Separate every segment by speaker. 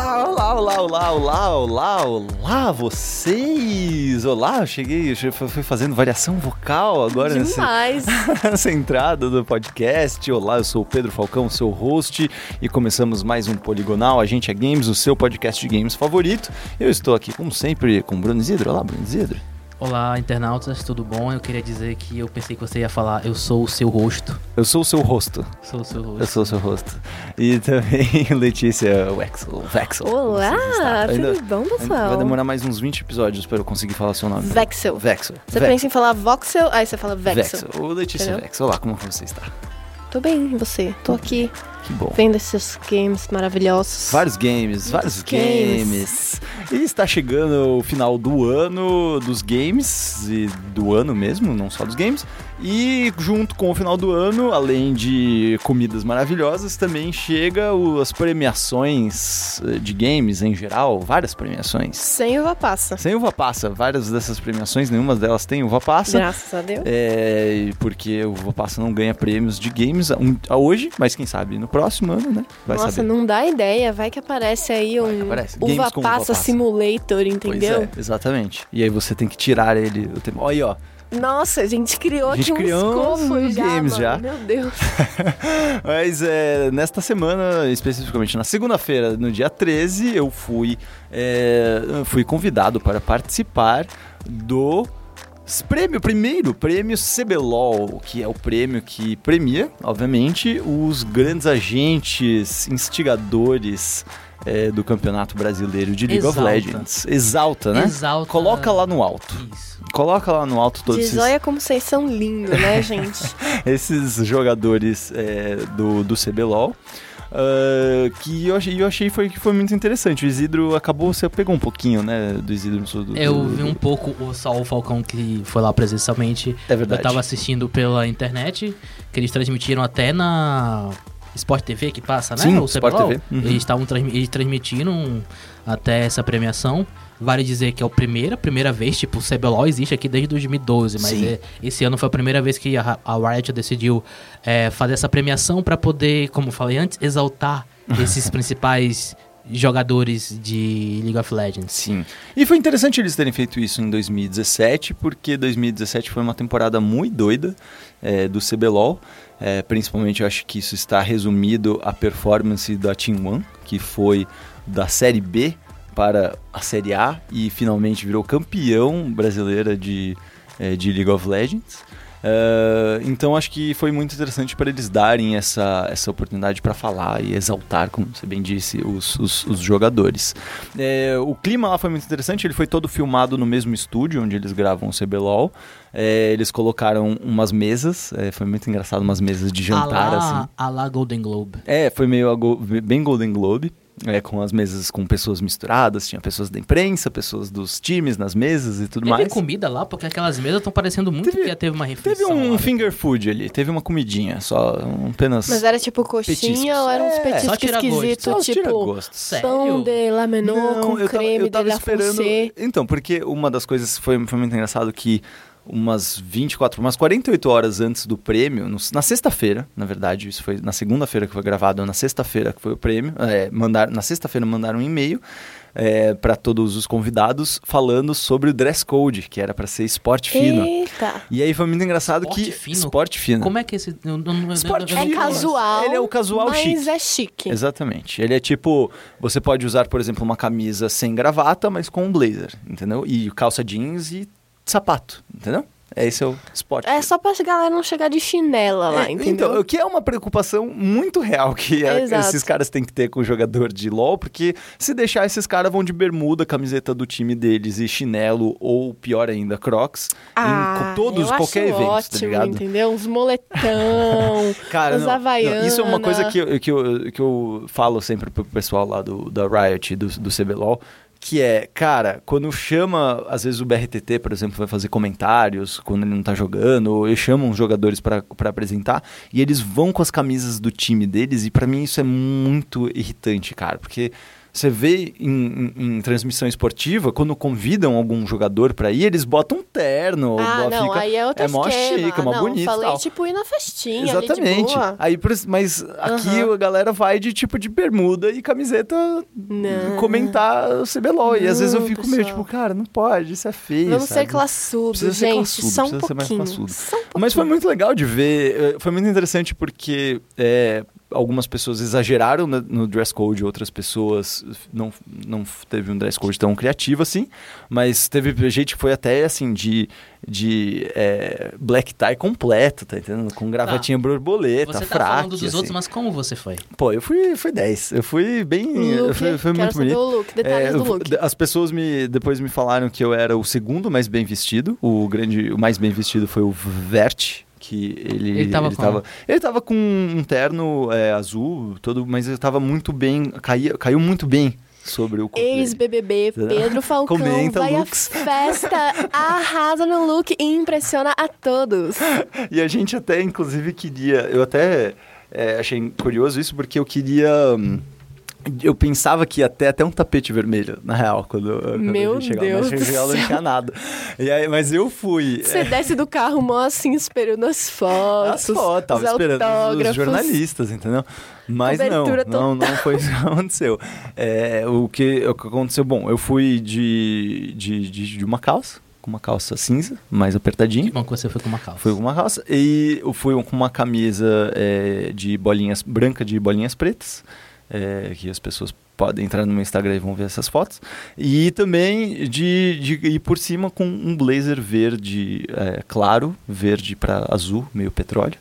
Speaker 1: Olá, olá, olá, olá, olá, vocês! Olá, eu cheguei, eu che- fui fazendo variação vocal agora nesse,
Speaker 2: Demais.
Speaker 1: nessa entrada do podcast. Olá, eu sou o Pedro Falcão, seu host, e começamos mais um Poligonal, a gente é Games, o seu podcast de games favorito. Eu estou aqui, como sempre, com o Bruno Isidro. Olá, Bruno Isidro.
Speaker 3: Olá, internautas, tudo bom? Eu queria dizer que eu pensei que você ia falar eu sou o seu rosto.
Speaker 1: Eu sou o seu rosto.
Speaker 3: Sou o seu
Speaker 1: Eu
Speaker 3: rosto.
Speaker 1: sou o seu rosto. E também Letícia Wexel. Wexel como
Speaker 2: Olá,
Speaker 1: vocês estão?
Speaker 2: tudo
Speaker 1: Ainda-
Speaker 2: bom, pessoal?
Speaker 1: Vai demorar mais uns 20 episódios para eu conseguir falar seu nome.
Speaker 2: Vexel.
Speaker 1: Vexel.
Speaker 2: Você
Speaker 1: Vex-
Speaker 2: pensa em falar voxel, aí você fala vexel.
Speaker 1: Vexel. Ô, Letícia
Speaker 2: Entendeu?
Speaker 1: Vexel. Olá, como você está?
Speaker 2: Tô bem, e você? Tô aqui
Speaker 1: Que bom.
Speaker 2: vendo esses games maravilhosos.
Speaker 1: Vários games, vários games.
Speaker 2: games.
Speaker 1: E está chegando o final do ano dos games, e do ano mesmo, não só dos games. E junto com o final do ano, além de comidas maravilhosas, também chega o- as premiações eh, de games em geral, várias premiações.
Speaker 2: Sem uva passa.
Speaker 1: Sem uva passa, várias dessas premiações, nenhuma delas tem uva passa.
Speaker 2: Graças a Deus.
Speaker 1: É, e porque o Uva Passa não ganha prêmios de games a, um- a hoje, mas quem sabe no próximo ano, né? Vai
Speaker 2: Nossa,
Speaker 1: saber.
Speaker 2: não dá ideia. Vai que aparece aí
Speaker 1: Vai que
Speaker 2: um
Speaker 1: aparece. Games
Speaker 2: uva
Speaker 1: com uva
Speaker 2: passa
Speaker 1: passa.
Speaker 2: simulator,
Speaker 1: Pois
Speaker 2: entendeu?
Speaker 1: é, exatamente. E aí você tem que tirar ele. O tempo. Olha aí, ó.
Speaker 2: Nossa, a gente criou
Speaker 1: é. A gente
Speaker 2: aqui
Speaker 1: criou
Speaker 2: um escopo
Speaker 1: uns
Speaker 2: já,
Speaker 1: games
Speaker 2: mano.
Speaker 1: já.
Speaker 2: Meu Deus.
Speaker 1: Mas é, nesta semana, especificamente na segunda-feira, no dia 13, eu fui, é, fui convidado para participar do s- prêmio, primeiro prêmio CBLOL, que é o prêmio que premia, obviamente, os grandes agentes instigadores é, do Campeonato Brasileiro de League
Speaker 3: Exalta.
Speaker 1: of Legends. Exalta, né?
Speaker 3: Exalta.
Speaker 1: Coloca lá no alto.
Speaker 3: Isso.
Speaker 1: Coloca lá no alto todos
Speaker 2: Diz,
Speaker 1: esses
Speaker 2: olha como vocês são lindos, né, gente?
Speaker 1: esses jogadores é, do, do CBLOL. ah, que eu achei, eu achei foi, que foi muito interessante. O Isidro acabou, você pegou um pouquinho, né? Do Isidro. Do, do,
Speaker 3: Eu vi um pouco o Saul Falcão que foi lá presencialmente.
Speaker 1: É verdade.
Speaker 3: Eu tava assistindo pela internet, que eles transmitiram até na Sport TV que passa, né?
Speaker 1: Sim,
Speaker 3: O
Speaker 1: Sport
Speaker 3: CBLOL.
Speaker 1: TV. Uhum.
Speaker 3: Eles estavam transmi- eles transmitiram até essa premiação. Vale dizer que é a primeira, primeira vez, tipo, o CBLOL existe aqui desde 2012, mas
Speaker 1: Sim.
Speaker 3: é- esse ano foi a primeira vez que a, a Riot decidiu é, fazer essa premiação pra poder, como eu falei antes, exaltar esses principais jogadores de League of Legends.
Speaker 1: Sim. E foi interessante eles terem feito isso em 2017, porque 2017 foi uma temporada muito doida é, do CBLOL. É, principalmente eu acho que isso está resumido à performance da Team One, que foi da Série B para a Série A e finalmente virou campeão brasileira de, é, de League of Legends. É, então acho que foi muito interessante para eles darem essa, essa oportunidade para falar e exaltar, como você bem disse, os, os, os jogadores. É, o clima lá foi muito interessante, ele foi todo filmado no mesmo estúdio onde eles gravam o CBLOL. É, eles colocaram umas mesas, é, foi muito engraçado, umas mesas de jantar,
Speaker 3: a
Speaker 1: assim.
Speaker 3: Tá lá, a lá Golden Globe.
Speaker 1: É, foi meio a go- bem Golden Globe, é, com as mesas com pessoas misturadas, tinha pessoas da imprensa, pessoas dos times nas mesas e tudo
Speaker 3: Teve
Speaker 1: mais.
Speaker 3: comida lá, porque aquelas mesas estão parecendo muito
Speaker 1: Teve-
Speaker 3: que teve uma refeição.
Speaker 1: Teve um
Speaker 3: lá.
Speaker 1: finger food ali, teve uma comidinha, só um, apenas
Speaker 2: Mas era tipo coxinha
Speaker 1: Petiscos.
Speaker 2: ou era uns
Speaker 1: É,
Speaker 2: petiscos
Speaker 3: só tira gosto,
Speaker 2: esquisitos,
Speaker 1: só os
Speaker 2: tipo
Speaker 1: tiragostos.
Speaker 3: Sério?
Speaker 2: pão de lamenô com
Speaker 1: eu tava-
Speaker 2: creme
Speaker 1: eu tava
Speaker 2: de la
Speaker 1: esperando.
Speaker 2: Foncé.
Speaker 1: Então, porque uma das coisas foi, foi muito engraçado que umas 24, umas 48 horas antes do prêmio, no- na sexta-feira, na verdade, isso foi na segunda-feira que foi gravado, na sexta-feira que foi o prêmio, é, mandar, na sexta-feira mandaram um e-mail para todos os convidados falando sobre o dress code, que era para ser esporte fino.
Speaker 2: Eita!
Speaker 1: E aí foi muito engraçado
Speaker 3: Esporte
Speaker 1: que
Speaker 3: fino?
Speaker 1: esporte fino.
Speaker 3: Como é que esse. eu não- eu não-
Speaker 1: Esporte
Speaker 3: eu não-
Speaker 2: É
Speaker 1: Ele-
Speaker 2: casual.
Speaker 1: ele é o casual
Speaker 2: mas
Speaker 1: chique.
Speaker 2: é chique.
Speaker 1: Exatamente. Ele é tipo, você pode usar, por exemplo, uma camisa sem gravata, mas com um blazer, entendeu? E calça jeans e sapato, entendeu? Esse é o esporte.
Speaker 2: É só pra galera não chegar de chinela lá,
Speaker 1: É,
Speaker 2: entendeu?
Speaker 1: Então, o que é uma preocupação muito real que a-
Speaker 2: Exato.
Speaker 1: esses caras têm que ter com o jogador de LoL, porque se deixar, esses caras vão de bermuda, camiseta do time deles e chinelo, ou pior ainda, crocs, em co- todos,
Speaker 2: Ah, eu
Speaker 1: qualquer
Speaker 2: acho
Speaker 1: evento,
Speaker 2: ótimo,
Speaker 1: tá ligado?
Speaker 2: entendeu? Uns moletão,
Speaker 1: Cara,
Speaker 2: uns
Speaker 1: não,
Speaker 2: havaiana.
Speaker 1: não, isso é uma coisa que eu, que, eu, que eu falo sempre pro pessoal lá do, da Riot, do, do CBLOL, que é, cara, quando chama, às vezes o BRTT, por exemplo, vai fazer comentários quando ele não tá jogando, ou eles chamam os jogadores pra pra apresentar, e eles vão com as camisas do time deles, e pra mim isso é muito irritante, cara, porque Você vê em, em- em transmissão esportiva, quando convidam algum jogador pra ir, eles botam um terno.
Speaker 2: Ah,
Speaker 1: bo-
Speaker 2: não,
Speaker 1: fica-
Speaker 2: aí é outro
Speaker 1: é mó
Speaker 2: esquema.
Speaker 1: chique, é mó
Speaker 2: não,
Speaker 1: bonito e
Speaker 2: falei,
Speaker 1: tal.
Speaker 2: tipo, ir na festinha ali de
Speaker 1: Exatamente.
Speaker 2: boa.
Speaker 1: Aí, por isso- mas aqui
Speaker 2: Aham.
Speaker 1: a galera vai de tipo de bermuda e camiseta
Speaker 2: Não.
Speaker 1: comentar o CBLOL. e às vezes eu
Speaker 2: Não,
Speaker 1: fico meio
Speaker 2: pessoal.
Speaker 1: tipo, cara, não pode, isso é feio.
Speaker 2: Vamos
Speaker 1: sabe?
Speaker 2: ser classudos,
Speaker 1: Precisa ser
Speaker 2: gente.
Speaker 1: classudo,
Speaker 2: só um
Speaker 1: precisa ser mais
Speaker 2: pouquinho.
Speaker 1: classudo.
Speaker 2: só um pouquinho.
Speaker 1: Mas foi muito legal de ver. eh, Foi muito interessante porque é, algumas pessoas exageraram na- no dress code, outras pessoas não, não teve um dress code tão criativo assim. Mas teve gente que foi até assim de, de eh, black tie completo, tá entendendo? Com gravatinha borboleta,
Speaker 3: Você tá
Speaker 1: fraque.
Speaker 3: falando dos
Speaker 1: assim.
Speaker 3: outros, mas como você foi?
Speaker 1: Pô, eu fui, fui 10. Eu fui bem.
Speaker 2: Look,
Speaker 1: eu fui, fui
Speaker 2: quero
Speaker 1: muito
Speaker 2: saber
Speaker 1: bonito.
Speaker 2: o look, detalhes
Speaker 1: É,
Speaker 2: do
Speaker 1: eu-
Speaker 2: look.
Speaker 1: As pessoas me depois me falaram que eu era o segundo mais bem vestido. O grande, o mais bem vestido foi o Vert, que ele
Speaker 3: Ele tava com-
Speaker 1: ele tava com um terno é, azul, todo, mas ele tava muito bem, caiu, caiu muito bem sobre o corpo dele.
Speaker 2: Ex-BBB Pedro Falcão
Speaker 1: Comenta
Speaker 2: vai à
Speaker 1: looks.
Speaker 2: festa, arrasa no look e impressiona a todos.
Speaker 1: E a gente até, inclusive, queria. Eu até é, achei curioso isso, porque eu queria. hum, Eu pensava que ia ter até um tapete vermelho, na real, quando, quando
Speaker 2: Meu
Speaker 1: a gente chegava.
Speaker 2: Deus
Speaker 1: mas a gente
Speaker 2: do
Speaker 1: chegava, não
Speaker 2: céu.
Speaker 1: tinha nada. E aí, mas eu fui. é,
Speaker 2: Você desce do carro, mó assim, esperando as fotos,
Speaker 1: As fotos, tava
Speaker 2: os
Speaker 1: esperando os
Speaker 2: autógrafos.
Speaker 1: jornalistas, entendeu? Mas não,
Speaker 2: Cobertura
Speaker 1: não, não foi isso que aconteceu. É, o, que, o que aconteceu? Bom, eu fui de, de, de, de uma calça, com uma calça cinza, mais apertadinha.
Speaker 3: Que bom que você foi com uma calça.
Speaker 1: Fui com uma calça e eu fui com uma camisa é, de bolinhas branca de bolinhas pretas, é, que as pessoas podem entrar no meu Instagram e vão ver essas fotos. E também de, de ir por cima com um blazer verde é, claro, verde para azul, meio petróleo,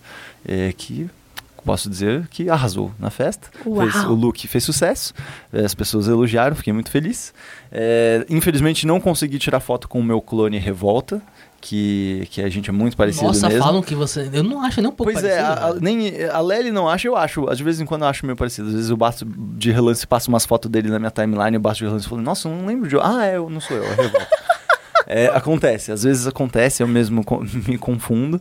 Speaker 1: é, que posso dizer que arrasou na festa.
Speaker 2: Uau!
Speaker 1: Fez- o look fez sucesso, é, as pessoas elogiaram, fiquei muito feliz. É, infelizmente não consegui tirar foto com o meu clone Revolta. Que, que a gente é muito parecido
Speaker 3: Nossa,
Speaker 1: mesmo.
Speaker 3: falam que você. Eu não acho nem um pouco
Speaker 1: Pois é,
Speaker 3: parecido.
Speaker 1: a, a-
Speaker 3: velho.
Speaker 1: nem, a Lely não acha, eu acho. De vez em quando eu acho meio parecido. Às vezes eu bato de relance, passo umas fotos dele na minha timeline, eu bato de relance e falo, nossa, eu não lembro de. Ah, é, eu não sou eu, é revolta. É, acontece, às vezes acontece, eu mesmo co- me confundo.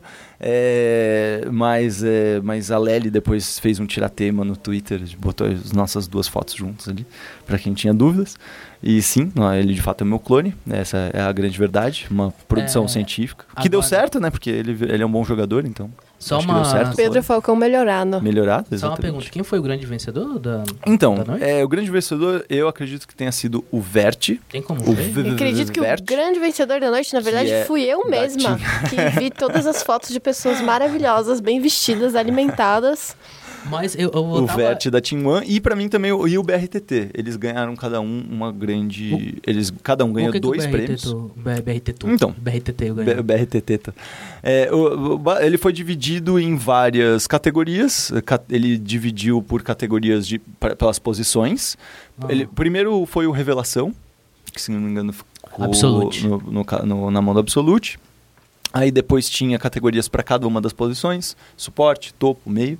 Speaker 1: É, mas, é, mas a Lely depois fez um tiratema no Twitter, botou as nossas duas fotos juntas ali, pra quem tinha dúvidas. E sim, não, ele de fato é meu clone, essa é a grande verdade, uma produção
Speaker 3: É,
Speaker 1: científica. Que deu
Speaker 3: agora-
Speaker 1: certo, né? Porque ele, ele é um bom jogador, então.
Speaker 3: Só
Speaker 1: acho que deu
Speaker 3: uma-
Speaker 1: certo,
Speaker 2: Pedro é
Speaker 1: foi
Speaker 2: Falcão melhorado.
Speaker 1: melhorado,
Speaker 3: Só uma
Speaker 1: exatamente.
Speaker 3: pergunta: quem foi o grande vencedor da.
Speaker 1: Então,
Speaker 3: da noite?
Speaker 1: é, o grande vencedor, eu acredito que tenha sido o Verte.
Speaker 3: Tem como
Speaker 1: O
Speaker 3: ver?
Speaker 1: v-
Speaker 2: Acredito que
Speaker 1: Vert.
Speaker 2: o grande vencedor da noite, na verdade,
Speaker 1: é
Speaker 2: fui eu
Speaker 1: da
Speaker 2: mesma que vi todas as fotos de pessoas maravilhosas, bem vestidas, alimentadas.
Speaker 3: Mas eu, eu
Speaker 1: O
Speaker 3: tava-
Speaker 1: Verte da Team One e pra mim também o, e o BRTT. Eles ganharam cada um uma grande. Eles, cada um
Speaker 3: o
Speaker 1: ganhou
Speaker 3: que que
Speaker 1: dois
Speaker 3: o BRT
Speaker 1: prêmios.
Speaker 3: tu- B- BRT tu-
Speaker 1: Então.
Speaker 3: BRTT eu ganhei.
Speaker 1: B- BRTT. tá. É, o- o- ba- ele foi dividido em várias categorias. Ca- Ele dividiu por categorias de, pra- pelas posições.
Speaker 3: Ah.
Speaker 1: Ele, primeiro foi o Revelação, que se não me engano ficou
Speaker 3: Absolute.
Speaker 1: no- no ca- no- na mão do Absolute. Aí depois tinha categorias para cada uma das posições: suporte, topo, meio.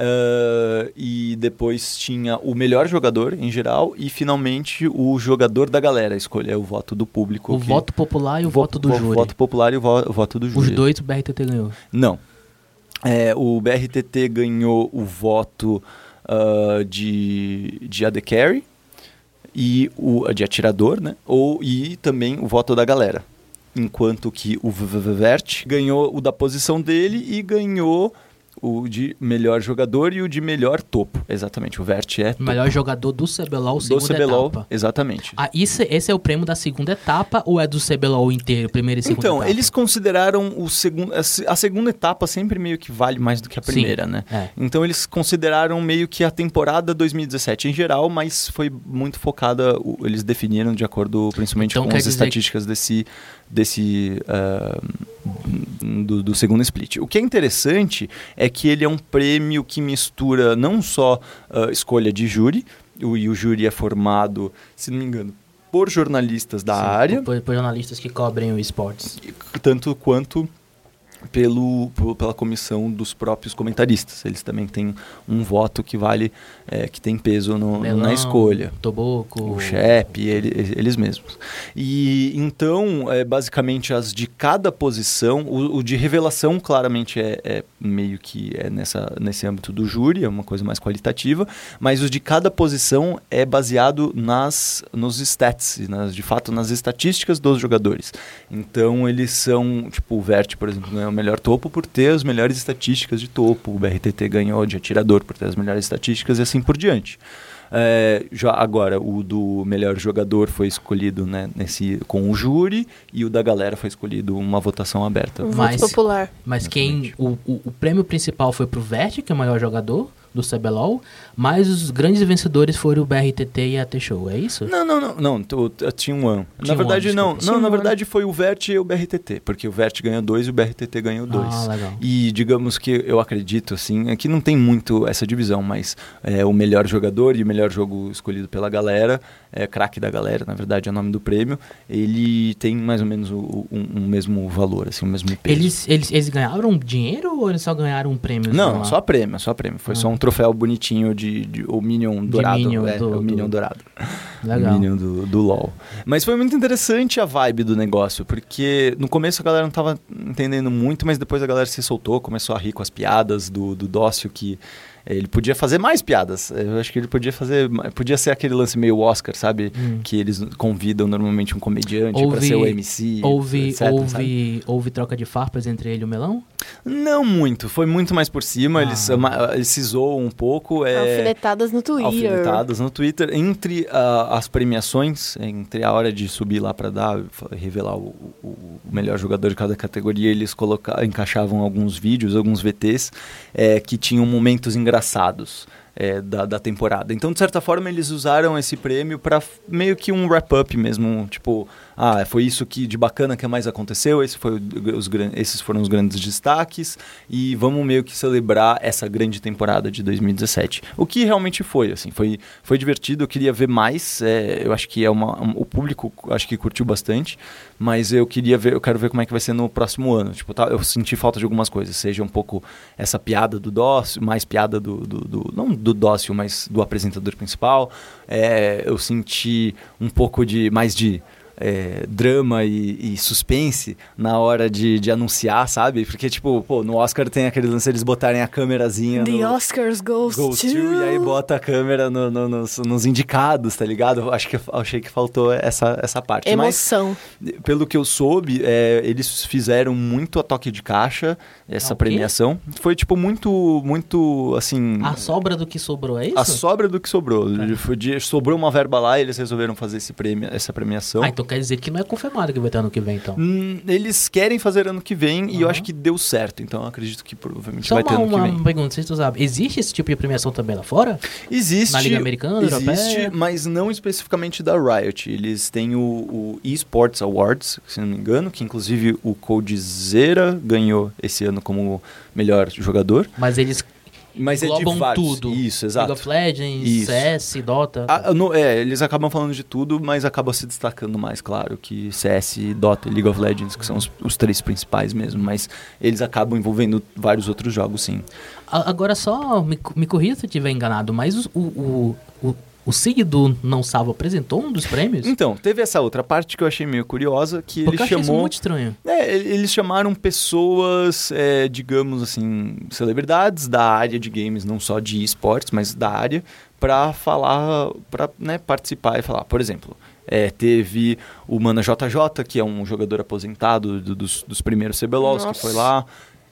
Speaker 1: Ah, e depois tinha o melhor jogador em geral e finalmente o jogador da galera. A escolha é o voto do público.
Speaker 3: o
Speaker 1: que-
Speaker 3: voto popular e o
Speaker 1: Vo-
Speaker 3: voto do
Speaker 1: vo-
Speaker 3: júri.
Speaker 1: voto popular e o vo- voto do júri.
Speaker 3: Os dois o BRTT ganhou.
Speaker 1: Não. É, o BRTT ganhou o voto ah, de, de AD Carry e o de atirador, né? Ou, e também o voto da galera. Enquanto que o Vert ganhou o da posição dele e ganhou o de melhor jogador e o de melhor topo. Exatamente, o Vert é
Speaker 3: O
Speaker 1: topo
Speaker 3: melhor jogador do CBLOL,
Speaker 1: do
Speaker 3: segunda
Speaker 1: CBLOL.
Speaker 3: etapa.
Speaker 1: Exatamente.
Speaker 3: Ah, isso, esse é o prêmio da segunda etapa ou é do CBLOL inteiro, primeira e segunda
Speaker 1: Então,
Speaker 3: etapa?
Speaker 1: eles consideraram o segundo, a se- a segunda etapa sempre meio que vale mais do que a
Speaker 3: Sim,
Speaker 1: primeira, né?
Speaker 3: é.
Speaker 1: Então eles consideraram meio que a temporada 2017 em geral, mas foi muito focada, o- eles definiram de acordo principalmente
Speaker 3: Então
Speaker 1: com
Speaker 3: quer
Speaker 1: as
Speaker 3: dizer
Speaker 1: estatísticas desse desse ah, do, do segundo split. O que é interessante é que ele é um prêmio que mistura não só ah, escolha de júri, o, e o júri é formado, se não me engano, por jornalistas da
Speaker 3: Sim,
Speaker 1: área
Speaker 3: Por, por jornalistas que cobrem o esportes.
Speaker 1: tanto quanto pelo, pela comissão dos próprios comentaristas. Eles também têm um voto que vale, é, que tem peso no,
Speaker 3: Melão,
Speaker 1: na escolha.
Speaker 3: Toboco.
Speaker 1: O Shep, ele- eles mesmos. E então, é, basicamente, as de cada posição, o, o de revelação claramente é, é meio que é nessa, nesse âmbito do júri, é uma coisa mais qualitativa, mas os de cada posição é baseado nas, nos stats, nas, de fato, nas estatísticas dos jogadores. Então, eles são, tipo, o Vert, por exemplo, ganhou o melhor topo por ter as melhores estatísticas de topo, o BRTT ganhou de atirador por ter as melhores estatísticas e assim por diante. É, já agora, o do melhor jogador foi escolhido né, nesse, com o júri e o da galera foi escolhido uma votação aberta.
Speaker 2: Um
Speaker 3: Mas-
Speaker 2: voto popular.
Speaker 3: Mas quem. O, o, o prêmio principal foi pro Vert, que é o maior jogador do CBLOL, mas os grandes vencedores foram o BRTT e a T-Show, é isso?
Speaker 1: Não, não, não, não, tu- tu- tinha um ano. Na
Speaker 3: Tinha um
Speaker 1: verdade,
Speaker 3: ano,
Speaker 1: não,
Speaker 3: desculpa.
Speaker 1: não,
Speaker 2: Tinha
Speaker 1: na
Speaker 2: um
Speaker 1: verdade foi o Vert e o BRTT, porque o Vert ganhou dois e o BRTT ganhou dois.
Speaker 3: Ah, legal.
Speaker 1: E digamos que eu acredito, assim, é que não tem muito essa divisão, mas é, o melhor jogador e o melhor jogo escolhido pela galera, é, craque da galera, na verdade é o nome do prêmio, ele tem mais ou menos o, o- um, um mesmo valor, assim, o mesmo peso.
Speaker 3: Eles, eles, eles ganharam dinheiro ou eles só ganharam um prêmio?
Speaker 1: Não,
Speaker 3: sei lá?
Speaker 1: só prêmio, só prêmio. Foi
Speaker 3: Ah.
Speaker 1: só um troféu bonitinho de, de o Minion dourado.
Speaker 3: Minion
Speaker 1: é,
Speaker 3: do-
Speaker 1: o Minion
Speaker 3: do-
Speaker 1: dourado.
Speaker 3: Legal.
Speaker 1: Minion do, do LoL. Mas foi muito interessante a vibe do negócio, porque no começo a galera não tava entendendo muito, mas depois a galera se soltou, começou a rir com as piadas do, do Dócil, que eh, ele podia fazer mais piadas. Eu acho que ele podia fazer. ma- Podia ser aquele lance meio Oscar, sabe?
Speaker 3: Hum.
Speaker 1: Que eles convidam normalmente um comediante pra
Speaker 3: Houve-
Speaker 1: ser o MC.
Speaker 3: Houve,
Speaker 1: etc, sabe?
Speaker 3: houve, houve troca de farpas entre ele e o Melão?
Speaker 1: Não muito, foi muito mais por cima,
Speaker 3: Ah.
Speaker 1: eles, ama- eles se zoam um pouco. É,
Speaker 2: Alfinetadas no Twitter.
Speaker 1: alfinetadas no Twitter. Entre ah, as premiações, entre a hora de subir lá para dar, fa- revelar o, o- o melhor jogador de cada categoria, eles coloca, encaixavam alguns vídeos, alguns VTs, eh, que tinham momentos engraçados. eh, da, da temporada. Então, de certa forma, eles usaram esse prêmio para meio que um wrap-up mesmo, um tipo, ah, foi isso que de bacana que mais aconteceu, esse foi o- os, gran- esses foram os grandes destaques e vamos meio que celebrar essa grande temporada de 2017. O que realmente foi, assim, foi, foi divertido, eu queria ver mais, é, eu acho que é uma, um- o público acho que curtiu bastante, mas eu queria ver, eu quero ver como é que vai ser no próximo ano. Tipo, tá, eu senti falta de algumas coisas, seja um pouco essa piada do dócil, mais piada do, do, do- não do dócil, mas do apresentador principal. É, eu senti um pouco de mais de é, drama e, e suspense na hora de, de anunciar, sabe? Porque, tipo, pô, no Oscar tem aquele lance eles botarem a câmerazinha né, no,
Speaker 2: The Oscars goes,
Speaker 1: Go
Speaker 2: to...
Speaker 1: to, e aí bota a câmera no- no- nos, nos indicados, tá ligado? Acho que achei que faltou essa, essa parte.
Speaker 3: É,
Speaker 1: Mas,
Speaker 2: Emoção.
Speaker 1: pelo que eu soube, é, eles fizeram muito a toque de caixa, essa
Speaker 3: Ah, o quê?
Speaker 1: premiação. Foi, tipo, muito, muito, assim...
Speaker 3: A sobra do que sobrou, é Ah, isso? Tá.
Speaker 1: a sobra do que sobrou. Foi de- Sobrou uma verba lá e eles resolveram fazer esse prêmio, essa premiação.
Speaker 3: Ah, então quer dizer que não é confirmado que vai ter ano que vem, então.
Speaker 1: Hum, eles querem fazer ano que vem e eu
Speaker 3: Aham.
Speaker 1: acho que deu certo. Então eu acredito que provavelmente
Speaker 3: Só
Speaker 1: vai ter
Speaker 3: uma,
Speaker 1: ano que vem.
Speaker 3: uma pergunta, vocês tu sabe, existe esse tipo de premiação também lá fora?
Speaker 1: Existe.
Speaker 3: Na Liga Americana,
Speaker 1: Existe,
Speaker 3: Europeia?
Speaker 1: mas não especificamente da Riot. Eles têm o, o Esports Awards, se não me engano, que inclusive o Coldzera ganhou esse ano como melhor jogador.
Speaker 3: Mas eles
Speaker 1: Mas é
Speaker 3: englobam
Speaker 1: de vários.
Speaker 3: tudo.
Speaker 1: Isso, exato.
Speaker 3: League of Legends,
Speaker 1: Isso.
Speaker 3: CS, Dota.
Speaker 1: Ah, no- é, eles acabam falando de tudo, mas acabam se destacando mais, claro, que CS, Dota e League of Legends, que são os, os três principais mesmo, mas eles acabam envolvendo vários outros jogos, sim.
Speaker 3: A- Agora só me, co- me corrija se eu estiver enganado, mas o, o, o, o, o Sig do Não Salvo apresentou um dos prêmios?
Speaker 1: Então, teve essa outra parte que eu achei meio curiosa, que
Speaker 3: Porque eu
Speaker 1: ele
Speaker 3: achei isso
Speaker 1: chamou...
Speaker 3: muito estranho.
Speaker 1: É, e- eles chamaram pessoas, é, digamos assim, celebridades da área de games, não só de esportes, mas da área, para falar, para participar e falar. Por exemplo, é, teve o Mana JJ, que é um jogador aposentado do- dos, dos primeiros CBLOLs que
Speaker 2: Nossa.
Speaker 1: foi lá.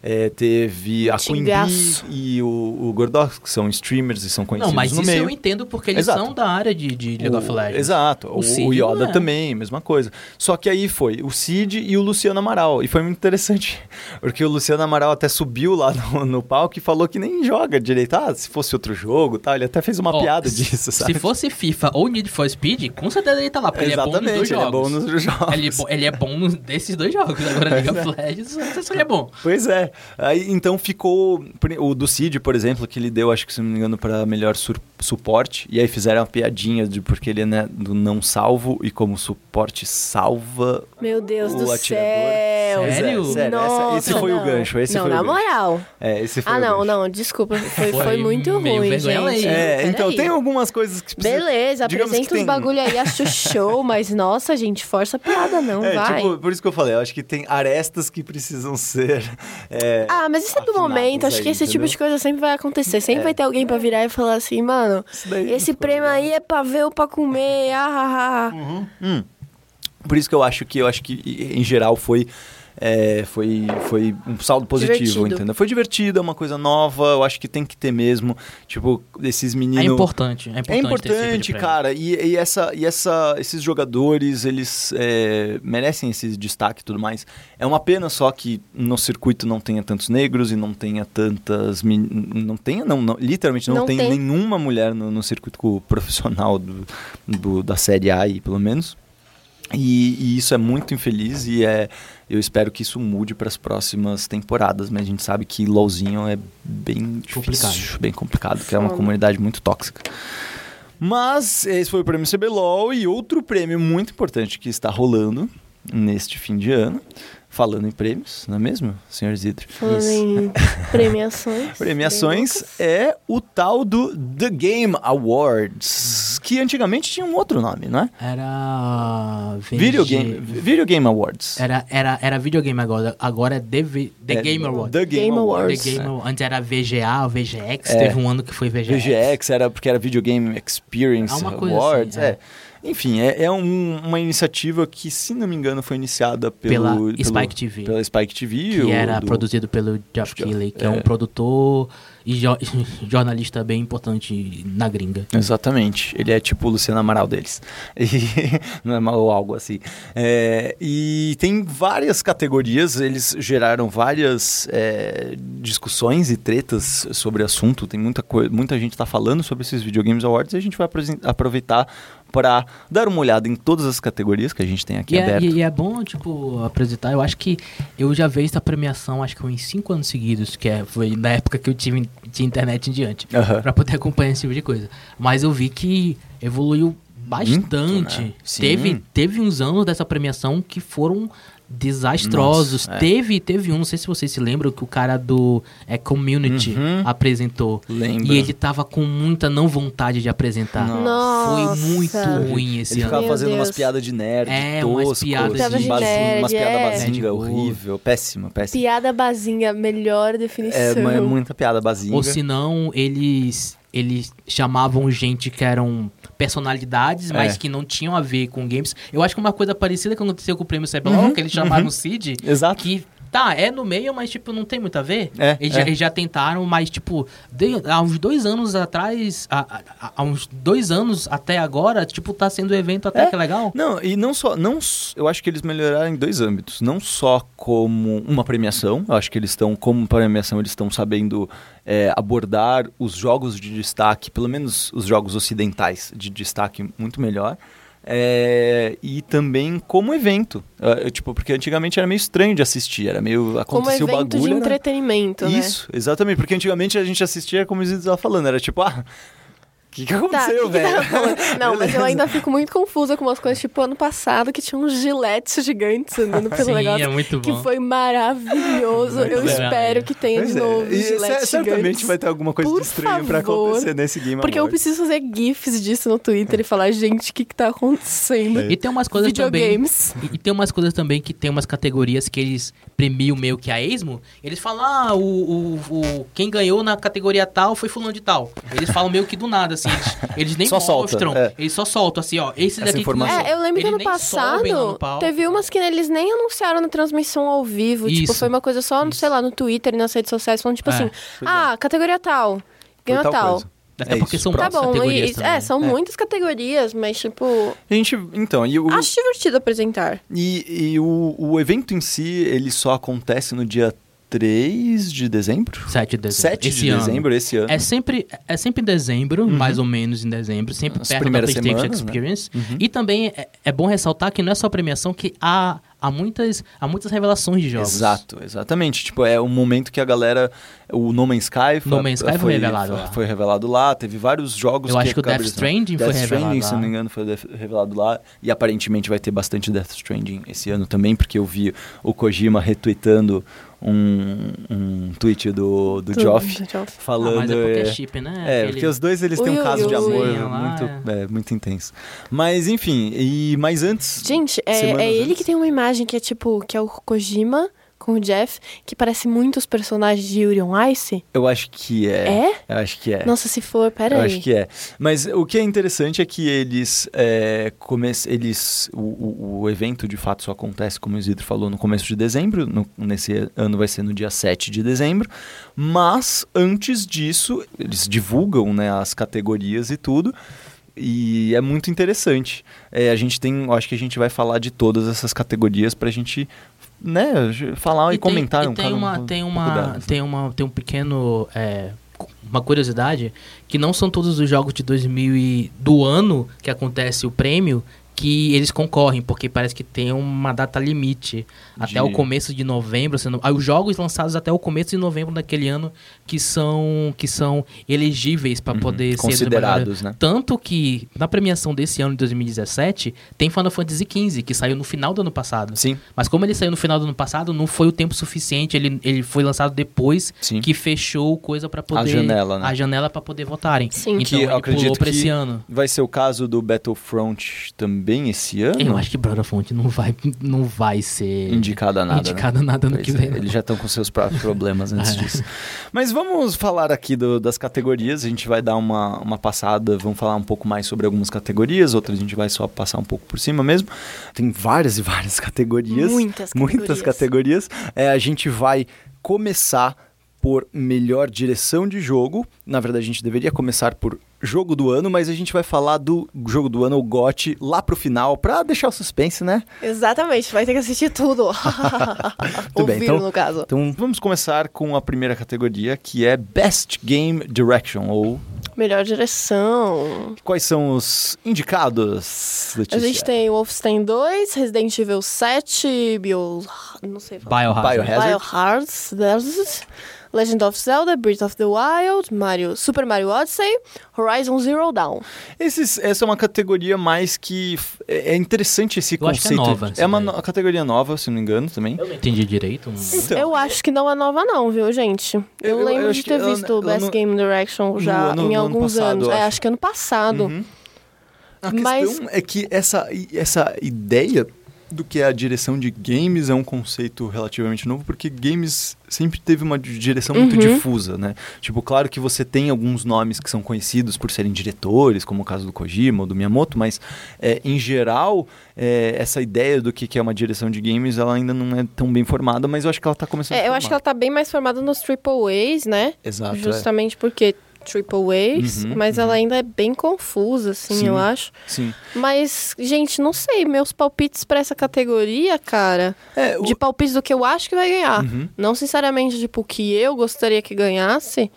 Speaker 1: É, teve
Speaker 3: Um
Speaker 1: a Queen
Speaker 2: Tingaço.
Speaker 1: Bee e o, o Gordox, que são streamers e são conhecidos
Speaker 3: Não, mas
Speaker 1: no
Speaker 3: isso é um
Speaker 1: meio.
Speaker 3: eu entendo porque eles
Speaker 1: Exato.
Speaker 3: são da área de, de League of
Speaker 1: O-
Speaker 3: Legends.
Speaker 1: Exato.
Speaker 3: O
Speaker 1: O,
Speaker 3: Cid
Speaker 1: o Yoda
Speaker 3: não é.
Speaker 1: também, mesma coisa. Só que aí foi o Cid e o Luciano Amaral. E foi muito interessante, porque o Luciano Amaral até subiu lá no, no palco e falou que nem joga direito. Ah, se fosse outro jogo tal. Ele até fez uma
Speaker 3: Ó,
Speaker 1: piada
Speaker 3: se-
Speaker 1: disso, sabe?
Speaker 3: Se fosse FIFA ou Need for Speed, com certeza ele tá lá, porque
Speaker 1: Exatamente,
Speaker 3: ele é bom
Speaker 1: ele
Speaker 3: nos dois jogos.
Speaker 1: é bom nos jogos.
Speaker 3: Ele é bom, ele é bom nos- desses dois jogos. né? Agora,
Speaker 1: É.
Speaker 3: League of Legends, não sei se ele é bom.
Speaker 1: Pois é. Aí, então ficou pri- o do Cid, por exemplo, que ele deu, acho que se não me engano, para melhor sur- suporte, e aí fizeram uma piadinha de porque ele é né, do não salvo e como suporte salva.
Speaker 2: Meu Deus
Speaker 1: o
Speaker 2: do céu!
Speaker 1: Pois é,
Speaker 3: Sério?
Speaker 1: sério, essa-
Speaker 2: Nossa,
Speaker 1: esse foi o
Speaker 2: não.
Speaker 1: gancho. Esse
Speaker 2: não,
Speaker 1: foi
Speaker 2: na
Speaker 1: o gancho.
Speaker 2: moral.
Speaker 1: É, esse foi
Speaker 2: Ah,
Speaker 1: o
Speaker 2: não,
Speaker 1: gancho.
Speaker 2: não, desculpa. Foi,
Speaker 3: Foi
Speaker 2: foi muito
Speaker 3: meio
Speaker 2: ruim,
Speaker 3: vergonha
Speaker 2: gente.
Speaker 3: alheia.
Speaker 1: É,
Speaker 2: Peraí.
Speaker 1: então tem algumas coisas que precisa.
Speaker 2: Beleza,
Speaker 1: Digamos que
Speaker 2: apresenta os
Speaker 1: tem-
Speaker 2: bagulho aí, acho show, mas nossa, gente, força a piada não,
Speaker 1: É,
Speaker 2: vai.
Speaker 1: tipo, por isso que eu falei, eu acho que tem arestas que precisam ser. é,
Speaker 2: Ah, mas isso é do
Speaker 1: afinados
Speaker 2: momento, acho
Speaker 1: aí,
Speaker 2: que esse
Speaker 1: entendeu?
Speaker 2: tipo
Speaker 1: É.
Speaker 2: de coisa sempre vai acontecer. Sempre vai ter alguém pra virar e falar assim, mano,
Speaker 1: Isso tá daí não
Speaker 2: esse
Speaker 1: ficou
Speaker 2: prêmio
Speaker 1: legal.
Speaker 2: aí é pra ver ou pra comer, ah, ah, ah.
Speaker 1: Hum. Por isso que eu acho que eu acho que em geral foi é, foi, foi um saldo positivo,
Speaker 2: Divertido.
Speaker 1: entendeu? Foi divertido, é uma coisa nova, eu acho que tem que ter mesmo. Tipo, esses
Speaker 3: É
Speaker 1: meninos.
Speaker 3: importante. É
Speaker 1: É
Speaker 3: importante, ter esse tipo de
Speaker 1: importante,
Speaker 3: prêmio.
Speaker 1: cara. E, e essa, e essa, esses jogadores, eles é, merecem esse destaque e tudo mais. É uma pena só que no circuito não tenha tantos negros e não tenha tantas. men- Não tenha, não, não- literalmente não,
Speaker 2: Não
Speaker 1: tem,
Speaker 2: tem.
Speaker 1: nenhuma mulher no, no circuito profissional do- do- da Série A, aí, pelo menos. E, e isso é muito infeliz e é, eu espero que isso mude para as próximas temporadas, mas a gente sabe que LOLzinho é bem
Speaker 3: Complicado.
Speaker 1: difícil, bem complicado, que é uma
Speaker 2: Foda.
Speaker 1: comunidade muito tóxica. Mas esse foi o prêmio CBLOL e outro prêmio muito importante que está rolando neste fim de ano, falando em prêmios, não é mesmo, senhor Zidro?
Speaker 2: Falando em premiações.
Speaker 1: Premiações é o tal do The Game Awards, que antigamente tinha um outro nome, não é?
Speaker 3: Era. VG.
Speaker 1: Video Game, Video Game Awards.
Speaker 3: Era, era, era videogame agora. Agora é DV, The
Speaker 1: É,
Speaker 3: Game Award.
Speaker 1: The Game,
Speaker 2: Game
Speaker 1: Awards.
Speaker 2: Awards.
Speaker 3: The Game Award. Antes era VGA, VGX.
Speaker 1: É.
Speaker 3: Teve um ano que foi VGX.
Speaker 1: VGX era porque era Video Game Experience
Speaker 3: É uma coisa
Speaker 1: Awards.
Speaker 3: assim,
Speaker 1: é.
Speaker 3: é.
Speaker 1: Enfim, é, é um- uma iniciativa que, se não me engano, foi iniciada pelo,
Speaker 3: Pela
Speaker 1: pelo-
Speaker 3: Spike TV.
Speaker 1: Pela Spike TV.
Speaker 3: Que
Speaker 1: o
Speaker 3: era
Speaker 1: do-
Speaker 3: produzido pelo Jeff Keighley, que é, um produtor e jo- jornalista bem importante na gringa.
Speaker 1: Exatamente. Ele é tipo o Luciano Amaral deles. E, não é mal ou algo assim. É, e tem várias categorias, eles geraram várias é, discussões e tretas sobre o assunto. Tem muita, coi- muita gente está falando sobre esses videogames awards e a gente vai apresen- aproveitar para dar uma olhada em todas as categorias que a gente tem aqui
Speaker 3: E é,
Speaker 1: aberto.
Speaker 3: e- e é bom, tipo, apresentar. Eu acho que eu já vi essa premiação, acho que em cinco anos seguidos, que é, foi na época que eu tive, tinha internet em diante,
Speaker 1: Aham.
Speaker 3: pra poder acompanhar esse tipo de coisa. Mas eu vi que evoluiu bastante.
Speaker 1: né? Sim.
Speaker 3: Teve, teve uns anos dessa premiação que foram desastrosos.
Speaker 1: Nossa, é.
Speaker 3: Teve, teve um, não sei se vocês se lembram, que o cara do é, Community
Speaker 1: Uhum.
Speaker 3: apresentou.
Speaker 1: Lembro.
Speaker 3: E ele tava com muita não vontade de apresentar.
Speaker 1: Nossa.
Speaker 2: Nossa.
Speaker 3: Foi muito
Speaker 2: Ele
Speaker 3: ruim esse
Speaker 1: Ele
Speaker 3: ano.
Speaker 1: ficava
Speaker 2: Meu
Speaker 1: fazendo umas
Speaker 2: Deus.
Speaker 1: piadas de nerd,
Speaker 3: É, umas
Speaker 1: tosco,
Speaker 3: piadas
Speaker 1: assim,
Speaker 2: de
Speaker 1: bazu-
Speaker 2: nerd,
Speaker 1: umas piadas
Speaker 2: é.
Speaker 1: bazinga,
Speaker 3: É, tipo,
Speaker 1: horrível, péssima, péssima.
Speaker 2: Piada bazinha, melhor definição.
Speaker 1: É, mas é muita piada bazinga.
Speaker 3: Ou se não, eles, eles chamavam gente que eram personalidades, mas
Speaker 1: É.
Speaker 3: que não tinham a ver com games. Eu acho que uma coisa parecida que aconteceu com o prêmio CBLOL,
Speaker 1: Uhum.
Speaker 3: que eles chamaram o Cid,
Speaker 1: Exato.
Speaker 3: que tá, é no meio, mas tipo, não tem muito a ver.
Speaker 1: É,
Speaker 3: eles,
Speaker 1: é.
Speaker 3: Já, eles já tentaram, mas tipo, de- há uns dois anos atrás, há, há- há uns dois anos até agora, tipo, tá sendo um evento até
Speaker 1: É.
Speaker 3: que legal.
Speaker 1: Não, e não só. Não, s- eu acho que eles melhoraram em dois âmbitos. Não só como uma premiação, eu acho que eles estão, como premiação, eles estão sabendo é, abordar os jogos de destaque, pelo menos os jogos ocidentais de destaque muito melhor. É, e também como evento. É, tipo, porque antigamente era meio estranho de assistir, era meio.
Speaker 2: Como
Speaker 1: acontecia
Speaker 2: evento
Speaker 1: o bagulho.
Speaker 2: de
Speaker 1: era-
Speaker 2: entretenimento, né?
Speaker 1: Isso, exatamente. Porque antigamente a gente assistia, como o Zito estava falando, era tipo, ah, o que, que
Speaker 2: Tá,
Speaker 1: aconteceu,
Speaker 2: que que
Speaker 1: velho?
Speaker 2: tá falando? Não, mas eu
Speaker 1: Beleza.
Speaker 2: ainda fico muito confusa com umas coisas, tipo, ano passado que tinha uns giletes gigantes andando pelo
Speaker 1: é
Speaker 2: negócio.
Speaker 3: é muito
Speaker 2: Que foi maravilhoso.
Speaker 1: Pois
Speaker 2: Eu
Speaker 1: é.
Speaker 2: espero que tenha
Speaker 1: Pois
Speaker 2: de
Speaker 1: é,
Speaker 2: novo.
Speaker 1: e
Speaker 2: os giletes
Speaker 1: cer- certamente
Speaker 2: gigantes.
Speaker 1: vai ter alguma coisa
Speaker 2: Por
Speaker 1: de estranho pra
Speaker 2: favor.
Speaker 1: acontecer nesse game
Speaker 2: Porque eu
Speaker 1: Awards.
Speaker 2: preciso fazer gifs disso no Twitter e falar, gente, o que, que tá acontecendo?
Speaker 3: E tem umas É. coisas também.
Speaker 2: Videogames.
Speaker 3: E, e tem umas coisas também que tem umas categorias que eles premiam meio que a esmo. Eles falam, ah, o, o, o- quem ganhou na categoria tal foi fulano de tal. Eles falam meio que do nada, assim. Eles, eles nem
Speaker 1: Só solta,
Speaker 3: mostram.
Speaker 1: é.
Speaker 3: Eles só soltam, assim, ó. Esse
Speaker 1: Essa
Speaker 3: daqui
Speaker 1: informação.
Speaker 2: É, eu lembro que ano passado teve umas que eles nem anunciaram na transmissão ao vivo. Tipo,
Speaker 3: Isso.
Speaker 2: foi uma coisa só, sei lá, no Twitter e nas redes sociais, falando tipo
Speaker 3: É,
Speaker 2: assim:
Speaker 1: pois
Speaker 2: ah, categoria tal,
Speaker 1: Foi
Speaker 2: ganhou tal.
Speaker 1: coisa.
Speaker 3: Até
Speaker 1: É
Speaker 3: porque
Speaker 1: isso,
Speaker 3: são
Speaker 2: Tá
Speaker 1: próximo.
Speaker 3: próprias
Speaker 2: bom,
Speaker 3: categorias
Speaker 2: e,
Speaker 3: também.
Speaker 2: é, são muitas categorias, mas tipo,
Speaker 1: A gente, então, e o,
Speaker 2: acho divertido apresentar.
Speaker 1: e, e o, o evento em si, ele só acontece no dia 3 de dezembro?
Speaker 3: 7 de dezembro.
Speaker 1: 7
Speaker 3: Esse
Speaker 1: de
Speaker 3: ano.
Speaker 1: dezembro, esse ano.
Speaker 3: É sempre, é sempre em dezembro, mais ou menos em dezembro, sempre
Speaker 1: As
Speaker 3: perto da
Speaker 1: primeiras
Speaker 3: PlayStation
Speaker 1: semanas, né?
Speaker 3: Experience. E também é, é bom ressaltar que não é só a premiação, que a, há muitas, há muitas revelações de jogos.
Speaker 1: Exato, exatamente. Tipo, é o momento que a galera. O No Man's Sky foi,
Speaker 3: No Man's Sky foi revelado
Speaker 1: foi,
Speaker 3: lá.
Speaker 1: foi revelado lá. Teve vários jogos
Speaker 3: Eu
Speaker 1: que
Speaker 3: acho que o
Speaker 1: acabaram-
Speaker 3: Death Stranding foi
Speaker 1: Death
Speaker 3: revelado
Speaker 1: Stranding,
Speaker 3: lá.
Speaker 1: se não me engano, foi def- revelado lá. E aparentemente vai ter bastante Death Stranding esse ano também, porque eu vi o Kojima retweetando um, um tweet do, do
Speaker 2: Do-
Speaker 1: Joff
Speaker 2: do Geoff.
Speaker 1: falando.
Speaker 3: Ah, mas é porque é
Speaker 1: é,
Speaker 3: chip, né?
Speaker 1: é,
Speaker 3: Aquele-
Speaker 1: porque os dois eles têm
Speaker 2: Ui,
Speaker 1: um
Speaker 2: ui,
Speaker 1: caso de
Speaker 2: ui.
Speaker 1: amor
Speaker 3: Sim, lá,
Speaker 1: muito, é, muito intenso. Mas enfim, e mas antes.
Speaker 2: Gente, é,
Speaker 1: Semanas
Speaker 2: é ele
Speaker 1: antes.
Speaker 2: que tem uma imagem que é tipo, que é o Kojima com o Jeff, que parece muito os personagens de Yuri on Ice.
Speaker 1: Eu acho que é.
Speaker 2: É?
Speaker 1: Eu acho que é.
Speaker 2: Nossa, se for, pera
Speaker 1: Eu
Speaker 2: aí.
Speaker 1: acho que é. Mas o que é interessante é que eles. É, come- eles o, o- o evento de fato só acontece, como o Isidro falou, no começo de dezembro. No- nesse ano vai ser no dia 7 de dezembro. Mas antes disso, eles divulgam né, as categorias e tudo. E é muito interessante. É, a gente tem. eu Acho que a gente vai falar de todas essas categorias pra gente. Né, falar e,
Speaker 3: tem-
Speaker 1: comentar
Speaker 3: e
Speaker 1: um
Speaker 3: tem
Speaker 1: cara um
Speaker 3: uma,
Speaker 1: pouco
Speaker 3: tem uma,
Speaker 1: delas.
Speaker 3: tem uma, tem um pequeno é, cu- uma curiosidade que não são todos os jogos de 2000 e do ano que acontece o prêmio que eles concorrem, porque parece que tem uma data limite até
Speaker 1: De-
Speaker 3: o começo de novembro, se não- ah, os jogos lançados até o começo de novembro daquele ano que são que são elegíveis para
Speaker 1: Uhum,
Speaker 3: poder ser denominado-
Speaker 1: considerados, né?
Speaker 3: tanto que na premiação desse ano de 2017 tem Final Fantasy XV que saiu no final do ano passado.
Speaker 1: Sim,
Speaker 3: Mas como ele saiu no final do ano passado, não foi o tempo suficiente. Ele, ele foi lançado depois
Speaker 1: sim.
Speaker 3: que fechou coisa pra poder.
Speaker 1: janela, né?
Speaker 3: A janela para poder votarem.
Speaker 2: Sim.
Speaker 3: Então
Speaker 1: Que eu
Speaker 3: ele pulou
Speaker 1: acredito que-
Speaker 3: pra esse ano.
Speaker 1: Vai ser o caso do Battlefront também esse ano?
Speaker 3: Eu acho que Battlefront não vai, não vai ser
Speaker 1: Indicado a nada. né?
Speaker 3: indicado nada no
Speaker 1: Pois
Speaker 3: que
Speaker 1: é,
Speaker 3: vem. não.
Speaker 1: Eles já estão com seus próprios problemas antes
Speaker 3: É.
Speaker 1: disso. Mas vamos falar aqui do- das categorias. A gente vai dar uma, uma passada, vamos falar um pouco mais sobre algumas categorias, outras a gente vai só passar um pouco por cima mesmo. Tem várias e várias categorias.
Speaker 2: Muitas
Speaker 1: Muitas categorias. É, a gente vai começar por melhor direção de jogo. Na verdade, a gente deveria começar por jogo do ano, mas a gente vai falar do jogo do ano, o GOT, lá pro final, pra deixar o suspense, né?
Speaker 2: Exatamente, vai ter que assistir tudo.
Speaker 1: Tudo bem,
Speaker 2: Ouvir,
Speaker 1: então-
Speaker 2: no caso.
Speaker 1: Então vamos começar com a primeira categoria, que é Best Game Direction, ou
Speaker 2: Melhor direção.
Speaker 1: quais são os indicados,
Speaker 2: A
Speaker 1: Letícia?
Speaker 2: gente tem Wolfenstein 2, Resident Evil 7, Bio... Não sei falar.
Speaker 3: Biohazard.
Speaker 1: Biohazard. Hazard.
Speaker 2: Biohazard, There's- Legend of Zelda, Breath of the Wild, Mario, Super Mario Odyssey, Horizon Zero Dawn.
Speaker 1: Esses- essa é uma categoria mais que... f- É é interessante esse
Speaker 3: Eu acho que é
Speaker 1: conceito.
Speaker 3: nova, essa
Speaker 1: uma
Speaker 3: daí.
Speaker 1: no- categoria nova, se não me engano, também.
Speaker 3: Eu não entendi direito. um- não-
Speaker 1: Então,
Speaker 2: eu acho que não é nova não, viu, gente?
Speaker 1: Eu-
Speaker 2: Eu,
Speaker 1: eu-
Speaker 2: lembro
Speaker 1: eu acho
Speaker 2: de
Speaker 1: que
Speaker 2: ter
Speaker 1: ela-
Speaker 2: visto o
Speaker 1: ela
Speaker 2: Best
Speaker 1: não-
Speaker 2: Game Direction já
Speaker 1: no- no
Speaker 2: em
Speaker 1: ano
Speaker 2: alguns
Speaker 1: passado,
Speaker 2: anos.
Speaker 1: eu
Speaker 2: É,
Speaker 1: acho.
Speaker 2: acho que ano passado.
Speaker 1: Uhum. A questão
Speaker 2: Mas-
Speaker 1: é que essa, essa ideia do que é a direção de games é um conceito relativamente novo, porque games sempre teve uma di- direção
Speaker 2: Uhum.
Speaker 1: muito difusa, né? Tipo, claro que você tem alguns nomes que são conhecidos por serem diretores, como o caso do Kojima ou do Miyamoto, mas é, em geral, é, essa ideia do que que é uma direção de games, ela ainda não é tão bem formada, mas eu acho que ela está começando a
Speaker 2: É, eu acho que ela tá bem mais formada nos Triple A's, né?
Speaker 1: Exato, é.
Speaker 2: Justamente porque Triple A's,
Speaker 1: Uhum,
Speaker 2: mas ela ainda é bem confusa, assim,
Speaker 1: Sim.
Speaker 2: eu acho.
Speaker 1: Sim.
Speaker 2: Mas, gente, não sei, meus palpites pra essa categoria, cara,
Speaker 1: É, o-
Speaker 2: de palpites do que eu acho que vai ganhar.
Speaker 1: Uhum.
Speaker 2: Não sinceramente, tipo, o que eu gostaria que ganhasse,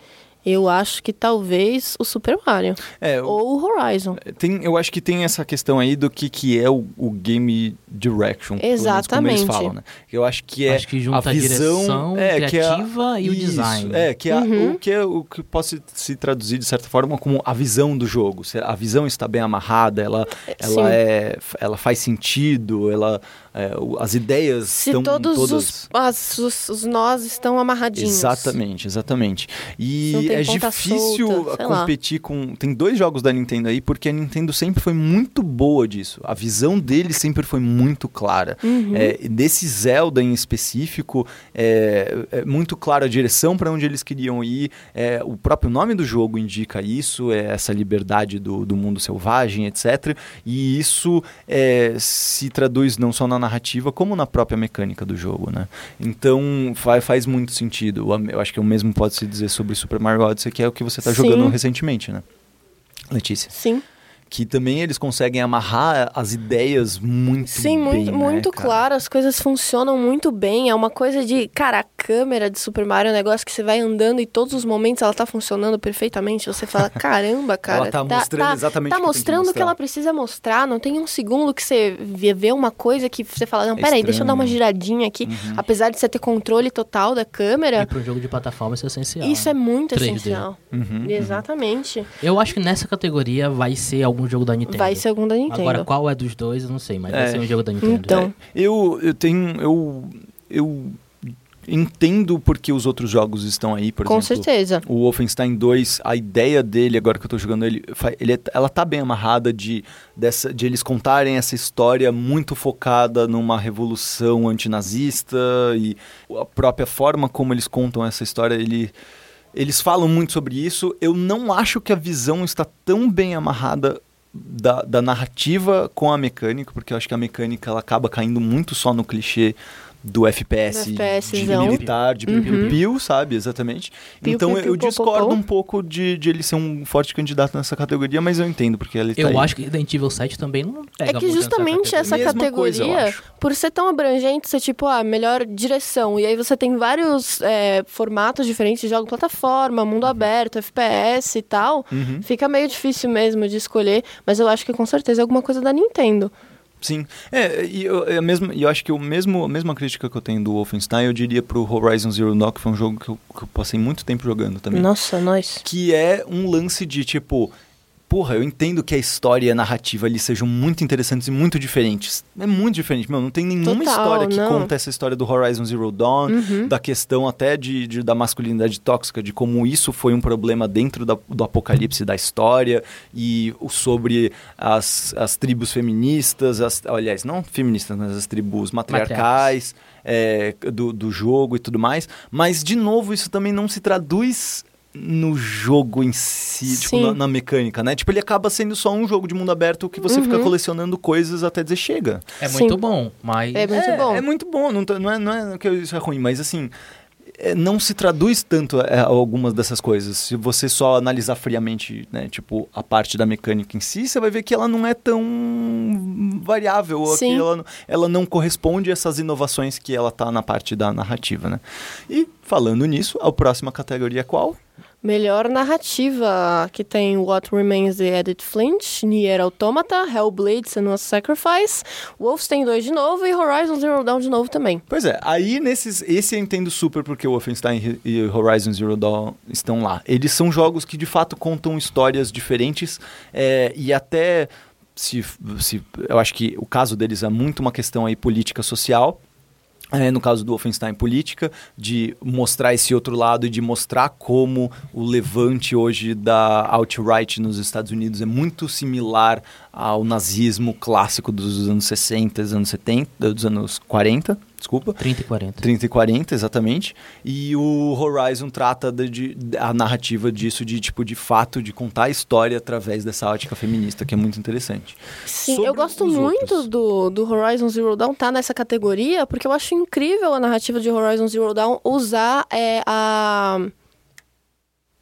Speaker 2: eu acho que talvez o Super Mario.
Speaker 1: é, o-
Speaker 2: Ou o Horizon.
Speaker 1: Tem, eu acho que tem essa questão aí do que, que é o, o game direction. pelo menos Como eles
Speaker 2: Exatamente.
Speaker 1: falam, né? Eu acho que é
Speaker 3: Acho que junta
Speaker 1: a
Speaker 3: a,
Speaker 1: visão
Speaker 3: direção
Speaker 1: é, que é a-
Speaker 3: criativa e o
Speaker 1: Isso,
Speaker 3: design.
Speaker 1: É, que é a-
Speaker 2: Uhum.
Speaker 1: o que é- o que pode se- se traduzir de certa forma como a visão do jogo. Se A visão está bem amarrada, ela,
Speaker 2: Sim.
Speaker 1: ela, é, ela faz sentido, ela, é, o- as ideias
Speaker 2: Se
Speaker 1: estão
Speaker 2: todos
Speaker 1: todas.
Speaker 2: os, as- os, os nós estão amarradinhos.
Speaker 1: Exatamente, exatamente.
Speaker 2: Não
Speaker 1: E
Speaker 2: tem
Speaker 1: é
Speaker 2: ponta
Speaker 1: difícil
Speaker 2: solta, sei lá.
Speaker 1: competir com. Tem dois jogos da Nintendo aí, porque a Nintendo sempre foi muito boa disso. A visão dele sempre foi muito clara.
Speaker 2: Uhum.
Speaker 1: É, e desse Zelda em específico, é, é muito clara a direção para onde eles queriam ir. é, o próprio nome do jogo indica isso, é essa liberdade do, do mundo selvagem, etc. E isso é, se traduz não só na narrativa, como na própria mecânica do jogo, né? Então fa- faz muito sentido. O- Eu acho que o mesmo pode se dizer sobre Super Mario Odyssey, que é o que você está
Speaker 2: Sim.
Speaker 1: jogando recentemente, né? Letícia.
Speaker 2: Sim.
Speaker 1: que também eles conseguem amarrar as ideias muito
Speaker 2: Sim,
Speaker 1: bem,
Speaker 2: muito,
Speaker 1: né,
Speaker 2: muito
Speaker 1: cara?
Speaker 2: claro, as coisas funcionam muito bem. É uma coisa de, cara, a câmera de Super Mario é um negócio que você vai andando e todos os momentos ela tá funcionando perfeitamente. Você fala, caramba, cara.
Speaker 1: Ela tá mostrando exatamente
Speaker 2: Tá
Speaker 1: o que tem que
Speaker 2: mostrando o que
Speaker 1: mostrar.
Speaker 2: ela precisa mostrar. Não tem um segundo que você vê vê uma coisa que você fala, não, peraí, deixa eu dar
Speaker 1: É
Speaker 2: uma
Speaker 1: estranho. Uhum.
Speaker 2: giradinha aqui. Apesar de você ter controle total da
Speaker 3: E
Speaker 1: É
Speaker 2: câmera,
Speaker 3: para um jogo de plataforma isso é essencial.
Speaker 2: isso é muito
Speaker 3: 3D.
Speaker 2: essencial.
Speaker 1: Uhum, uhum.
Speaker 2: Exatamente.
Speaker 3: Eu acho que nessa categoria vai ser algum jogo da Nintendo.
Speaker 2: Vai ser algum da Nintendo.
Speaker 3: Agora, qual é dos dois, eu não sei, mas
Speaker 1: É.
Speaker 3: vai ser um jogo da Nintendo.
Speaker 2: então,
Speaker 1: Eu, eu tenho. Eu, eu entendo porque os outros jogos estão aí, por
Speaker 2: com
Speaker 1: exemplo.
Speaker 2: certeza.
Speaker 1: O Wolfenstein 2, a ideia dele, agora que eu tô jogando ele, fa- ele é- ela tá bem amarrada de, dessa, de eles contarem essa história muito focada numa revolução antinazista e a própria forma como eles contam essa história, ele, eles falam muito sobre isso. Eu não acho que a visão está tão bem amarrada da, da narrativa com a mecânica, porque eu acho que a mecânica ela acaba caindo muito só no clichê do FPS,
Speaker 2: Do FPSzão.
Speaker 1: de militar, de piu, piu, piu, sabe? Exatamente.
Speaker 2: Piu,
Speaker 1: então
Speaker 2: piu,
Speaker 1: eu-
Speaker 2: piu,
Speaker 1: eu
Speaker 2: pô, pô,
Speaker 1: discordo
Speaker 2: pô.
Speaker 1: um pouco de, de ele ser um forte candidato nessa categoria, mas eu entendo porque ele
Speaker 3: Eu
Speaker 1: tá aí.
Speaker 3: acho que Resident Evil 7 também não pega
Speaker 2: É que
Speaker 3: muito nessa
Speaker 2: justamente
Speaker 3: categoria.
Speaker 2: essa
Speaker 1: Mesma coisa, eu
Speaker 2: categoria,
Speaker 1: acho.
Speaker 2: por ser tão abrangente, você tipo, ah, melhor direção. E aí você tem vários é, formatos diferentes de jogo, plataforma, mundo
Speaker 3: Uhum.
Speaker 2: aberto, FPS e tal.
Speaker 1: Uhum.
Speaker 2: Fica meio difícil mesmo de escolher, mas eu acho que com certeza é alguma coisa da Nintendo.
Speaker 1: Sim. É, e eu, é a mesma- e eu acho que o mesmo, a mesma crítica que eu tenho do Wolfenstein, eu diria pro Horizon Zero Dawn, que foi um jogo que eu, que eu passei muito tempo jogando também.
Speaker 2: Nossa, nós.
Speaker 1: que é um lance de tipo. Porra, eu entendo que a história e a narrativa ali sejam muito interessantes e muito diferentes. É muito diferente, meu. Não tem nenhuma
Speaker 2: Total,
Speaker 1: história que
Speaker 2: não. Uhum.
Speaker 1: conta essa história do Horizon Zero Dawn, da questão até de, de- da masculinidade tóxica, de como isso foi um problema dentro da- do apocalipse da história, e o- sobre as, as tribos feministas, as, aliás, não feministas, mas as tribos matriarcais é, do, do jogo e tudo mais. Mas, de novo, isso também não se traduz no jogo em si, tipo,
Speaker 2: Sim.
Speaker 1: na, na mecânica, né? Tipo, ele acaba sendo só um jogo de mundo aberto que você fica colecionando coisas até dizer chega.
Speaker 3: É
Speaker 2: Sim.
Speaker 3: muito bom, mas...
Speaker 2: É muito
Speaker 1: é,
Speaker 2: bom.
Speaker 1: É muito bom, não, tá- não, é, não é que isso é ruim, mas assim, é, não se traduz tanto é, algumas dessas coisas. Se você só analisar friamente, né, tipo, a parte da mecânica em si, você vai ver que ela não é tão variável, ou que
Speaker 2: Sim.
Speaker 1: ela, ela não corresponde a essas inovações que ela tá na parte da narrativa, né? E falando nisso, a próxima categoria é qual?
Speaker 2: Melhor narrativa, que tem What Remains de Edith Flint, Nier Automata, Hellblade, Senua's Sacrifice, Wolfenstein 2 de novo e Horizon Zero Dawn de novo também.
Speaker 1: Pois é, aí nesses. Esse eu entendo super porque o Wolfenstein e o Horizon Zero Dawn estão lá. Eles são jogos que de fato contam histórias diferentes é, e até. Se, se, eu acho que o caso deles é muito uma questão aí política social. É, no caso do Wolfenstein Política, de mostrar esse outro lado e de mostrar como o levante hoje da alt-right nos Estados Unidos é muito similar ao nazismo clássico dos anos 60, dos anos 70, dos anos 40, desculpa.
Speaker 3: 30 e 40.
Speaker 1: 30 e 40, exatamente. E o Horizon trata de, de- a narrativa disso de tipo de fato de contar a história através dessa ótica feminista, que é muito interessante.
Speaker 2: Sim,
Speaker 1: Sobre
Speaker 2: eu gosto
Speaker 1: os
Speaker 2: muito
Speaker 1: outros.
Speaker 2: do, do Horizon Zero Dawn tá nessa categoria, porque eu acho incrível a narrativa de Horizon Zero Dawn usar é, a.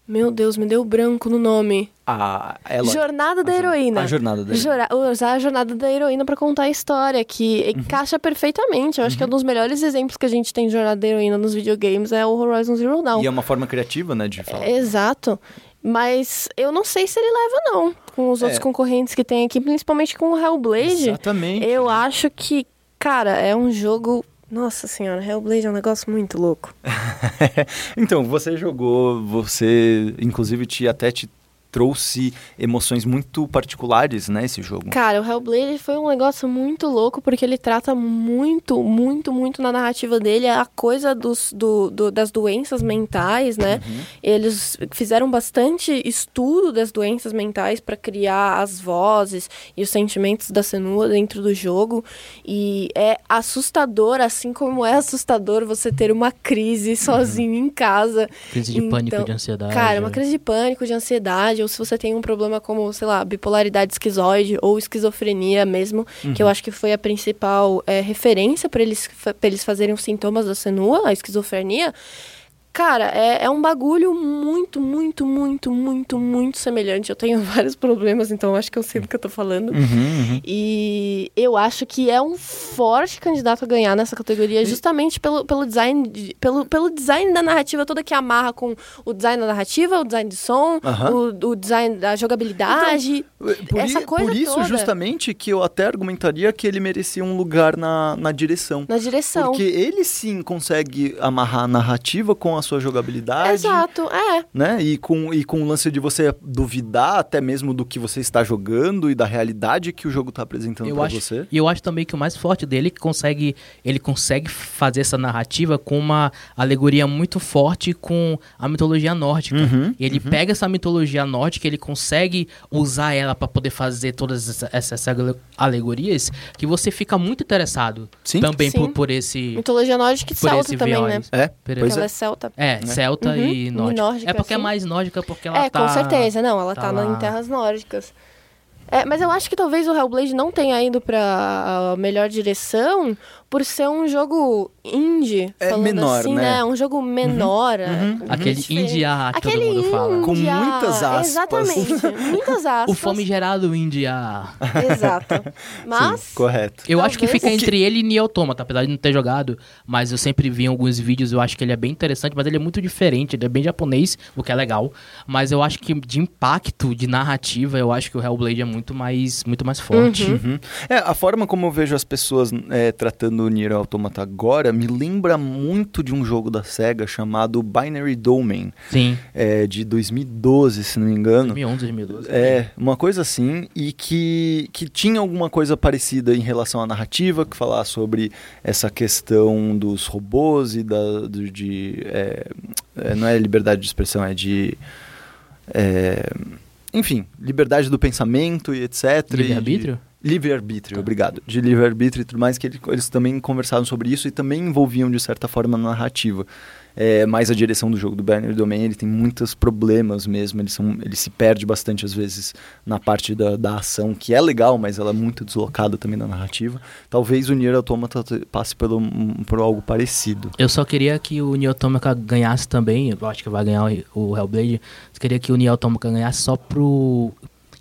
Speaker 2: Meu Deus, me deu branco no nome.
Speaker 1: A ela
Speaker 2: jornada da
Speaker 1: É a jorna-
Speaker 2: heroína.
Speaker 1: A jornada da heroína. Uhum.
Speaker 2: Jora- usar a jornada da heroína pra contar a história, que encaixa perfeitamente. Eu acho que é um dos melhores exemplos que a gente tem de jornada da heroína nos videogames é o Horizon Zero Dawn. É,
Speaker 1: E é uma forma criativa, né, de falar.
Speaker 2: Exato. Mas eu não sei se ele leva, não, com os outros
Speaker 1: É.
Speaker 2: concorrentes que tem aqui, principalmente com o Hellblade.
Speaker 1: Exatamente.
Speaker 2: Eu acho que, cara, é um jogo. Nossa senhora, Hellblade é um negócio muito louco. É.
Speaker 1: então, você jogou, você inclusive te até te trouxe emoções muito particulares, né, esse jogo.
Speaker 2: Cara, o Hellblade foi um negócio muito louco porque ele trata muito, muito, muito na narrativa dele a coisa dos, do, do- das doenças mentais, né? Eles fizeram bastante estudo das doenças mentais para criar as vozes e os sentimentos da Senua dentro do jogo. E é assustador, assim como é assustador você ter uma crise sozinho em casa.
Speaker 3: Crise de pânico,
Speaker 2: Então,
Speaker 3: de ansiedade. é.
Speaker 2: Cara, uma crise de pânico, de ansiedade, ou se você tem um problema como, sei lá, bipolaridade esquizoide ou esquizofrenia mesmo, que eu acho que foi a principal é, referência para eles, fa- pra eles fazerem os sintomas da senua, a esquizofrenia. Cara, é, é um bagulho muito, muito, muito, muito, muito semelhante. Eu tenho vários problemas, então acho que eu sei do que eu tô falando.
Speaker 1: Uhum, uhum.
Speaker 2: E eu acho que é um forte candidato a ganhar nessa categoria, justamente pelo, pelo, design, de- pelo, pelo design da narrativa toda que amarra com o design da narrativa, o design de som,
Speaker 1: Aham. Então,
Speaker 2: o, o design da jogabilidade.
Speaker 1: uhum. Eh, Por,
Speaker 2: Essa
Speaker 1: i-
Speaker 2: coisa
Speaker 1: por isso,
Speaker 2: toda.
Speaker 1: justamente, que eu até argumentaria que ele merecia um lugar na, na direção.
Speaker 2: na direção.
Speaker 1: Porque ele sim consegue amarrar a narrativa com a sua jogabilidade.
Speaker 2: Exato, é.
Speaker 1: Né? E, com, e com o lance de você duvidar até mesmo do que você está jogando e da realidade que o jogo está apresentando
Speaker 3: Eu
Speaker 1: pra
Speaker 3: acho,
Speaker 1: você.
Speaker 3: e eu acho também que o mais forte dele é que consegue, ele consegue fazer essa narrativa com uma alegoria muito forte com a mitologia nórdica.
Speaker 1: Uhum,
Speaker 3: E ele pega essa mitologia nórdica, ele consegue usar ela pra poder fazer todas essa- essa- essas ale- alegorias que você fica muito interessado
Speaker 1: Sim.
Speaker 3: também
Speaker 2: Sim.
Speaker 3: Por, por esse
Speaker 2: Mitologia nórdica e
Speaker 3: por
Speaker 2: celta
Speaker 3: esse
Speaker 2: também,
Speaker 3: viés.
Speaker 2: né?
Speaker 1: É,
Speaker 3: Pera-
Speaker 1: pois
Speaker 2: ela
Speaker 1: é.
Speaker 2: é celta.
Speaker 3: É, celta
Speaker 2: Uhum,
Speaker 3: e
Speaker 2: e
Speaker 3: nórdica.
Speaker 2: nórdica,
Speaker 3: é porque é
Speaker 2: assim.
Speaker 3: mais nórdica porque ela
Speaker 2: É,
Speaker 3: tá
Speaker 2: com certeza. Não, ela
Speaker 3: tá
Speaker 2: tá,
Speaker 3: lá.
Speaker 2: na- em terras nórdicas. É, mas eu acho que talvez o Hellblade não tenha ido pra a melhor direção por ser um jogo indie.
Speaker 1: É
Speaker 2: falando
Speaker 1: menor,
Speaker 2: assim,
Speaker 1: né?
Speaker 2: Um jogo menor. é,
Speaker 1: uhum.
Speaker 2: muito
Speaker 3: Uhum. Aquele
Speaker 2: diferente.
Speaker 3: indiá que todo mundo fala.
Speaker 1: Com
Speaker 2: indie,
Speaker 1: muitas aspas.
Speaker 2: Exatamente. Muitas aspas.
Speaker 3: O famigerado indiá.
Speaker 2: Exato. Mas...
Speaker 1: Sim, correto.
Speaker 3: Eu acho que
Speaker 2: Talvez.
Speaker 3: fica
Speaker 2: O que-
Speaker 3: entre ele e Nier Automata, apesar de não ter jogado, mas eu sempre vi em alguns vídeos, eu acho que ele é bem interessante, mas ele é muito diferente, ele é bem japonês, o que é legal, mas eu acho que de impacto, de narrativa, eu acho que o Hellblade é muito mais, muito mais forte.
Speaker 1: Uhum. É, a forma como eu vejo as pessoas é, tratando o Nier Automata agora me lembra muito de um jogo da SEGA chamado Binary Domain,
Speaker 3: Sim,
Speaker 1: é, de 2012, se não me engano.
Speaker 3: 2011, 2012.
Speaker 1: É, uma coisa assim, e que, que tinha alguma coisa parecida em relação à narrativa, que falar sobre essa questão dos robôs e da, do, de. é, é, não é liberdade de expressão, é de. é, enfim, liberdade do pensamento e etc. e de-
Speaker 3: Livre-arbítrio?
Speaker 1: Livre-arbítrio, obrigado. De livre-arbítrio e tudo mais, que ele- eles também conversaram sobre isso e também envolviam, de certa forma, a narrativa. É, mas a direção do jogo do Banner Domain, ele tem muitos problemas mesmo, ele, são, ele se perde bastante, às vezes, na parte da, da ação, que é legal, mas ela é muito deslocada também na narrativa. Talvez o Nier Automata t- passe pelo, um- por algo parecido.
Speaker 3: Eu só queria que o Nier Automata ganhasse também, eu acho que vai ganhar o o Hellblade, eu queria que o Nier Automata ganhasse só pro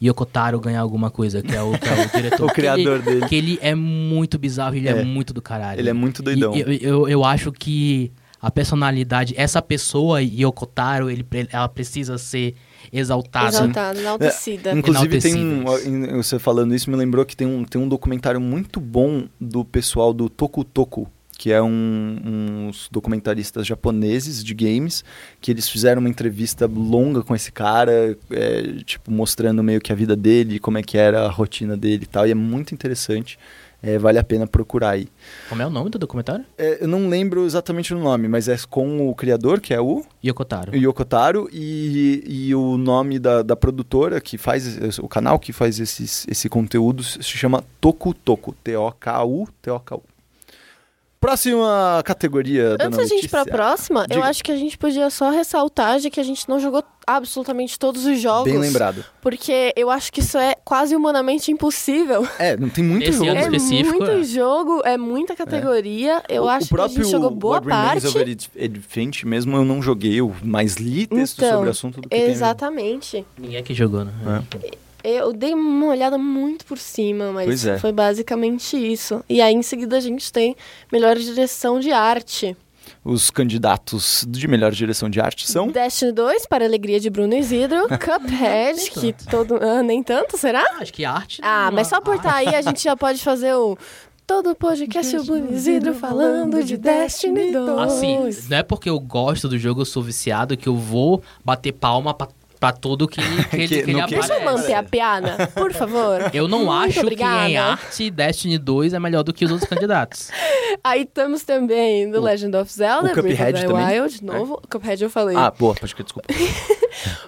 Speaker 3: Yokotaro ganhar alguma coisa, que é o, que é o diretor.
Speaker 1: O
Speaker 3: Porque ele-
Speaker 1: criador dele.
Speaker 3: Que ele é muito bizarro, ele é,
Speaker 1: É.
Speaker 3: muito do caralho.
Speaker 1: Ele é muito doidão.
Speaker 3: E- e- eu, eu acho que a personalidade, essa pessoa, Yokotaro, ele, pre- ela precisa ser exaltada.
Speaker 2: Exaltada, tá enaltecida.
Speaker 1: Inclusive, tem um,
Speaker 3: Enaltecidas.
Speaker 1: em- você falando isso me lembrou que tem um, tem um documentário muito bom do pessoal do Toku Toku, que é um, uns documentaristas japoneses de games, que eles fizeram uma entrevista longa com esse cara, é, tipo, mostrando meio que a vida dele, como é que era a rotina dele e tal, e é muito interessante. É, vale a pena procurar aí.
Speaker 3: Como é o nome do documentário?
Speaker 1: É, eu não lembro exatamente o nome, mas é com o criador, que é o...
Speaker 3: Yokotaro.
Speaker 1: O Yokotaro e, e o nome da, da produtora que faz, esse- o canal que faz esses, esse conteúdo se chama Toku Toku. T-O-K-U, T-O-K-U. Próxima categoria,
Speaker 2: Antes
Speaker 1: dona
Speaker 2: da gente ir pra
Speaker 1: Letícia.
Speaker 2: próxima, eu
Speaker 1: Diga.
Speaker 2: acho que a gente podia só ressaltar já que a gente não jogou absolutamente todos os jogos.
Speaker 1: Bem lembrado.
Speaker 2: Porque eu acho que isso é quase humanamente impossível.
Speaker 1: É, não tem muito
Speaker 3: Esse
Speaker 1: jogo.
Speaker 3: ano
Speaker 2: É
Speaker 3: específico,
Speaker 2: muito
Speaker 3: é.
Speaker 2: jogo, é muita categoria. Eu
Speaker 1: É. o,
Speaker 2: acho
Speaker 1: o próprio
Speaker 2: que a gente jogou boa
Speaker 1: What Remains
Speaker 2: parte.
Speaker 1: of Edith- Edith Finch mesmo eu não joguei, eu mais li texto
Speaker 2: Então,
Speaker 1: sobre o assunto do que tem né? jogado.
Speaker 2: Exatamente.
Speaker 3: Ninguém aqui jogou, né?
Speaker 1: É.
Speaker 2: Eu dei uma olhada muito por cima,
Speaker 1: Pois
Speaker 2: mas
Speaker 1: é.
Speaker 2: foi basicamente isso. E aí, em seguida, a gente tem melhor direção de arte.
Speaker 1: Os candidatos de melhor direção de arte são...
Speaker 2: Destiny 2, para a alegria de Bruno Isidro. Cuphead, que todo... Ah, nem tanto, será?
Speaker 3: Ah, acho que arte.
Speaker 2: Ah,
Speaker 3: não-
Speaker 2: mas só por estar aí a gente já pode fazer o. Todo podcast o Bonisidro falando de Destiny 2.
Speaker 1: Ah,
Speaker 3: Assim, não é porque eu gosto do jogo, eu sou viciado, que eu vou bater palma pra, pra tudo que, que
Speaker 1: Que-
Speaker 3: ele, que ele
Speaker 1: no que-
Speaker 2: Deixa eu
Speaker 1: parece.
Speaker 2: manter
Speaker 3: aparece.
Speaker 2: a piada, por favor.
Speaker 3: Eu não
Speaker 2: Muito
Speaker 1: é
Speaker 3: acho que em
Speaker 2: obrigada.
Speaker 3: arte Destiny 2 é melhor do que os outros candidatos.
Speaker 2: Aí temos também The Legend of Zelda,
Speaker 1: o Cuphead
Speaker 2: Breath of the
Speaker 1: também? É.
Speaker 2: Wild, de novo. Cuphead eu falei.
Speaker 1: Ah, boa, pode que desculpa.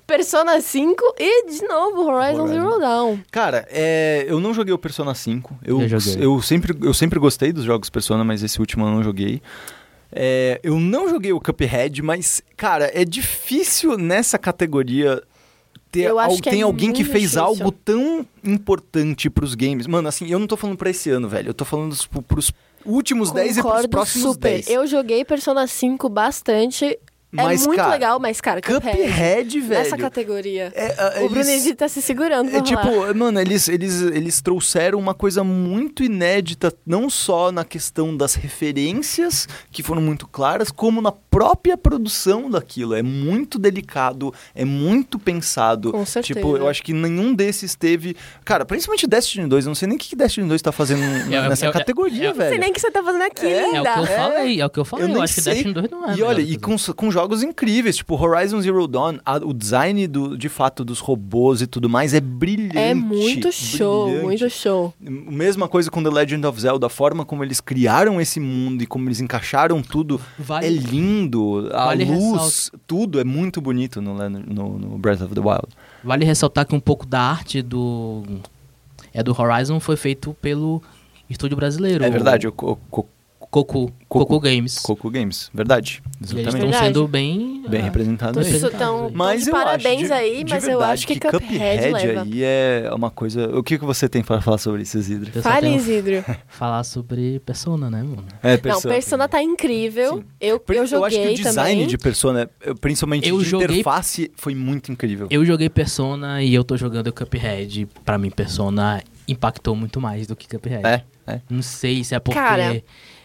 Speaker 2: Persona 5 e, de novo, Horizon,
Speaker 1: Horizon.
Speaker 2: Zero Dawn.
Speaker 1: Cara, é, eu não joguei o Persona 5. Eu,
Speaker 3: Eu
Speaker 1: eu,
Speaker 3: joguei.
Speaker 1: sempre, eu sempre gostei dos jogos Persona, mas esse último eu não joguei. É, eu não joguei o Cuphead, mas, cara, é difícil nessa categoria ter
Speaker 2: Eu acho
Speaker 1: al-
Speaker 2: que é
Speaker 1: tem alguém que
Speaker 2: muito
Speaker 1: fez
Speaker 2: difícil.
Speaker 1: algo tão importante pros games. Mano, assim, eu não tô falando pra esse ano, velho. Eu tô falando tipo, pros últimos 10 e pros
Speaker 2: Concordo
Speaker 1: próximos
Speaker 2: super.
Speaker 1: 10.
Speaker 2: Eu joguei Persona 5 bastante. é muito legal, mas, cara, Cuphead,
Speaker 1: Cuphead, velho.
Speaker 2: nessa categoria.
Speaker 1: É, ah,
Speaker 2: o
Speaker 1: eles-
Speaker 2: Brunesi tá se segurando
Speaker 1: É
Speaker 2: pra falar.
Speaker 1: tipo, mano, eles, eles, eles trouxeram uma coisa muito inédita, não só na questão das referências, que foram muito claras, como na própria produção daquilo. É muito delicado, é muito pensado.
Speaker 2: Com certeza.
Speaker 1: Tipo, eu acho que nenhum desses teve. Cara, principalmente Destiny 2, eu não sei nem o que que Destiny 2 tá fazendo
Speaker 3: É,
Speaker 1: nessa
Speaker 3: é, é,
Speaker 1: categoria,
Speaker 3: é.
Speaker 2: Não
Speaker 1: velho.
Speaker 2: sei nem o que você tá fazendo aqui,
Speaker 1: É,
Speaker 3: É o que eu
Speaker 2: linda.
Speaker 3: falei, é o que eu falei. Eu,
Speaker 1: nem
Speaker 3: acho que
Speaker 1: sei.
Speaker 3: Destiny 2 não é.
Speaker 1: E olha,
Speaker 3: melhor
Speaker 1: e
Speaker 3: que
Speaker 1: com, com jogos incríveis, tipo Horizon Zero Dawn, a- o design do, de fato dos robôs e tudo mais é brilhante.
Speaker 2: É muito show,
Speaker 1: brilhante.
Speaker 2: muito show.
Speaker 1: Mesma coisa com The Legend of Zelda, a forma como eles criaram esse mundo e como eles encaixaram tudo
Speaker 3: Vale-
Speaker 1: é lindo. A
Speaker 3: vale
Speaker 1: luz, tudo é muito bonito no, Le- no- no Breath of the Wild.
Speaker 3: Vale ressaltar que um pouco da arte do é do Horizon foi feito pelo estúdio brasileiro.
Speaker 1: É verdade,
Speaker 3: o
Speaker 1: o Co- Co-
Speaker 3: Coco,
Speaker 1: Coco-
Speaker 3: Coco, Games.
Speaker 1: Coco Games, verdade.
Speaker 3: E eles estão
Speaker 1: Exatamente.
Speaker 2: Verdade.
Speaker 3: sendo bem
Speaker 1: Bem
Speaker 3: ah,
Speaker 1: representado aí.
Speaker 3: Tô-
Speaker 2: Isso,
Speaker 3: Representado,
Speaker 2: tão,
Speaker 3: hein?
Speaker 1: Mas
Speaker 2: Então, de
Speaker 1: eu acho,
Speaker 2: parabéns
Speaker 1: de-
Speaker 2: aí,
Speaker 1: de
Speaker 2: mas eu
Speaker 1: verdade,
Speaker 2: acho que, Cuphead, leva.
Speaker 1: aí é uma coisa... O que, que você tem para falar sobre isso, Isidro?
Speaker 3: Eu só
Speaker 2: Fale,
Speaker 3: tenho
Speaker 2: Isidro.
Speaker 3: que falar sobre Persona, né, mano?
Speaker 1: É,
Speaker 2: Não, Persona tá incrível. Eu, eu joguei
Speaker 1: acho que o design
Speaker 2: também.
Speaker 1: de Persona, eu- principalmente
Speaker 3: Eu
Speaker 1: de
Speaker 3: joguei-
Speaker 1: interface, foi muito incrível.
Speaker 3: Eu joguei Persona e eu tô jogando Cuphead. Pra mim, Persona impactou muito mais do que Cuphead.
Speaker 1: É, é.
Speaker 3: Não sei se é porque
Speaker 2: Cara.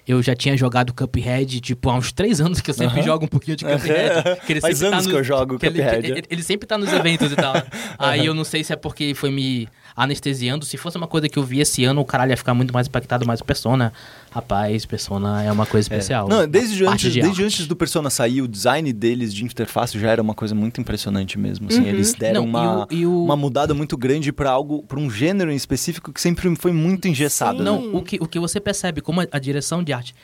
Speaker 3: eu já tinha jogado Cuphead, tipo, há uns três anos que eu sempre jogo um pouquinho de Cuphead. Que ele
Speaker 1: Faz
Speaker 3: sempre tá
Speaker 1: anos que eu jogo
Speaker 3: ele,
Speaker 1: Cuphead,
Speaker 3: ele-
Speaker 1: é.
Speaker 3: ele sempre tá nos eventos e tal. Aí eu não sei se é porque ele foi me anestesiando. Se fosse uma coisa que eu vi esse ano, o caralho ia ficar muito mais impactado, mas Persona, rapaz, Persona é uma coisa especial.
Speaker 1: Não, desde
Speaker 3: A parte
Speaker 1: antes,
Speaker 3: de
Speaker 1: desde
Speaker 3: arte.
Speaker 1: antes do Persona sair, o design deles de interface já era uma coisa muito impressionante mesmo.
Speaker 2: Uhum.
Speaker 1: Assim, Eles deram
Speaker 3: Não,
Speaker 1: uma,
Speaker 3: e o- e o-
Speaker 1: uma mudada muito grande para algo, para um gênero em específico que sempre foi muito engessado. né?
Speaker 2: Hum.
Speaker 3: Não, o que, o que você percebe como a, a direção de arte.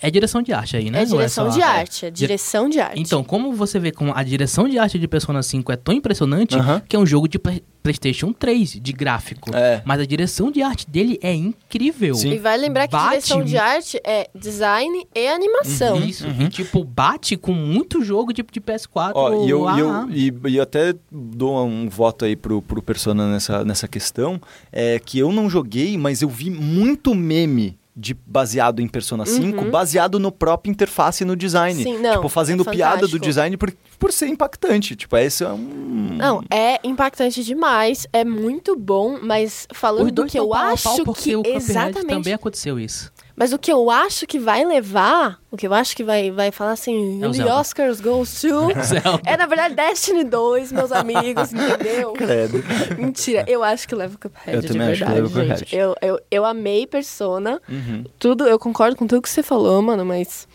Speaker 3: É direção de arte aí, né?
Speaker 2: É
Speaker 3: Não
Speaker 2: direção
Speaker 3: só-
Speaker 2: de arte, é
Speaker 3: Dire-
Speaker 2: direção de arte.
Speaker 3: Então, como você vê como a direção de arte de Persona 5 é tão impressionante,
Speaker 1: Aham.
Speaker 3: que é um jogo de Play- PlayStation 3 de gráfico.
Speaker 1: É.
Speaker 3: Mas a direção de arte dele é incrível.
Speaker 1: Sim.
Speaker 2: e vai lembrar que
Speaker 3: Bate
Speaker 2: direção de
Speaker 3: mu-
Speaker 2: arte é design e animação.
Speaker 3: Isso, e tipo, bate com muito jogo de, de PS4.
Speaker 1: Uhum. Ó, e eu, e,
Speaker 3: ah,
Speaker 1: eu, e, e eu até dou um voto aí pro, pro Persona nessa, nessa questão, é que eu não joguei, mas eu vi muito meme de baseado em Persona 5, baseado no próprio interface e no design.
Speaker 2: Uhum. Sim, não,
Speaker 1: tipo, fazendo
Speaker 2: é
Speaker 1: piada do
Speaker 2: fantástico.
Speaker 1: design por, por ser impactante. Tipo, esse é um...
Speaker 2: Não, é impactante demais, é muito bom, mas falando do
Speaker 3: os dois
Speaker 2: que
Speaker 3: estão
Speaker 2: eu
Speaker 3: pau a
Speaker 2: acho
Speaker 3: pau porque
Speaker 2: que
Speaker 3: o Cuphead
Speaker 2: exatamente,
Speaker 3: também é aconteceu isso.
Speaker 2: mas o que eu acho que vai levar, o que eu acho que vai vai falar assim,
Speaker 3: É o
Speaker 2: the
Speaker 3: Zelda.
Speaker 2: Oscars goes to
Speaker 3: Zelda.
Speaker 2: é na verdade Destiny 2, meus amigos, entendeu?
Speaker 1: Credo.
Speaker 2: Mentira, eu acho que leva o Cuphead,
Speaker 1: Eu
Speaker 2: de
Speaker 1: também acho que
Speaker 2: verdade,
Speaker 1: leva o Cuphead.
Speaker 2: gente. Eu, eu, eu amei Persona,
Speaker 1: Uhum.
Speaker 2: tudo, eu concordo com tudo que você falou, mano, mas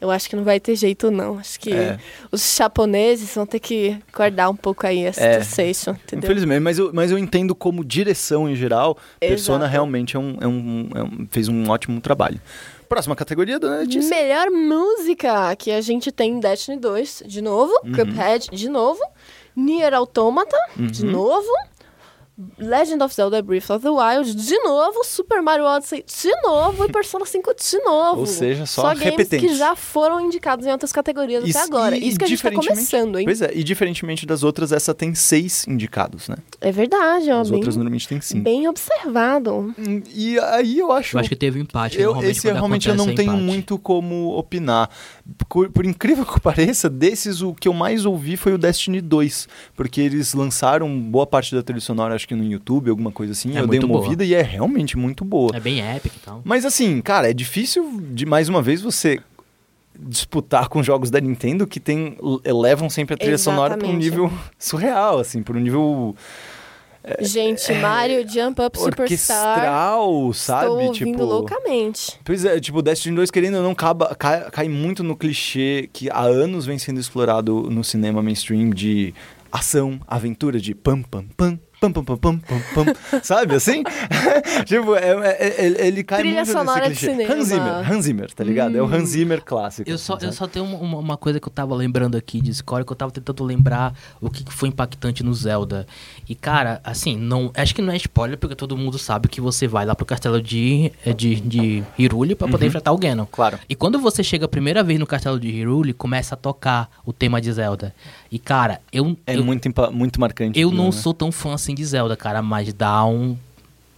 Speaker 2: eu acho que não vai ter jeito, não. Acho que
Speaker 1: É.
Speaker 2: os japoneses vão ter que guardar um pouco aí essa
Speaker 1: É.
Speaker 2: station, entendeu?
Speaker 1: Infelizmente, mas eu, mas eu entendo como direção em geral, Persona
Speaker 2: Exato.
Speaker 1: realmente é um, é um- é um- fez um ótimo trabalho. Próxima categoria, dona Letícia.
Speaker 2: Melhor música que a gente tem Destiny 2, de novo.
Speaker 1: Uhum.
Speaker 2: Cuphead, de novo. Nier Automata, de
Speaker 1: Uhum.
Speaker 2: novo. Legend of Zelda Breath of the Wild, de novo. Super Mario Odyssey, de novo. E Persona 5, de novo.
Speaker 1: Ou seja, só
Speaker 2: games
Speaker 1: repetentes.
Speaker 2: que já foram indicados em outras categorias
Speaker 1: Isso-
Speaker 2: até agora.
Speaker 1: e-
Speaker 2: Isso que a gente tá
Speaker 1: diferentemente-
Speaker 2: começando, hein?
Speaker 1: Pois é, e diferentemente das outras, essa tem seis indicados, né?
Speaker 2: É verdade, ó.
Speaker 1: As
Speaker 2: Bem,
Speaker 1: outras normalmente tem cinco.
Speaker 2: bem observado.
Speaker 1: Hum, E aí eu acho.
Speaker 3: Eu acho que teve um empate.
Speaker 1: eu-
Speaker 3: normalmente,
Speaker 1: esse
Speaker 3: quando
Speaker 1: realmente eu não
Speaker 3: acontece, é
Speaker 1: tenho
Speaker 3: empate.
Speaker 1: muito como opinar. Por, por incrível que pareça, desses o que eu mais ouvi foi o Destiny 2, porque eles lançaram boa parte da trilha sonora, acho que no YouTube, alguma coisa assim.
Speaker 3: É
Speaker 1: eu dei
Speaker 3: muito
Speaker 1: uma
Speaker 3: boa.
Speaker 1: ouvida e é realmente muito boa.
Speaker 3: É bem épico e tal.
Speaker 1: Mas assim, cara, é difícil de mais uma vez você disputar com jogos da Nintendo que tem elevam sempre a trilha sonora para um
Speaker 2: Exatamente.
Speaker 1: nível surreal, assim, para um nível É,
Speaker 2: gente, Mario, Jump Up, Superstar.
Speaker 1: orquestral, sabe?
Speaker 2: Estou ouvindo
Speaker 1: tipo,
Speaker 2: loucamente.
Speaker 1: Pois é, tipo, Destiny 2, querendo ou não, caba- cai, cai muito no clichê que há anos vem sendo explorado no cinema mainstream de ação, aventura, de pam, pam, pam. Pam, pam, pam, pam, pam, pam. Sabe assim? tipo, é- é- é- ele- ele cai
Speaker 2: Trilha
Speaker 1: muito nesse
Speaker 2: sonora de
Speaker 1: clichê.
Speaker 2: cinema. Hum.
Speaker 1: Hans Zimmer, Hans Zimmer, tá ligado? É o Hans Zimmer clássico.
Speaker 3: Eu só,
Speaker 1: assim,
Speaker 3: eu
Speaker 1: sabe?
Speaker 3: só tenho uma, uma coisa que eu tava lembrando aqui de score, que eu tava tentando lembrar o que que foi impactante no Zelda. E, cara, assim, não acho que não é spoiler, porque todo mundo sabe que você vai lá pro castelo de, é, de, de Hyrule pra poder enfrentar o Ganon.
Speaker 1: Uhum. Claro.
Speaker 3: E quando você chega a primeira vez no castelo de Hyrule, começa a tocar o tema de Zelda. E, cara, eu,
Speaker 1: É
Speaker 3: eu,
Speaker 1: muito, impa- muito marcante.
Speaker 3: eu
Speaker 1: aquilo,
Speaker 3: não
Speaker 1: né?
Speaker 3: sou tão fã assim de Zelda, cara, mas dá um...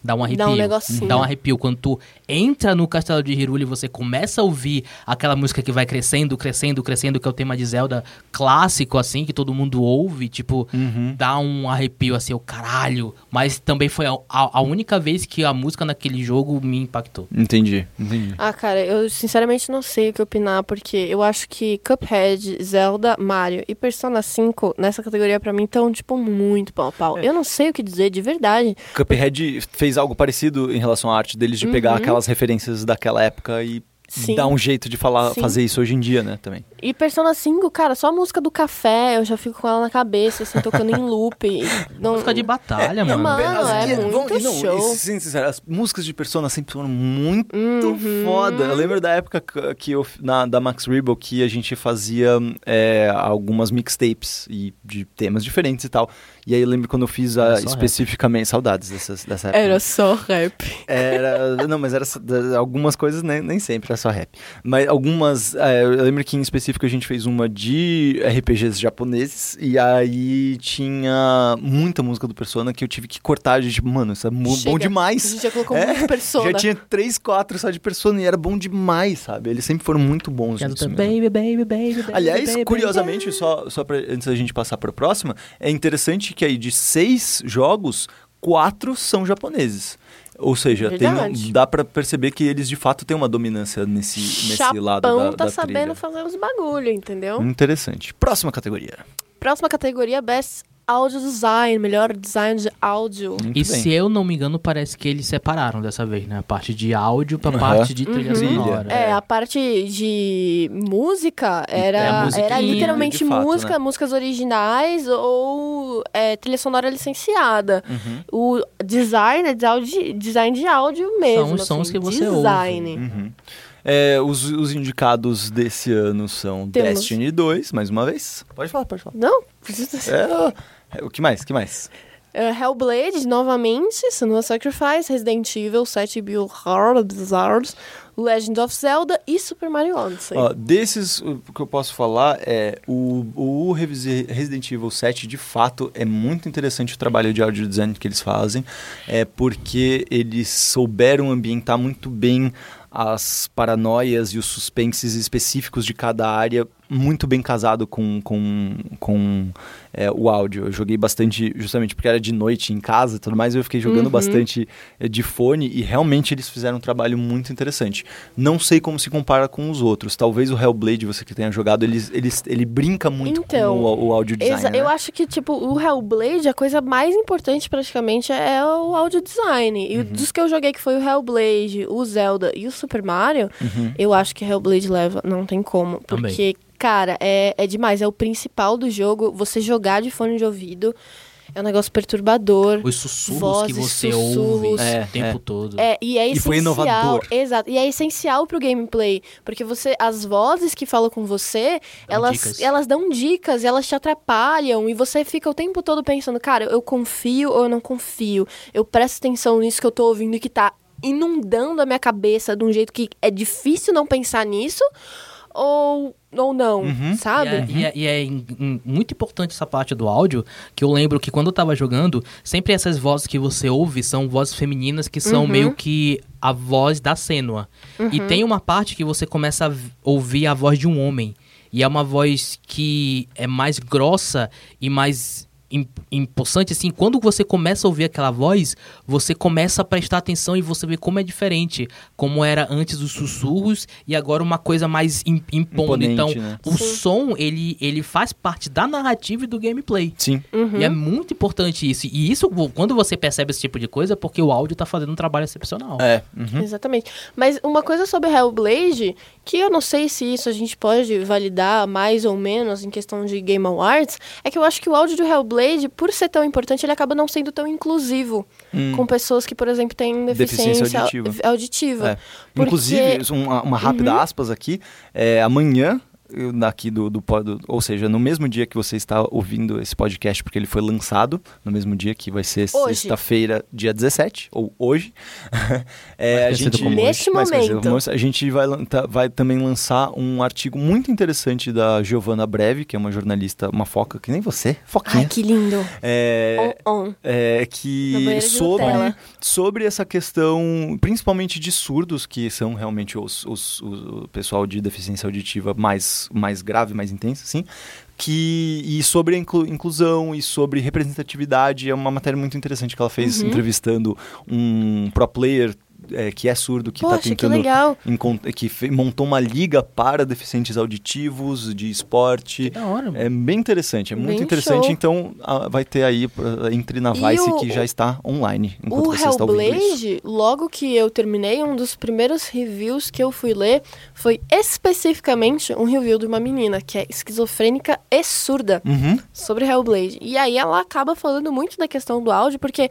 Speaker 3: Dá um arrepio.
Speaker 2: Dá um negocinho.
Speaker 3: Dá um arrepio. Quando tu entra no castelo de Hyrule e você começa a ouvir aquela música que vai crescendo, crescendo, crescendo, que é o tema de Zelda clássico, assim, que todo mundo ouve, tipo,
Speaker 1: Uhum.
Speaker 3: dá um arrepio, assim, o caralho. Mas também foi a, a- a única vez que a música naquele jogo me impactou.
Speaker 1: Entendi, entendi.
Speaker 2: Ah, cara, eu sinceramente não sei o que opinar, porque eu acho que Cuphead, Zelda, Mario e Persona 5 nessa categoria pra mim estão, tipo, muito pau a pau. Eu não sei o que dizer de verdade.
Speaker 1: Cuphead fez algo parecido em relação à arte deles de pegar
Speaker 2: Uhum.
Speaker 1: aquelas referências daquela época e
Speaker 2: Sim.
Speaker 1: dar um jeito de falar,
Speaker 2: Sim.
Speaker 1: fazer isso hoje em dia, né, também.
Speaker 2: E Persona 5, cara, só a música do café, eu já fico com ela na cabeça, assim, tocando em loop. e Não...
Speaker 3: Música de batalha,
Speaker 2: não,
Speaker 3: mano.
Speaker 2: mano. Ah, é
Speaker 1: E vão-
Speaker 2: muito
Speaker 1: e não,
Speaker 2: show.
Speaker 1: e, sim, sincero, as músicas de Persona sempre foram muito
Speaker 2: Uhum.
Speaker 1: foda. Eu lembro da época que- que eu, na, da Max Rebel que a gente fazia é, algumas mixtapes e de temas diferentes e tal. E aí eu lembro quando eu fiz a,
Speaker 3: Era só rap.
Speaker 1: especificamente saudades dessas, dessa época.
Speaker 2: Era só rap.
Speaker 1: Era. Não, mas era só- da- algumas coisas, nem, nem sempre, era só rap. Mas algumas. é, eu lembro que em específico a gente fez uma de RPGs japoneses. E aí tinha muita música do Persona que eu tive que cortar. gente, tipo, mano, isso é mu- bom
Speaker 2: Chega. A
Speaker 1: demais.
Speaker 2: gente já colocou
Speaker 1: É,
Speaker 2: muito Persona.
Speaker 1: Já tinha três, quatro só de Persona e era bom demais, sabe? Eles sempre foram muito bons.
Speaker 3: Tinha do
Speaker 1: nisso
Speaker 3: tanto,
Speaker 1: mesmo.
Speaker 3: baby, baby, baby, baby,
Speaker 1: Aliás,
Speaker 3: baby,
Speaker 1: curiosamente, só, só pra, antes da gente passar para a próxima, é interessante que aí de seis jogos, quatro são japoneses. Ou seja, tem um-
Speaker 2: Verdade.
Speaker 1: dá para perceber que eles de fato têm uma dominância nesse, nesse
Speaker 2: Chapão
Speaker 1: lado da,
Speaker 2: tá
Speaker 1: da
Speaker 2: sabendo
Speaker 1: trilha. Hum.
Speaker 2: fazer uns bagulho, entendeu?
Speaker 1: Interessante. Próxima categoria.
Speaker 2: Próxima categoria, Best Audio Design, melhor design de áudio.
Speaker 1: Muito
Speaker 3: E
Speaker 1: bem.
Speaker 3: se eu não me engano, parece que eles separaram dessa vez, né? A parte de áudio pra
Speaker 1: Aham.
Speaker 3: parte de trilha
Speaker 1: Uhum.
Speaker 3: sonora.
Speaker 2: É, a parte de música era,
Speaker 3: É, a musiquinha,
Speaker 2: era literalmente
Speaker 1: de fato,
Speaker 2: música,
Speaker 1: né?
Speaker 2: músicas originais ou é, trilha sonora licenciada.
Speaker 1: Uhum.
Speaker 2: O design é de áudio- design de áudio mesmo.
Speaker 3: os sons
Speaker 2: assim,
Speaker 3: que você ouve.
Speaker 2: design.
Speaker 1: Uhum. É, os, os indicados desse ano são
Speaker 2: Temos.
Speaker 1: Destiny 2, mais uma vez. Pode falar, pode falar.
Speaker 2: Não, precisa-
Speaker 1: É, é, o que mais? que mais?
Speaker 2: É, Hellblade, novamente, Senua Sacrifice, Resident Evil, 7 Bill Hearts, Legend of Zelda e Super Mario Odyssey.
Speaker 1: Ó, desses, o que eu posso falar é o, o Revisi- Resident Evil 7, de fato, é muito interessante o trabalho de audio design que eles fazem, é porque eles souberam ambientar muito bem as paranoias e os suspenses específicos de cada área, muito bem casado com, com, com é, o áudio. Eu joguei bastante, justamente porque era de noite em casa e tudo mais, eu fiquei
Speaker 2: Uhum.
Speaker 1: jogando bastante eh, de fone e realmente eles fizeram um trabalho muito interessante. Não sei como se compara com os outros. Talvez o Hellblade, você que tenha jogado, ele, ele, ele brinca muito
Speaker 2: Então,
Speaker 1: com o, o áudio design.
Speaker 2: Exa-
Speaker 1: né?
Speaker 2: Eu acho que, tipo, o Hellblade, a coisa mais importante praticamente é o audio design.
Speaker 1: Uhum.
Speaker 2: E dos que eu joguei, que foi o Hellblade, o Zelda e o Super Mario,
Speaker 1: Uhum.
Speaker 2: eu acho que Hellblade leva, não tem como. Porque,
Speaker 3: Também.
Speaker 2: cara, é, é demais. É o principal do jogo. Você jogar de fone de ouvido é um negócio perturbador.
Speaker 3: Os sussurros
Speaker 2: Vozes,
Speaker 3: que você
Speaker 2: sussurros.
Speaker 3: ouve
Speaker 1: É,
Speaker 3: o tempo
Speaker 1: é.
Speaker 3: todo.
Speaker 2: É, e é
Speaker 1: E
Speaker 2: essencial.
Speaker 1: foi inovador.
Speaker 2: Exato. E é essencial pro gameplay. Porque você, as vozes que falam com você,
Speaker 3: Dão
Speaker 2: elas,
Speaker 3: dicas.
Speaker 2: elas dão dicas, elas te atrapalham. E você fica o tempo todo pensando, cara, eu confio ou eu não confio? Eu presto atenção nisso que eu tô ouvindo e que tá inundando a minha cabeça de um jeito que é difícil não pensar nisso? Ou, ou não, sabe?
Speaker 3: E é, e é- e é in- in- muito importante essa parte do áudio, que eu lembro que quando eu tava jogando, sempre essas vozes que você ouve são vozes femininas que são meio que a voz da Senua. E tem uma parte que você começa a v- ouvir a voz de um homem. E é uma voz que é mais grossa e mais im- impulsante, assim, quando você começa a ouvir aquela voz, você começa a prestar atenção e você vê como é diferente, como era antes os sussurros e agora uma coisa mais im- impondo.
Speaker 1: Imponente,
Speaker 3: Então,
Speaker 1: né?
Speaker 3: o
Speaker 2: Sim.
Speaker 3: som, ele, ele faz parte da narrativa e do gameplay.
Speaker 1: Sim.
Speaker 2: Uhum.
Speaker 3: E é muito importante isso. E isso, quando você percebe esse tipo de coisa, é porque o áudio tá fazendo um trabalho excepcional.
Speaker 1: É. Uhum.
Speaker 2: Exatamente. Mas uma coisa sobre Hellblade, que eu não sei se isso a gente pode validar mais ou menos em questão de Game Awards, é que eu acho que o áudio do Hellblade, por ser tão importante, ele acaba não sendo tão inclusivo
Speaker 1: Hum.
Speaker 2: com pessoas que, por exemplo, têm deficiência,
Speaker 1: Deficiência
Speaker 2: au-
Speaker 1: auditiva.
Speaker 2: auditiva. Uhum.
Speaker 1: É. Inclusive, isso, uma, uma rápida aspas aqui, é, amanhã daqui do, do, do, ou seja, no mesmo dia que você está ouvindo esse podcast, porque ele foi lançado, no mesmo dia que vai ser sexta-feira, dia 17, ou hoje.
Speaker 2: é, a gente, como neste hoje, momento.
Speaker 1: Mas, a gente vai, tá, vai também lançar um artigo muito interessante da Giovana Breve, que é uma jornalista, uma foca, que nem você, foquinha.
Speaker 2: Ai, que lindo.
Speaker 1: É, on, on. É, que sobre, Nutella. sobre essa questão, principalmente de surdos, que são realmente os, os, os o pessoal de deficiência auditiva mais mais grave, mais intensa, assim, que e sobre a inclu, inclusão e sobre representatividade é uma matéria muito interessante que ela fez uhum. entrevistando um pro player é, que é surdo, que está tentando. Que, que montou uma liga para deficientes auditivos de esporte.
Speaker 3: Que da hora, mano.
Speaker 1: É bem interessante, é muito bem interessante. Show. Então a, vai ter aí pra, entre na e Vice o, que já está online.
Speaker 2: O Hellblade, logo que eu terminei, um dos primeiros reviews que eu fui ler foi especificamente um review de uma menina que é esquizofrênica e surda
Speaker 1: uhum.
Speaker 2: sobre Hellblade. E aí ela acaba falando muito da questão do áudio, porque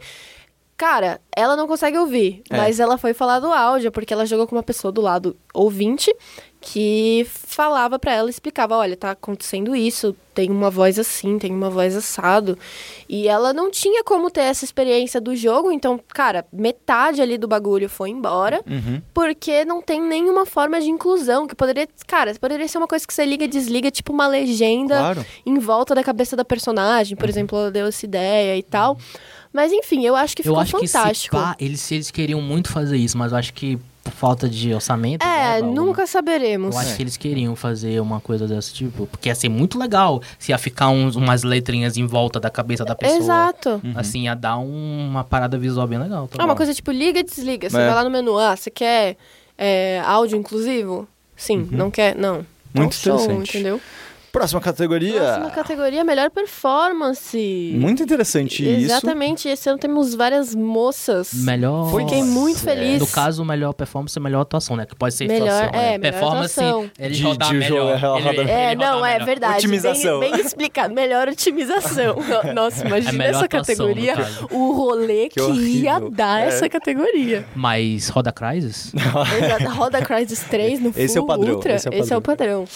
Speaker 2: Cara, ela não consegue ouvir, é. mas ela foi falar do áudio, porque ela jogou com uma pessoa do lado ouvinte que falava para ela, explicava, olha, tá acontecendo isso, tem uma voz assim, tem uma voz assado. E ela não tinha como ter essa experiência do jogo, então, cara, metade ali do bagulho foi embora,
Speaker 1: uhum.
Speaker 2: porque não tem nenhuma forma de inclusão, que poderia, cara, poderia ser uma coisa que você liga e desliga, tipo uma legenda
Speaker 1: claro.
Speaker 2: em volta da cabeça da personagem, por uhum. exemplo, ela deu essa ideia e tal. Mas enfim, eu acho que ficou
Speaker 3: Uhum. eu acho
Speaker 2: fantástico.
Speaker 3: Que se pá, eles, eles queriam muito fazer isso, mas eu acho que por falta de orçamento.
Speaker 2: É, né, nunca saberemos. É.
Speaker 3: Eu acho que eles queriam fazer uma coisa desse tipo, porque ia ser muito legal se ia ficar uns, umas letrinhas em volta da cabeça da pessoa.
Speaker 2: Exato.
Speaker 3: Assim, ia dar uma parada visual bem legal.
Speaker 2: Tá é uma coisa tipo liga e desliga. Você é. vai lá no menu, ah, você quer é, áudio inclusivo? Sim, uhum. não quer? Não.
Speaker 1: Muito
Speaker 2: então,
Speaker 1: interessante.
Speaker 2: Show, entendeu?
Speaker 1: Próxima categoria.
Speaker 2: Próxima categoria, melhor performance.
Speaker 1: Muito interessante
Speaker 2: Exatamente.
Speaker 1: isso.
Speaker 2: Exatamente, esse ano temos várias moças.
Speaker 3: Melhor.
Speaker 2: Fiquei muito feliz. É.
Speaker 3: No caso, melhor performance e melhor atuação, né? Que pode ser
Speaker 2: melhor,
Speaker 3: atuação,
Speaker 2: é,
Speaker 3: né? performance.
Speaker 2: Atuação.
Speaker 3: Ele de, rodar de melhor. Jogo, ele, ele,
Speaker 2: é,
Speaker 3: ele
Speaker 2: não, é
Speaker 3: melhor.
Speaker 2: verdade.
Speaker 1: Otimização.
Speaker 2: Bem, bem explicado. Melhor otimização. Nossa, imagina é essa atuação, categoria. O rolê que, que ia dar
Speaker 1: É.
Speaker 2: essa categoria.
Speaker 3: Mas Roda Crisis?
Speaker 2: Exato. Roda Crisis 3 no
Speaker 1: esse
Speaker 2: Full
Speaker 1: é o padrão,
Speaker 2: Ultra.
Speaker 1: Esse é o padrão.
Speaker 2: Esse é o padrão.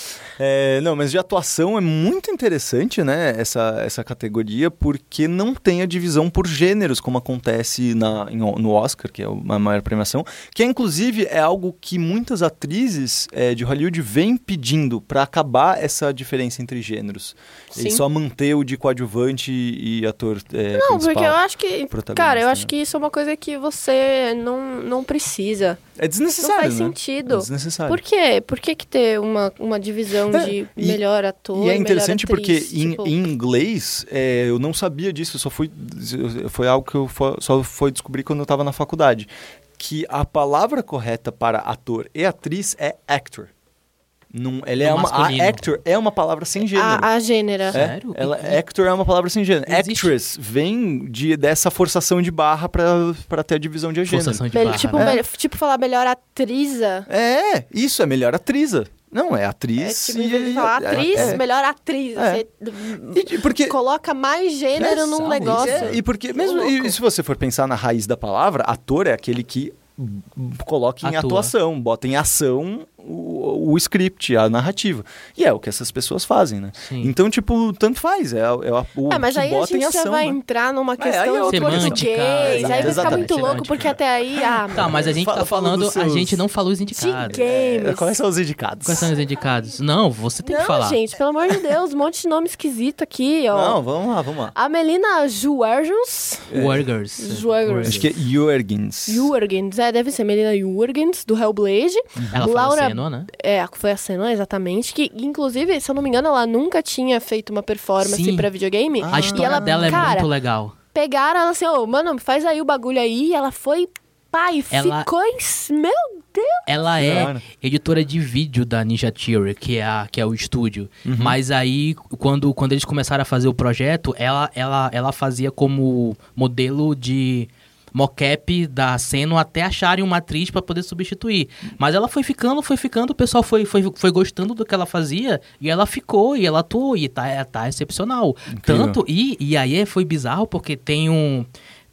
Speaker 1: não, mas de atuação é muito interessante, né? Essa, essa categoria, porque não tem a divisão por gêneros, como acontece na, em, no Oscar, que é a maior premiação, que inclusive é algo que muitas atrizes é, de Hollywood vêm pedindo para acabar essa diferença entre gêneros.
Speaker 2: Sim.
Speaker 1: E só manter o de coadjuvante e ator. É,
Speaker 2: não, porque eu acho que. Cara, eu acho
Speaker 1: né?
Speaker 2: que isso é uma coisa que você não, não precisa.
Speaker 1: É desnecessário.
Speaker 2: Não faz
Speaker 1: né?
Speaker 2: sentido. É
Speaker 1: desnecessário.
Speaker 2: Por quê? Por que, que ter uma, uma divisão de
Speaker 1: e,
Speaker 2: melhor ator?
Speaker 1: E é interessante
Speaker 2: atriz,
Speaker 1: porque
Speaker 2: tipo...
Speaker 1: em, em inglês é, eu não sabia disso, só fui, foi algo que eu for, só fui descobrir quando eu estava na faculdade. Que a palavra correta para ator e atriz é actor. Num, ele
Speaker 3: No
Speaker 1: é uma,
Speaker 3: masculino.
Speaker 1: a actor é uma palavra
Speaker 2: Ah,
Speaker 1: sem gênero.
Speaker 2: A, a gênera.
Speaker 1: É,
Speaker 3: Sério?
Speaker 1: Ela, actor é uma palavra sem gênero.
Speaker 3: Existe?
Speaker 1: Actress vem de, dessa forçação de barra pra, pra ter a divisão É, de gênero.
Speaker 3: Forçação de
Speaker 2: Mel-
Speaker 3: barra,
Speaker 2: tipo,
Speaker 3: né?
Speaker 2: mel- tipo, falar melhor atriza.
Speaker 1: É, isso é melhor atriza. Não, é
Speaker 2: É
Speaker 1: atriz.
Speaker 2: tipo, em
Speaker 1: e-
Speaker 2: vez de falar
Speaker 1: é-
Speaker 2: atriz,
Speaker 1: é.
Speaker 2: melhor atriz.
Speaker 1: É.
Speaker 2: Você
Speaker 1: E de- porque-
Speaker 2: coloca mais gênero
Speaker 3: É,
Speaker 2: num
Speaker 3: sabe?
Speaker 2: negócio.
Speaker 1: É, e porque mesmo
Speaker 2: Ô, louco.
Speaker 1: e se você for pensar na raiz da palavra, ator é aquele que b- b- coloca em
Speaker 3: Atua.
Speaker 1: atuação, bota em ação o, o script, a narrativa. E é o que essas pessoas fazem, né?
Speaker 3: Sim.
Speaker 1: Então, tipo, tanto faz, é, é a- o
Speaker 2: É, mas
Speaker 1: que
Speaker 2: aí a
Speaker 1: bota em
Speaker 2: gente já
Speaker 1: ação.
Speaker 2: vai
Speaker 1: né?
Speaker 2: entrar numa
Speaker 1: Mas aí é
Speaker 2: questão de
Speaker 1: outra
Speaker 2: português.
Speaker 3: questão. Semântica,
Speaker 2: Aí vai ficar
Speaker 1: exatamente,
Speaker 2: muito louco,
Speaker 3: semântica.
Speaker 2: porque até aí. Ah,
Speaker 3: Tá, É, mas a gente
Speaker 1: Fala-
Speaker 3: tá
Speaker 1: fala
Speaker 3: falando,
Speaker 1: dos
Speaker 3: a
Speaker 1: seus-
Speaker 3: gente não falou os
Speaker 2: de
Speaker 3: indicados.
Speaker 2: games.
Speaker 1: É, Quais são os indicados?
Speaker 3: Quais são os indicados? Não, você tem
Speaker 2: Não,
Speaker 3: que falar.
Speaker 2: gente, pelo amor de Deus, um monte de nome esquisito aqui, ó.
Speaker 1: Não, vamos lá, vamos lá.
Speaker 2: A Melina Juergens.
Speaker 3: Wargers.
Speaker 2: Wargers.
Speaker 1: Acho que é Jorgens.
Speaker 2: Juergens, é, deve ser Melina Juergens, do Hellblade.
Speaker 3: Ela foi
Speaker 2: Laura-
Speaker 3: a Senua, né?
Speaker 2: É, foi a Senua, exatamente. Que, inclusive, se eu não me engano, ela nunca tinha feito uma performance
Speaker 3: Sim.
Speaker 2: pra videogame.
Speaker 1: Ah.
Speaker 3: A
Speaker 2: e
Speaker 3: história
Speaker 2: ela,
Speaker 3: dela é
Speaker 2: cara,
Speaker 3: muito legal.
Speaker 2: pegaram ela assim, ô, mano, faz aí o bagulho aí. E ela foi, pai,
Speaker 3: Ela-
Speaker 2: ficou em... Meu Deus!
Speaker 3: Ela é
Speaker 1: Claro.
Speaker 3: editora de vídeo da Ninja Theory, que é, a, que é o estúdio. Mas aí, quando, quando eles começaram a fazer o projeto, ela, ela, ela fazia como modelo de mocap da cena até acharem uma atriz pra poder substituir. Mas ela foi ficando, foi ficando, o pessoal foi, foi, foi gostando do que ela fazia e ela ficou e ela atuou e é, tá, tá excepcional.
Speaker 1: Incrível.
Speaker 3: Tanto, e, e aí foi bizarro porque tem um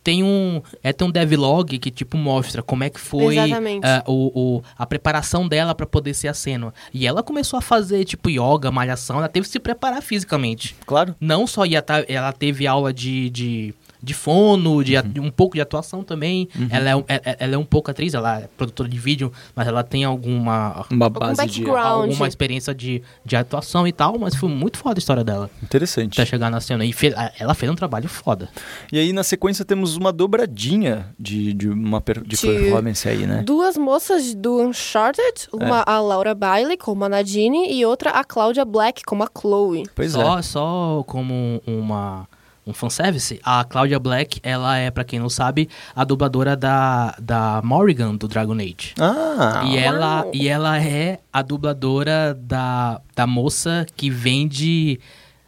Speaker 3: tem um é tem um devlog que tipo mostra como é que foi
Speaker 2: Exatamente.
Speaker 3: ah, o, o- a preparação dela pra poder ser a cena e ela começou a fazer tipo yoga malhação ela teve que se preparar fisicamente
Speaker 1: Claro.
Speaker 3: não só ia tá, ela teve aula de, de, de fono, de, a- de um pouco de atuação também. Ela, é, um- é- é- ela é um pouco atriz, ela é produtora de vídeo, mas ela tem alguma,
Speaker 1: Uma
Speaker 2: Algum
Speaker 1: base de.
Speaker 2: background.
Speaker 3: alguma experiência de, de atuação e tal, mas foi muito foda a história dela
Speaker 1: Interessante.
Speaker 3: até chegar na cena. E fe- a- ela fez um trabalho foda.
Speaker 1: E aí, na sequência, temos uma dobradinha de, de uma per- de
Speaker 2: De-
Speaker 1: performance aí, né? É.
Speaker 2: Duas moças do Uncharted, uma a Laura Bailey, como a Nadine, e outra a Claudia Black, como a Chloe.
Speaker 1: Pois é.
Speaker 3: só, só como uma. Um fanservice, a Claudia Black, ela é, pra quem não sabe, a dubladora da, da Morrigan do Dragon Age.
Speaker 1: Ah,
Speaker 3: E ela,
Speaker 2: Uau.
Speaker 3: e ela é a dubladora da, da moça que vende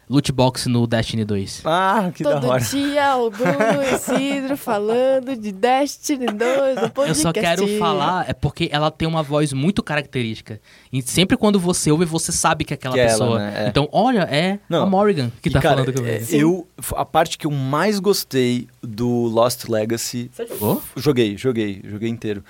Speaker 3: loot box no Destiny 2.
Speaker 1: ah que da
Speaker 2: Todo
Speaker 1: hora.
Speaker 2: dia o Bruno e o Cidro falando de Destiny 2, do podcast.
Speaker 3: Eu só quero falar, é porque ela tem uma voz muito característica. E sempre quando você ouve, você sabe que é aquela
Speaker 1: Que é ela,
Speaker 3: pessoa.
Speaker 1: né? É.
Speaker 3: Então, olha, é
Speaker 1: Não.
Speaker 3: a Morrigan que
Speaker 1: E,
Speaker 3: tá
Speaker 1: cara,
Speaker 3: falando com
Speaker 1: é,
Speaker 3: você.
Speaker 1: eu A parte que eu mais gostei do Lost Legacy.
Speaker 3: Jogou?
Speaker 1: Joguei, joguei, joguei inteiro.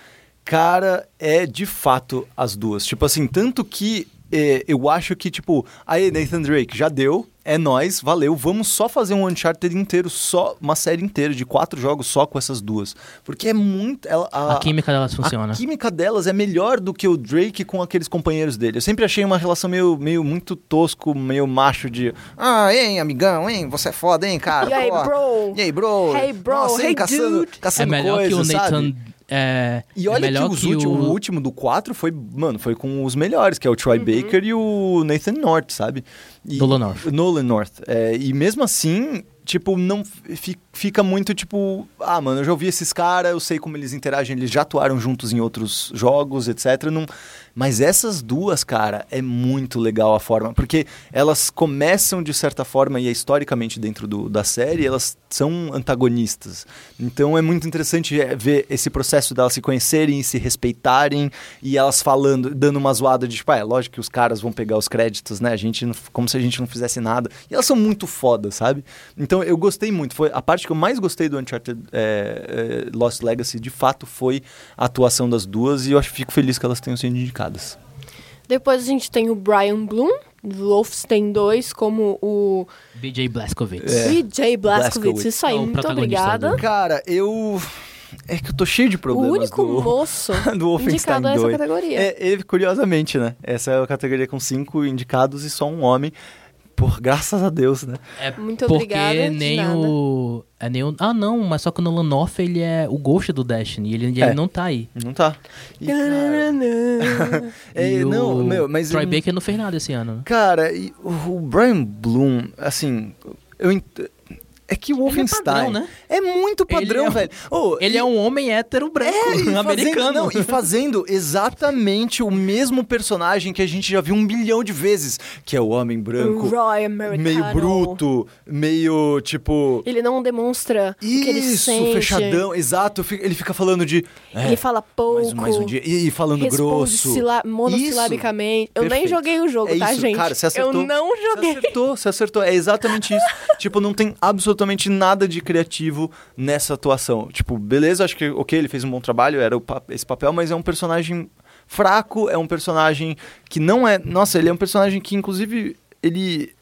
Speaker 1: Cara, é de fato as duas. Tipo assim, tanto que é, eu acho que, tipo, aí Nathan Drake, já deu, é nóis, valeu, vamos só fazer um Uncharted inteiro, só uma série inteira de quatro jogos só com essas duas. Porque é muito. Ela,
Speaker 3: A química delas funciona.
Speaker 1: a química delas é melhor do que o Drake com aqueles companheiros dele. Eu sempre achei uma relação meio, meio muito tosco, meio macho de... Ah, hein, amigão, hein? Você é foda, hein, cara?
Speaker 2: E aí,
Speaker 1: Pô,
Speaker 2: bro?
Speaker 1: E aí, bro?
Speaker 2: Hey, bro.
Speaker 1: Nossa, hein,
Speaker 2: Hey,
Speaker 1: caçando,
Speaker 2: dude.
Speaker 3: É
Speaker 1: caçando
Speaker 3: melhor que o
Speaker 1: coisa, sabe?
Speaker 3: Nathan. É,
Speaker 1: E
Speaker 3: é
Speaker 1: olha
Speaker 3: melhor
Speaker 1: que, os últimos- o último do 4 foi, mano, foi com os melhores, que é o Troy Baker e o Nathan North, sabe? E-
Speaker 3: Nolan North.
Speaker 1: Nolan North. É, e mesmo assim, tipo, não fi- fica muito tipo, ah, mano, eu já ouvi esses caras, eu sei como eles interagem, eles já atuaram juntos em outros jogos, etc. Não... Mas essas duas, cara, é muito legal a forma, porque elas começam de certa forma e é historicamente dentro do- da série, elas são antagonistas. Então é muito interessante é, ver esse processo delas se conhecerem e se respeitarem e elas falando, dando uma zoada de tipo, ah, é lógico que os caras vão pegar os créditos, né? A gente não- como se a gente não fizesse nada. E elas são muito foda, sabe? Então eu gostei muito. Foi a parte que eu mais gostei do Uncharted é, é, Lost Legacy, de fato, foi a atuação das duas e eu acho fico feliz que elas tenham sido indicadas.
Speaker 2: Depois a gente tem o Brian Bloom, do Wolfenstein 2, como o
Speaker 3: BJ Blazkowicz.
Speaker 1: É.
Speaker 2: DJ Blazkowicz.
Speaker 1: Blazkowicz.
Speaker 2: Isso aí,
Speaker 3: É o
Speaker 2: muito
Speaker 3: protagonista
Speaker 2: obrigada.
Speaker 1: Cara, eu é que eu tô cheio de
Speaker 2: O
Speaker 1: problemas
Speaker 2: único
Speaker 1: do
Speaker 2: moço
Speaker 1: do Wolfenstein
Speaker 2: indicado a essa
Speaker 1: 2.
Speaker 2: categoria.
Speaker 1: É, ele, curiosamente, né? Essa é a categoria com cinco indicados e só um homem. Por graças a Deus, né?
Speaker 3: É
Speaker 2: Muito
Speaker 3: porque
Speaker 2: obrigada, de
Speaker 3: nem
Speaker 2: nada.
Speaker 3: o. É nem o. Ah, não, mas só que o Nolan North ele é o ghost do Destiny. Ele, ele
Speaker 1: É.
Speaker 3: não tá aí.
Speaker 1: Não tá. E, cara,
Speaker 2: Tananã.
Speaker 1: é,
Speaker 3: E
Speaker 1: não,
Speaker 3: o
Speaker 1: meu, mas.
Speaker 3: Troy
Speaker 1: eu-
Speaker 3: Baker não fez nada esse ano. né?
Speaker 1: Cara, e o Brian Bloom, assim. Eu ent- É que o
Speaker 3: Ele é
Speaker 1: Wolfenstein.
Speaker 3: padrão, né?
Speaker 1: é muito padrão,
Speaker 3: Ele é um-
Speaker 1: velho. Ô,
Speaker 3: Ele
Speaker 1: e-
Speaker 3: é um homem hétero branco,
Speaker 1: É, e fazendo-
Speaker 3: americano.
Speaker 1: não, e fazendo exatamente o mesmo personagem que a gente já viu um bilhão de vezes, que é o homem branco,
Speaker 2: Roy Americano.
Speaker 1: meio bruto, meio tipo.
Speaker 2: Ele não demonstra o que ele
Speaker 1: Isso,
Speaker 2: sente.
Speaker 1: fechadão, exato. fi- Ele fica falando de. é,
Speaker 2: Ele fala pouco.
Speaker 1: mais, mais um dia. E, e falando
Speaker 2: responde
Speaker 1: grosso.
Speaker 2: sila- monossilabicamente. Eu nem
Speaker 1: Perfeito.
Speaker 2: joguei o jogo,
Speaker 1: É
Speaker 2: tá,
Speaker 1: isso,
Speaker 2: gente?
Speaker 1: cara, você acertou.
Speaker 2: Eu não
Speaker 1: Você
Speaker 2: joguei.
Speaker 1: acertou, você acertou. É exatamente isso. tipo, não tem absolutamente nada de criativo nessa atuação. Tipo, beleza, acho que, ok, ele fez um bom trabalho, era o pa- esse papel, mas é um personagem fraco, é um personagem que não é. Nossa, ele é um personagem que, inclusive, ele.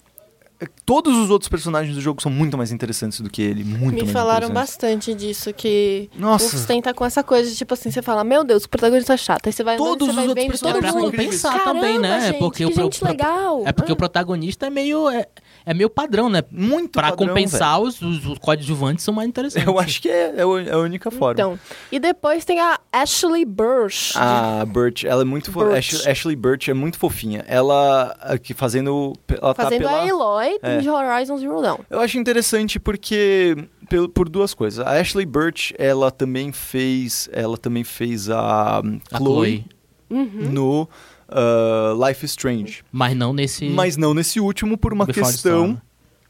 Speaker 1: é, Todos os outros personagens do jogo são muito mais interessantes do que ele. Muito
Speaker 2: Me
Speaker 1: mais
Speaker 2: falaram
Speaker 1: interessantes.
Speaker 2: bastante disso, que
Speaker 1: Nossa.
Speaker 2: o Wolfenstein tá com essa coisa de, tipo assim, você fala, meu Deus, o protagonista é chato. Aí você vai andando,
Speaker 1: Todos
Speaker 2: você
Speaker 1: os
Speaker 2: vai
Speaker 1: outros
Speaker 2: vendo, todo
Speaker 3: é pra
Speaker 1: personagens são
Speaker 2: mundo.
Speaker 1: incríveis.
Speaker 3: compensar
Speaker 2: Caramba,
Speaker 3: também, né?
Speaker 2: gente,
Speaker 3: porque
Speaker 2: que
Speaker 3: o pro-
Speaker 2: gente
Speaker 3: pro-
Speaker 2: legal.
Speaker 3: É porque o protagonista é meio é, é meio padrão, né?
Speaker 1: Muito
Speaker 3: Pra
Speaker 1: padrão,
Speaker 3: compensar os, os, os coadjuvantes são mais interessantes.
Speaker 1: velho. Eu acho que é, é o- é a única forma.
Speaker 2: Então, e depois tem a Ashley Burch.
Speaker 1: A Bert, ela é muito fo...
Speaker 2: Burt.
Speaker 1: Ash- Ashley Burt é muito fofinha. Ela aqui fazendo, ela tá
Speaker 2: Fazendo
Speaker 1: pela...
Speaker 2: a Eloy
Speaker 1: É.
Speaker 2: de Horizon Zero Dawn.
Speaker 1: Eu acho interessante porque pel- por duas coisas. A Ashley Burt, ela também fez, ela também fez a hum,
Speaker 3: A
Speaker 1: Chloe,
Speaker 3: Chloe.
Speaker 1: no ah, Life is Strange,
Speaker 3: Mas não nesse.
Speaker 1: mas não nesse último por uma
Speaker 3: Before the
Speaker 1: questão
Speaker 3: Storm.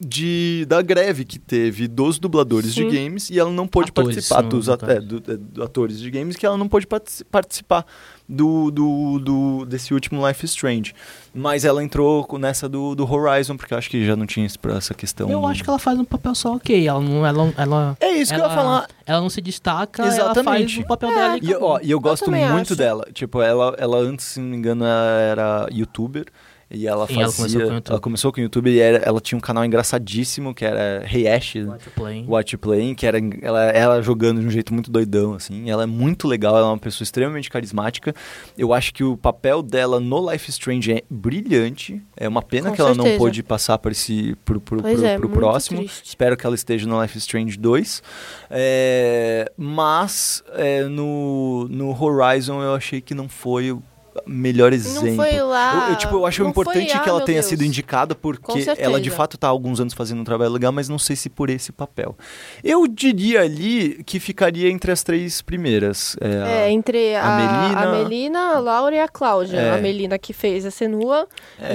Speaker 1: de, da greve que teve dos dubladores
Speaker 2: Sim.
Speaker 1: de games e ela não pôde
Speaker 3: Atores,
Speaker 1: participar,
Speaker 3: no
Speaker 1: dos at-
Speaker 3: caso.
Speaker 1: é, do- é, do- atores de games, que ela não pôde parti- participar do, do, do- desse último Life is Strange. Mas ela entrou com- nessa do, do Horizon, porque eu acho que já não tinha esse- pra essa questão.
Speaker 3: Eu acho que ela faz um papel só ok. Ela não. Ela, ela,
Speaker 1: É isso que eu ia falar.
Speaker 3: Ela não se destaca, ela faz
Speaker 1: Exatamente. É.
Speaker 3: o papel dela.
Speaker 1: E, ó, e eu gosto
Speaker 2: também
Speaker 1: muito
Speaker 2: acho.
Speaker 1: dela. Tipo, ela, ela antes, se não me engano, ela era youtuber. E ela
Speaker 3: Sim,
Speaker 1: fazia.
Speaker 3: ela começou com o YouTube.
Speaker 1: ela começou com o YouTube e era- ela tinha um canal engraçadíssimo que era React,
Speaker 3: Play.
Speaker 1: Watch Playing, que era ela, ela jogando de um jeito muito doidão, assim. Ela é muito legal, ela é uma pessoa extremamente carismática. Eu acho que o papel dela no Life is Strange é brilhante. É uma pena
Speaker 2: Com
Speaker 1: que ela não
Speaker 2: certeza.
Speaker 1: pôde passar por esse, pro, pro,
Speaker 2: Pois
Speaker 1: pro,
Speaker 2: é,
Speaker 1: pro
Speaker 2: muito
Speaker 1: próximo.
Speaker 2: triste.
Speaker 1: Espero que ela esteja no Life is Strange 2. É, mas é, no, no Horizon eu achei que não foi o melhor exemplo.
Speaker 2: Não foi lá.
Speaker 1: Eu, eu, tipo, eu acho
Speaker 2: não foi,
Speaker 1: importante
Speaker 2: ah,
Speaker 1: que ela
Speaker 2: meu
Speaker 1: tenha
Speaker 2: Deus.
Speaker 1: sido indicada, porque
Speaker 2: certeza.
Speaker 1: ela de fato está há alguns anos fazendo um trabalho legal, mas não sei se por esse papel. Eu diria ali que ficaria entre as três primeiras. É,
Speaker 2: É, entre a,
Speaker 1: a Melina-
Speaker 2: a Melina, a Laura e a Cláudia.
Speaker 1: É.
Speaker 2: A Melina que fez a Senua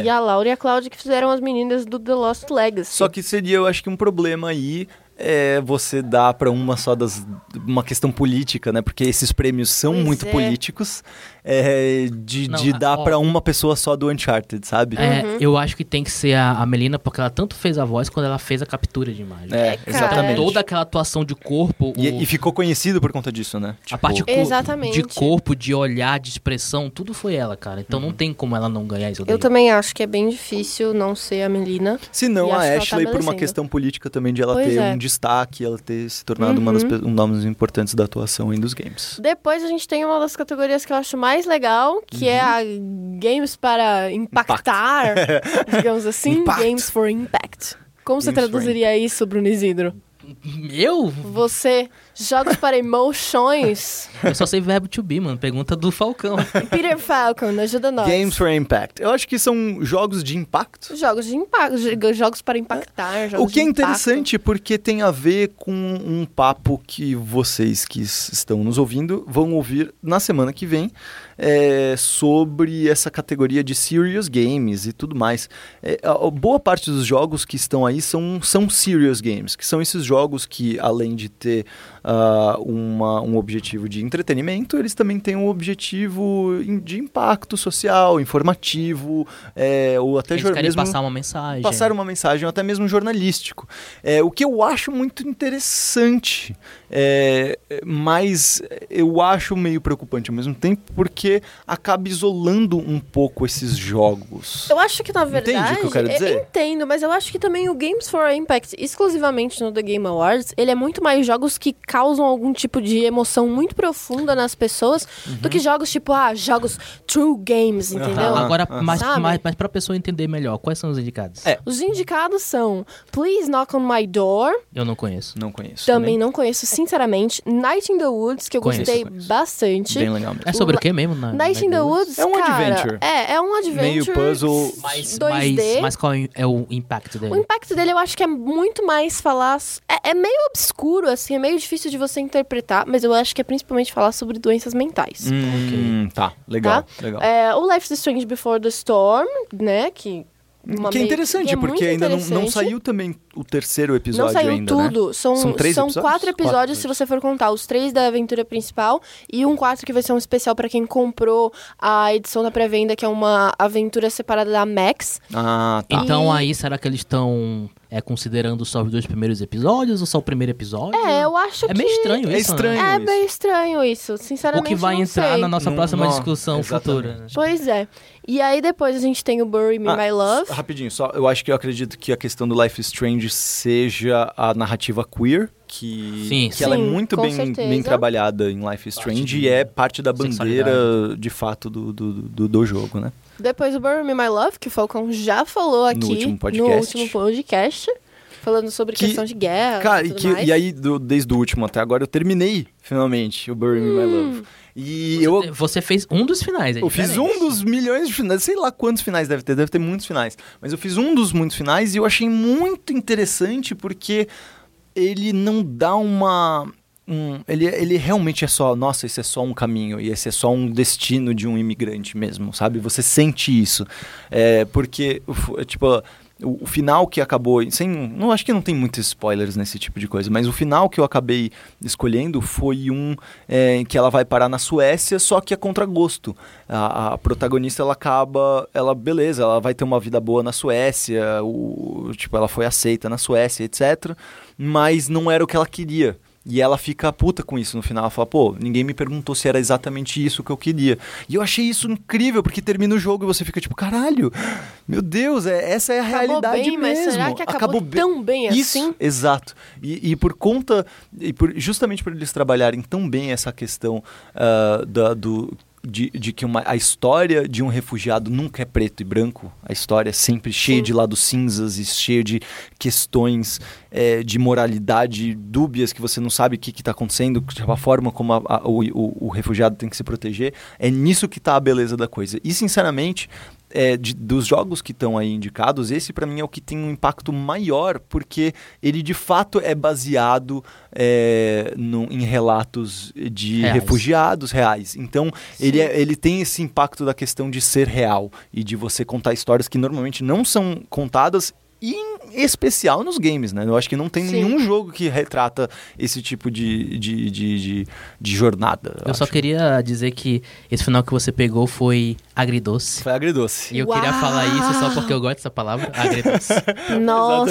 Speaker 2: e a Laura e a Cláudia que fizeram as meninas do The Lost Legacy.
Speaker 1: Só que seria, eu acho que um problema aí é você dar para uma só das uma questão política, né? Porque esses prêmios são
Speaker 2: Pois
Speaker 1: muito
Speaker 2: é.
Speaker 1: políticos, é, de,
Speaker 3: Não,
Speaker 1: de
Speaker 3: a-
Speaker 1: dar
Speaker 3: ó.
Speaker 1: para uma pessoa só do Uncharted, sabe? Uhum.
Speaker 3: É, Eu acho que tem que ser a, a Melina, porque ela tanto fez a voz quando ela fez a captura de imagem.
Speaker 1: É,
Speaker 2: cara.
Speaker 1: exatamente.
Speaker 3: Toda aquela atuação de corpo.
Speaker 1: E, é
Speaker 3: o-
Speaker 1: e ficou conhecido por conta disso, né?
Speaker 3: a parte co-
Speaker 2: Exatamente.
Speaker 3: de corpo, de olhar, de expressão, tudo foi ela, cara. Então
Speaker 1: Uhum.
Speaker 3: não tem como ela não ganhar isso daí.
Speaker 2: Eu também acho que é bem difícil não ser a Melina.
Speaker 1: Se
Speaker 2: E
Speaker 1: não,
Speaker 2: acho que
Speaker 1: a
Speaker 2: ela tá
Speaker 1: Ashley, por uma
Speaker 2: merecendo.
Speaker 1: questão política também de ela
Speaker 2: Pois
Speaker 1: ter
Speaker 2: é. Uhum.
Speaker 1: um destaque, ela ter se tornado uma das pe- um nomes importantes da atuação aí dos games.
Speaker 2: Depois a gente tem uma das categorias que eu acho mais legal, que é a Games para Impactar, digamos assim.
Speaker 1: Uhum. Impact.
Speaker 2: Games for Impact. Como você
Speaker 1: Games for
Speaker 2: traduziria isso, Bruno Isidro?
Speaker 3: Meu?
Speaker 2: Você, jogos para emoções.
Speaker 3: Eu só sei verbo to be, mano. Pergunta do Falcão.
Speaker 1: Então,
Speaker 2: Peter Falcon, ajuda nós.
Speaker 1: Games for Impact. Eu acho que são jogos de impacto.
Speaker 2: Jogos de impacto, jo- jogos para impactar. Jogos
Speaker 1: O que é
Speaker 2: de impacto.
Speaker 1: interessante porque tem a ver com um papo que vocês que s- estão nos ouvindo vão ouvir na semana que vem é, sobre essa categoria de serious games e tudo mais. É, a- a boa parte dos jogos que estão aí são, são serious games, que são esses jogos que, além de ter ah, uma- um objetivo de entretenimento, eles também têm um objetivo em- de impacto social, informativo, é, ou até
Speaker 3: Eles querem
Speaker 1: mesmo
Speaker 3: passar uma mensagem.
Speaker 1: passar uma mensagem, até mesmo um jornalístico. É, o que eu acho muito interessante, é, mas eu acho meio preocupante ao mesmo tempo, porque acaba isolando um pouco esses jogos.
Speaker 2: Eu acho que, na
Speaker 1: Entende o que eu
Speaker 2: verdade. é,
Speaker 1: quero dizer?
Speaker 2: entendo, mas eu acho que também o Games for Impact, exclusivamente no The Game Awards, ele é muito mais jogos que causam algum tipo de emoção muito profunda nas pessoas do que jogos tipo, ah, jogos true games, entendeu?
Speaker 1: Uhum. Aham.
Speaker 3: Tá. Agora, mas,
Speaker 2: Sabe?
Speaker 3: mas, mas pra pessoa entender melhor, quais são os indicados?
Speaker 1: Ah, É.
Speaker 2: Os indicados são Please Knock on My Door,
Speaker 3: Eu não conheço.
Speaker 1: Não conheço. nem-
Speaker 2: também não conheço sinceramente, Night in the Woods, que eu
Speaker 3: Conheço,
Speaker 2: gostei
Speaker 1: conheço.
Speaker 2: bastante.
Speaker 1: Bem ah, legal mesmo.
Speaker 3: É sobre
Speaker 2: La-
Speaker 3: o que mesmo? Na,
Speaker 2: Night in the Woods,
Speaker 1: É um
Speaker 2: cara,
Speaker 1: adventure.
Speaker 2: É, é um adventure.
Speaker 1: Meio puzzle.
Speaker 3: Mas,
Speaker 2: 2D.
Speaker 3: mas, mas qual é o impacto dele?
Speaker 2: O impacto dele eu acho que é muito mais falar. É, é meio obscuro, assim, é meio difícil de você interpretar, mas eu acho que é principalmente falar sobre doenças mentais.
Speaker 1: Hum, tá, legal, legal.
Speaker 2: É, o Life is Strange Before the Storm, né? Que, uma
Speaker 1: que é
Speaker 2: meio-
Speaker 1: interessante,
Speaker 2: que é muito
Speaker 1: porque ainda não- Não,
Speaker 2: interessante.
Speaker 1: saiu também o terceiro episódio
Speaker 2: Não saiu
Speaker 1: ainda, né?
Speaker 2: tudo. São,
Speaker 1: São três episódios?
Speaker 2: quatro
Speaker 1: Quatro
Speaker 2: episódios, se você for contar. Os três da aventura principal e um quatro que vai ser um especial pra quem comprou a edição da pré-venda, que é uma aventura separada da Max.
Speaker 1: Ah, tá.
Speaker 3: Então
Speaker 2: E-
Speaker 3: aí, será que eles estão é, considerando só os dois primeiros episódios ou só o primeiro episódio?
Speaker 2: É, eu acho
Speaker 3: É
Speaker 2: que.
Speaker 3: meio
Speaker 1: É
Speaker 3: estranho isso, né?
Speaker 1: estranho
Speaker 2: É
Speaker 1: isso.
Speaker 2: bem estranho isso,
Speaker 3: O
Speaker 2: sinceramente.
Speaker 3: que vai
Speaker 2: não
Speaker 3: entrar
Speaker 2: sei.
Speaker 3: na nossa
Speaker 1: Não-
Speaker 3: próxima
Speaker 1: não,
Speaker 3: discussão
Speaker 1: exatamente.
Speaker 3: futura. né?
Speaker 2: Pois é. E aí depois a gente tem o Bury Me
Speaker 1: Ah,
Speaker 2: My Love.
Speaker 1: s- Rapidinho, só eu acho que eu acredito que a questão do Life is Strange seja a narrativa queer, que,
Speaker 3: Sim,
Speaker 1: que ela é
Speaker 2: Sim,
Speaker 1: muito
Speaker 2: com
Speaker 1: bem,
Speaker 2: certeza.
Speaker 1: bem trabalhada em Life is Strange e é parte da bandeira
Speaker 3: sexualidade.
Speaker 1: de fato do, do, do, do jogo, né?
Speaker 2: Depois o Bury Me My Love, que o Falcão já falou aqui
Speaker 1: último podcast.
Speaker 2: no último podcast, falando sobre
Speaker 1: Que-
Speaker 2: questão de guerra.
Speaker 1: Cara,
Speaker 2: e,
Speaker 1: e,
Speaker 2: Ah, tudo
Speaker 1: que-
Speaker 2: mais.
Speaker 1: e aí, é do- desde o último até agora, eu terminei finalmente o Bury Me My
Speaker 2: Hum.
Speaker 1: Love. E eu,
Speaker 3: Você fez um dos finais. é
Speaker 1: Eu fiz
Speaker 3: diferente.
Speaker 1: um dos milhões de finais, sei lá quantos finais deve ter, deve ter muitos finais. Mas eu fiz um dos muitos finais e eu achei muito interessante porque ele não dá uma. um- ele, ele realmente é só, nossa, esse é só um caminho e esse é só um destino de um imigrante mesmo, sabe? Você sente isso. É, porque, uf, é, tipo, o, o final que acabou, sem, não acho que não tem muitos spoilers nesse tipo de coisa, mas o final que eu acabei escolhendo foi um é, que ela vai parar na Suécia, só que a contragosto. A, a protagonista ela acaba, ela beleza, ela vai ter uma vida boa na Suécia, o, tipo ela foi aceita na Suécia, etc. Mas não era o que ela queria. E ela fica puta com isso no final. Ela fala, pô, ninguém me perguntou se era exatamente isso que eu queria. E eu achei isso incrível, porque termina o jogo e você fica tipo, caralho, meu Deus, é, essa é a
Speaker 2: Acabou
Speaker 1: realidade
Speaker 2: bem,
Speaker 1: mesmo.
Speaker 2: mas será que acabou tão bem
Speaker 1: isso,
Speaker 2: assim?
Speaker 1: Exato. E, e por conta, e por, justamente por eles trabalharem tão bem essa questão ah, da, do. De, de que uma, a história de um refugiado nunca é preto e branco, a história é sempre cheia de lados cinzas e cheia de questões é, de moralidade dúbias que você não sabe o que está acontecendo, tipo, a forma como a- a- o, o- o refugiado tem que se proteger. É nisso que está a beleza da coisa. E, sinceramente, é, de- dos jogos que estão aí indicados, esse para mim é o que tem um impacto maior, porque ele de fato é baseado é, no- em relatos de
Speaker 3: Reais.
Speaker 1: refugiados reais. Então, ele, é- ele tem esse impacto da questão de ser real e de você contar histórias que normalmente não são contadas e em especial nos games, né? Eu acho que não tem
Speaker 2: Sim.
Speaker 1: nenhum jogo que retrata esse tipo de, de, de, de, de jornada.
Speaker 3: Eu só
Speaker 1: acho.
Speaker 3: queria dizer que esse final que você pegou foi agridoce.
Speaker 1: Foi agridoce.
Speaker 3: E eu queria
Speaker 2: Uau!
Speaker 3: falar isso só porque eu gosto dessa palavra, agridoce.
Speaker 2: Nossa,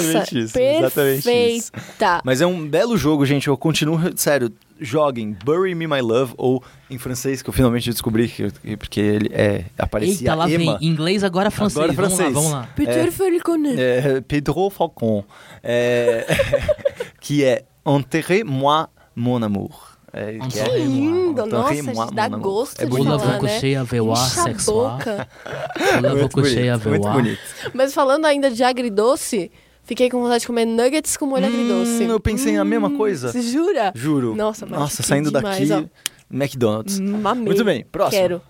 Speaker 1: Exatamente isso, exatamente isso.
Speaker 2: perfeita.
Speaker 1: Mas é um belo jogo, gente. Eu continuo, sério, joguem Bury Me My Love, ou em francês, que eu finalmente descobri, que, porque ele é, aparecia
Speaker 3: Eita, lá
Speaker 1: Emma.
Speaker 3: vem inglês, agora francês.
Speaker 1: Agora
Speaker 3: vamos
Speaker 1: francês.
Speaker 3: lá, vamos lá.
Speaker 2: Peter Falcone. né?
Speaker 1: É, Pedro Falcon. É, que é Enterrez-moi mon amour. É, que é-
Speaker 2: Que lindo, nossa,
Speaker 1: Enterrez-moi, mon
Speaker 2: dá
Speaker 1: amour.
Speaker 2: gosto
Speaker 1: É
Speaker 2: de
Speaker 1: bonito,
Speaker 3: Ou
Speaker 2: falar,
Speaker 3: vou
Speaker 1: né?
Speaker 2: né?
Speaker 3: cocheia, veoar,
Speaker 2: Enche a
Speaker 3: sexual.
Speaker 2: boca.
Speaker 3: Ou vou
Speaker 1: Muito bonito,
Speaker 3: cocheia,
Speaker 1: muito
Speaker 3: veoar.
Speaker 1: bonito.
Speaker 2: Mas falando ainda de agridoce, fiquei com vontade de comer nuggets com molho agridoce.
Speaker 1: Hum, eu pensei na mesma coisa.
Speaker 2: Você jura?
Speaker 1: Juro.
Speaker 2: Nossa, mas que
Speaker 1: saindo
Speaker 2: demais,
Speaker 1: daqui, McDonald's.
Speaker 2: Mamei.
Speaker 1: Muito bem, próximo.
Speaker 2: Quero.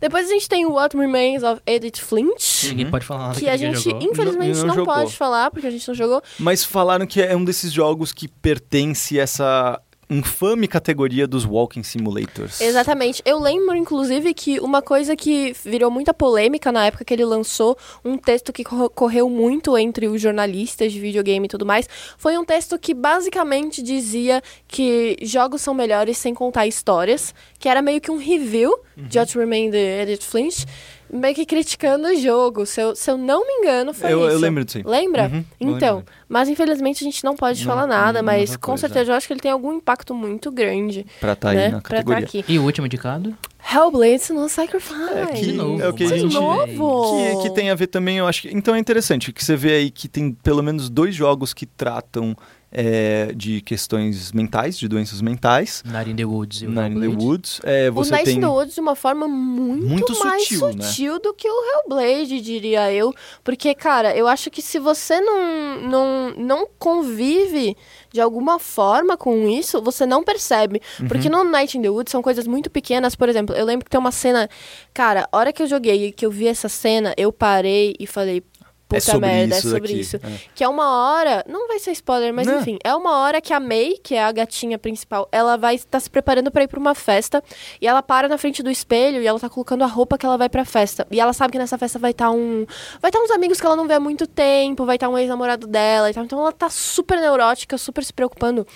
Speaker 2: Depois a gente tem o What Remains of Edith Flint.
Speaker 3: Ninguém pode falar nada
Speaker 2: Que a
Speaker 3: ninguém
Speaker 2: gente,
Speaker 3: jogou.
Speaker 2: infelizmente,
Speaker 1: Hum. Não- não
Speaker 2: não,
Speaker 1: jogou.
Speaker 2: pode falar, porque a gente não jogou.
Speaker 1: Mas falaram que é um desses jogos que pertence a essa infame categoria dos walking simulators.
Speaker 2: Exatamente. Eu lembro, inclusive, que uma coisa que virou muita polêmica na época que ele lançou, um texto que corro- correu muito entre os jornalistas de videogame e tudo mais, foi um texto que basicamente dizia que jogos são melhores sem contar histórias, que era meio que um review
Speaker 1: Uhum.
Speaker 2: de What Remained de Edith Flinch, meio que criticando o jogo. Se eu, se eu não me engano, foi
Speaker 1: Eu- eu
Speaker 2: isso.
Speaker 1: lembro disso aí.
Speaker 2: Lembra?
Speaker 1: Uhum, eu
Speaker 2: então,
Speaker 1: lembro.
Speaker 2: mas infelizmente a gente não pode
Speaker 1: Não-
Speaker 2: falar nada,
Speaker 1: não-
Speaker 2: mas
Speaker 1: não
Speaker 2: com
Speaker 1: coisa.
Speaker 2: certeza eu acho que ele tem algum impacto muito grande,
Speaker 1: Pra estar
Speaker 2: né,
Speaker 1: aí na
Speaker 2: pra estar
Speaker 1: categoria.
Speaker 2: aqui.
Speaker 3: E o último indicado?
Speaker 2: Hellblade no Sacrifice.
Speaker 1: É, que,
Speaker 3: De novo,
Speaker 1: é o que a
Speaker 2: De
Speaker 3: mano.
Speaker 1: gente
Speaker 2: novo.
Speaker 1: Que, que tem a ver também, eu acho que. Então é interessante que você vê aí que tem pelo menos dois jogos que tratam é, de questões mentais, de doenças mentais.
Speaker 3: Night in the Woods. e o
Speaker 1: Nine in the
Speaker 3: Hellblade.
Speaker 1: Woods. É,
Speaker 2: O
Speaker 1: você
Speaker 2: Night
Speaker 1: tem.
Speaker 2: in the Woods de uma forma muito,
Speaker 1: Muito
Speaker 2: mais
Speaker 1: sutil,
Speaker 2: sutil,
Speaker 1: né?
Speaker 2: do que o Hellblade, diria eu. Porque, cara, eu acho que se você não, não, não convive de alguma forma com isso, você não percebe.
Speaker 1: Uhum.
Speaker 2: Porque no Night in the Woods são coisas muito pequenas. Por exemplo, eu lembro que tem uma cena... Cara, a hora que eu joguei e que eu vi essa cena, eu parei e falei... Puta
Speaker 1: é sobre
Speaker 2: merda,
Speaker 1: isso
Speaker 2: é sobre
Speaker 1: daqui.
Speaker 2: isso.
Speaker 1: É.
Speaker 2: Que é uma hora. Não vai ser spoiler, mas
Speaker 1: Não.
Speaker 2: enfim. É uma hora que a May, que é a gatinha principal, ela vai estar se preparando pra ir pra uma festa. E ela para na frente do espelho e ela tá colocando a roupa que ela vai pra festa. E ela sabe que nessa festa vai estar um. Vai estar uns amigos que ela não vê há muito tempo, vai estar um ex-namorado dela e tal. Então ela tá super neurótica, super se preocupando.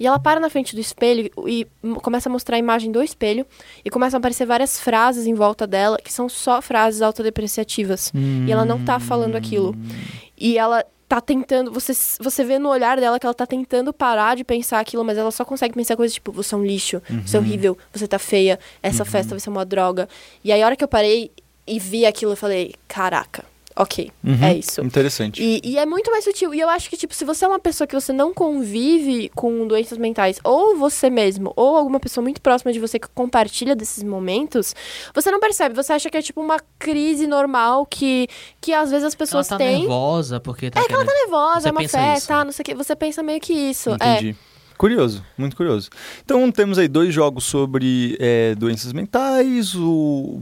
Speaker 2: E ela para na frente do espelho e m- começa a mostrar a imagem do espelho. E começam a aparecer várias frases em volta dela, que são só frases autodepreciativas. E ela não tá falando aquilo. E ela tá tentando. Você, você vê no olhar dela que ela tá tentando parar de pensar aquilo, mas ela só consegue pensar coisas tipo: você é um lixo, você é horrível, você tá feia, essa festa vai ser uma droga. E aí, a hora que eu parei e vi aquilo, eu falei: caraca, ok,
Speaker 1: Uhum,
Speaker 2: é isso.
Speaker 1: Interessante.
Speaker 2: E, e é muito mais sutil. E eu acho que, tipo, se você é uma pessoa que você não convive com doenças mentais, ou você mesmo, ou alguma pessoa muito próxima de você que compartilha desses momentos, você não percebe. Você acha que é, tipo, uma crise normal que, que às vezes as
Speaker 3: Ela
Speaker 2: pessoas
Speaker 3: tá
Speaker 2: têm.
Speaker 3: nervosa porque tá
Speaker 2: É que ela tá nervosa,
Speaker 3: Você
Speaker 2: é uma
Speaker 3: pensa
Speaker 2: festa,
Speaker 3: isso.
Speaker 2: ah, não sei o que. Você pensa meio que isso. É.
Speaker 1: Entendi. Curioso, muito curioso. Então temos aí dois jogos sobre é, doenças mentais, o,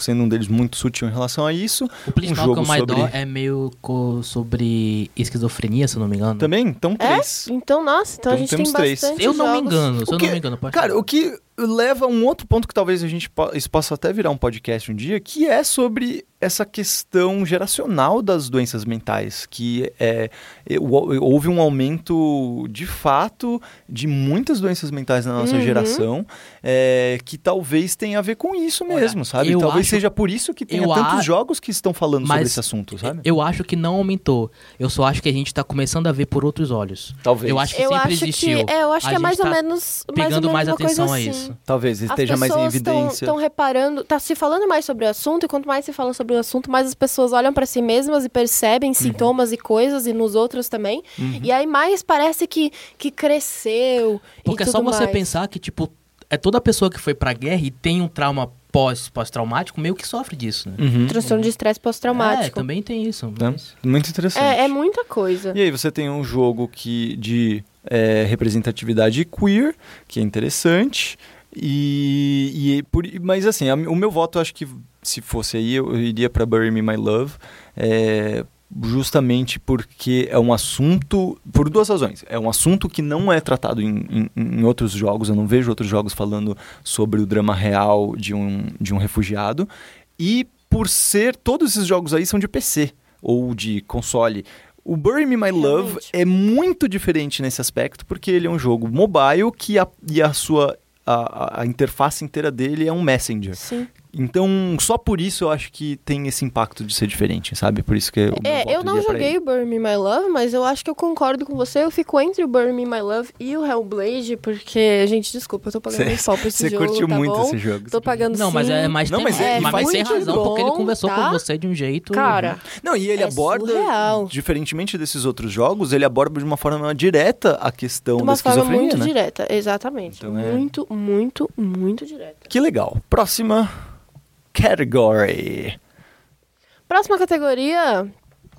Speaker 1: sendo um deles muito sutil em relação a isso.
Speaker 3: O principal
Speaker 1: Um jogo
Speaker 3: que eu mais
Speaker 1: sobre-
Speaker 3: dó é meio co- sobre esquizofrenia, se eu não me engano.
Speaker 1: Também? Então
Speaker 2: É?
Speaker 1: três.
Speaker 2: Então, nossa,
Speaker 1: Então
Speaker 2: então, a gente tem
Speaker 1: temos três.
Speaker 2: bastante
Speaker 3: Eu não me
Speaker 2: jogos.
Speaker 3: engano, se
Speaker 1: O
Speaker 3: eu
Speaker 1: que-
Speaker 3: não me engano. Pode
Speaker 1: Cara, o que leva a um outro ponto que talvez a gente po- isso possa até virar um podcast um dia, que é sobre essa questão geracional das doenças mentais, que é, houve um aumento de fato de muitas doenças mentais na nossa
Speaker 2: Uhum.
Speaker 1: geração, é, que talvez tenha a ver com isso
Speaker 3: Olha,
Speaker 1: mesmo, sabe?
Speaker 3: eu
Speaker 1: Talvez
Speaker 3: acho-
Speaker 1: seja por isso que tenha
Speaker 3: eu
Speaker 1: tantos
Speaker 3: a-
Speaker 1: jogos que estão falando sobre
Speaker 3: Mas
Speaker 1: esse assunto, sabe?
Speaker 3: Eu acho que não aumentou. Eu só acho que a gente tá começando a ver por outros olhos.
Speaker 1: Talvez.
Speaker 3: eu acho que
Speaker 2: eu
Speaker 3: sempre
Speaker 2: acho
Speaker 3: existiu.
Speaker 2: que é, eu acho
Speaker 3: A
Speaker 2: que é
Speaker 3: gente
Speaker 2: mais ou
Speaker 3: tá
Speaker 2: menos mais ou
Speaker 3: Pegando
Speaker 2: menos
Speaker 3: mais
Speaker 2: uma coisa
Speaker 3: atenção a
Speaker 2: assim.
Speaker 3: isso.
Speaker 1: Talvez esteja mais em evidência.
Speaker 2: Estão reparando, tá se falando mais sobre o assunto, e quanto mais se fala sobre o assunto, mais as pessoas olham para si mesmas e percebem sintomas e coisas, e nos outros também.
Speaker 1: Uhum.
Speaker 2: E aí mais parece que, que cresceu. e
Speaker 3: Porque é só
Speaker 2: tudo
Speaker 3: você
Speaker 2: mais.
Speaker 3: pensar que, tipo, é toda pessoa que foi pra guerra e tem um trauma pós- pós-traumático meio que sofre disso, né?
Speaker 1: Uhum.
Speaker 2: Transtorno de estresse
Speaker 3: É,
Speaker 2: pós-traumático.
Speaker 3: também tem isso.
Speaker 1: Né?
Speaker 3: mas-
Speaker 1: Muito interessante.
Speaker 2: É, é muita coisa.
Speaker 1: E aí você tem um jogo que de é, representatividade queer, que é interessante. E, e por, mas assim, a- o meu voto acho que se fosse aí eu, eu iria para Bury Me My Love, é, justamente porque é um assunto por duas razões. É um assunto que não é tratado em, em- em outros jogos. Eu não vejo outros jogos falando sobre o drama real de um de um refugiado. E por ser todos esses jogos aí são de PC ou de console. O Bury Me My Love
Speaker 2: Realmente.
Speaker 1: é muito diferente nesse aspecto, porque ele é um jogo mobile que a, e a sua a, a- a interface inteira dele é um messenger.
Speaker 2: Sim.
Speaker 1: Então, só por isso eu acho que tem esse impacto de ser diferente, sabe? Por isso que eu
Speaker 2: É, eu não joguei o Burn Me My Love, mas eu acho que eu concordo com você. Eu fico entre o Burn Me My Love e o Hellblade, porque, gente, desculpa, eu tô pagando
Speaker 1: Cê-
Speaker 2: um pau pra esse
Speaker 1: Você
Speaker 2: jogo,
Speaker 1: curtiu
Speaker 2: tá
Speaker 1: muito
Speaker 2: bom?
Speaker 1: esse jogo.
Speaker 2: Tô pagando
Speaker 3: Não, mas
Speaker 2: sim.
Speaker 3: é mais
Speaker 1: Não,
Speaker 3: tem-
Speaker 1: mas
Speaker 3: é,
Speaker 1: é-
Speaker 3: mas
Speaker 1: foi
Speaker 3: sem
Speaker 1: muito
Speaker 3: razão, porque ele
Speaker 2: bom,
Speaker 3: conversou
Speaker 2: tá?
Speaker 3: com você de um jeito.
Speaker 2: Cara,
Speaker 1: Não, e ele
Speaker 2: É
Speaker 1: aborda,
Speaker 2: surreal.
Speaker 1: diferentemente desses outros jogos, ele aborda de uma forma direta a questão
Speaker 2: de
Speaker 1: da
Speaker 2: uma forma
Speaker 1: esquizofrenia,
Speaker 2: muito
Speaker 1: né?
Speaker 2: direta, exatamente.
Speaker 1: Então é-
Speaker 2: muito, muito, muito direta.
Speaker 1: Que legal. Próxima category.
Speaker 2: Próxima categoria.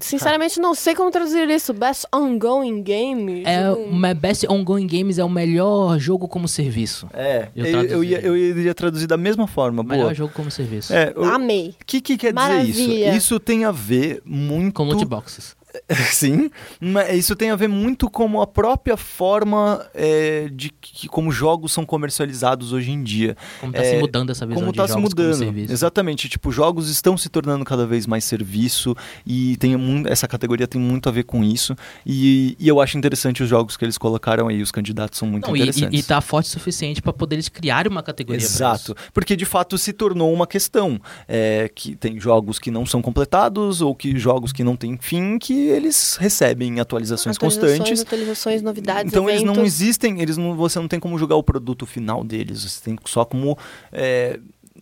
Speaker 2: Sinceramente, não sei como traduzir isso. Best Ongoing Game.
Speaker 3: É,
Speaker 2: Hum.
Speaker 3: o Best Ongoing Games é o melhor jogo como serviço.
Speaker 1: É, eu,
Speaker 3: Eu
Speaker 1: eu,
Speaker 3: traduzi.
Speaker 1: ia, eu iria traduzir da mesma forma,
Speaker 3: Melhor
Speaker 1: boa.
Speaker 3: jogo como serviço.
Speaker 1: É, o
Speaker 2: Amei.
Speaker 1: que, que quer dizer
Speaker 2: Ah, Maravilha.
Speaker 1: isso? Isso tem a ver muito...
Speaker 3: Com loot boxes.
Speaker 1: Sim, mas isso tem a ver muito com a própria forma é, de que, como jogos são comercializados hoje em dia.
Speaker 3: Como tá
Speaker 1: É,
Speaker 3: se mudando essa visão
Speaker 1: como
Speaker 3: de
Speaker 1: está se
Speaker 3: jogos como
Speaker 1: mudando.
Speaker 3: serviço.
Speaker 1: Exatamente, tipo, jogos estão se tornando cada vez mais serviço e tem mu- essa categoria tem muito a ver com isso. E, e eu acho interessante os jogos que eles colocaram aí, os candidatos são muito
Speaker 3: Não, e,
Speaker 1: interessantes.
Speaker 3: e, e tá forte o suficiente pra poder eles criarem uma categoria. pra
Speaker 1: Exato, porque de fato se tornou uma questão é, que tem jogos que não são completados ou que jogos que não têm fim que eles recebem atualizações constantes
Speaker 2: atualizações, novidades,
Speaker 1: então eles não
Speaker 2: eventos.
Speaker 1: existem, eles não, você não tem como julgar o produto final deles, você tem só como é,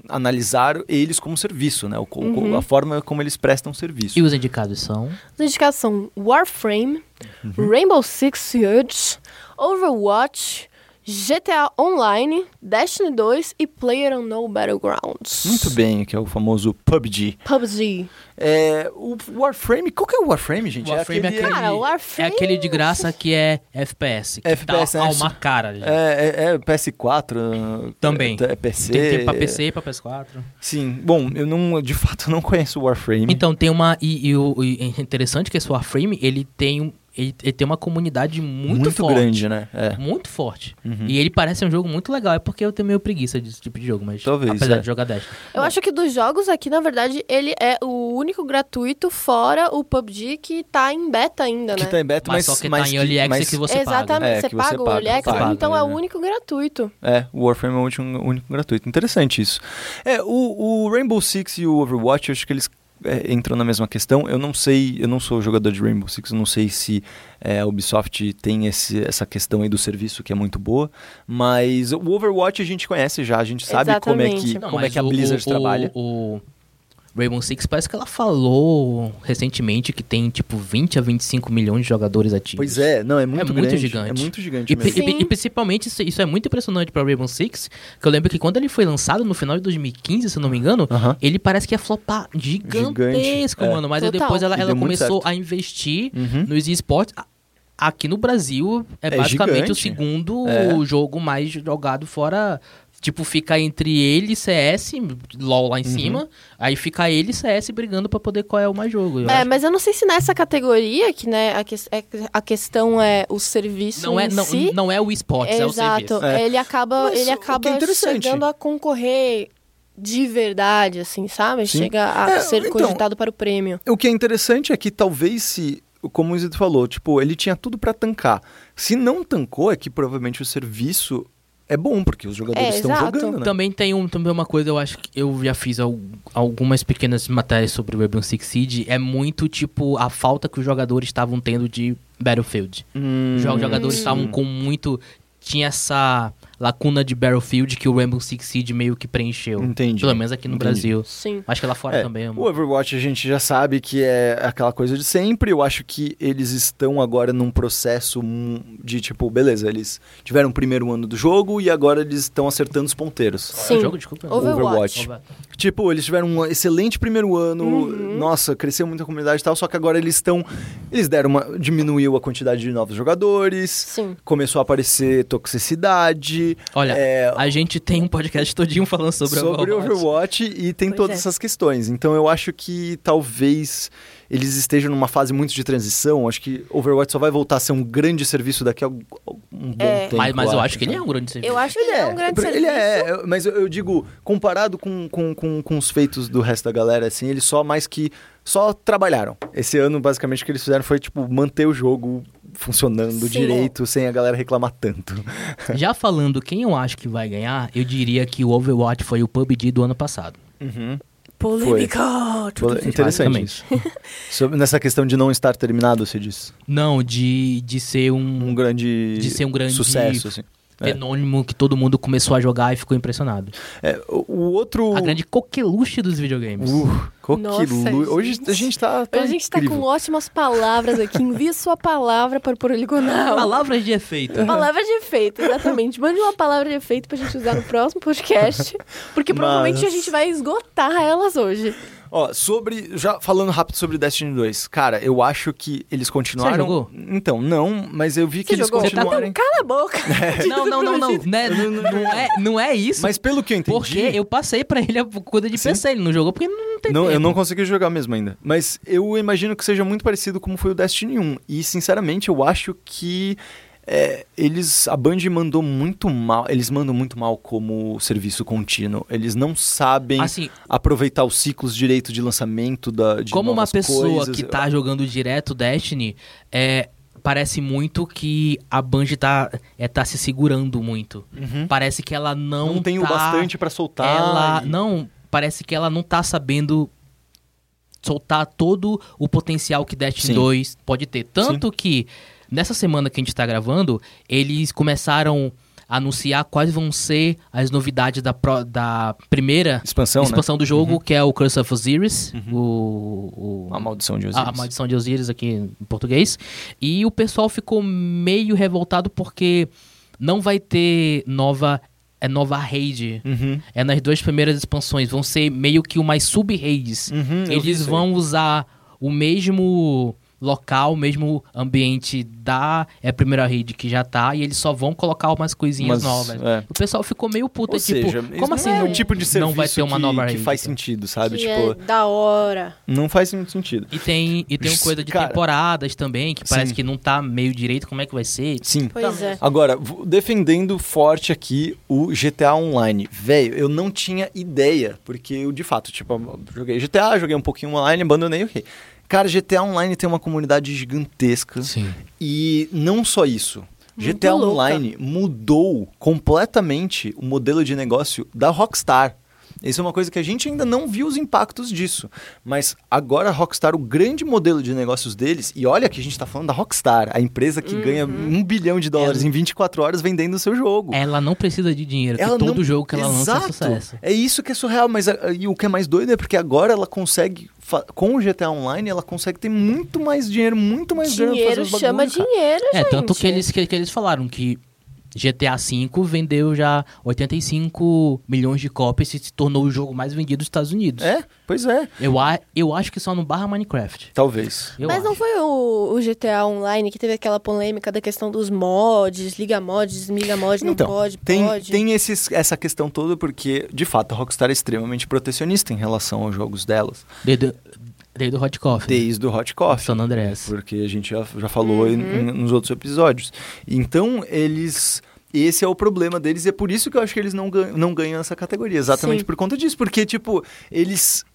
Speaker 1: analisar eles como serviço, né? O co-
Speaker 2: Uhum.
Speaker 1: A forma como eles prestam serviço.
Speaker 3: isso. E os indicados são.
Speaker 2: Dedicação Warframe,
Speaker 1: Uhum.
Speaker 2: Rainbow Six Siege, Overwatch, GTA Online, Destiny 2 e PlayerUnknown Battlegrounds.
Speaker 1: Muito bem, que é o famoso PUBG.
Speaker 2: PUBG.
Speaker 1: É, o Warframe, qual que é o Warframe, gente?
Speaker 3: Warframe
Speaker 1: é
Speaker 3: é
Speaker 1: aquele...
Speaker 3: aquele-
Speaker 2: Cara,
Speaker 3: É
Speaker 2: Warframe...
Speaker 3: aquele de graça que é FPS. Que
Speaker 1: FPS,
Speaker 3: tá
Speaker 1: né?
Speaker 3: a uma cara. gente.
Speaker 1: É, é- é PS4
Speaker 3: Também.
Speaker 1: é, é PC.
Speaker 3: Tem, tem pra PC, pra PS4.
Speaker 1: Sim, bom, eu não, de fato não conheço o Warframe.
Speaker 3: Então tem uma. E, e o e é interessante que esse Warframe, ele tem, um- ele, ele tem uma comunidade muito, forte.
Speaker 1: grande, né? É.
Speaker 3: Muito forte.
Speaker 1: Uhum.
Speaker 3: E ele parece um jogo muito legal. É porque eu tenho meio preguiça desse tipo de jogo, mas.
Speaker 1: Talvez,
Speaker 3: Apesar
Speaker 1: é.
Speaker 3: de jogar 10.
Speaker 2: Eu acho que dos jogos aqui, na verdade, ele é o único gratuito, fora o PUBG, que tá em beta ainda, né?
Speaker 1: Que tá em beta,
Speaker 3: Mas
Speaker 1: mas...
Speaker 3: só que
Speaker 1: mas
Speaker 3: tá em early access
Speaker 1: mas-
Speaker 3: que você paga.
Speaker 2: Exatamente,
Speaker 1: É,
Speaker 2: você,
Speaker 1: que você
Speaker 2: paga o
Speaker 1: paga,
Speaker 2: Early Access,
Speaker 3: paga,
Speaker 2: então é o
Speaker 1: né?
Speaker 2: único gratuito.
Speaker 1: É, o Warframe é o último- o único gratuito. Interessante isso. É, o, o Rainbow Six e o Overwatch, eu acho que eles é, entram na mesma questão. Eu não sei, eu não sou jogador de Rainbow Six, eu não sei se é, a Ubisoft tem esse, essa questão aí do serviço que é muito boa, mas o Overwatch a gente conhece já, a gente sabe como é que,
Speaker 2: Exatamente.
Speaker 1: como é
Speaker 3: mas
Speaker 1: que a
Speaker 3: o-
Speaker 1: Blizzard
Speaker 3: o-
Speaker 1: trabalha.
Speaker 3: O, o Rainbow Six parece que ela falou recentemente que tem tipo 20 a 25 milhões de jogadores ativos.
Speaker 1: Pois é, não, é muito
Speaker 3: muito
Speaker 1: grande.
Speaker 3: gigante.
Speaker 1: É muito gigante
Speaker 3: E, pri-
Speaker 1: mesmo.
Speaker 3: e pri-
Speaker 2: Sim.
Speaker 3: e principalmente, isso, isso é muito impressionante pra Rainbow Six, que eu lembro que quando ele foi lançado no final de 2015, se eu não me engano,
Speaker 1: Aham.
Speaker 3: ele parece que ia flopar gigantesco,
Speaker 1: é.
Speaker 3: mano. Mas aí
Speaker 2: Total.
Speaker 3: depois ela,
Speaker 1: E
Speaker 3: ela
Speaker 1: deu muito
Speaker 3: começou
Speaker 1: certo.
Speaker 3: a investir
Speaker 1: Uhum.
Speaker 3: nos esportes. A- Aqui no Brasil, é,
Speaker 1: É
Speaker 3: basicamente o
Speaker 1: gigante.
Speaker 3: segundo
Speaker 1: É.
Speaker 3: jogo mais jogado fora... Tipo, fica entre ele e CS, LOL
Speaker 1: Uhum.
Speaker 3: lá em cima, aí fica ele e CS brigando pra poder qual é o mais jogo. eu
Speaker 2: É,
Speaker 3: acho.
Speaker 2: mas eu não sei se nessa categoria, que né, a, que- é- a questão é o serviço
Speaker 3: não, é,
Speaker 2: em
Speaker 3: não,
Speaker 2: si.
Speaker 3: não é o esportes, é o serviço.
Speaker 2: Exato.
Speaker 1: É.
Speaker 2: Ele acaba,
Speaker 1: Mas o
Speaker 2: ele
Speaker 1: que é
Speaker 2: acaba
Speaker 1: interessante-
Speaker 2: chegando a concorrer de verdade, assim, sabe?
Speaker 1: Sim.
Speaker 2: Chega a
Speaker 1: É,
Speaker 2: ser
Speaker 1: então-
Speaker 2: cogitado para o prêmio.
Speaker 1: O que é interessante é que talvez se, como o Zito falou, tipo, ele tinha tudo pra tancar. Se não tancou, é que provavelmente o serviço é bom, porque os jogadores
Speaker 2: É,
Speaker 1: estão
Speaker 2: exato.
Speaker 1: jogando, né?
Speaker 3: Também tem um, também uma coisa, eu acho que eu já fiz al- algumas pequenas matérias sobre o Rainbow Six Siege, é muito tipo a falta que os jogadores estavam tendo de Battlefield.
Speaker 1: Hum,
Speaker 3: Os jo- jogadores
Speaker 1: sim.
Speaker 3: estavam com muito tinha essa lacuna de Battlefield que o Rainbow Six Siege meio que preencheu.
Speaker 1: Entendi.
Speaker 3: Pelo menos aqui no
Speaker 1: Entendi.
Speaker 3: Brasil.
Speaker 2: Sim.
Speaker 3: Acho que lá fora
Speaker 1: É,
Speaker 3: também. é uma-
Speaker 1: O Overwatch a gente já sabe que é aquela coisa de sempre. Eu acho que eles estão agora num processo hum, de tipo, beleza, eles tiveram o primeiro ano do jogo e agora eles estão acertando os ponteiros.
Speaker 3: É um
Speaker 2: Sim.
Speaker 3: jogo, desculpa.
Speaker 2: Over- Overwatch.
Speaker 3: Over-
Speaker 1: Tipo, eles tiveram um excelente primeiro ano,
Speaker 2: Uhum.
Speaker 1: nossa, cresceu muito a comunidade e tal, só que agora eles estão. Eles deram uma. diminuiu a quantidade de novos jogadores,
Speaker 2: Sim.
Speaker 1: começou a aparecer toxicidade.
Speaker 3: Olha,
Speaker 1: é,
Speaker 3: a gente tem um podcast todinho falando sobre,
Speaker 1: sobre
Speaker 3: Overwatch.
Speaker 1: Overwatch e tem
Speaker 2: Pois
Speaker 1: todas
Speaker 2: é.
Speaker 1: essas questões. Então eu acho que talvez eles estejam numa fase muito de transição. Acho que Overwatch só vai voltar a ser um grande serviço daqui a um um bom
Speaker 2: É.
Speaker 1: tempo. né?
Speaker 3: Mas, mas eu acho que ele é um grande serviço.
Speaker 2: Eu acho que ele é, um grande
Speaker 1: ele
Speaker 2: serviço.
Speaker 1: é, eu- mas eu, eu digo, comparado com, com, com, com os feitos do resto da galera, assim, eles só mais que só trabalharam. Esse ano, basicamente, o que eles fizeram foi, tipo, manter o jogo funcionando
Speaker 2: Sim.
Speaker 1: direito, sem a galera reclamar tanto.
Speaker 3: Já falando quem eu acho que vai ganhar, eu diria que o Overwatch foi o PUBG do ano passado.
Speaker 2: Polêmica.
Speaker 1: Interessante
Speaker 3: Uhum. Basicamente.
Speaker 1: isso. Sobre- nessa questão de não estar terminado, você diz?
Speaker 3: Não, de, de ser um,
Speaker 1: um grande,
Speaker 3: De ser um grande-
Speaker 1: sucesso. Assim. é.
Speaker 3: fenômeno que todo mundo começou a jogar e ficou impressionado.
Speaker 1: É, o, o outro.
Speaker 3: A grande coqueluche dos videogames.
Speaker 1: Uh, coquilu-
Speaker 2: Nossa,
Speaker 1: Hoje
Speaker 2: gente.
Speaker 1: a gente tá. tá
Speaker 2: Hoje a gente tá com
Speaker 1: incrível.
Speaker 2: ótimas palavras aqui. Envie sua palavra para o Poligonal.
Speaker 3: Palavras de efeito.
Speaker 2: Palavra de efeito, exatamente. Mande uma palavra de efeito pra gente usar no próximo podcast, porque provavelmente
Speaker 1: Mas-
Speaker 2: a gente vai esgotar elas hoje.
Speaker 1: Ó, sobre. Já falando rápido sobre Destiny 2. Cara, eu acho que eles continuaram.
Speaker 3: jogou?
Speaker 1: Então, não, mas eu vi que
Speaker 2: Você
Speaker 1: eles
Speaker 2: jogou?
Speaker 1: continuaram.
Speaker 2: Então, cala a boca.
Speaker 3: Não, não, não, não. Não é, não é, não é isso.
Speaker 1: Mas pelo que eu entendi.
Speaker 3: porque eu passei pra ele a coisa de
Speaker 1: Sim.
Speaker 3: PC. Ele não jogou porque não tem
Speaker 1: Não,
Speaker 3: tempo.
Speaker 1: eu não consegui jogar mesmo ainda. Mas eu imagino que seja muito parecido como foi o Destiny 1. E, sinceramente, eu acho que é, eles. A Band mandou muito mal. Eles mandam muito mal como serviço contínuo. Eles não sabem
Speaker 3: Assim,
Speaker 1: aproveitar os ciclos direito de lançamento da, de
Speaker 3: como uma
Speaker 1: novas
Speaker 3: pessoa
Speaker 1: coisas.
Speaker 3: que tá jogando direto Destiny, é, parece muito que a Bungie tá, é, tá se segurando muito.
Speaker 1: Uhum.
Speaker 3: Parece que ela não,
Speaker 1: Não, tem o
Speaker 3: tá-
Speaker 1: bastante pra soltar.
Speaker 3: ela
Speaker 1: e-
Speaker 3: não parece que ela não tá sabendo soltar todo o potencial que Destiny
Speaker 1: Sim.
Speaker 3: 2 pode ter, tanto que nessa semana que a gente tá gravando, eles começaram a anunciar quais vão ser as novidades da, pro- da primeira
Speaker 1: Expansão,
Speaker 3: expansão do jogo,
Speaker 1: Uhum.
Speaker 3: que é o Curse of Osiris, o,
Speaker 1: né?
Speaker 3: o-
Speaker 1: A maldição de Osiris.
Speaker 3: Ah, a, a Maldição de Osiris aqui em português. E o pessoal ficou meio revoltado porque não vai ter nova, é nova raid
Speaker 1: Uhum.
Speaker 3: é nas duas primeiras expansões. Vão ser meio que umas sub-raids.
Speaker 1: Uhum, eu vi
Speaker 3: Eles
Speaker 1: isso aí.
Speaker 3: vão usar o mesmo local, o mesmo ambiente da é, primeira raid que já tá, e eles só vão colocar umas
Speaker 1: Mas,
Speaker 3: coisinhas novas.
Speaker 1: é.
Speaker 3: O pessoal ficou meio puto,
Speaker 1: Ou
Speaker 3: tipo,
Speaker 1: seja, isso
Speaker 3: como assim
Speaker 1: não é
Speaker 3: não,
Speaker 1: um tipo de serviço
Speaker 3: não vai ter uma
Speaker 1: que,
Speaker 3: nova
Speaker 1: que
Speaker 3: raid?
Speaker 1: faz sentido, sabe?
Speaker 2: Que
Speaker 1: tipo,
Speaker 2: é da hora.
Speaker 1: não faz muito sentido.
Speaker 3: E tem, e tem uma coisa de
Speaker 1: Cara.
Speaker 3: temporadas também, que parece
Speaker 1: Sim.
Speaker 3: que não tá meio direito como é que vai ser.
Speaker 1: Sim.
Speaker 2: Pois é.
Speaker 1: Agora, v- defendendo forte aqui o GTA Online. Velho, eu não tinha ideia, porque eu de fato, tipo, eu joguei GTA, joguei um pouquinho online, abandonei, ok. Cara, GTA Online tem uma comunidade gigantesca.
Speaker 3: Sim.
Speaker 1: E não só isso.
Speaker 2: Muito
Speaker 1: GTA
Speaker 2: louca.
Speaker 1: Online mudou completamente o modelo de negócio da Rockstar. Isso é uma coisa que a gente ainda não viu os impactos disso. Mas agora a Rockstar, o grande modelo de negócios deles, e olha que a gente está falando da Rockstar, a empresa que ganha
Speaker 2: Uhum.
Speaker 1: um bilhão de dólares em 24 horas vendendo o seu jogo.
Speaker 3: Ela não precisa de dinheiro,
Speaker 1: Ela
Speaker 3: É. porque todo
Speaker 1: não-
Speaker 3: jogo que ela lança é
Speaker 1: Exato.
Speaker 3: sucesso.
Speaker 1: É isso que é surreal, mas ah, e o que é mais doido é porque agora ela consegue, fa- com o GTA Online, ela consegue ter muito mais dinheiro, muito mais grana pra
Speaker 2: Dinheiro
Speaker 1: fazer os
Speaker 2: chama
Speaker 1: bagulho, cara.
Speaker 2: dinheiro,
Speaker 3: É, tanto
Speaker 2: gente.
Speaker 3: que eles, que, que eles falaram que GTA V vendeu já 85 milhões de cópias e se tornou o jogo mais vendido dos Estados Unidos.
Speaker 1: É, pois é.
Speaker 3: Eu, a- eu acho que só no barra Minecraft.
Speaker 1: Talvez.
Speaker 3: Eu
Speaker 2: Mas
Speaker 3: acho.
Speaker 2: não foi o, o GTA Online que teve aquela polêmica da questão dos mods, liga mod, desliga mod, não
Speaker 1: Então,
Speaker 2: pode,
Speaker 1: Tem,
Speaker 2: pode.
Speaker 1: tem esses- essa questão toda porque, de fato, a Rockstar é extremamente protecionista em relação aos jogos delas,
Speaker 3: Desde, desde o Hot Coffee.
Speaker 1: desde o Hot Coffee.
Speaker 3: San Andreas. Uhum.
Speaker 1: Porque a gente já, já falou em- em- nos outros episódios. Então, eles Esse é o problema deles e é por isso que eu acho que eles não ganham, não ganham essa categoria, exatamente
Speaker 2: Sim.
Speaker 1: por conta disso. Porque, tipo, eles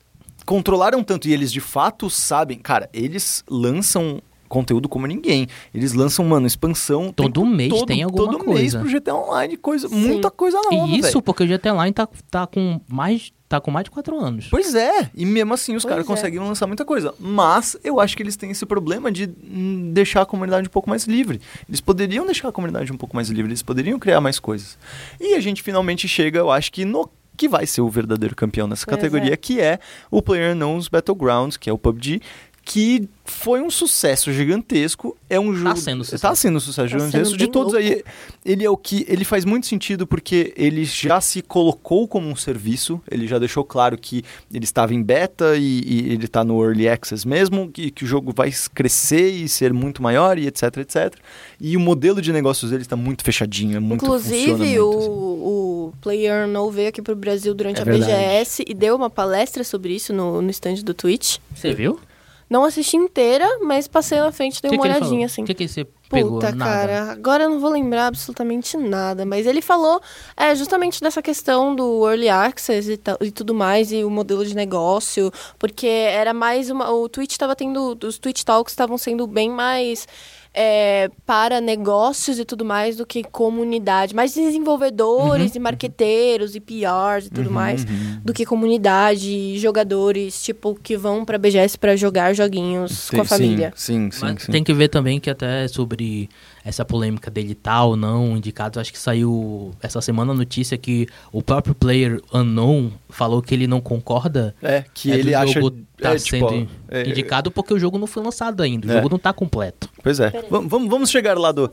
Speaker 1: controlaram tanto e eles de fato sabem. Cara, eles lançam conteúdo como ninguém. Eles lançam, mano, expansão.
Speaker 3: Todo mês
Speaker 1: todo,
Speaker 3: tem alguma
Speaker 1: todo mês
Speaker 3: coisa.
Speaker 1: pro GTA Online, coisa,
Speaker 2: Sim.
Speaker 1: muita coisa nova,
Speaker 3: E isso
Speaker 1: velho.
Speaker 3: porque o GTA Online tá, tá, com mais, tá com mais de 4 anos.
Speaker 1: Pois é, e mesmo assim os
Speaker 2: Pois
Speaker 1: caras
Speaker 2: é.
Speaker 1: conseguem lançar muita coisa. Mas eu acho que eles têm esse problema de hum, deixar a comunidade um pouco mais livre. Eles poderiam deixar a comunidade um pouco mais livre, eles poderiam criar mais coisas. E a gente finalmente chega, eu acho que no que vai ser o verdadeiro campeão nessa
Speaker 2: Pois
Speaker 1: categoria,
Speaker 2: é.
Speaker 1: que é o PlayerUnknown's Battlegrounds, que é o PUBG, que foi um sucesso gigantesco. É um jogo
Speaker 3: sendo
Speaker 1: tá
Speaker 3: um sucesso.
Speaker 1: sendo um sucesso
Speaker 2: Tá
Speaker 1: gigantesco.
Speaker 2: sendo
Speaker 1: de
Speaker 2: bem
Speaker 1: todos
Speaker 2: louco.
Speaker 1: aí, ele é o que ele faz muito sentido porque ele já se colocou como um serviço, ele já deixou claro que ele estava em beta e, e ele está no early access mesmo, que, que o jogo vai crescer e ser muito maior e etc, etc. E o modelo de negócios dele está muito fechadinho, é muito funciona
Speaker 2: Inclusive,
Speaker 1: muito, assim.
Speaker 2: o, o Player No veio aqui pro Brasil durante
Speaker 1: É
Speaker 2: a
Speaker 1: verdade.
Speaker 2: BGS e deu uma palestra sobre isso no, no stand do Twitch.
Speaker 3: Você viu?
Speaker 2: Não assisti inteira, mas passei na frente e dei
Speaker 3: Que
Speaker 2: uma
Speaker 3: que ele falou?
Speaker 2: olhadinha, assim.
Speaker 3: O que, que você pegou?
Speaker 2: Puta,
Speaker 3: Nada.
Speaker 2: cara, agora eu não vou lembrar absolutamente nada, mas ele falou é, justamente dessa questão do early access e, tal- e tudo mais, e o modelo de negócio, porque era mais uma. O Twitch tava tendo. Os Twitch Talks estavam sendo bem mais. é, para negócios e tudo mais do que comunidade, mais desenvolvedores e marqueteiros e PRs e
Speaker 1: Uhum,
Speaker 2: tudo mais do que comunidade e jogadores, tipo, que vão pra BGS pra jogar joguinhos com a
Speaker 1: Sim,
Speaker 2: família.
Speaker 1: Sim, sim, sim.
Speaker 3: Mas
Speaker 1: sim.
Speaker 3: tem que ver também que até sobre essa polêmica dele tal ou não indicado, acho que saiu essa semana a notícia que o próprio player Unknown falou que ele não concorda
Speaker 1: É, que
Speaker 3: é, do
Speaker 1: ele acha
Speaker 3: jogo tá
Speaker 1: é, tipo,
Speaker 3: sendo
Speaker 1: é,
Speaker 3: indicado porque o jogo não foi lançado ainda, o
Speaker 1: É.
Speaker 3: jogo não tá completo.
Speaker 1: Pois é. Vam- vam- vamos chegar lá do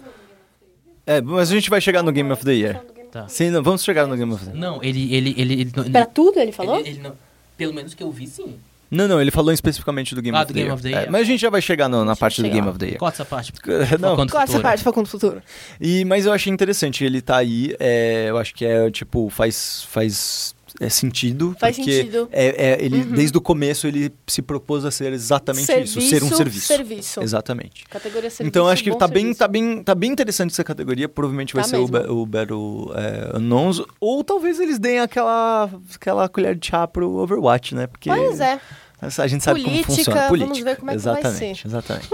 Speaker 1: É, mas a gente vai chegar no Game of the Year.
Speaker 3: Tá.
Speaker 1: Sim, não, vamos chegar no Game of the Year.
Speaker 3: Não, ele ele ele, ele, não-
Speaker 2: Pra tudo, ele falou?
Speaker 3: ele- ele não- pelo menos que eu vi sim.
Speaker 1: Não, não, ele falou especificamente do Game,
Speaker 3: Ah,
Speaker 1: of, the
Speaker 3: do Game
Speaker 1: Year.
Speaker 3: of the
Speaker 1: É,
Speaker 3: Year.
Speaker 1: mas a gente já vai chegar no- na parte do
Speaker 2: chegar
Speaker 1: Game
Speaker 2: lá.
Speaker 1: of the Year.
Speaker 3: Corta essa parte.
Speaker 1: É. Não.
Speaker 3: focando no
Speaker 2: Qual essa é
Speaker 3: futuro.
Speaker 2: parte, Facundo Futuro?
Speaker 1: E, mas eu achei interessante, ele tá aí, é, eu acho que é, tipo, faz... faz é sentido.
Speaker 2: Faz
Speaker 1: porque
Speaker 2: sentido. Uhum.
Speaker 1: É, é, ele, Desde o começo ele se propôs a ser exatamente isso, ser um serviço.
Speaker 2: Serviço.
Speaker 1: Exatamente.
Speaker 2: Categoria serviço. é um
Speaker 1: Então acho que
Speaker 2: bom
Speaker 1: tá bem,
Speaker 2: serviço.
Speaker 1: tá, bem, tá bem interessante essa categoria. Provavelmente vai
Speaker 2: Tá
Speaker 1: ser
Speaker 2: mesmo.
Speaker 1: o, Ba- o Battle é, Unknowns. Ou talvez eles deem aquela, aquela colher de chá pro Overwatch, né? Porque
Speaker 2: Pois é.
Speaker 1: a gente sabe
Speaker 2: Política,
Speaker 1: como funciona.
Speaker 2: vamos
Speaker 1: Política.
Speaker 2: ver como é que vai
Speaker 1: exatamente, exatamente.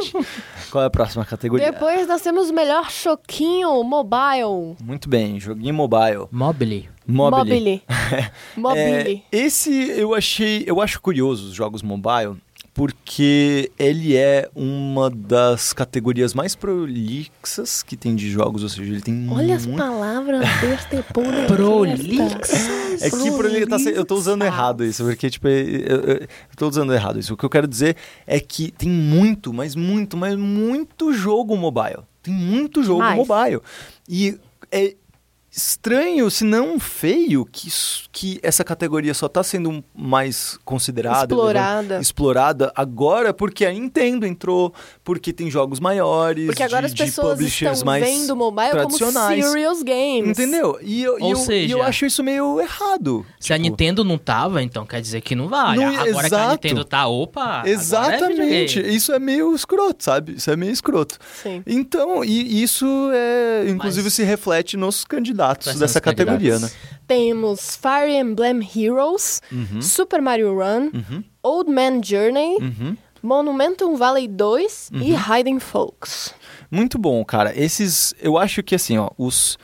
Speaker 1: Qual é a próxima categoria?
Speaker 2: Depois nós temos o melhor choquinho mobile.
Speaker 1: Muito bem, joguinho mobile.
Speaker 3: Mobile.
Speaker 1: Mobile.
Speaker 2: Mobile.
Speaker 1: É, esse eu achei, eu acho curioso os jogos mobile, porque ele é uma das categorias mais prolixas que tem de jogos, ou seja, ele tem
Speaker 2: Olha as
Speaker 1: muito
Speaker 2: palavras deste podcast.
Speaker 3: Prolixas.
Speaker 1: É que por ele tá se- eu tô usando errado isso, porque, tipo, eu, eu, eu tô usando errado isso. O que eu quero dizer é que tem muito, mas muito, mas muito jogo mobile. Tem muito jogo
Speaker 2: Demais.
Speaker 1: mobile. E é estranho, se não feio, que, isso- que essa categoria só tá sendo mais considerada.
Speaker 2: Explorada.
Speaker 1: Explorada agora porque a Nintendo entrou, porque tem jogos maiores,
Speaker 2: Porque agora
Speaker 1: de,
Speaker 2: as
Speaker 1: de
Speaker 2: pessoas
Speaker 1: publishers
Speaker 2: estão
Speaker 1: mais
Speaker 2: vendo o mobile como
Speaker 1: tradicionais.
Speaker 2: serious games.
Speaker 1: Entendeu? E eu, e
Speaker 3: Ou
Speaker 1: eu- e eu
Speaker 3: seja,
Speaker 1: acho isso meio errado.
Speaker 3: Se a
Speaker 1: Tipo,
Speaker 3: Nintendo não tava, então quer dizer que não vale.
Speaker 1: Não,
Speaker 3: agora que a
Speaker 1: exato.
Speaker 3: Nintendo tá, opa. agora é
Speaker 1: Exatamente.
Speaker 3: videogame.
Speaker 1: isso é meio escroto, sabe? Isso é meio escroto.
Speaker 2: Sim.
Speaker 1: Então, e isso é, inclusive,
Speaker 3: Mas-
Speaker 1: se reflete nos candidatos
Speaker 3: Quais são
Speaker 1: dessa
Speaker 3: os candidatos?
Speaker 1: categoria, né?
Speaker 2: Temos Fire Emblem Heroes,
Speaker 1: Uhum.
Speaker 2: Super Mario Run, Old Man
Speaker 1: né?
Speaker 2: Journey,
Speaker 1: Uhum.
Speaker 2: Monumentum Valley 2 e Hiding Folks.
Speaker 1: Muito bom, cara. Esses, eu acho que assim, ó, os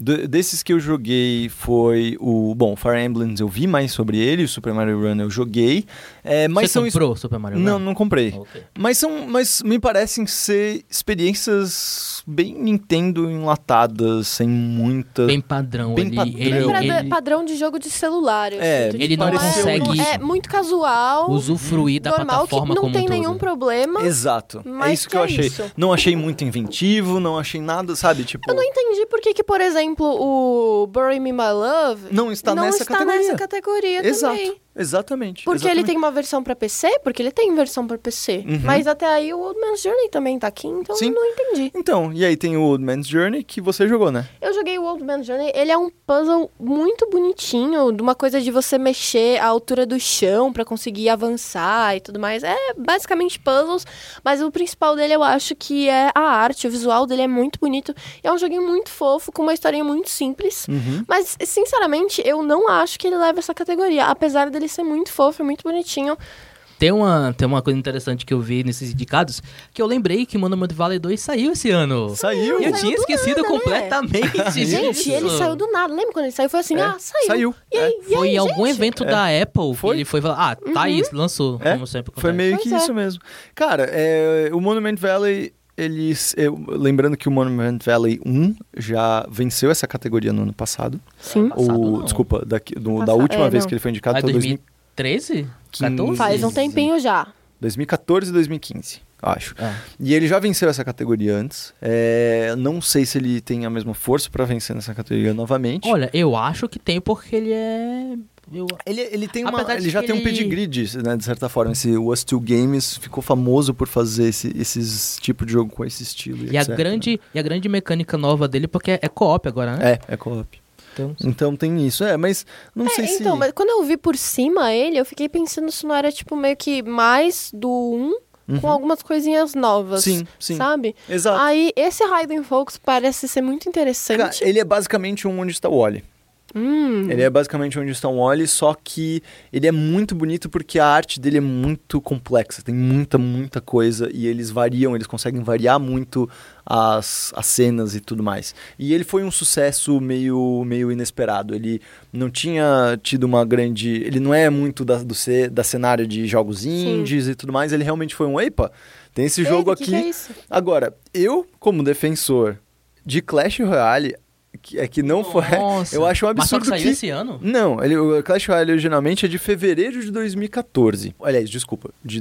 Speaker 1: de- desses que eu joguei foi o, bom, Fire Emblem eu vi mais sobre ele, o Super Mario Run eu joguei, é, mas
Speaker 3: Você
Speaker 1: são es-
Speaker 3: comprou Super Mario
Speaker 1: Não,
Speaker 3: Run?
Speaker 1: não comprei.
Speaker 3: Ok.
Speaker 1: Mas são, mas me parecem ser experiências bem Nintendo enlatadas, sem muita
Speaker 3: Bem padrão.
Speaker 1: Bem
Speaker 3: ele,
Speaker 1: padrão.
Speaker 3: ele-
Speaker 1: Bem
Speaker 2: é Pra-
Speaker 3: ele
Speaker 2: Padrão de jogo de celular. eu
Speaker 1: É,
Speaker 2: sinto.
Speaker 1: ele
Speaker 2: Tipo,
Speaker 1: não
Speaker 2: é-
Speaker 1: consegue
Speaker 2: É, muito casual,
Speaker 3: usufruir da
Speaker 2: normal, que
Speaker 3: plataforma
Speaker 2: não
Speaker 3: como
Speaker 2: tem
Speaker 3: um todo.
Speaker 2: nenhum problema.
Speaker 1: Exato.
Speaker 2: mas
Speaker 1: é isso que,
Speaker 2: que
Speaker 1: eu
Speaker 2: é
Speaker 1: achei.
Speaker 2: isso.
Speaker 1: Não achei muito inventivo, não achei nada, sabe? Tipo,
Speaker 2: Eu não entendi por que, que, por exemplo, o Bury Me My Love
Speaker 1: não está
Speaker 2: não
Speaker 1: nessa
Speaker 2: está
Speaker 1: categoria.
Speaker 2: nessa categoria
Speaker 1: Exato.
Speaker 2: também.
Speaker 1: Exatamente.
Speaker 2: Porque
Speaker 1: exatamente.
Speaker 2: ele tem uma versão pra PC? Porque ele tem versão pra PC.
Speaker 1: Uhum.
Speaker 2: Mas até aí o Old Man's Journey também tá aqui, então
Speaker 1: Sim.
Speaker 2: eu não entendi.
Speaker 1: Então, e aí tem o Old Man's Journey que você jogou, né?
Speaker 2: Eu joguei o Old Man's Journey, ele é um puzzle muito bonitinho, de uma coisa de você mexer a altura do chão pra conseguir avançar e tudo mais. É basicamente puzzles, mas o principal dele eu acho que é a arte, o visual dele é muito bonito. É um joguinho muito fofo, com uma historinha muito simples.
Speaker 1: Uhum.
Speaker 2: Mas, sinceramente, eu não acho que ele leva essa categoria. Apesar dele ser muito fofo, muito bonitinho.
Speaker 3: Tem uma, tem uma coisa interessante que eu vi nesses indicados, que eu lembrei que Monument Valley 2 saiu esse ano.
Speaker 1: Saiu.
Speaker 3: E eu
Speaker 2: Saiu
Speaker 3: tinha
Speaker 2: do
Speaker 3: esquecido
Speaker 2: nada, né?
Speaker 3: completamente disso.
Speaker 2: Gente, ele saiu do nada. Lembra quando ele saiu? Foi assim,
Speaker 1: É,
Speaker 2: ah, saiu.
Speaker 1: saiu.
Speaker 2: E aí, e aí,
Speaker 3: Foi em
Speaker 2: gente?
Speaker 3: algum evento da Apple
Speaker 1: É. Foi.
Speaker 3: que ele foi falar, ah, tá aí,
Speaker 2: Uhum.
Speaker 3: lançou,
Speaker 1: É,
Speaker 3: como sempre
Speaker 1: Foi
Speaker 3: acontece.
Speaker 1: meio
Speaker 2: Pois
Speaker 1: que
Speaker 2: é.
Speaker 1: isso mesmo. Cara, é, o Monument Valley, eles. eu- lembrando que o Monument Valley 1 já venceu essa categoria no ano passado.
Speaker 2: Sim.
Speaker 3: Passado,
Speaker 1: ou,
Speaker 3: não.
Speaker 1: desculpa, daqui- do- da
Speaker 2: Hum? Passado.
Speaker 1: última
Speaker 2: É,
Speaker 1: vez
Speaker 2: não.
Speaker 1: que ele foi indicado
Speaker 3: Ah,
Speaker 1: foi 2000
Speaker 3: 2013? 14?
Speaker 2: Faz um tempinho já.
Speaker 1: 2014 e 2015, acho.
Speaker 3: Ah.
Speaker 1: E ele já venceu essa categoria antes. É, não sei se ele tem a mesma força pra vencer nessa categoria novamente.
Speaker 3: Olha, eu acho que tem porque ele é... eu-
Speaker 1: Ele, ele tem uma,
Speaker 3: Apesar de
Speaker 1: ele já
Speaker 3: que
Speaker 1: tem um
Speaker 3: ele-
Speaker 1: pedigree disso, né, de certa forma. Esse Us Two Games ficou famoso por fazer esse, esses tipo de jogo com esse estilo.
Speaker 3: E a,
Speaker 1: etc,
Speaker 3: grande, e a grande mecânica nova dele, porque é co-op agora, né?
Speaker 1: né? É, é co-op.
Speaker 3: Então,
Speaker 1: Então tem isso. É, mas não
Speaker 2: É,
Speaker 1: sei se.
Speaker 2: então, mas quando eu vi por cima ele, eu fiquei pensando se não era, tipo, meio que mais do 1
Speaker 1: Uhum.
Speaker 2: com algumas coisinhas novas.
Speaker 1: Sim, sim.
Speaker 2: Sabe?
Speaker 1: Exato.
Speaker 2: Aí, esse Raiden Folks parece ser muito interessante.
Speaker 1: Cara, ele é basicamente um onde está o Wally.
Speaker 2: Hum.
Speaker 1: Ele é basicamente onde está o Wally, só que ele é muito bonito porque a arte dele é muito complexa, tem muita, muita coisa e eles variam, eles conseguem variar muito as, as cenas e tudo mais. E ele foi um sucesso meio, meio inesperado. Ele não tinha tido uma grande. Ele não é muito da, do, ce- da cenário de jogos indies e tudo mais, ele realmente foi um. Epa, tem esse jogo
Speaker 2: Eita,
Speaker 1: aqui.
Speaker 2: Que que é isso?
Speaker 1: Agora, eu, como defensor de Clash Royale, que, é que não foi.
Speaker 3: Então, Nossa.
Speaker 1: Eu acho um
Speaker 3: Mas só que
Speaker 1: absurdo
Speaker 3: saiu
Speaker 1: que.
Speaker 3: esse ano?
Speaker 1: Não, ele, o Clash Royale originalmente é de fevereiro de 2014. Aliás, desculpa, de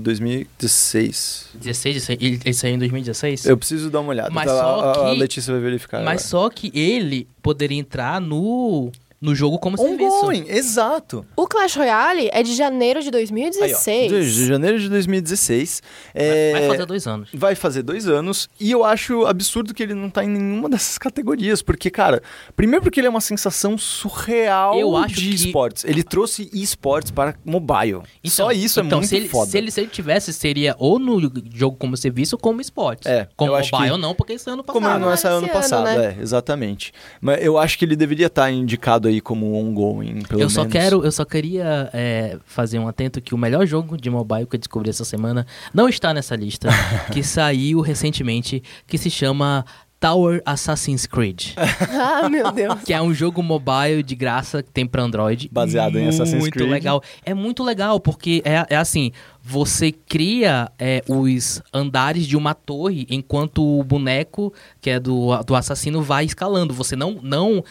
Speaker 1: 2016.
Speaker 3: 16, esse- ele, ele saiu em 2016?
Speaker 1: Eu preciso dar uma olhada.
Speaker 3: Mas
Speaker 1: tá? A-
Speaker 3: só
Speaker 1: a, a
Speaker 3: que-
Speaker 1: Letícia vai verificar.
Speaker 3: Mas só que ele poderia entrar no, no jogo como
Speaker 1: agora.
Speaker 3: serviço.
Speaker 1: Ongoing, exato.
Speaker 2: O Clash Royale é de janeiro de 2016.
Speaker 1: De, de janeiro de 2016.
Speaker 3: Vai-
Speaker 1: É...
Speaker 3: Vai fazer dois anos.
Speaker 1: Vai fazer dois anos e eu acho absurdo que ele não tá em nenhuma dessas categorias, porque, cara, primeiro porque ele é uma sensação surreal
Speaker 3: Eu acho
Speaker 1: de
Speaker 3: que-
Speaker 1: esportes. Ele trouxe esportes para mobile. Só isso é
Speaker 3: então,
Speaker 1: muito
Speaker 3: se ele,
Speaker 1: foda.
Speaker 3: Se ele, se ele tivesse, seria ou no jogo como serviço ou como esporte.
Speaker 1: É,
Speaker 3: como
Speaker 1: eu acho
Speaker 3: mobile
Speaker 1: que-
Speaker 3: ou não, porque esse ano passado.
Speaker 1: Como ele não
Speaker 2: não
Speaker 1: é
Speaker 2: era
Speaker 1: saiu ano
Speaker 2: né? esse
Speaker 1: passado,
Speaker 2: ano,
Speaker 1: é, exatamente. Mas eu acho que ele deveria estar indicado aí como ongoing, pelo
Speaker 3: eu só
Speaker 1: menos.
Speaker 3: quero, eu só queria é, fazer um atento que o melhor jogo de mobile que eu descobri essa semana não está nessa lista, que saiu recentemente, que se chama Tower Assassin's Creed,
Speaker 2: Ah, meu Deus.
Speaker 3: que é um jogo mobile de graça que tem para Android,
Speaker 1: Baseado em Assassin's
Speaker 3: muito
Speaker 1: Creed.
Speaker 3: legal. É muito legal porque é, é assim, você cria é, os andares de uma torre enquanto o boneco que é do, do assassino vai escalando. Você não não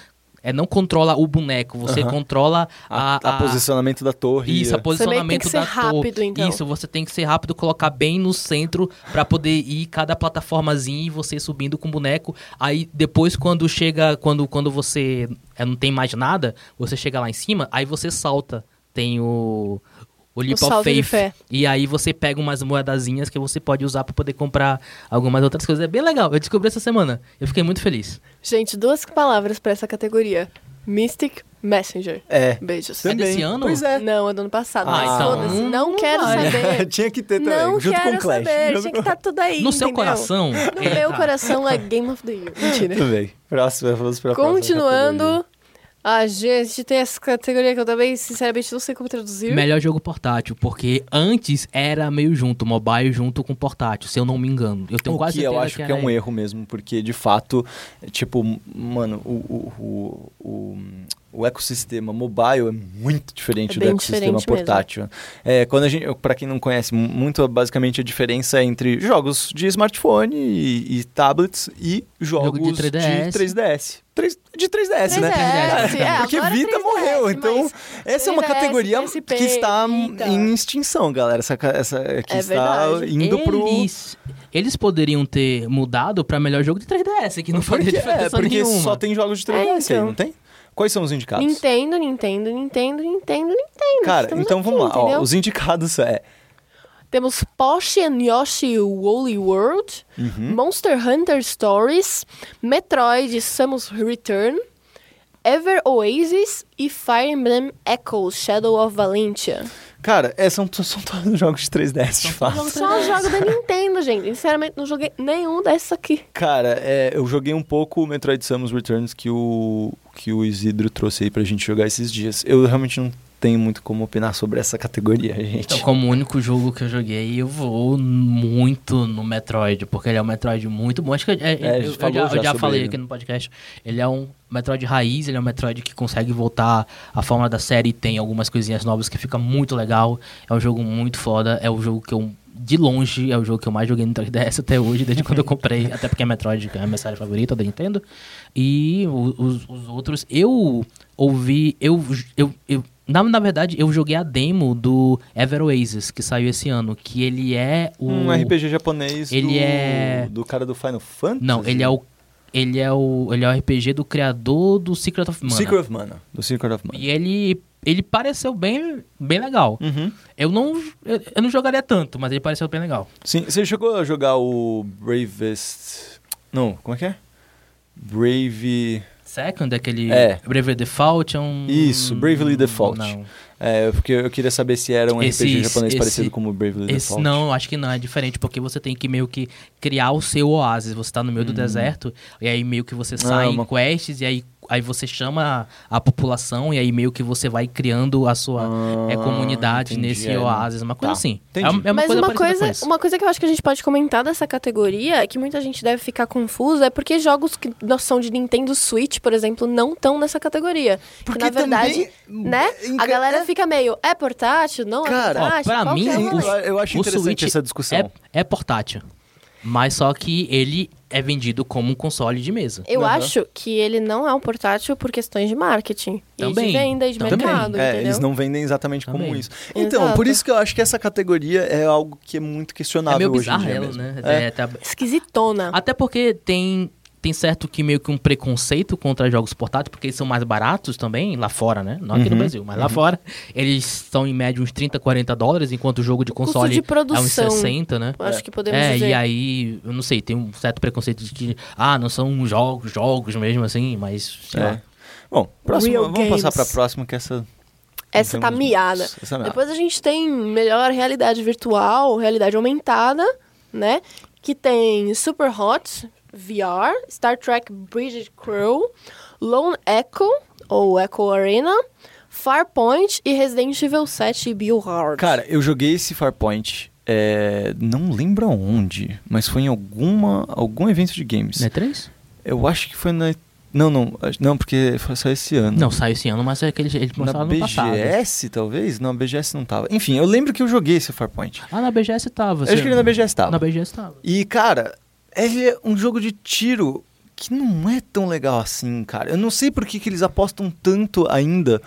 Speaker 3: é, não controla o boneco, você
Speaker 1: Aham.
Speaker 3: controla
Speaker 1: A, a posicionamento da torre.
Speaker 3: isso, a
Speaker 2: meio
Speaker 3: posicionamento
Speaker 2: que tem que
Speaker 3: da
Speaker 2: ser
Speaker 3: torre.
Speaker 2: rápido, então.
Speaker 3: Isso, você tem que ser rápido, colocar bem no centro pra poder ir cada plataformazinha e você subindo com o boneco. Aí depois quando chega, quando quando você é, não tem mais nada, você chega lá em cima, aí você salta. Tem o o Leap of
Speaker 2: salto de
Speaker 3: Faith.
Speaker 2: fé.
Speaker 3: E aí você pega umas moedazinhas que você pode usar pra poder comprar algumas outras coisas. É bem legal. Eu descobri essa semana. Eu fiquei muito feliz.
Speaker 2: Gente, duas palavras pra essa categoria: Mystic Messenger.
Speaker 1: É.
Speaker 2: Beijos.
Speaker 3: É
Speaker 1: Também.
Speaker 3: desse ano?
Speaker 1: Pois é.
Speaker 2: Não, é do ano passado.
Speaker 1: Ah,
Speaker 2: mas
Speaker 1: então
Speaker 2: foda-se.
Speaker 3: não
Speaker 2: Não quero
Speaker 3: vale.
Speaker 2: saber.
Speaker 1: Tinha que ter também,
Speaker 2: Não
Speaker 1: junto
Speaker 2: quero
Speaker 1: com Clash.
Speaker 2: saber.
Speaker 1: junto
Speaker 2: Tinha
Speaker 1: com-
Speaker 2: que tá tudo aí.
Speaker 3: No seu
Speaker 2: entendeu?
Speaker 3: coração.
Speaker 2: No
Speaker 3: é,
Speaker 2: meu
Speaker 3: tá.
Speaker 2: coração é Game of the Year. Mentira.
Speaker 1: Tudo bem. Próxima, vamos pra próxima categoria.
Speaker 2: Continuando.
Speaker 1: tá,
Speaker 2: A gente tem essa categoria que eu também, sinceramente, não sei como traduzir.
Speaker 3: Melhor jogo portátil, porque antes era meio junto, mobile junto com portátil, se eu não me engano. Eu tenho
Speaker 1: o
Speaker 3: quase
Speaker 1: que eu
Speaker 3: certeza
Speaker 1: acho que, é
Speaker 3: era
Speaker 1: um erro mesmo, porque de fato, é tipo, m- mano, o, o, o, o, o ecossistema mobile é muito diferente
Speaker 2: É
Speaker 1: do
Speaker 2: bem
Speaker 1: ecossistema
Speaker 2: diferente mesmo.
Speaker 1: portátil. É, quando a gente, para quem não conhece mu- muito, basicamente a diferença é entre jogos de smartphone e, e tablets e jogos
Speaker 3: de 3DS.
Speaker 1: 3DS. Três- de 3DS, né?
Speaker 2: 3DS,
Speaker 1: Cara,
Speaker 2: é,
Speaker 1: porque
Speaker 2: agora
Speaker 1: Vita
Speaker 2: 3DS,
Speaker 1: morreu, então
Speaker 2: mas
Speaker 1: essa é uma
Speaker 2: 3DS,
Speaker 1: categoria
Speaker 2: PSP,
Speaker 1: que está
Speaker 2: Vita.
Speaker 1: em extinção, galera. Essa, ca- essa que
Speaker 2: É
Speaker 1: está
Speaker 2: verdade.
Speaker 1: indo pro
Speaker 3: Eles, Eles poderiam ter mudado pra melhor jogo de 3DS, que não faria
Speaker 1: Porque, é,
Speaker 3: diferença
Speaker 1: porque
Speaker 3: nenhuma.
Speaker 1: só tem jogos de 3DS
Speaker 2: É,
Speaker 1: aí,
Speaker 2: então.
Speaker 1: não tem? Quais são os indicados?
Speaker 2: Nintendo, Nintendo, Nintendo, Nintendo, Nintendo.
Speaker 1: Cara,
Speaker 2: Estamos
Speaker 1: então
Speaker 2: aqui,
Speaker 1: vamos lá. ó,
Speaker 2: entendeu?
Speaker 1: os indicados é
Speaker 2: Temos Porsche and Yoshi Woolly World,
Speaker 1: Uhum.
Speaker 2: Monster Hunter Stories, Metroid Samus Return, Ever Oasis e Fire Emblem Echoes Shadow of Valentia.
Speaker 1: Cara, é, são, são todos jogos de 3DS, de fato.
Speaker 2: Só jogo da Nintendo, gente. Sinceramente, não joguei nenhum dessa aqui.
Speaker 1: Cara, é, eu joguei um pouco o Metroid Samus Returns que o, que o Isidro trouxe aí pra gente jogar esses dias. Eu realmente não tenho muito como opinar sobre essa categoria, gente.
Speaker 3: Então, como o único jogo que eu joguei, eu vou muito no Metroid, porque ele é um Metroid muito bom. Acho que é, é,
Speaker 1: a
Speaker 3: eu,
Speaker 1: gente
Speaker 3: eu
Speaker 1: falou
Speaker 3: já, eu
Speaker 1: já
Speaker 3: já
Speaker 1: sobre
Speaker 3: falei
Speaker 1: ele.
Speaker 3: aqui no podcast. Ele é um Metroid raiz, ele é um Metroid que consegue voltar à forma da série, tem algumas coisinhas novas que fica muito legal. É um jogo muito foda, é o jogo que eu. De longe, é o jogo que eu mais joguei no 3DS até hoje, desde quando eu comprei. Até porque é Metroid, que é a minha série favorita da Nintendo. E o- os, os outros. Eu ouvi. Eu, eu, eu, na, na verdade, eu joguei a demo do Ever Oasis, que saiu esse ano. Que ele é o.
Speaker 1: Um RPG japonês
Speaker 3: Ele
Speaker 1: do,
Speaker 3: é-
Speaker 1: do cara do Final Fantasy?
Speaker 3: Não, ele é o. Ele é o. Ele é o RPG do criador do Secret of Mana.
Speaker 1: Secret of Mana. Do Secret of Mana.
Speaker 3: E ele. Ele pareceu bem, bem legal.
Speaker 1: Uhum.
Speaker 3: Eu não. Eu, eu não jogaria tanto, mas ele pareceu bem legal.
Speaker 1: Sim, você chegou a jogar o Bravest... Não, como é que é? Brave...
Speaker 3: Second, aquele.
Speaker 1: É.
Speaker 3: Bravely Default é um.
Speaker 1: Isso, Bravely Default.
Speaker 3: Não.
Speaker 1: É, porque eu queria saber se era um
Speaker 3: Esse-
Speaker 1: RPG japonês
Speaker 3: esse-
Speaker 1: parecido com o Bravely
Speaker 3: Esse-
Speaker 1: Default.
Speaker 3: não, acho que não, é diferente, porque você tem que meio que criar o seu oásis. Você tá no meio do deserto, e aí meio que você sai
Speaker 1: Uhum. é uma-
Speaker 3: em quests, e aí, aí você chama a população, e aí meio que você vai criando a sua
Speaker 1: Ah,
Speaker 3: é, comunidade
Speaker 1: entendi,
Speaker 3: nesse
Speaker 1: é, não-
Speaker 3: oásis, uma coisa
Speaker 1: Tá,
Speaker 3: assim.
Speaker 1: entendi.
Speaker 3: É uma, é uma
Speaker 2: Mas
Speaker 3: coisa
Speaker 2: uma
Speaker 3: parecida com
Speaker 2: coisa,
Speaker 3: isso.
Speaker 2: uma coisa que eu acho que a gente pode comentar dessa categoria, que muita gente deve ficar confusa, é porque jogos que não são de Nintendo Switch, por exemplo, não estão nessa categoria.
Speaker 1: Porque
Speaker 2: que, na verdade,
Speaker 1: também-
Speaker 2: né?
Speaker 1: Inca-
Speaker 2: A galera
Speaker 1: é.
Speaker 2: fica meio, é portátil? Não
Speaker 1: Cara,
Speaker 2: é
Speaker 1: ó,
Speaker 2: portátil?
Speaker 3: pra
Speaker 2: Qual
Speaker 3: mim,
Speaker 2: que é o
Speaker 3: os-
Speaker 2: rolê?
Speaker 1: Eu, eu acho
Speaker 3: o
Speaker 1: interessante
Speaker 3: Switch
Speaker 1: essa discussão.
Speaker 3: é, é portátil, mas só que ele é vendido como um console de mesa.
Speaker 2: Eu
Speaker 1: Aham.
Speaker 2: acho que ele não é um portátil por questões de marketing. E
Speaker 3: Também,
Speaker 2: de venda e de
Speaker 3: também.
Speaker 2: mercado,
Speaker 1: É,
Speaker 2: entendeu?
Speaker 1: eles não vendem exatamente como
Speaker 3: Também.
Speaker 1: isso. Então,
Speaker 2: Exato.
Speaker 1: por isso que eu acho que essa categoria é algo que é muito questionável
Speaker 3: é meio
Speaker 1: hoje em
Speaker 3: bizarro
Speaker 1: dia
Speaker 3: ela,
Speaker 1: mesmo.
Speaker 3: né?
Speaker 1: É.
Speaker 3: É, tá-
Speaker 2: Esquisitona.
Speaker 3: Até porque tem tem certo que meio que um preconceito contra jogos portáteis, porque eles são mais baratos também, lá fora, né? Não aqui
Speaker 1: Uhum.
Speaker 3: no Brasil, mas lá fora. Eles são em média uns 30, 40 dólares, enquanto o jogo de
Speaker 2: custo
Speaker 3: console
Speaker 2: de
Speaker 3: é uns
Speaker 2: produção.
Speaker 3: 60, né?
Speaker 2: Acho que podemos
Speaker 3: é,
Speaker 2: dizer.
Speaker 3: e aí, eu não sei, tem um certo preconceito de que, ah, não são jogos, jogos mesmo assim, mas sei
Speaker 1: É.
Speaker 3: lá.
Speaker 1: Bom, próximo,
Speaker 2: Real
Speaker 1: vamos passar
Speaker 2: games.
Speaker 1: pra próxima, que essa.
Speaker 2: Essa
Speaker 1: não
Speaker 2: tá
Speaker 1: temos-
Speaker 2: miada.
Speaker 1: Essa é miada.
Speaker 2: Depois a gente tem melhor realidade virtual, realidade aumentada, né? Que tem Super Hot VR, Star Trek Bridget Crew, Lone Echo ou Echo Arena, Farpoint e Resident Evil 7 Biohard.
Speaker 1: Cara, eu joguei esse Farpoint. é, não lembro aonde, mas foi em alguma, algum evento de games.
Speaker 3: Não é 3?
Speaker 1: Eu acho que foi na. Não, não, acho- não, porque foi só esse ano.
Speaker 3: Não, saiu esse ano, mas é que eles, eles
Speaker 1: Hum. Na
Speaker 3: mostraram no passado.
Speaker 1: BGS, talvez? Não, a BGS não tava. Enfim, eu lembro que eu joguei esse Farpoint.
Speaker 3: Ah, na BGS tava.
Speaker 1: Eu acho que ele na BGS tava.
Speaker 3: Na BGS tava.
Speaker 1: E, cara, ele é um jogo de tiro que não é tão legal assim, cara. Eu não sei por que, que eles apostam tanto ainda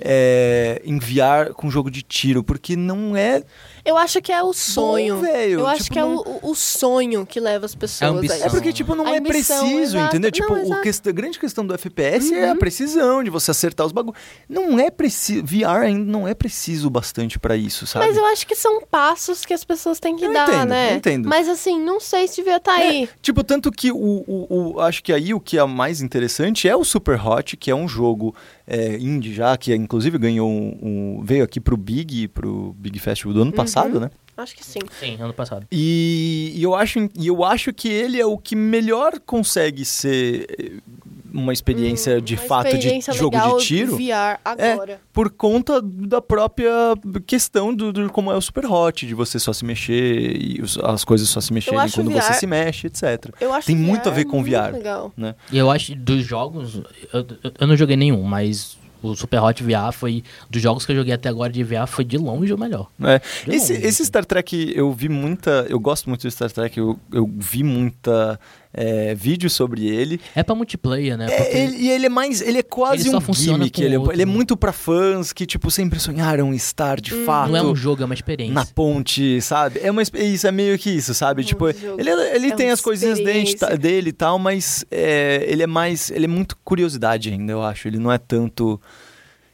Speaker 1: é, em VR com jogo de tiro, porque não é.
Speaker 2: eu acho que é o sonho.
Speaker 1: velho,
Speaker 2: eu acho
Speaker 1: tipo,
Speaker 2: que é
Speaker 1: não-
Speaker 2: o, o sonho que leva as pessoas. a
Speaker 3: ambição.
Speaker 1: É
Speaker 2: isso.
Speaker 1: porque, tipo, não
Speaker 2: A
Speaker 1: é
Speaker 2: missão,
Speaker 1: preciso,
Speaker 2: exato.
Speaker 1: entendeu?
Speaker 2: Não,
Speaker 1: Tipo, o
Speaker 2: exato. Uhum.
Speaker 1: quest- a grande questão do FPS é a precisão, de você acertar os bagulhos. Não é preciso. VR ainda não é preciso bastante pra isso, sabe?
Speaker 2: Mas eu acho que são passos que as pessoas têm que
Speaker 1: Eu
Speaker 2: dar,
Speaker 1: entendo,
Speaker 2: né?
Speaker 1: eu entendo.
Speaker 2: Mas assim, não sei se devia estar aí.
Speaker 1: Tipo, tanto que o, o, o- Acho que aí o que é mais interessante é o Super Hot, que é um jogo é, indie já, que inclusive ganhou um, um- Veio aqui pro Big, pro Big Festival do ano
Speaker 2: Uhum.
Speaker 1: passado, né?
Speaker 2: Acho que sim.
Speaker 3: Sim, ano passado.
Speaker 1: E, e eu acho, e eu acho que ele é o que melhor consegue ser eh, uma experiência de
Speaker 2: Hum, Uma
Speaker 1: fato
Speaker 2: experiência
Speaker 1: de jogo
Speaker 2: legal
Speaker 1: de tiro. É.
Speaker 2: VR agora.
Speaker 1: por conta da própria questão do, do como é o Super Hot, de você só se mexer e os- as coisas só se mexerem
Speaker 2: acho
Speaker 1: quando
Speaker 2: VR
Speaker 1: você se mexe, etc.
Speaker 2: Eu acho
Speaker 1: Tem
Speaker 2: que
Speaker 1: muito a
Speaker 2: VR
Speaker 1: ver com
Speaker 2: muito
Speaker 1: VR.
Speaker 2: Legal.
Speaker 1: né?
Speaker 3: E eu acho que dos jogos, eu, eu- eu não joguei nenhum, mas o Super Hot VR foi. Dos jogos que eu joguei até agora de VR foi de longe o melhor.
Speaker 1: É.
Speaker 3: De
Speaker 1: Esse,
Speaker 3: longe,
Speaker 1: esse
Speaker 3: assim.
Speaker 1: Star Trek, eu vi muita. Eu gosto muito de Star Trek, eu, eu vi muita é, vídeos sobre ele.
Speaker 3: É pra multiplayer, né? Porque-
Speaker 1: É, ele, e ele é mais. Ele é quase
Speaker 3: Ele só
Speaker 1: um
Speaker 3: funciona
Speaker 1: gimmick.
Speaker 3: com
Speaker 1: Ele, é-
Speaker 3: outro,
Speaker 1: ele é
Speaker 3: né?
Speaker 1: muito pra fãs que, tipo, sempre sonharam em estar de
Speaker 2: Uhum.
Speaker 1: fato.
Speaker 3: Não é um jogo, é uma experiência.
Speaker 1: Ah, Na ponte, sabe? É uma, exp- isso é meio que isso, sabe?
Speaker 2: Um
Speaker 1: tipo,
Speaker 2: jogo.
Speaker 1: ele, ele
Speaker 2: É
Speaker 1: tem
Speaker 2: uma
Speaker 1: as coisinhas dente-
Speaker 2: experiência.
Speaker 1: dele e tal, mas é, ele é mais. Ele é muito curiosidade ainda, eu acho. Ele não é tanto.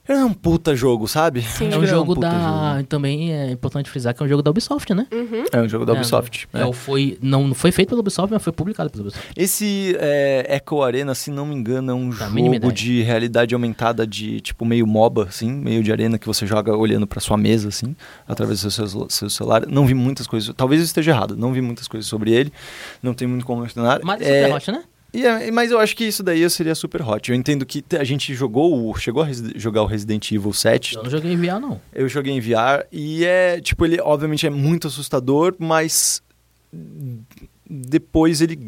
Speaker 1: Ele não é um puta jogo, sabe? Acho que
Speaker 3: É
Speaker 1: ele
Speaker 3: um jogo
Speaker 1: puta
Speaker 3: da. Também é importante frisar que é um jogo da Ubisoft, né?
Speaker 1: jogo. É um jogo da
Speaker 3: É,
Speaker 1: Ubisoft.
Speaker 3: né?
Speaker 1: é.
Speaker 3: É, foi, não foi feito pela Ubisoft, mas foi publicado pela Ubisoft.
Speaker 1: Esse é, Echo Arena, se não me engano, é um
Speaker 3: Tá, mínima
Speaker 1: jogo
Speaker 3: ideia.
Speaker 1: de realidade aumentada de tipo meio MOBA, assim, meio de arena que você joga olhando pra sua mesa, assim, através do seu, celu- seu celular. Não vi muitas coisas, talvez eu esteja errado, não vi muitas coisas sobre ele, não tem muito como mencionar.
Speaker 3: Mas
Speaker 1: É,
Speaker 3: é... Rocha, né?
Speaker 1: e é- mas eu acho que isso daí seria super hot. Eu entendo que te- a gente jogou, o- chegou a resi- jogar o Resident Evil 7,
Speaker 3: Eu não joguei VR, não.
Speaker 1: eu joguei em VR e é, tipo, ele obviamente é muito assustador, mas depois ele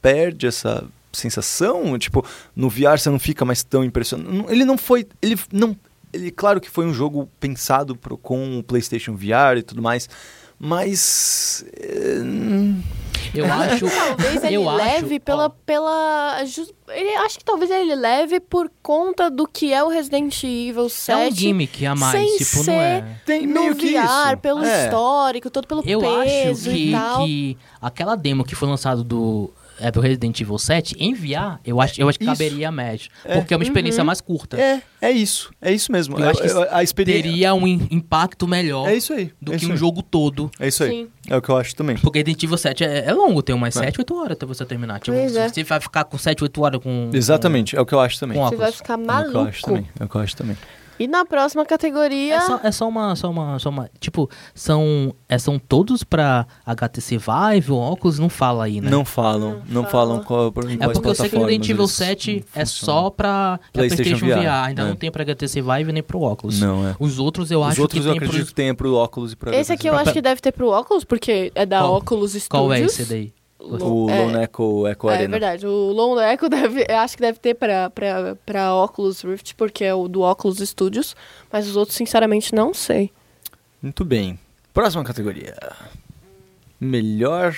Speaker 1: perde essa sensação, tipo, no VR você não fica mais tão impressionado. Não- Ele não foi, ele não, ele claro que foi um jogo pensado pro, com o PlayStation VR e tudo mais, mas eh, hum,
Speaker 3: Eu acho.
Speaker 2: Talvez ele
Speaker 3: eu
Speaker 2: leve
Speaker 3: acho,
Speaker 2: pela.
Speaker 3: ó,
Speaker 2: pela jus- ele, acho que talvez ele leve por conta do que é o Resident Evil 7.
Speaker 3: é um gimmick a mais,
Speaker 2: sem
Speaker 3: tipo,
Speaker 2: ser
Speaker 3: não é.
Speaker 1: tem
Speaker 2: No
Speaker 1: meio que
Speaker 2: VR,
Speaker 1: isso.
Speaker 2: pelo
Speaker 1: É.
Speaker 2: histórico, todo pelo
Speaker 3: Eu acho
Speaker 2: peso
Speaker 3: que,
Speaker 2: e tal.
Speaker 3: que aquela demo que foi lançada do, é, do Resident Evil 7, em VR, eu acho, eu acho que
Speaker 1: Isso.
Speaker 3: caberia a match.
Speaker 1: É.
Speaker 3: Porque
Speaker 2: Uhum.
Speaker 3: é uma experiência mais curta.
Speaker 1: É, é isso. É isso mesmo.
Speaker 3: Eu
Speaker 1: É-
Speaker 3: acho que
Speaker 1: é- a experiência
Speaker 3: Teria um im- impacto melhor
Speaker 1: é isso aí.
Speaker 3: do
Speaker 1: é
Speaker 3: que
Speaker 1: isso
Speaker 3: um
Speaker 1: aí.
Speaker 3: jogo todo.
Speaker 1: É isso aí.
Speaker 2: Sim.
Speaker 1: É o que eu acho também.
Speaker 3: Porque Resident Evil 7 é, é longo, tem umas 7, 8 horas até você terminar. Tipo,
Speaker 2: Pois é.
Speaker 3: você vai ficar com 7, 8 horas com.
Speaker 1: Exatamente, é o que eu acho também.
Speaker 3: Com a-
Speaker 2: Você vai ficar
Speaker 1: É o que eu acho
Speaker 2: maluco.
Speaker 1: também. É o que eu acho também.
Speaker 2: E na próxima categoria.
Speaker 3: É só, é só uma, só uma, só uma. Tipo, são, é, são todos pra HTC Vive, o óculos, não fala aí, né?
Speaker 1: Não falam, não, falam
Speaker 2: fala.
Speaker 1: qual, em
Speaker 3: É
Speaker 1: quais
Speaker 3: porque eu sei que o
Speaker 1: plataformas
Speaker 3: Resident Evil
Speaker 1: eles
Speaker 3: 7 é
Speaker 1: funcionam.
Speaker 3: só pra é
Speaker 1: PlayStation
Speaker 3: PlayStation,
Speaker 1: VR,
Speaker 3: VR, ainda
Speaker 1: né?
Speaker 3: não tem pra HTC Vive nem pro óculos.
Speaker 1: Não, é.
Speaker 3: Os outros eu
Speaker 1: Os
Speaker 3: acho
Speaker 1: outros
Speaker 3: que
Speaker 1: eu
Speaker 3: tem
Speaker 1: acredito
Speaker 3: pros...
Speaker 1: que tem pro óculos e pra
Speaker 2: Esse aqui é eu acho que deve ter pro óculos, porque é da
Speaker 3: Qual-
Speaker 2: Oculus Studios.
Speaker 3: Qual é esse daí?
Speaker 1: O
Speaker 2: é,
Speaker 1: Lone Echo, Echo
Speaker 2: É
Speaker 1: Arena.
Speaker 2: verdade, o Lone Echo deve, eu acho que deve ter pra, pra, pra Oculus Rift, porque é o do Oculus Studios, mas os outros, sinceramente, não sei.
Speaker 1: Muito bem. Próxima categoria. Melhor.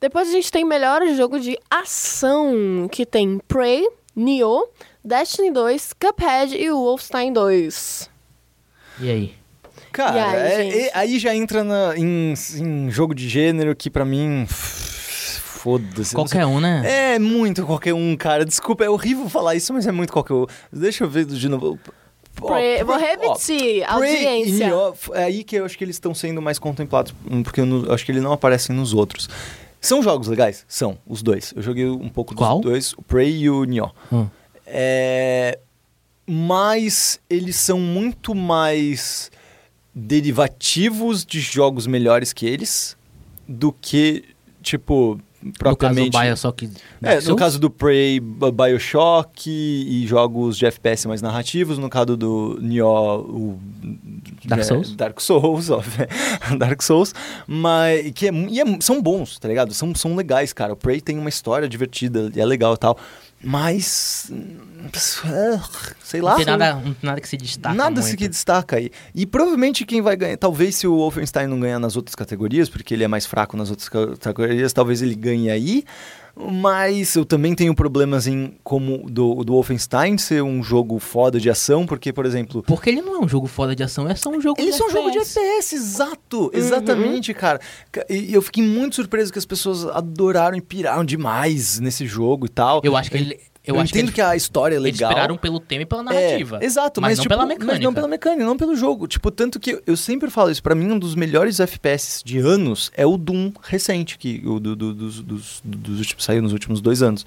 Speaker 2: Depois a gente tem melhor jogo de ação, que tem Prey, Nioh, Destiny 2, Cuphead e Wolfenstein 2.
Speaker 3: E aí?
Speaker 1: Cara,
Speaker 2: E aí,
Speaker 1: é-
Speaker 2: gente?
Speaker 1: é- aí já entra na- em, em jogo de gênero que pra mim. Foda-se. eu não sei
Speaker 3: Qualquer um, né?
Speaker 1: É muito qualquer um, cara. Desculpa, é horrível falar isso, mas é muito qualquer um. Deixa eu ver de novo. Ó,
Speaker 2: Prey, vou
Speaker 1: ó, Prey
Speaker 2: repetir, audiência.
Speaker 1: e Nioh, é aí que eu acho que eles estão sendo mais contemplados, hum, porque eu não- acho que eles não aparecem nos outros. São jogos legais? São, os dois. Eu joguei um pouco dos
Speaker 3: Qual?
Speaker 1: dois, o Prey e o Nioh.
Speaker 3: Hum.
Speaker 1: É, mas eles são muito mais derivativos de jogos melhores que eles do que, tipo,
Speaker 3: No caso, o
Speaker 1: propriamente...
Speaker 3: Baia, só que...
Speaker 1: É,
Speaker 3: Dark
Speaker 1: no
Speaker 3: Souls?
Speaker 1: caso do Prey, B- Bioshock e jogos de FPS mais narrativos. No caso do Nioh, o...
Speaker 3: Dark
Speaker 1: é,
Speaker 3: Souls?
Speaker 1: Dark Souls, ó, Dark Souls. Mas que é mu- e é mu- são bons, tá ligado? São, são legais, cara. O Prey tem uma história divertida, é legal e tal. Mas... hum, ah, Sei lá.
Speaker 3: Não tem
Speaker 1: sabe?
Speaker 3: nada, não tem nada que se destaca
Speaker 1: Nada se
Speaker 3: muito.
Speaker 1: que destaca aí. E provavelmente quem vai ganhar, talvez se o Wolfenstein não ganhar nas outras categorias, porque ele é mais fraco nas outras ca- categorias, talvez ele ganhe aí. Mas eu também tenho problemas em como do, do Wolfenstein ser um jogo foda de ação, porque, por exemplo,
Speaker 3: Porque ele não é um jogo foda de ação, é só um jogo
Speaker 1: eles
Speaker 3: de
Speaker 1: são um jogo de
Speaker 3: FPS.
Speaker 1: FPS, exato, exatamente, cara. Ca- E e eu fiquei muito surpreso que as pessoas adoraram e piraram demais nesse jogo e tal.
Speaker 3: Eu acho que ele... Eu, acho
Speaker 1: entendo que,
Speaker 3: que,
Speaker 1: a história é
Speaker 3: eles,
Speaker 1: legal.
Speaker 3: eles esperaram pelo tema e pela narrativa.
Speaker 1: É, exato, mas,
Speaker 3: mas não
Speaker 1: tipo,
Speaker 3: pela
Speaker 1: Mas não
Speaker 3: mecânica.
Speaker 1: pela mecânica, não pelo jogo. Tipo, tanto que eu sempre falo isso, pra mim um dos melhores FPS de anos é o Doom recente, que o do, do- dos, dos, dos últimos, saiu nos últimos dois anos.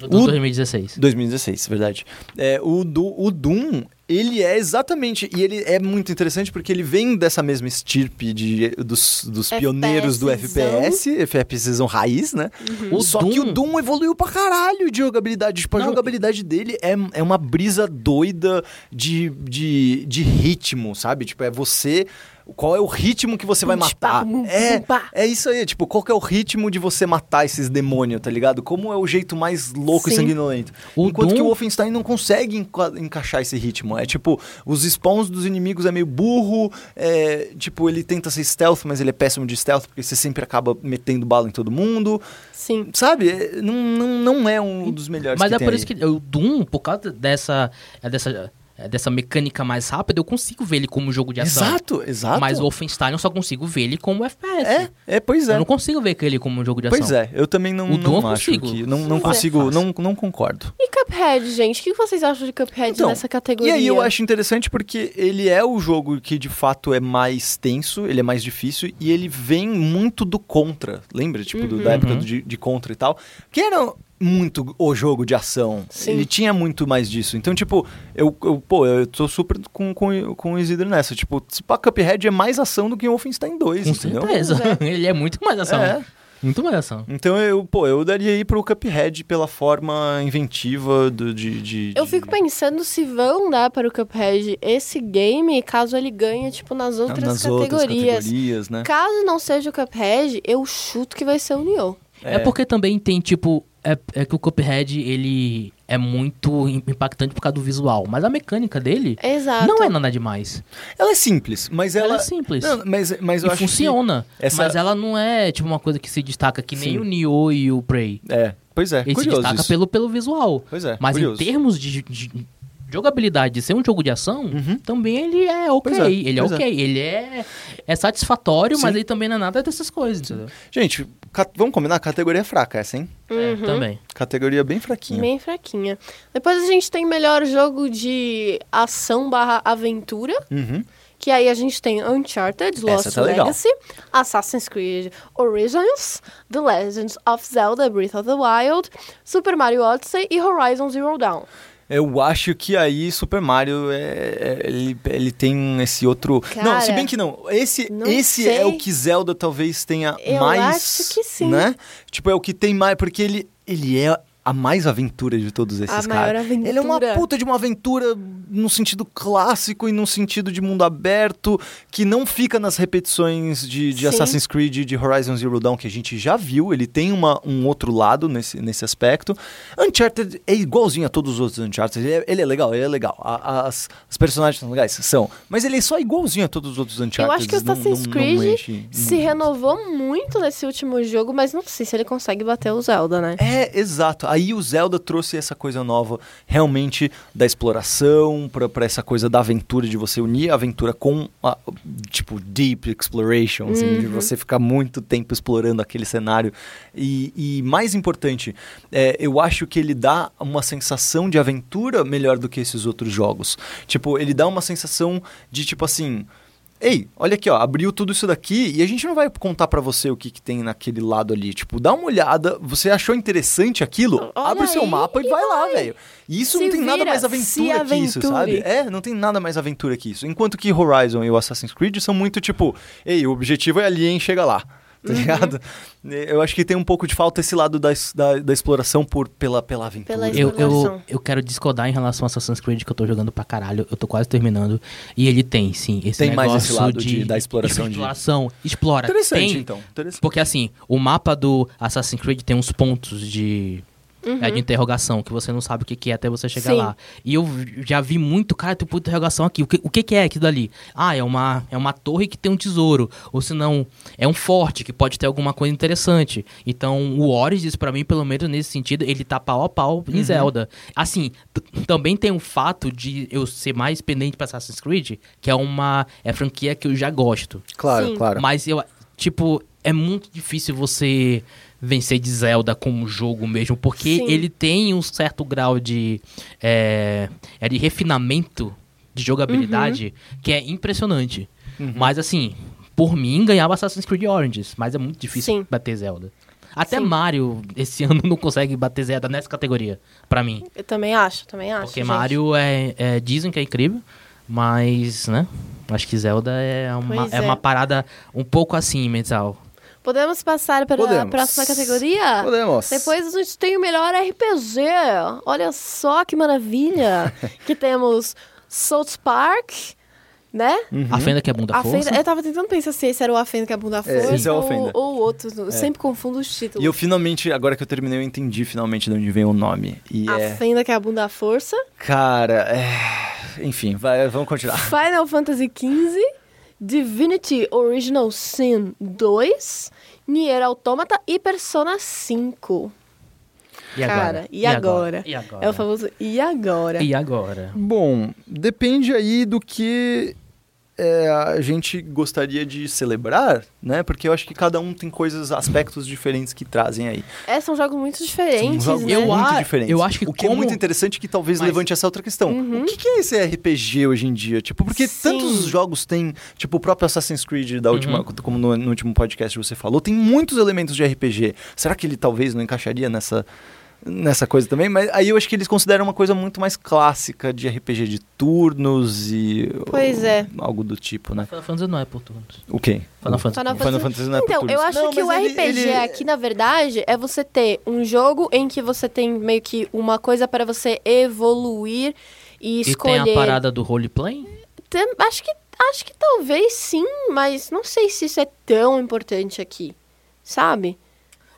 Speaker 3: Do
Speaker 1: O-
Speaker 3: 2016.
Speaker 1: 2016, verdade. É, o, do, o Doom, ele é exatamente. E ele é muito interessante porque ele vem dessa mesma estirpe de, dos, dos
Speaker 2: FPSzão.
Speaker 1: pioneiros do FPS, FPSzão raiz, né?
Speaker 3: O
Speaker 1: Só que o Doom evoluiu pra caralho de jogabilidade. Tipo, a
Speaker 3: Não,
Speaker 1: jogabilidade dele é, é uma brisa doida de, de, de ritmo, sabe? Tipo, é você qual é o ritmo que você vai
Speaker 2: Pum,
Speaker 1: matar.
Speaker 2: pá, pum,
Speaker 1: é,
Speaker 2: pum, pá.
Speaker 1: é isso aí, tipo, qual que é o ritmo de você matar esses demônios, tá ligado? Como é o jeito mais louco e
Speaker 2: Sim.
Speaker 1: sanguinolento.
Speaker 3: O
Speaker 1: Enquanto que o
Speaker 3: Doom-
Speaker 1: Wolfenstein não consegue enca- encaixar esse ritmo. É tipo, os spawns dos inimigos é meio burro, é, tipo, ele tenta ser stealth, mas ele é péssimo de stealth, porque você sempre acaba metendo bala em todo mundo.
Speaker 2: Sim.
Speaker 1: Sabe? É, Não, não, não é um dos melhores
Speaker 3: Mas
Speaker 1: que
Speaker 3: é
Speaker 1: tem
Speaker 3: por
Speaker 1: aí.
Speaker 3: isso que o Doom, por causa dessa, é dessa, é dessa mecânica mais rápida, eu consigo ver ele como um jogo de ação.
Speaker 1: Exato, exato.
Speaker 3: Mas o Wolfenstein eu só consigo ver ele como FPS.
Speaker 1: É, é, pois
Speaker 3: Eu
Speaker 1: é.
Speaker 3: não consigo ver ele como um jogo de ação.
Speaker 1: Pois é, eu também não,
Speaker 3: O Doom
Speaker 1: não
Speaker 3: eu
Speaker 1: acho
Speaker 3: consigo.
Speaker 1: que... Não,
Speaker 3: Sim,
Speaker 1: não
Speaker 3: é
Speaker 1: consigo,
Speaker 3: fácil.
Speaker 1: não, não concordo.
Speaker 2: E Cuphead, gente? O que vocês acham de Cuphead
Speaker 1: Então,
Speaker 2: nessa categoria?
Speaker 1: E aí eu acho interessante porque ele é o jogo que de fato é mais tenso, ele é mais difícil e ele vem muito do contra. Lembra, tipo, do- da época
Speaker 3: Uhum.
Speaker 1: do- de, de contra e tal? Que era muito o jogo de ação.
Speaker 2: Sim.
Speaker 1: Ele tinha muito mais disso. Então, tipo, eu, eu- pô, eu tô super com, com, com o Isidro nessa. Tipo, se pá, Cuphead é mais ação do que Wolfenstein 2,
Speaker 3: Com
Speaker 1: entendeu?
Speaker 3: certeza. ele é muito mais ação.
Speaker 1: É.
Speaker 3: Muito mais ação.
Speaker 1: Então, eu, pô, eu daria aí pro Cuphead pela forma inventiva do, de, de-
Speaker 2: Eu
Speaker 1: de-
Speaker 2: fico pensando se vão dar para o Cuphead esse game, caso ele ganhe, tipo, nas outras,
Speaker 1: nas outras
Speaker 2: categorias.
Speaker 1: categorias, né?
Speaker 2: Caso não seja o Cuphead, eu chuto que vai ser o Nioh.
Speaker 3: É. porque também tem, tipo, é, é que o Cuphead, ele é muito im- impactante por causa do visual. Mas a mecânica dele
Speaker 2: Exato.
Speaker 3: não é nada demais.
Speaker 1: Ela é simples, mas ela.
Speaker 3: Ela, é simples.
Speaker 1: Não, mas, mas eu
Speaker 3: e
Speaker 1: acho
Speaker 3: funciona.
Speaker 1: essa-
Speaker 3: Mas ela não é, tipo, uma coisa que se destaca que nem
Speaker 1: Sim.
Speaker 3: o Nioh e o Prey.
Speaker 1: que. É, pois é.
Speaker 3: Ele se
Speaker 1: curioso
Speaker 3: destaca
Speaker 1: isso.
Speaker 3: pelo, pelo visual.
Speaker 1: Pois é.
Speaker 3: Mas
Speaker 1: curioso.
Speaker 3: em termos de, de jogabilidade, de ser um jogo de ação, também ele é ok.
Speaker 1: Uhum. Pois é,
Speaker 3: Ele é
Speaker 1: pois é.
Speaker 3: ok. Ele é, é satisfatório, mas
Speaker 1: Sim.
Speaker 3: ele também não é nada dessas coisas, entendeu?
Speaker 1: Gente, ca- vamos combinar? Categoria fraca essa, hein?
Speaker 3: É, também.
Speaker 1: Categoria bem fraquinha.
Speaker 2: Uhum. Bem fraquinha. Depois a gente tem melhor jogo de ação barra aventura.
Speaker 1: Uhum.
Speaker 2: Que aí a gente tem Uncharted, Lost
Speaker 1: Essa tá legal.
Speaker 2: Legacy, Assassin's Creed Origins, The Legends of Zelda Breath of the Wild, Super Mario Odyssey e Horizon Zero Dawn.
Speaker 1: Eu acho que aí Super Mario é, é- ele, ele tem esse outro. não,
Speaker 2: Cara,
Speaker 1: se bem que não. Esse,
Speaker 2: não
Speaker 1: esse
Speaker 2: sei.
Speaker 1: é o que Zelda talvez tenha
Speaker 2: Eu
Speaker 1: mais.
Speaker 2: acho que sim.
Speaker 1: Né? Tipo, é o que tem mais. Porque ele, ele é a mais aventura de todos esses
Speaker 2: A maior
Speaker 1: caras.
Speaker 2: aventura.
Speaker 1: Ele é uma puta de uma aventura no sentido clássico e num sentido de mundo aberto, que não fica nas repetições de, de
Speaker 2: Sim.
Speaker 1: Assassin's Creed, de Horizon Zero Dawn, que a gente já viu. Ele tem uma, um outro lado nesse, nesse aspecto. Uncharted é igualzinho a todos os outros Uncharted. Ele é, ele é legal, ele é legal. A- a- as, os personagens são legais, são. Mas ele é só igualzinho a todos os outros Uncharted.
Speaker 2: Eu acho que o Assassin's Creed se
Speaker 1: não-
Speaker 2: renovou muito nesse último jogo, mas não sei se ele consegue bater o Zelda, né?
Speaker 1: É, exato. Aí o Zelda trouxe essa coisa nova, realmente, da exploração, pra, pra essa coisa da aventura, de você unir a aventura com, a, tipo, deep exploration, assim, de você ficar muito tempo explorando aquele cenário. E, e mais importante, é, eu acho que ele dá uma sensação de aventura melhor do que esses outros jogos. Tipo, ele dá uma sensação de, tipo assim... Ei, olha aqui, ó, abriu tudo isso daqui e a gente não vai contar pra você o que, que tem naquele lado ali. Tipo, dá uma olhada, você achou interessante aquilo?
Speaker 2: Olha
Speaker 1: abre o seu
Speaker 2: aí
Speaker 1: mapa e
Speaker 2: e
Speaker 1: vai, lá,
Speaker 2: vai.
Speaker 1: velho. E isso
Speaker 2: Se
Speaker 1: não tem nada
Speaker 2: vira,
Speaker 1: mais
Speaker 2: se
Speaker 1: aventura que isso,
Speaker 2: aventure.
Speaker 1: sabe? É, não tem nada mais aventura que isso. Enquanto que Horizon e o Assassin's Creed são muito tipo, ei, o objetivo é ali, hein, chega lá. Tá
Speaker 2: Uhum.
Speaker 1: ligado? Eu acho que tem um pouco de falta esse lado da, es- da, da exploração por, pela, pela aventura.
Speaker 2: Pela
Speaker 3: Eu, eu,
Speaker 2: Exploração.
Speaker 3: eu quero discordar em relação a Assassin's Creed que eu tô jogando pra caralho. Eu tô quase terminando. E ele tem, sim, esse
Speaker 1: Tem mais
Speaker 3: negócio
Speaker 1: esse lado
Speaker 3: de,
Speaker 1: de- da exploração de-
Speaker 3: Exploração, explora.
Speaker 1: Interessante,
Speaker 3: Tem-
Speaker 1: então. Interessante.
Speaker 3: Porque assim, o mapa do Assassin's Creed tem uns pontos de. É de interrogação, que você não sabe o que, que é até você chegar
Speaker 2: Sim.
Speaker 3: lá. E eu já vi muito, cara, tem um ponto de interrogação aqui. O que, o que, que é aquilo ali? Ah, é uma, é uma torre que tem um tesouro. Ou se não, é um forte que pode ter alguma coisa interessante. Então, o Origins, pra mim, pelo menos nesse sentido, ele tá pau a pau em Zelda. Assim, t- também tem o fato de eu ser mais pendente pra Assassin's Creed, que é uma é franquia que eu já gosto.
Speaker 1: Claro,
Speaker 2: Sim.
Speaker 1: claro.
Speaker 3: Mas eu, tipo, é muito difícil você vencer de Zelda como jogo mesmo, porque
Speaker 2: Sim.
Speaker 3: ele tem um certo grau de, é, é de refinamento de jogabilidade
Speaker 2: Uhum.
Speaker 3: que é impressionante. Mas assim, por mim, ganhava Assassin's Creed Origins, mas é muito difícil
Speaker 2: Sim.
Speaker 3: bater Zelda. Até
Speaker 2: Sim.
Speaker 3: Mario esse ano não consegue bater Zelda nessa categoria, pra mim.
Speaker 2: Eu também acho, também acho.
Speaker 3: Porque
Speaker 2: gente.
Speaker 3: Mario é, é- dizem que é incrível, mas, né? Acho que Zelda é uma,
Speaker 2: Pois
Speaker 3: é.
Speaker 2: é.
Speaker 3: uma parada um pouco assim, mental.
Speaker 2: Podemos passar para
Speaker 1: Podemos.
Speaker 2: a próxima categoria?
Speaker 1: Podemos.
Speaker 2: Depois a gente tem o melhor RPG. Olha só que maravilha! que temos South Park, Né?
Speaker 3: A Fenda que é bunda
Speaker 2: A
Speaker 3: força.
Speaker 2: Fenda, eu tava tentando pensar se esse era o Afenda que é bunda força
Speaker 1: esse é o Afenda.
Speaker 2: ou, ou outro. Eu sempre confundo os títulos.
Speaker 1: E eu finalmente, agora que eu terminei, eu entendi finalmente de onde vem o nome. E
Speaker 2: A
Speaker 1: é.
Speaker 2: Fenda que é a bunda força.
Speaker 1: Cara, é. Enfim, vai- vamos continuar.
Speaker 2: Final Fantasy XV, Divinity Original Sin 2, Nier Automata e Persona 5.
Speaker 3: E agora?
Speaker 2: Cara, e agora?
Speaker 3: E agora?
Speaker 2: É o famoso e agora?
Speaker 3: E agora?
Speaker 1: Bom, depende aí do que é, a gente gostaria de celebrar, né? Porque eu acho que cada um tem coisas, aspectos diferentes que trazem aí.
Speaker 2: É, são jogos muito diferentes,
Speaker 1: São jogos
Speaker 2: né?
Speaker 3: Eu
Speaker 1: muito
Speaker 3: a-
Speaker 1: diferentes.
Speaker 3: eu acho que
Speaker 1: o que é
Speaker 3: como-
Speaker 1: muito interessante que talvez
Speaker 3: Mas-
Speaker 1: levante essa outra questão.
Speaker 2: Uhum.
Speaker 1: O que, que é esse RPG hoje em dia? Tipo, porque
Speaker 2: Sim.
Speaker 1: tantos jogos têm, tipo, o próprio Assassin's Creed da última,
Speaker 3: Uhum.
Speaker 1: como no, no último podcast você falou, tem muitos elementos de RPG. Será que ele talvez não encaixaria nessa nessa coisa também? Mas aí eu acho que eles consideram uma coisa muito mais clássica de RPG de turnos e
Speaker 2: Pois é.
Speaker 1: algo do tipo, né?
Speaker 3: Final Fantasy não é por turnos.
Speaker 1: O quê?
Speaker 3: Final Fantasy.
Speaker 2: Final
Speaker 1: Final
Speaker 2: Fantasy-
Speaker 1: Fantasy não é por
Speaker 2: então, eu
Speaker 1: turnos.
Speaker 2: acho
Speaker 1: Não,
Speaker 2: que o
Speaker 1: mas ele-
Speaker 2: RPG
Speaker 1: ele-
Speaker 2: aqui, na verdade, é você ter um jogo em que você tem meio que uma coisa para você evoluir e
Speaker 3: E
Speaker 2: escolher.
Speaker 3: tem a parada do roleplay?
Speaker 2: Tem- acho que acho que talvez sim, mas não sei se isso é tão importante aqui. Sabe?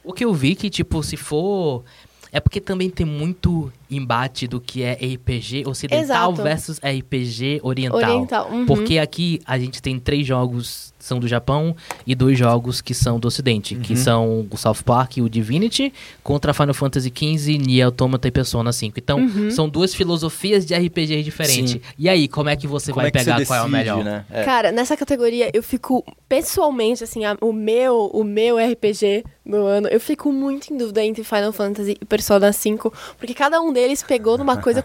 Speaker 3: O que eu vi que, tipo, se for. É porque também tem muito embate do que é RPG ocidental
Speaker 2: Exato.
Speaker 3: versus RPG oriental.
Speaker 2: Oriental. uhum.
Speaker 3: Porque aqui a gente tem três jogos que são do Japão e dois jogos que são do Ocidente, que
Speaker 2: Uhum.
Speaker 3: são o South Park e o Divinity, contra Final Fantasy XV, Nier Automata e Persona 5. Então,
Speaker 2: Uhum.
Speaker 3: são duas filosofias de RPG diferentes.
Speaker 1: Sim.
Speaker 3: E aí, como é que você
Speaker 1: Como
Speaker 3: vai
Speaker 1: é que você
Speaker 3: pegar qual é o
Speaker 1: decide,
Speaker 3: melhor?
Speaker 1: né? É.
Speaker 2: Cara, nessa categoria eu fico pessoalmente assim, a- o meu, o meu RPG do ano, eu fico muito em dúvida entre Final Fantasy e Persona 5, porque cada um deles pegou numa coisa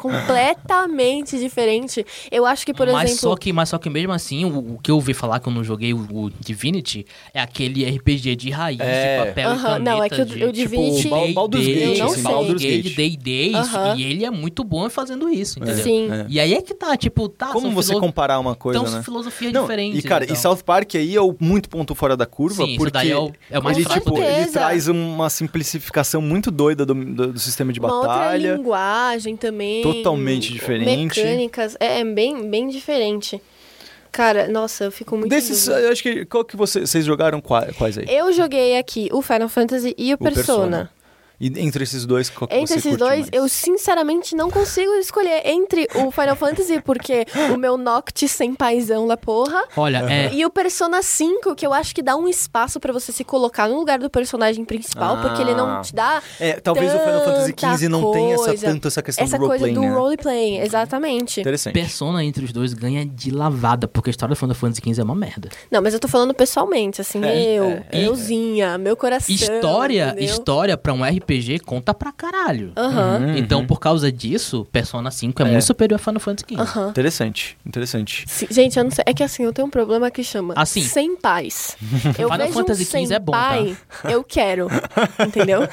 Speaker 2: completamente diferente. Eu acho que, por
Speaker 3: mas
Speaker 2: exemplo,
Speaker 3: só que mas só que mesmo assim o, o que eu ouvi falar que eu não joguei o, o Divinity é aquele RPG de raiz
Speaker 1: É.
Speaker 3: de papel e
Speaker 2: Aham,
Speaker 3: caneta
Speaker 2: não, é que o-
Speaker 3: de,
Speaker 2: o Divinity-
Speaker 3: tipo,
Speaker 1: Bal- Baldur's
Speaker 3: D&D,
Speaker 2: Gate, Eu não assim, sei.
Speaker 3: Baldur's
Speaker 1: Gate.
Speaker 3: Gate D&D isso,
Speaker 2: Aham.
Speaker 3: e ele é muito bom em fazendo isso entendeu?
Speaker 2: Sim.
Speaker 1: É.
Speaker 3: e aí é que tá tipo tá
Speaker 1: Como
Speaker 3: são
Speaker 1: você
Speaker 3: filo-
Speaker 1: comparar uma coisa,
Speaker 3: então,
Speaker 1: né?
Speaker 3: filosofia
Speaker 1: Não,
Speaker 3: diferente.
Speaker 1: E, cara,
Speaker 3: então.
Speaker 1: e South Park aí é o muito ponto fora da curva,
Speaker 3: Sim, isso
Speaker 1: porque
Speaker 3: daí é o- é o mais
Speaker 1: ele,
Speaker 2: fraco
Speaker 1: tipo,
Speaker 2: dele.
Speaker 1: ele
Speaker 2: Certeza.
Speaker 1: traz uma simplificação muito doida do, do- do sistema de
Speaker 2: uma outra
Speaker 1: batalha.
Speaker 2: linguagem também.
Speaker 1: Totalmente diferente.
Speaker 2: Mecânicas, é, é bem, bem diferente. Cara, nossa, eu fico muito em
Speaker 1: Desses,
Speaker 2: dúvida.
Speaker 1: eu acho que. Qual que você- vocês jogaram qua- quais aí?
Speaker 2: Eu joguei aqui o Final Fantasy e o, Persona.
Speaker 1: E entre esses dois, qual que
Speaker 2: Entre
Speaker 1: você
Speaker 2: esses
Speaker 1: curte
Speaker 2: dois,
Speaker 1: mais?
Speaker 2: eu sinceramente não consigo escolher entre o Final Fantasy, porque o meu Noct sem paizão da porra.
Speaker 3: Olha, é,
Speaker 2: E o Persona 5, que eu acho que dá um espaço pra você se colocar no lugar do personagem principal,
Speaker 1: Ah.
Speaker 2: porque ele não te dá
Speaker 1: É, talvez o Final Fantasy
Speaker 2: tanta
Speaker 1: XV não tenha essa,
Speaker 2: coisa.
Speaker 1: tanto essa questão
Speaker 2: essa
Speaker 1: do
Speaker 2: coisa
Speaker 1: roleplay,
Speaker 2: do
Speaker 1: né? Uhum.
Speaker 2: roleplay, exatamente.
Speaker 1: Interessante.
Speaker 3: Persona entre os dois ganha de lavada, porque a história do Final Fantasy XV é uma merda.
Speaker 2: Não, mas eu tô falando pessoalmente, assim,
Speaker 1: É,
Speaker 2: eu,
Speaker 1: é,
Speaker 3: é.
Speaker 2: euzinha, meu coração.
Speaker 3: história,
Speaker 2: entendeu?
Speaker 3: história pra um RPG conta pra caralho.
Speaker 2: Aham,
Speaker 1: Uhum.
Speaker 3: Então, por causa disso, Persona 5 é,
Speaker 1: É.
Speaker 3: muito superior a Final Fantasy
Speaker 1: Uhum.
Speaker 3: XV.
Speaker 2: aham.
Speaker 1: Interessante, interessante.
Speaker 2: Sim, gente, eu não sei. É que assim, eu tenho um problema que chama
Speaker 3: Assim.
Speaker 2: sem pais. Eu
Speaker 3: Final
Speaker 2: vejo
Speaker 3: Fantasy
Speaker 2: um sem
Speaker 3: XV é bom, tá?
Speaker 2: pai, eu quero. Entendeu?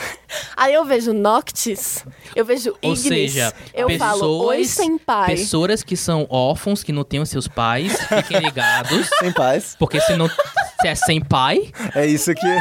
Speaker 2: Aí eu vejo Noctis, eu vejo
Speaker 3: Ou
Speaker 2: Ignis.
Speaker 3: seja,
Speaker 2: eu falo, oi,
Speaker 3: pessoas-
Speaker 2: sem pai.
Speaker 3: Pessoas que são órfãos, que não têm os seus pais, fiquem ligados.
Speaker 1: Sem paz.
Speaker 3: Porque se não se é sem pai,
Speaker 1: É isso que.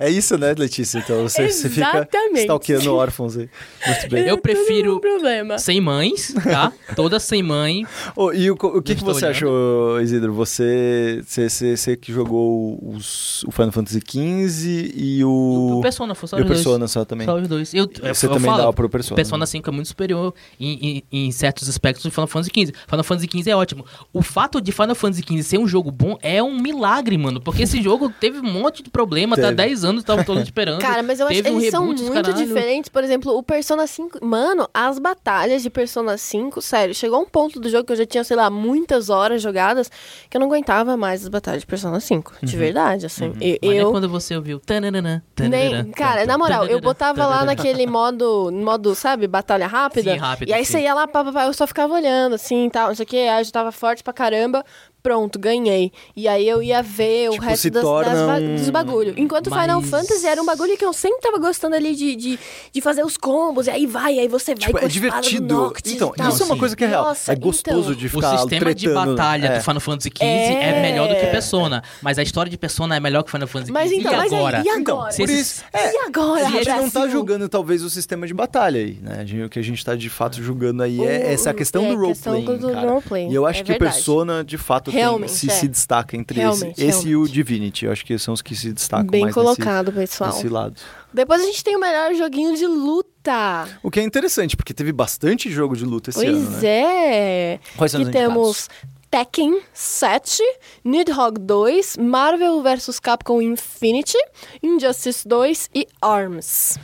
Speaker 1: É isso, né, Letícia? Então você, você fica
Speaker 2: Exatamente.
Speaker 1: stalkeando órfãos aí. Muito bem.
Speaker 3: eu
Speaker 2: Não
Speaker 3: prefiro
Speaker 2: tem um problema.
Speaker 3: sem mães, tá? Todas sem mãe.
Speaker 1: Ô, e o, co- o que, que
Speaker 3: estou
Speaker 1: você
Speaker 3: olhando.
Speaker 1: achou, Isidro? Você, você, você, você que jogou os- o Final Fantasy XV e
Speaker 3: O
Speaker 1: o.
Speaker 3: Persona, foi só
Speaker 1: e o
Speaker 3: os dois.
Speaker 1: Persona só também.
Speaker 3: Só os dois. Eu, eu,
Speaker 1: Você
Speaker 3: eu
Speaker 1: também
Speaker 3: falo,
Speaker 1: dava pro Persona. né?
Speaker 3: Persona 5 é muito superior em, em- em certos aspectos do Final Fantasy XV. Final Fantasy XV é ótimo. O fato de Final Fantasy XV ser um jogo bom é um milagre, mano. Porque esse jogo teve um monte de problema, tá?
Speaker 1: Teve.
Speaker 3: 10 anos tava todo mundo esperando.
Speaker 2: Cara, mas eu acho que
Speaker 3: Teve um
Speaker 2: eles são
Speaker 3: reboot, os
Speaker 2: muito
Speaker 3: caralho.
Speaker 2: diferentes. Por exemplo, o Persona 5. Mano, as batalhas de Persona 5, sério, chegou um ponto do jogo que eu já tinha, sei lá, muitas horas jogadas que eu não aguentava mais as batalhas de Persona 5. De verdade, assim. Eu,
Speaker 3: Uhum. Mas nem
Speaker 2: eu-
Speaker 3: quando você ouviu. Tananana, tananana,
Speaker 2: nem, cara,
Speaker 3: tananana,
Speaker 2: na moral, eu
Speaker 3: tananana,
Speaker 2: botava lá
Speaker 3: tananana.
Speaker 2: naquele modo, modo, sabe, batalha rápida.
Speaker 3: Sim, rápido,
Speaker 2: e aí
Speaker 3: sim.
Speaker 2: você ia lá, pá, pá, pá, eu só ficava olhando, assim, tal, não sei o que, aí eu já tava forte pra caramba. pronto, ganhei. E aí eu ia ver
Speaker 1: Tipo,
Speaker 2: o
Speaker 1: se
Speaker 2: resto das,
Speaker 1: torna
Speaker 2: das ba-
Speaker 1: um-
Speaker 2: dos bagulho. Enquanto
Speaker 3: Mas-
Speaker 2: Final Fantasy era um bagulho que eu sempre tava gostando ali de, de, de fazer os combos, e aí vai, e aí você vai
Speaker 1: Tipo,
Speaker 2: com
Speaker 1: é
Speaker 2: a espada do
Speaker 1: divertido.
Speaker 2: Noctis e
Speaker 1: Então,
Speaker 2: tal.
Speaker 1: isso é uma
Speaker 3: Sim.
Speaker 1: coisa que é real.
Speaker 2: Nossa,
Speaker 1: é gostoso
Speaker 2: então.
Speaker 1: de
Speaker 3: O
Speaker 1: ficar
Speaker 3: sistema de
Speaker 1: tretando,
Speaker 3: batalha
Speaker 1: é.
Speaker 3: do Final Fantasy XV é...
Speaker 2: É.
Speaker 3: melhor do que Persona, mas a história de Persona é melhor que Final Fantasy XV.
Speaker 2: Mas então,
Speaker 3: e
Speaker 2: mas aí,
Speaker 3: agora?
Speaker 2: e agora?
Speaker 1: Então, por
Speaker 3: Esse-
Speaker 1: isso, é,
Speaker 2: E agora,
Speaker 1: a gente não tá
Speaker 2: Brasil?
Speaker 1: julgando talvez o sistema de batalha aí, né? A gente- O que a gente tá de fato julgando aí
Speaker 2: O-
Speaker 1: é essa questão
Speaker 2: é,
Speaker 1: do
Speaker 2: questão
Speaker 1: roleplay,
Speaker 2: do- do roleplaying,
Speaker 1: E eu acho
Speaker 2: é
Speaker 1: que o
Speaker 2: verdade.
Speaker 1: Persona de fato tem-
Speaker 2: Realmente,
Speaker 1: se,
Speaker 2: é.
Speaker 1: se destaca entre esse,
Speaker 2: Realmente,
Speaker 1: esse e o
Speaker 2: realmente.
Speaker 1: Divinity. Eu acho que são os que se destacam
Speaker 2: Bem
Speaker 1: tá mais
Speaker 2: colocado,
Speaker 1: nesse,
Speaker 2: pessoal.
Speaker 1: nesse lado.
Speaker 2: Depois a gente tem o melhor joguinho de luta.
Speaker 1: O que é interessante, porque teve bastante jogo de luta esse ano,
Speaker 2: pois
Speaker 1: né?
Speaker 2: é.
Speaker 1: Quais são
Speaker 2: que
Speaker 1: os
Speaker 2: temos Tekken 7, Nidhogg 2, Marvel vs Capcom Infinity, Injustice 2 e ARMS.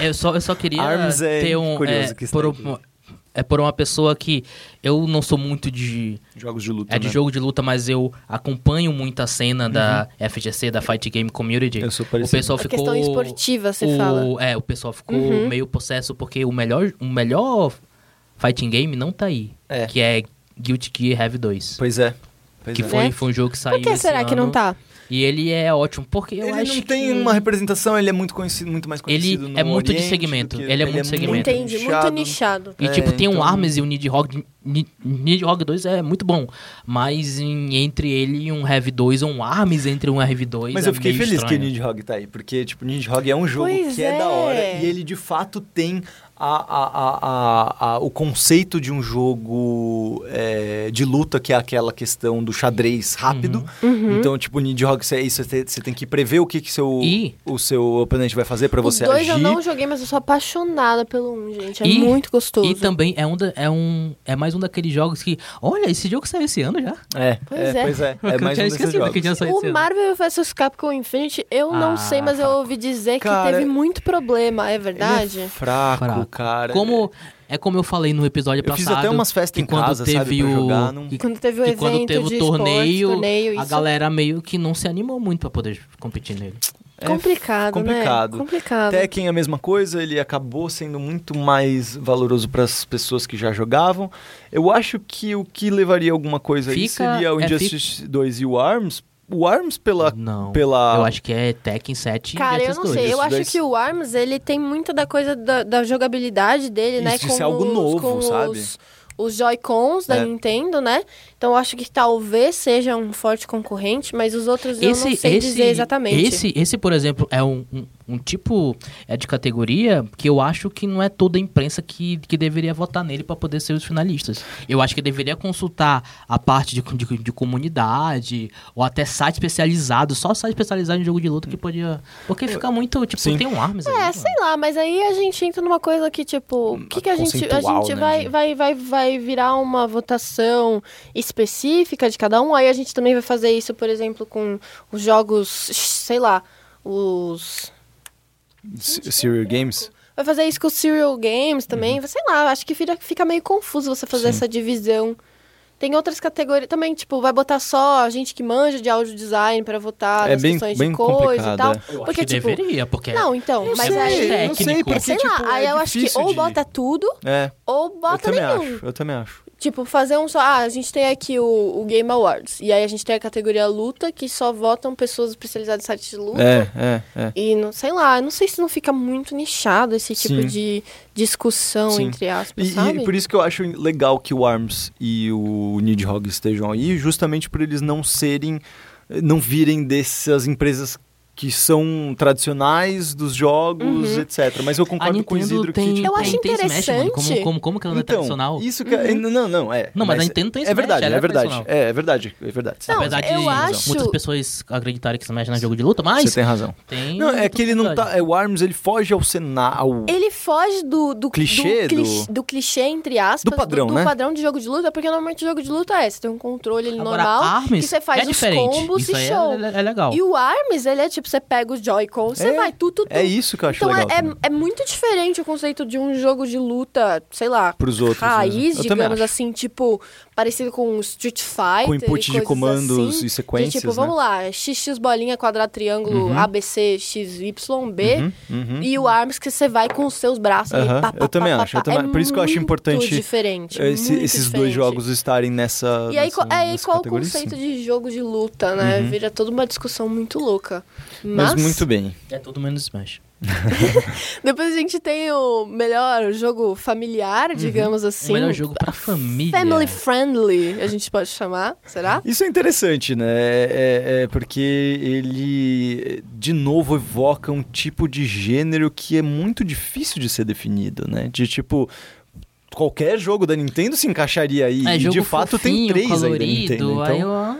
Speaker 3: É, eu, só, eu só queria
Speaker 1: Arms é
Speaker 3: ter um.
Speaker 1: curioso
Speaker 3: é,
Speaker 1: que está
Speaker 3: por,
Speaker 1: aqui.
Speaker 3: um- é por uma pessoa que eu não sou muito de.
Speaker 1: Jogos de luta,
Speaker 3: É de
Speaker 1: né?
Speaker 3: jogo de luta, mas eu acompanho muito a cena da FGC, da Fight Game Community.
Speaker 1: Uhum. Eu sou
Speaker 3: o
Speaker 1: parecido.
Speaker 3: pessoal
Speaker 2: A
Speaker 3: Então ficou.
Speaker 2: questão esportiva, você
Speaker 3: o-
Speaker 2: fala. Uhum.
Speaker 3: É, o pessoal ficou meio possesso porque o melhor, o melhor fighting game não tá aí.
Speaker 1: É.
Speaker 3: Que é Guilty Gear Heavy 2.
Speaker 1: Pois é. Pois
Speaker 3: que
Speaker 1: é.
Speaker 3: foi,
Speaker 2: Né?
Speaker 3: foi um jogo que saiu
Speaker 2: Por que
Speaker 3: esse
Speaker 2: será que não
Speaker 3: ano.
Speaker 2: tá?
Speaker 3: E ele é ótimo, porque eu
Speaker 1: ele
Speaker 3: acho
Speaker 1: não tem
Speaker 3: que...
Speaker 1: uma representação, ele é muito conhecido, muito mais conhecido
Speaker 3: Ele
Speaker 1: no
Speaker 3: é muito de
Speaker 1: Oriente
Speaker 3: segmento,
Speaker 1: do que-
Speaker 3: ele é muito segmento.
Speaker 2: Entendi, muito nichado.
Speaker 1: É,
Speaker 3: E, tipo, tem um
Speaker 1: então-
Speaker 3: Arms e um Nidhogg. Ni- Nidhogg 2 é muito bom. Mas em- entre ele e um Heavy 2, ou um Arms entre um Heavy 2.
Speaker 1: Mas
Speaker 3: é
Speaker 1: eu fiquei
Speaker 3: meio
Speaker 1: feliz
Speaker 3: estranho.
Speaker 1: que o Nidhogg tá aí, porque, tipo, Nidhogg é um jogo
Speaker 2: Pois
Speaker 1: que é. da hora
Speaker 2: é.
Speaker 1: e ele de fato tem a, a- a- a- a- o conceito de um jogo é, de luta, que é aquela questão do xadrez rápido.
Speaker 2: Uhum.
Speaker 1: Então, tipo, Nidhogg, você, isso, você, você tem que prever o que, que seu,
Speaker 3: E-
Speaker 1: o seu oponente vai fazer pra você
Speaker 2: Os dois
Speaker 1: agir.
Speaker 2: eu não joguei, mas eu sou apaixonada pelo um, gente. É
Speaker 3: E-
Speaker 2: muito gostoso.
Speaker 3: E também é, um da- é, um, é mais um daqueles jogos que. Olha, esse jogo saiu esse ano já.
Speaker 1: É,
Speaker 2: Pois
Speaker 1: é,
Speaker 2: é.
Speaker 1: pois é. É
Speaker 3: eu
Speaker 1: mais um
Speaker 3: tinha
Speaker 1: desses
Speaker 3: esquecido
Speaker 1: jogos.
Speaker 3: que tinha saído esse
Speaker 2: O
Speaker 3: ano.
Speaker 2: Marvel vs Capcom Infinity, eu não
Speaker 3: Ah,
Speaker 2: sei, mas eu
Speaker 3: fraco.
Speaker 2: ouvi dizer que
Speaker 1: Cara,
Speaker 2: teve muito problema, é
Speaker 1: Ele é
Speaker 2: verdade?
Speaker 1: fraco,
Speaker 3: Fraco.
Speaker 1: cara.
Speaker 3: Como, é como eu falei no episódio
Speaker 1: Eu
Speaker 3: passado.
Speaker 1: fiz até umas festas
Speaker 3: que
Speaker 1: em
Speaker 3: quando
Speaker 1: casa,
Speaker 3: teve
Speaker 1: sabe, pra
Speaker 3: o,
Speaker 1: jogar, não-
Speaker 3: que-
Speaker 2: Quando teve o
Speaker 3: que
Speaker 2: evento
Speaker 3: quando teve
Speaker 2: de
Speaker 3: o torneio,
Speaker 2: esporte, torneio
Speaker 3: a
Speaker 2: isso.
Speaker 3: galera meio que não se animou muito pra poder competir nele.
Speaker 1: É
Speaker 2: complicado,
Speaker 1: complicado.
Speaker 2: né? Complicado.
Speaker 1: Tekken é a mesma coisa, ele acabou sendo muito mais valoroso para as pessoas que já jogavam. Eu acho que o que levaria alguma coisa aí
Speaker 3: Fica-
Speaker 1: seria o
Speaker 3: é,
Speaker 1: Injustice 2 e o ARMS. O ARMS pela...
Speaker 3: Não.
Speaker 1: pela
Speaker 3: Eu acho que é Tekken 7 e
Speaker 2: Cara, eu
Speaker 3: Injustice
Speaker 2: não
Speaker 3: 2.
Speaker 2: sei. Eu
Speaker 1: Esses
Speaker 2: acho
Speaker 1: dois-
Speaker 2: que o Arms, ele tem muita da coisa da, da jogabilidade dele, né?
Speaker 1: Isso,
Speaker 2: com
Speaker 1: isso é algo
Speaker 2: os-
Speaker 1: novo,
Speaker 2: com
Speaker 1: sabe?
Speaker 2: Os, os Joy-Cons da
Speaker 1: É.
Speaker 2: Nintendo, né? Então eu acho que talvez seja um forte concorrente, mas os outros eu não sei dizer exatamente.
Speaker 3: Esse, esse, por exemplo, é um, um, um tipo é de categoria que eu acho que não é toda a imprensa que, que deveria votar nele para poder ser os finalistas. Eu acho que deveria consultar a parte de, de, de comunidade ou até site especializado, só site especializado em jogo de luta que podia... Porque fica muito, tipo,
Speaker 1: Sim.
Speaker 3: tem um Arms
Speaker 2: É,
Speaker 1: Então.
Speaker 3: ali,
Speaker 2: sei lá, mas aí a gente entra numa coisa que, tipo, o que, que a gente. A
Speaker 1: Hum, conceitual,
Speaker 2: gente
Speaker 1: né,
Speaker 2: vai,
Speaker 1: gente?
Speaker 2: vai, vai, vai virar uma votação específica de cada um. Aí a gente também vai fazer isso, por exemplo, com os jogos, sei lá, os.
Speaker 1: S- Serial Games.
Speaker 2: Vai fazer isso com os serial games também. Sei lá, acho que fica, fica meio confuso você fazer
Speaker 1: Uhum. Sim.
Speaker 2: essa divisão. Tem outras categorias também, tipo, vai botar só a gente que manja de audio design pra votar
Speaker 1: É
Speaker 2: nas
Speaker 1: bem-
Speaker 2: Ah, questões
Speaker 1: bem
Speaker 2: de coisa
Speaker 1: complicado,
Speaker 2: e tal.
Speaker 1: é.
Speaker 3: Eu acho
Speaker 2: Porque,
Speaker 3: que
Speaker 2: tipo.
Speaker 3: deveria, porque...
Speaker 2: Não, então,
Speaker 1: Eu
Speaker 2: mas
Speaker 1: sei,
Speaker 2: aí.
Speaker 1: eu sei,
Speaker 3: técnico.
Speaker 1: porque,
Speaker 2: Sei lá,
Speaker 1: tipo,
Speaker 2: aí
Speaker 1: é
Speaker 2: eu acho que
Speaker 1: difícil
Speaker 2: ou
Speaker 1: de-
Speaker 2: bota tudo
Speaker 1: É,
Speaker 2: ou
Speaker 1: eu
Speaker 2: bota
Speaker 1: também
Speaker 2: nenhum.
Speaker 1: acho, eu também acho.
Speaker 2: Tipo, fazer um só. Ah, a gente tem aqui o, o Game Awards. E aí a gente tem a categoria luta, que só votam pessoas especializadas em sites de luta.
Speaker 1: É, é, é.
Speaker 2: E não, sei lá, eu não sei se não fica muito nichado esse tipo
Speaker 1: Sim.
Speaker 2: de discussão,
Speaker 1: Sim.
Speaker 2: entre aspas,
Speaker 1: E,
Speaker 2: sabe?
Speaker 1: e por isso que eu acho legal que o ARMS e o Nidhogg estejam aí, justamente por eles não serem, eh, não virem dessas empresas que são tradicionais dos jogos,
Speaker 2: Uhum.
Speaker 1: etc. Mas eu
Speaker 3: a
Speaker 1: concordo com o
Speaker 3: Nintendo
Speaker 1: Isidro
Speaker 3: tem...
Speaker 1: que...
Speaker 2: Eu
Speaker 1: tipo, Então,
Speaker 2: acho Uhum.
Speaker 3: tem Smash, mano, como,
Speaker 2: interessante.
Speaker 3: como, como que ela não é tradicional?
Speaker 1: Isso que é, não, não, é.
Speaker 3: Não, mas a Nintendo tem
Speaker 1: É
Speaker 3: Smash,
Speaker 1: verdade,
Speaker 3: ela
Speaker 1: é
Speaker 3: é
Speaker 1: verdade.
Speaker 3: tradicional.
Speaker 1: É, é verdade, é verdade.
Speaker 2: Não,
Speaker 1: Você
Speaker 3: Apesar de
Speaker 2: eu acho-
Speaker 3: muitas pessoas acreditarem que Smash não é jogo de luta, mas
Speaker 1: tem razão.
Speaker 3: tem.
Speaker 1: Não, é que ele não tá. é, o Arms ele foge ao cenário.
Speaker 2: Ele foge do, do
Speaker 1: Clichê,
Speaker 2: do, clich- do clichê, entre aspas,
Speaker 1: Do padrão,
Speaker 2: do,
Speaker 1: né?
Speaker 2: padrão de jogo de luta, porque normalmente jogo de luta é, você tem um controle
Speaker 1: tá-
Speaker 2: ali
Speaker 3: Agora,
Speaker 2: normal,
Speaker 3: Arms
Speaker 2: que você faz
Speaker 3: é
Speaker 2: os
Speaker 3: diferente.
Speaker 2: combos
Speaker 3: Isso
Speaker 2: e
Speaker 3: aí é-
Speaker 2: show.
Speaker 3: É, é legal.
Speaker 2: E o Arms, ele é tipo, você pega o Joy-Con, você
Speaker 1: É.
Speaker 2: vai, tu, tu, tu.
Speaker 1: É isso que eu acho
Speaker 2: Então é,
Speaker 1: legal. também.
Speaker 2: é- é muito diferente o conceito de um jogo de luta, sei lá,
Speaker 1: Pros outros né?
Speaker 2: raiz,
Speaker 1: mesmo. Eu também
Speaker 2: digamos
Speaker 1: acho.
Speaker 2: assim, tipo, parecido com Street Fighter.
Speaker 1: Com input
Speaker 2: e
Speaker 1: de
Speaker 2: coisas
Speaker 1: comandos
Speaker 2: assim,
Speaker 1: e sequências.
Speaker 2: de tipo, vamos
Speaker 1: né?
Speaker 2: lá, XX bolinha, quadrado, triângulo,
Speaker 1: Uhum.
Speaker 2: ABC, XY, B.
Speaker 1: Uhum, uhum.
Speaker 2: E o arms que você vai com os seus braços. ali,
Speaker 1: Aham,
Speaker 2: pá, pá,
Speaker 1: eu também
Speaker 2: pá, pá,
Speaker 1: acho, eu
Speaker 2: pá.
Speaker 1: também-
Speaker 2: É
Speaker 1: por isso que eu acho
Speaker 2: muito
Speaker 1: importante,
Speaker 2: diferente,
Speaker 1: É, Esse-
Speaker 2: muito
Speaker 1: esses dois
Speaker 2: diferente.
Speaker 1: jogos estarem nessa.
Speaker 2: E aí,
Speaker 1: nessa,
Speaker 2: qual- é, e
Speaker 1: nessa
Speaker 2: qual o
Speaker 1: categoria, sim.
Speaker 2: conceito de jogo de luta, né?
Speaker 1: Uhum.
Speaker 2: Vira toda uma discussão muito louca.
Speaker 1: Mas
Speaker 2: Mas,
Speaker 1: muito bem.
Speaker 3: É tudo menos Smash.
Speaker 2: depois a gente tem o melhor jogo familiar,
Speaker 1: Uhum.
Speaker 2: digamos assim.
Speaker 3: o melhor jogo pra família.
Speaker 2: Family friendly, a gente pode chamar, será?
Speaker 1: Isso é interessante, né? É, é- é porque ele, de novo, evoca um tipo de gênero que é muito difícil de ser definido, né? De tipo. Qualquer jogo da Nintendo se encaixaria aí.
Speaker 3: É,
Speaker 1: e
Speaker 3: jogo
Speaker 1: de fato tem
Speaker 3: fofinho,
Speaker 1: três aí da
Speaker 3: colorido,
Speaker 1: Nintendo. Então,
Speaker 3: aí eu, ah,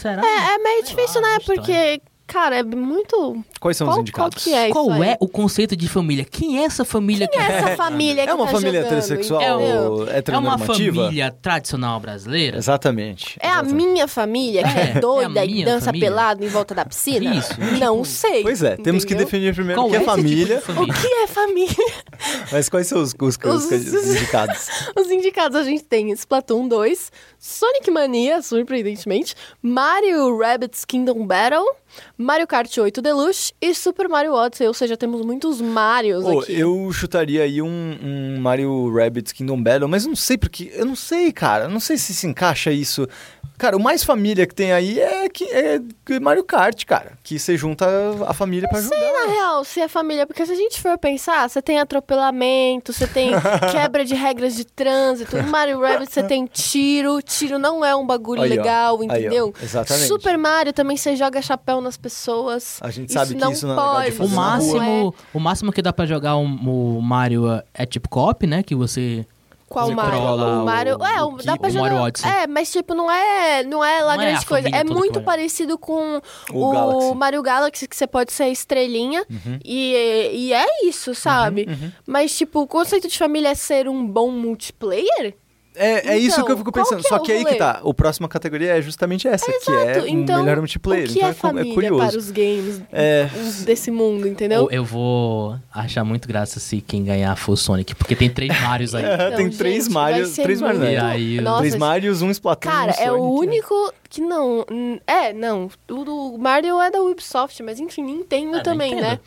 Speaker 3: será?
Speaker 2: É meio difícil,
Speaker 3: lá,
Speaker 2: né?
Speaker 3: gostei.
Speaker 2: Porque, cara, é muito.
Speaker 1: quais são os
Speaker 2: qual- qual
Speaker 1: indicados?
Speaker 2: que é?
Speaker 3: Qual
Speaker 2: isso aí.
Speaker 3: é o conceito de família? Quem é essa família que
Speaker 2: Essa família que
Speaker 1: É uma
Speaker 2: tá
Speaker 1: família
Speaker 2: jogando,
Speaker 1: heterossexual
Speaker 2: entendeu?
Speaker 3: É uma
Speaker 1: heteronormativa?
Speaker 3: família tradicional brasileira?
Speaker 1: Exatamente.
Speaker 2: É a
Speaker 1: exatamente.
Speaker 2: minha família que é,
Speaker 3: É,
Speaker 2: doida
Speaker 3: é a
Speaker 2: e
Speaker 3: minha
Speaker 2: dança
Speaker 3: família.
Speaker 2: pelado em volta da piscina?
Speaker 3: Isso,
Speaker 2: Não sei.
Speaker 1: Pois é, temos que
Speaker 2: entendeu?
Speaker 1: definir primeiro o
Speaker 3: Qual
Speaker 1: que é,
Speaker 3: é esse tipo de
Speaker 1: família,
Speaker 2: O
Speaker 3: família?
Speaker 2: que é família?
Speaker 1: mas quais são os, os- os
Speaker 2: Os-
Speaker 1: indicados?
Speaker 2: Os indicados a gente tem Splatoon 2, Sonic Mania, surpreendentemente, Mario Rabbit's Kingdom Battle, Mario Kart 8 Deluxe e Super Mario Odyssey, ou seja, temos muitos Marios
Speaker 1: Pô,
Speaker 2: aqui.
Speaker 1: eu chutaria aí um, um Mario Rabbids Kingdom Battle, mas não sei porque. Eu não sei, cara. eu Não sei se se encaixa isso. Cara, o mais família que tem aí é, que, é que Mario Kart, cara. Que você junta a família pra jogar.
Speaker 2: Na real, se é família, porque se a gente for pensar, você tem atropelamento, você tem quebra de regras de trânsito, no Mario Rabbit você tem tiro, tiro não é um bagulho
Speaker 1: Aí, ó.
Speaker 2: legal,
Speaker 1: Aí, ó.
Speaker 2: entendeu?
Speaker 1: Exatamente.
Speaker 2: Super Mario também você joga chapéu nas pessoas.
Speaker 1: A gente sabe que isso não é legal de
Speaker 2: pode. é.
Speaker 1: fazer na
Speaker 3: O
Speaker 1: rua.
Speaker 3: máximo, o máximo que dá pra jogar um- o Mario é- é tipo cop, né? Que você.
Speaker 2: Qual
Speaker 3: Você
Speaker 2: Mario?
Speaker 3: controla
Speaker 2: O Mario.
Speaker 3: o-
Speaker 2: É,
Speaker 3: o
Speaker 2: o, dá
Speaker 3: Ki-
Speaker 2: pra
Speaker 3: o
Speaker 2: jogar.
Speaker 3: Mario Odyssey.
Speaker 2: É, mas tipo, não é, não é lá
Speaker 3: Não é
Speaker 2: grande
Speaker 3: a
Speaker 2: coisa.
Speaker 3: família
Speaker 2: É
Speaker 3: toda que
Speaker 2: muito
Speaker 3: vai.
Speaker 2: parecido com
Speaker 1: O
Speaker 2: o,
Speaker 1: Galaxy.
Speaker 2: Mario Galaxy, que você pode ser estrelinha.
Speaker 3: Uhum.
Speaker 2: E, e é isso, sabe? Mas, tipo, o conceito de família é ser um bom multiplayer?
Speaker 1: É, é isso
Speaker 2: Então,
Speaker 1: que eu fico
Speaker 2: qual
Speaker 1: pensando.
Speaker 2: que é
Speaker 1: Só
Speaker 2: o
Speaker 1: que aí que
Speaker 2: rolê?
Speaker 1: tá. O próxima categoria é justamente essa, que é
Speaker 2: Exato.
Speaker 1: o
Speaker 2: então,
Speaker 1: melhor multiplayer.
Speaker 2: O que
Speaker 1: então
Speaker 2: é
Speaker 1: cu-
Speaker 2: família
Speaker 1: curioso.
Speaker 2: para os games
Speaker 1: É.
Speaker 2: desse mundo, entendeu?
Speaker 3: Eu vou achar muito graça se quem ganhar for o Sonic, porque tem três Marios aí.
Speaker 1: É, tem
Speaker 2: Então,
Speaker 1: três
Speaker 2: gente, vai
Speaker 1: Marios,
Speaker 2: ser
Speaker 1: três Marios,
Speaker 2: muito-
Speaker 1: né?
Speaker 3: E aí,
Speaker 2: Nossa,
Speaker 1: três Marios, um Splatoon,
Speaker 2: Cara,
Speaker 1: um
Speaker 2: é o
Speaker 1: Sonic, né?
Speaker 2: único que não. n- É, não. O do Mario é da Ubisoft, mas enfim, Nintendo
Speaker 3: É,
Speaker 2: também,
Speaker 3: Nintendo.
Speaker 2: né?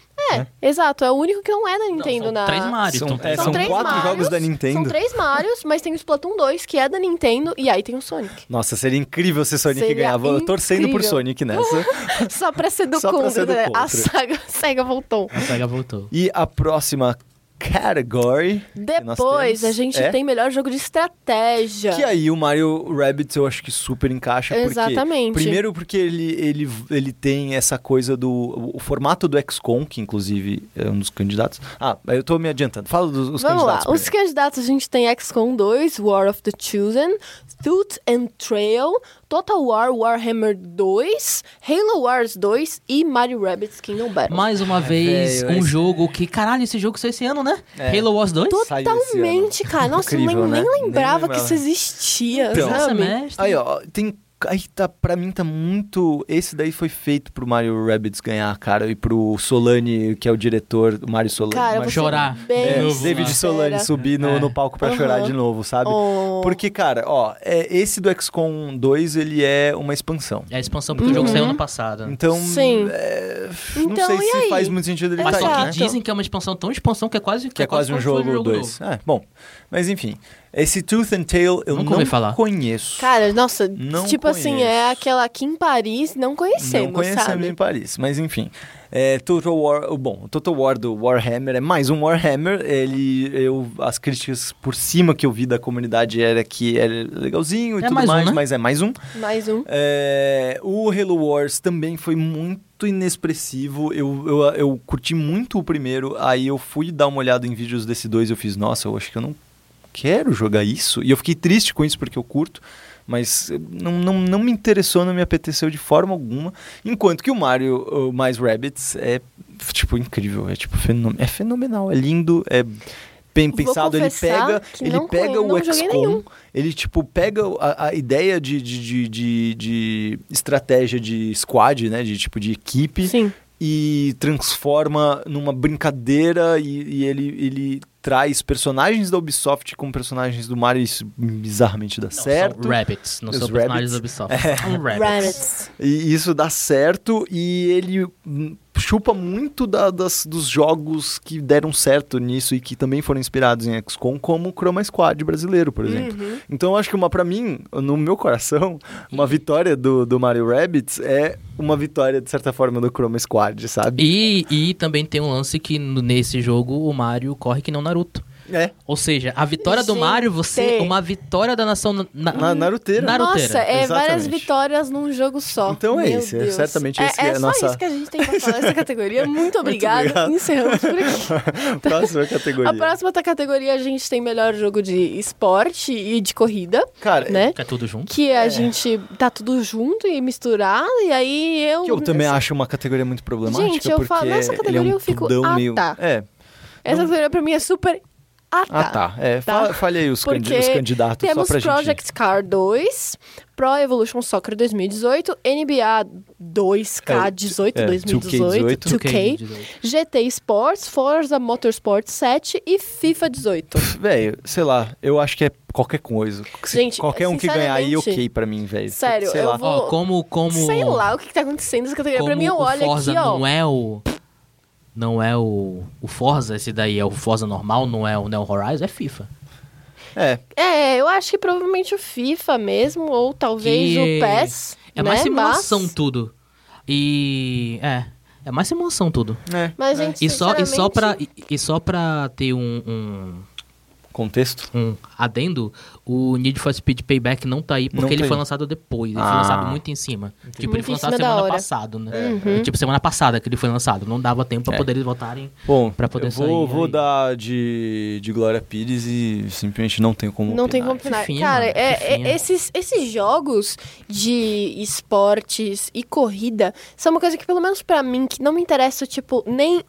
Speaker 2: É, exato. É o único que não é da
Speaker 3: Não,
Speaker 2: Nintendo
Speaker 3: são
Speaker 2: na.
Speaker 3: Três Marios.
Speaker 1: São-
Speaker 3: então
Speaker 1: é,
Speaker 3: três-
Speaker 1: são quatro jogos da Nintendo.
Speaker 2: São três Marios, mas tem o Splatoon 2, que é da Nintendo, e aí tem o Sonic.
Speaker 1: Nossa, seria incrível se Sonic
Speaker 2: Seria
Speaker 1: ganhava. Eu Torcendo por
Speaker 2: incrível.
Speaker 1: Sonic nessa.
Speaker 2: Só pra ser do
Speaker 1: Só pra
Speaker 2: contra,
Speaker 1: ser do
Speaker 2: né?
Speaker 1: contra.
Speaker 2: A saga, a saga voltou.
Speaker 3: A saga voltou.
Speaker 1: E a próxima category. que nós
Speaker 2: Depois,
Speaker 1: temos
Speaker 2: a gente
Speaker 1: é-
Speaker 2: tem melhor jogo de estratégia.
Speaker 1: Que aí o Mario Rabbit eu acho que super encaixa. porque-
Speaker 2: Exatamente.
Speaker 1: primeiro porque ele, ele, ele tem essa coisa do... O, o formato do XCOM, que inclusive é um dos candidatos. Ah, eu tô me adiantando. Fala dos os
Speaker 2: Vamos lá.
Speaker 1: candidatos.
Speaker 2: Os
Speaker 1: primeiro.
Speaker 2: candidatos a gente tem XCOM 2, War of the Chosen, Thought and Trail, Total War Warhammer 2, Halo Wars 2 e Mario Rabbids Kingdom Battle.
Speaker 3: Mais uma vez,
Speaker 1: É, velho,
Speaker 3: um
Speaker 1: esse-
Speaker 3: jogo que. Caralho, esse jogo saiu esse ano, né?
Speaker 1: É.
Speaker 3: Halo Wars 2?
Speaker 1: Saiu esse ano.
Speaker 2: Totalmente, cara. Nossa,
Speaker 1: Incrível,
Speaker 2: eu nem,
Speaker 1: né?
Speaker 2: nem
Speaker 1: Nem
Speaker 2: lembrava que
Speaker 1: lembrava.
Speaker 2: isso existia,
Speaker 1: Então.
Speaker 2: sabe?
Speaker 3: semestre.
Speaker 1: Aí, ó, tem... Aí tá, pra mim tá muito. Esse daí foi feito pro Mario Rabbids ganhar, cara, e pro Solani, que é o diretor, o Mário Solani.
Speaker 2: Cara,
Speaker 1: Mário
Speaker 2: você
Speaker 3: chorar.
Speaker 2: Bem
Speaker 1: É,
Speaker 3: De novo,
Speaker 1: David
Speaker 3: né?
Speaker 1: Solani subir no,
Speaker 3: É.
Speaker 1: no palco pra chorar
Speaker 2: Aham.
Speaker 1: de novo, sabe?
Speaker 2: Oh.
Speaker 1: Porque, cara, ó, é, esse do XCOM 2, ele é uma expansão.
Speaker 3: É a expansão, porque o
Speaker 2: Uhum.
Speaker 3: jogo saiu ano passado.
Speaker 1: Então,
Speaker 2: Sim.
Speaker 1: é, f- não
Speaker 2: Então,
Speaker 1: sei
Speaker 2: e
Speaker 1: se
Speaker 2: aí?
Speaker 1: faz muito sentido ele
Speaker 2: Mas
Speaker 1: estar
Speaker 3: Mas
Speaker 1: tá
Speaker 2: Exato.
Speaker 1: aí,
Speaker 3: só
Speaker 1: né?
Speaker 3: que dizem que é uma expansão tão expansão que é quase
Speaker 1: Que é quase um jogo ou
Speaker 3: ou
Speaker 1: dois. É, bom, mas enfim. Esse Tooth and Tail eu
Speaker 3: Nunca
Speaker 1: não
Speaker 3: ouvi falar.
Speaker 1: conheço.
Speaker 2: Cara, nossa,
Speaker 1: Não
Speaker 2: tipo assim,
Speaker 1: conheço.
Speaker 2: é aquela aqui em Paris, não conhecemos,
Speaker 1: não conhecemos
Speaker 2: sabe?
Speaker 1: em Paris, mas enfim. É, Total War, bom, Total War do Warhammer é mais um Warhammer. Ele, eu, as críticas por cima que eu vi da comunidade era que era legalzinho e
Speaker 3: É
Speaker 1: tudo mais,
Speaker 3: mais um, né?
Speaker 1: mas é mais um.
Speaker 2: Mais um.
Speaker 1: É, o Halo Wars também foi muito inexpressivo. Eu, eu, eu curti muito o primeiro. Aí eu fui dar uma olhada em vídeos desse dois e eu fiz, nossa, eu acho que eu não quero jogar isso. E eu fiquei triste com isso porque eu curto. Mas eh, não, não, não me interessou, não me apeteceu de forma alguma. Enquanto que o Mario o mais Rabbits é, tipo, incrível. É, tipo, fenomenal. É fenomenal. É lindo, é bem
Speaker 2: Vou
Speaker 1: pensado. Ele
Speaker 2: confessar
Speaker 1: pega,
Speaker 2: que
Speaker 1: ele
Speaker 2: não
Speaker 1: pega
Speaker 2: conhe-
Speaker 1: o
Speaker 2: não joguei
Speaker 1: XCOM,
Speaker 2: nenhum.
Speaker 1: ele, tipo, pega a, a ideia de, de, de, de- de estratégia de squad, né? De tipo de equipe,
Speaker 2: Sim.
Speaker 1: e transforma numa brincadeira e, e ele, ele traz personagens da Ubisoft com personagens do Mario e isso bizarramente dá
Speaker 3: Não,
Speaker 1: certo.
Speaker 3: São rabbits, não
Speaker 1: Os
Speaker 3: são personagens
Speaker 1: rabbits. É.
Speaker 3: da Ubisoft. São rabbits.
Speaker 2: Rabbits.
Speaker 1: E isso dá certo e ele hum, chupa muito da- das, dos jogos que deram certo nisso e que também foram inspirados em XCOM, como o Chroma Squad brasileiro, por exemplo.
Speaker 2: Uhum.
Speaker 1: Então eu acho que uma para mim, no meu coração, uma vitória do, do Mario Rabbits é uma vitória, de certa forma, do Chroma Squad, sabe?
Speaker 3: E, e também tem um lance que no- nesse jogo o Mario corre que não Naruto.
Speaker 1: É,
Speaker 3: Ou seja, a vitória do
Speaker 2: Gente.
Speaker 3: Mario, você. Uma vitória da nação. Na,
Speaker 1: na Naruteira.
Speaker 3: Naru- Naruteira,
Speaker 2: Nossa, é várias
Speaker 1: exatamente.
Speaker 2: vitórias num jogo só.
Speaker 1: Então é
Speaker 2: Meu
Speaker 1: esse, é
Speaker 2: Deus.
Speaker 1: certamente esse que
Speaker 2: é,
Speaker 1: é a
Speaker 2: só
Speaker 1: nossa-
Speaker 2: isso que a gente tem pra falar nessa categoria. Muito obrigada.
Speaker 1: obrigado.
Speaker 2: Encerramos por aqui.
Speaker 1: Próxima categoria.
Speaker 2: A próxima ta- categoria a gente tem melhor jogo de esporte e de corrida,
Speaker 1: Cara,
Speaker 2: né?
Speaker 3: É tudo junto.
Speaker 2: Que a gente tá tudo junto e misturado, e aí eu.
Speaker 1: que eu também acho uma categoria muito problemática,
Speaker 2: é assim. Gente, eu
Speaker 1: porque
Speaker 2: falo, nessa
Speaker 1: ele é um
Speaker 2: categoria eu fico,
Speaker 1: tudão
Speaker 2: ah,
Speaker 1: meio...
Speaker 2: tá.
Speaker 1: É,
Speaker 2: Essa categoria pra mim é super. Ah, tá.
Speaker 1: Ah, tá. É,
Speaker 2: Tá.
Speaker 1: fa- Falha aí os,
Speaker 2: Porque
Speaker 1: candi- os candidatos só
Speaker 2: Temos
Speaker 1: pra
Speaker 2: Project Car 2, Pro Evolution Soccer 2018, NBA 2K18
Speaker 1: É, é,
Speaker 2: 2018,
Speaker 1: 2K18.
Speaker 2: 2K, GT Sports, Forza Motorsport 7 e FIFA 18.
Speaker 1: gente. Velho, sei lá, eu acho que é qualquer coisa. Se
Speaker 2: Gente,
Speaker 1: qualquer um que ganhar aí,
Speaker 2: sinceramente,
Speaker 1: ok pra mim, velho.
Speaker 2: sério,
Speaker 1: sei
Speaker 2: eu
Speaker 1: lá.
Speaker 2: vou-
Speaker 3: Ó, como. como
Speaker 2: Sei lá o que, que tá acontecendo nessa categoria.
Speaker 3: como
Speaker 2: Pra mim, eu
Speaker 3: o
Speaker 2: olho
Speaker 3: Forza
Speaker 2: aqui, ó.
Speaker 3: não é o. Não é o. O Forza, esse daí é o Forza normal, não é o Neo Horizon, é FIFA.
Speaker 1: É,
Speaker 2: É, eu acho que provavelmente o FIFA mesmo, ou talvez
Speaker 3: Que-
Speaker 2: o PES.
Speaker 3: É mais
Speaker 2: né?
Speaker 3: simulação
Speaker 2: Mas-
Speaker 3: tudo. E. É. É mais simulação tudo.
Speaker 1: é.
Speaker 2: Mas,
Speaker 1: é.
Speaker 2: gente,
Speaker 3: E só, e só, pra,
Speaker 2: sinceramente,
Speaker 3: e, e só pra ter um- um,
Speaker 1: Contexto?
Speaker 3: um adendo, o Need for Speed Payback não tá aí porque
Speaker 1: Não tá
Speaker 3: ele foi
Speaker 1: aí.
Speaker 3: lançado depois. Ele foi
Speaker 1: Ah.
Speaker 3: lançado muito em cima. Tipo, ele
Speaker 2: Muito
Speaker 3: foi
Speaker 2: em
Speaker 3: lançado
Speaker 2: cima da
Speaker 3: semana
Speaker 2: hora. Uhum.
Speaker 3: passada, né? Tipo, semana passada que ele foi lançado. Não dava tempo
Speaker 1: É.
Speaker 3: pra poder eles votarem.
Speaker 1: Bom,
Speaker 3: Pra poder
Speaker 1: eu vou,
Speaker 3: sair
Speaker 1: vou
Speaker 3: aí.
Speaker 1: dar de, de Glória Pires e simplesmente não tenho como
Speaker 2: Não tem como
Speaker 1: opinar.
Speaker 2: opinar.
Speaker 3: fino,
Speaker 2: Cara,
Speaker 3: que
Speaker 2: é- é-
Speaker 3: fino.
Speaker 2: esses, esses jogos de esportes e corrida são uma coisa que, pelo menos pra mim, que não me interessa, tipo, nem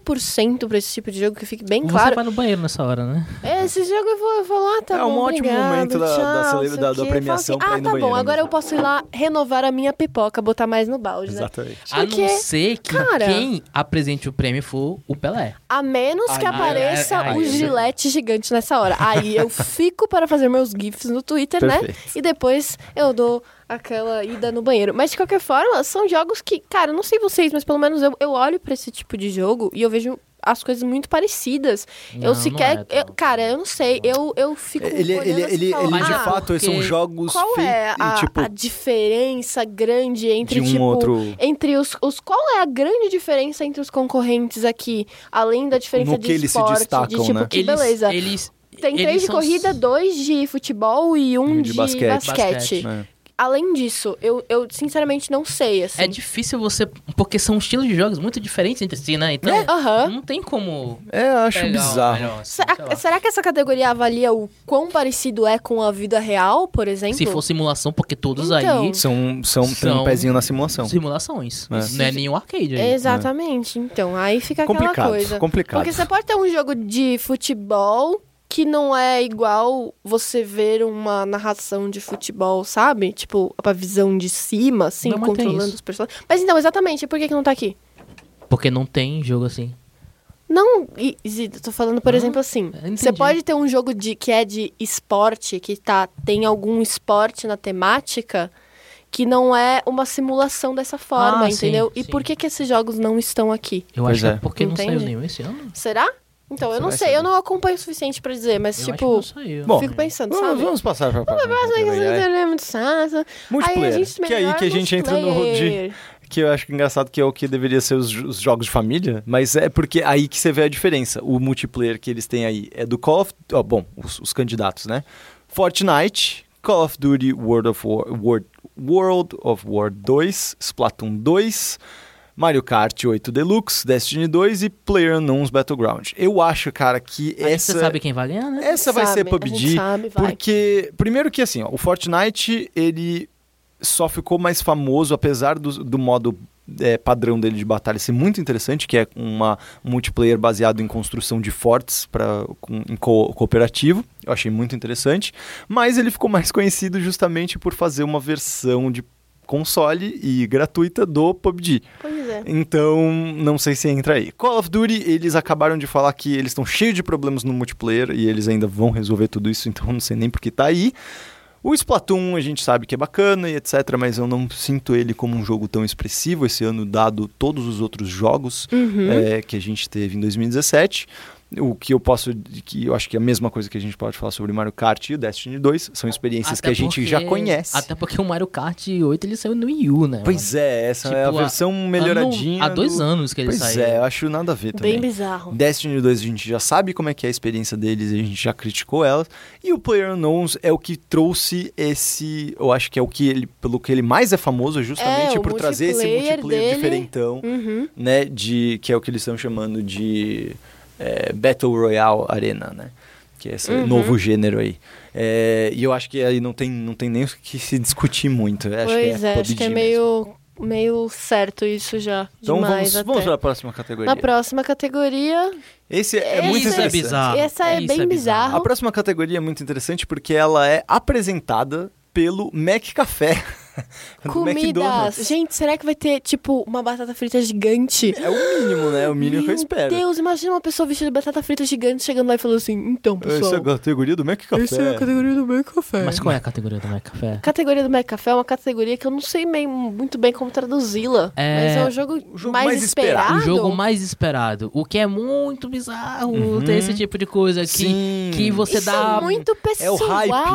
Speaker 2: 1% pra esse tipo de jogo, que fique bem
Speaker 3: Você
Speaker 2: claro.
Speaker 3: vai no banheiro nessa hora, né?
Speaker 2: É, Esse jogo eu vou, eu vou lá, tá
Speaker 1: É
Speaker 2: bom,
Speaker 1: um ótimo
Speaker 2: obrigado,
Speaker 1: momento da-
Speaker 2: tchau,
Speaker 1: da
Speaker 2: não
Speaker 1: cele-
Speaker 2: sei
Speaker 1: da-
Speaker 2: o
Speaker 1: da
Speaker 2: quê.
Speaker 1: premiação
Speaker 2: Fala
Speaker 1: pra ir
Speaker 2: assim, Ah,
Speaker 1: no
Speaker 2: tá bom,
Speaker 1: banheiro né?"
Speaker 2: agora
Speaker 1: mesmo."
Speaker 2: eu posso ir lá renovar a minha pipoca, botar mais no balde, né?
Speaker 1: Exatamente.
Speaker 3: A
Speaker 2: Porque,
Speaker 3: não ser que
Speaker 2: cara-
Speaker 3: quem apresente o prêmio for o Pelé.
Speaker 2: A menos que
Speaker 1: é, Aí,
Speaker 2: apareça
Speaker 3: aí, aí,
Speaker 2: o
Speaker 3: aí.
Speaker 2: gilete gigante nessa hora. Aí eu fico para fazer meus GIFs no Twitter, né?
Speaker 1: Perfeito.
Speaker 2: E depois eu dou aquela ida no banheiro. Mas de qualquer forma, são jogos que, cara, eu não sei vocês, mas pelo menos eu, eu olho pra esse tipo de jogo e eu vejo as coisas muito parecidas.
Speaker 3: Não,
Speaker 2: eu
Speaker 3: não
Speaker 2: sequer.
Speaker 3: é tão-
Speaker 2: eu- cara, eu não sei. Eu, eu fico.
Speaker 1: É, Ele,
Speaker 2: olhando
Speaker 1: ele,
Speaker 2: assim e
Speaker 1: ele,
Speaker 2: falo,
Speaker 1: ele de
Speaker 2: "Ah,
Speaker 1: fato eles são
Speaker 3: porque-
Speaker 1: jogos
Speaker 2: Qual é
Speaker 1: feitos,
Speaker 2: a,
Speaker 1: tipo,
Speaker 2: a diferença grande
Speaker 1: de
Speaker 2: entre
Speaker 1: um
Speaker 2: tipo,
Speaker 1: outro...
Speaker 2: entre os, os qual é a grande diferença entre os concorrentes aqui, além da diferença
Speaker 1: No
Speaker 2: de
Speaker 1: que eles se
Speaker 2: esporte,
Speaker 1: destacam,
Speaker 2: de tipo
Speaker 1: né?
Speaker 2: que beleza.
Speaker 3: Eles,
Speaker 2: Tem
Speaker 3: eles
Speaker 2: três de
Speaker 3: são-
Speaker 2: corrida, dois de futebol e um de, basquete. é,
Speaker 3: Basquete.
Speaker 1: né?
Speaker 2: Além disso, eu, eu sinceramente não sei assim.
Speaker 3: É difícil você. Porque são estilos de jogos muito diferentes entre si, né? Então.
Speaker 2: Aham.
Speaker 3: Não tem como.
Speaker 1: É, eu acho
Speaker 3: pegar o
Speaker 1: bizarro.
Speaker 3: melhor, assim, sei
Speaker 2: Será,
Speaker 3: lá.
Speaker 2: será que essa categoria avalia o quão parecido é com a vida real, por exemplo?
Speaker 3: Se for simulação, porque todos
Speaker 2: Então.
Speaker 3: aí
Speaker 1: São, são, tem um
Speaker 3: São-
Speaker 1: pezinho na simulação.
Speaker 3: simulações.
Speaker 1: É.
Speaker 3: Não é nenhum arcade aí.
Speaker 2: Exatamente. Então, aí fica aquela
Speaker 1: Complicado,
Speaker 2: coisa.
Speaker 1: complicado.
Speaker 2: Porque você pode ter um jogo de futebol que não é igual você ver uma narração de futebol, sabe? Tipo, a visão de cima, assim,
Speaker 3: Não, mas tem
Speaker 2: controlando
Speaker 3: isso.
Speaker 2: os personagens. Mas então, exatamente, por que, que não tá aqui?
Speaker 3: Porque não tem jogo assim.
Speaker 2: Não, e- Zito, eu tô falando, por
Speaker 3: Ah,
Speaker 2: exemplo, assim.
Speaker 3: eu entendi.
Speaker 2: Você pode ter um jogo de que é de esporte, que tá, tem algum esporte na temática, que não é uma simulação dessa forma,
Speaker 3: Ah, sim,
Speaker 2: entendeu? e
Speaker 3: sim.
Speaker 2: por que, que esses jogos não estão aqui?
Speaker 3: Eu
Speaker 1: Pois
Speaker 3: acho
Speaker 1: é.
Speaker 3: que é porque não
Speaker 2: Entende?
Speaker 3: saiu nenhum esse ano.
Speaker 2: Será? Então, eu
Speaker 1: Você
Speaker 2: não
Speaker 1: vai
Speaker 2: sei,
Speaker 1: saber.
Speaker 2: eu não acompanho o suficiente pra dizer, mas,
Speaker 3: Eu acho que
Speaker 2: tipo,
Speaker 3: não saiu.
Speaker 1: Bom,
Speaker 2: fico pensando,
Speaker 1: Vamos-
Speaker 2: sabe?
Speaker 1: Vamos passar pra próxima. categoria, é.
Speaker 2: é muito sassa.
Speaker 1: Multiplayer.
Speaker 2: Aí a gente
Speaker 1: que é aí que a gente entra no de,
Speaker 2: multiplayer.
Speaker 1: que eu acho que engraçado que é o que deveria ser os, os jogos de família, mas é porque aí que você vê a diferença. O multiplayer que eles têm aí é do Call of, ó, bom, os, os candidatos, né? Fortnite, Call of Duty World of War, World, World of War 2, Splatoon 2, Mario Kart 8 Deluxe, Destiny 2 e PlayerUnknown's Battleground. Eu acho, cara, que
Speaker 3: Aí
Speaker 1: essa
Speaker 3: Você sabe quem vai ganhar, né?
Speaker 1: essa vai
Speaker 2: Sabe,
Speaker 1: ser
Speaker 2: a gente
Speaker 1: PUBG,
Speaker 2: sabe, vai.
Speaker 1: porque primeiro que assim, ó, o Fortnite ele só ficou mais famoso apesar do, do modo é, padrão dele de batalha ser muito interessante, que é uma um multiplayer baseado em construção de fortes para em co- cooperativo. Eu achei muito interessante, mas ele ficou mais conhecido justamente por fazer uma versão de console e gratuita do PUBG.
Speaker 2: Pois é. É.
Speaker 1: Então, não sei se entra aí. Call of Duty, eles acabaram de falar que eles estão cheios de problemas no multiplayer e eles ainda vão resolver tudo isso, então não sei nem por que tá aí. O Splatoon a gente sabe que é bacana e etc, mas eu não sinto ele como um jogo tão expressivo esse ano, dado todos os outros jogos
Speaker 2: Uhum.
Speaker 1: é, que a gente teve em 2017. O que eu posso. que eu acho que é a mesma coisa que a gente pode falar sobre Mario Kart e o Destiny 2 são experiências
Speaker 3: Até
Speaker 1: que a gente
Speaker 3: porque-
Speaker 1: já conhece.
Speaker 3: Até porque o Mario Kart 8 ele saiu no Wii U, né?
Speaker 1: Pois é, essa é a
Speaker 3: Tipo, há-
Speaker 1: versão melhoradinha.
Speaker 3: Há dois
Speaker 1: do-
Speaker 3: anos que ele
Speaker 1: Pois
Speaker 3: saiu.
Speaker 1: é, eu acho nada a ver também.
Speaker 2: Bem bizarro.
Speaker 1: Destiny 2 a gente já sabe como é que é a experiência deles, a gente já criticou elas. E o PlayerUnknown's é o que trouxe esse, eu acho que é o que ele, pelo que ele mais é famoso, é justamente
Speaker 2: É, o
Speaker 1: por trazer esse
Speaker 2: multiplayer
Speaker 1: multiplayer
Speaker 2: dele.
Speaker 1: diferentão,
Speaker 2: Uhum.
Speaker 1: né, de que é o que eles estão chamando de é, Battle Royale Arena, né? Que é esse
Speaker 2: Uhum.
Speaker 1: novo gênero aí. É, e eu acho que aí não tem, não tem nem o que se discutir muito. Eu Acho
Speaker 2: pois
Speaker 1: que é,
Speaker 2: é, acho que é
Speaker 1: PUBG mesmo.
Speaker 2: meio, meio certo isso já.
Speaker 1: Então
Speaker 2: Demais
Speaker 1: vamos, vamos
Speaker 2: até.
Speaker 1: para a próxima categoria.
Speaker 2: Na próxima categoria,
Speaker 1: Esse é,
Speaker 2: Esse
Speaker 1: muito
Speaker 2: é
Speaker 1: interessante.
Speaker 3: bizarro. Ah,
Speaker 2: essa é
Speaker 3: isso
Speaker 2: bem
Speaker 3: é bizarro.
Speaker 1: A
Speaker 2: bizarro.
Speaker 1: próxima categoria é muito interessante porque ela é apresentada pelo Mac Café. do
Speaker 2: Comidas.
Speaker 1: McDonald's.
Speaker 2: Gente, será que vai ter, tipo, uma batata frita gigante?
Speaker 1: É o mínimo, né? É o mínimo que eu espero.
Speaker 2: Deus, imagina uma pessoa vestida de batata frita gigante chegando lá e falando assim: então, pessoal,
Speaker 1: Essa é a categoria do Mac Café.
Speaker 2: essa é a categoria do meu café.
Speaker 3: Mas qual é a categoria do Mac Café?
Speaker 2: Categoria do Mac Café é uma categoria que eu não sei meio- muito bem como traduzi-la. Mas
Speaker 3: É,
Speaker 2: é o jogo,
Speaker 1: o jogo
Speaker 2: mais,
Speaker 1: mais
Speaker 2: esperado.
Speaker 1: esperado.
Speaker 3: O jogo mais esperado. O que é muito bizarro
Speaker 1: Uhum.
Speaker 3: ter esse tipo de coisa que
Speaker 1: Sim.
Speaker 3: que você
Speaker 2: Isso
Speaker 3: dá-
Speaker 2: é muito
Speaker 1: É o
Speaker 2: pessoal,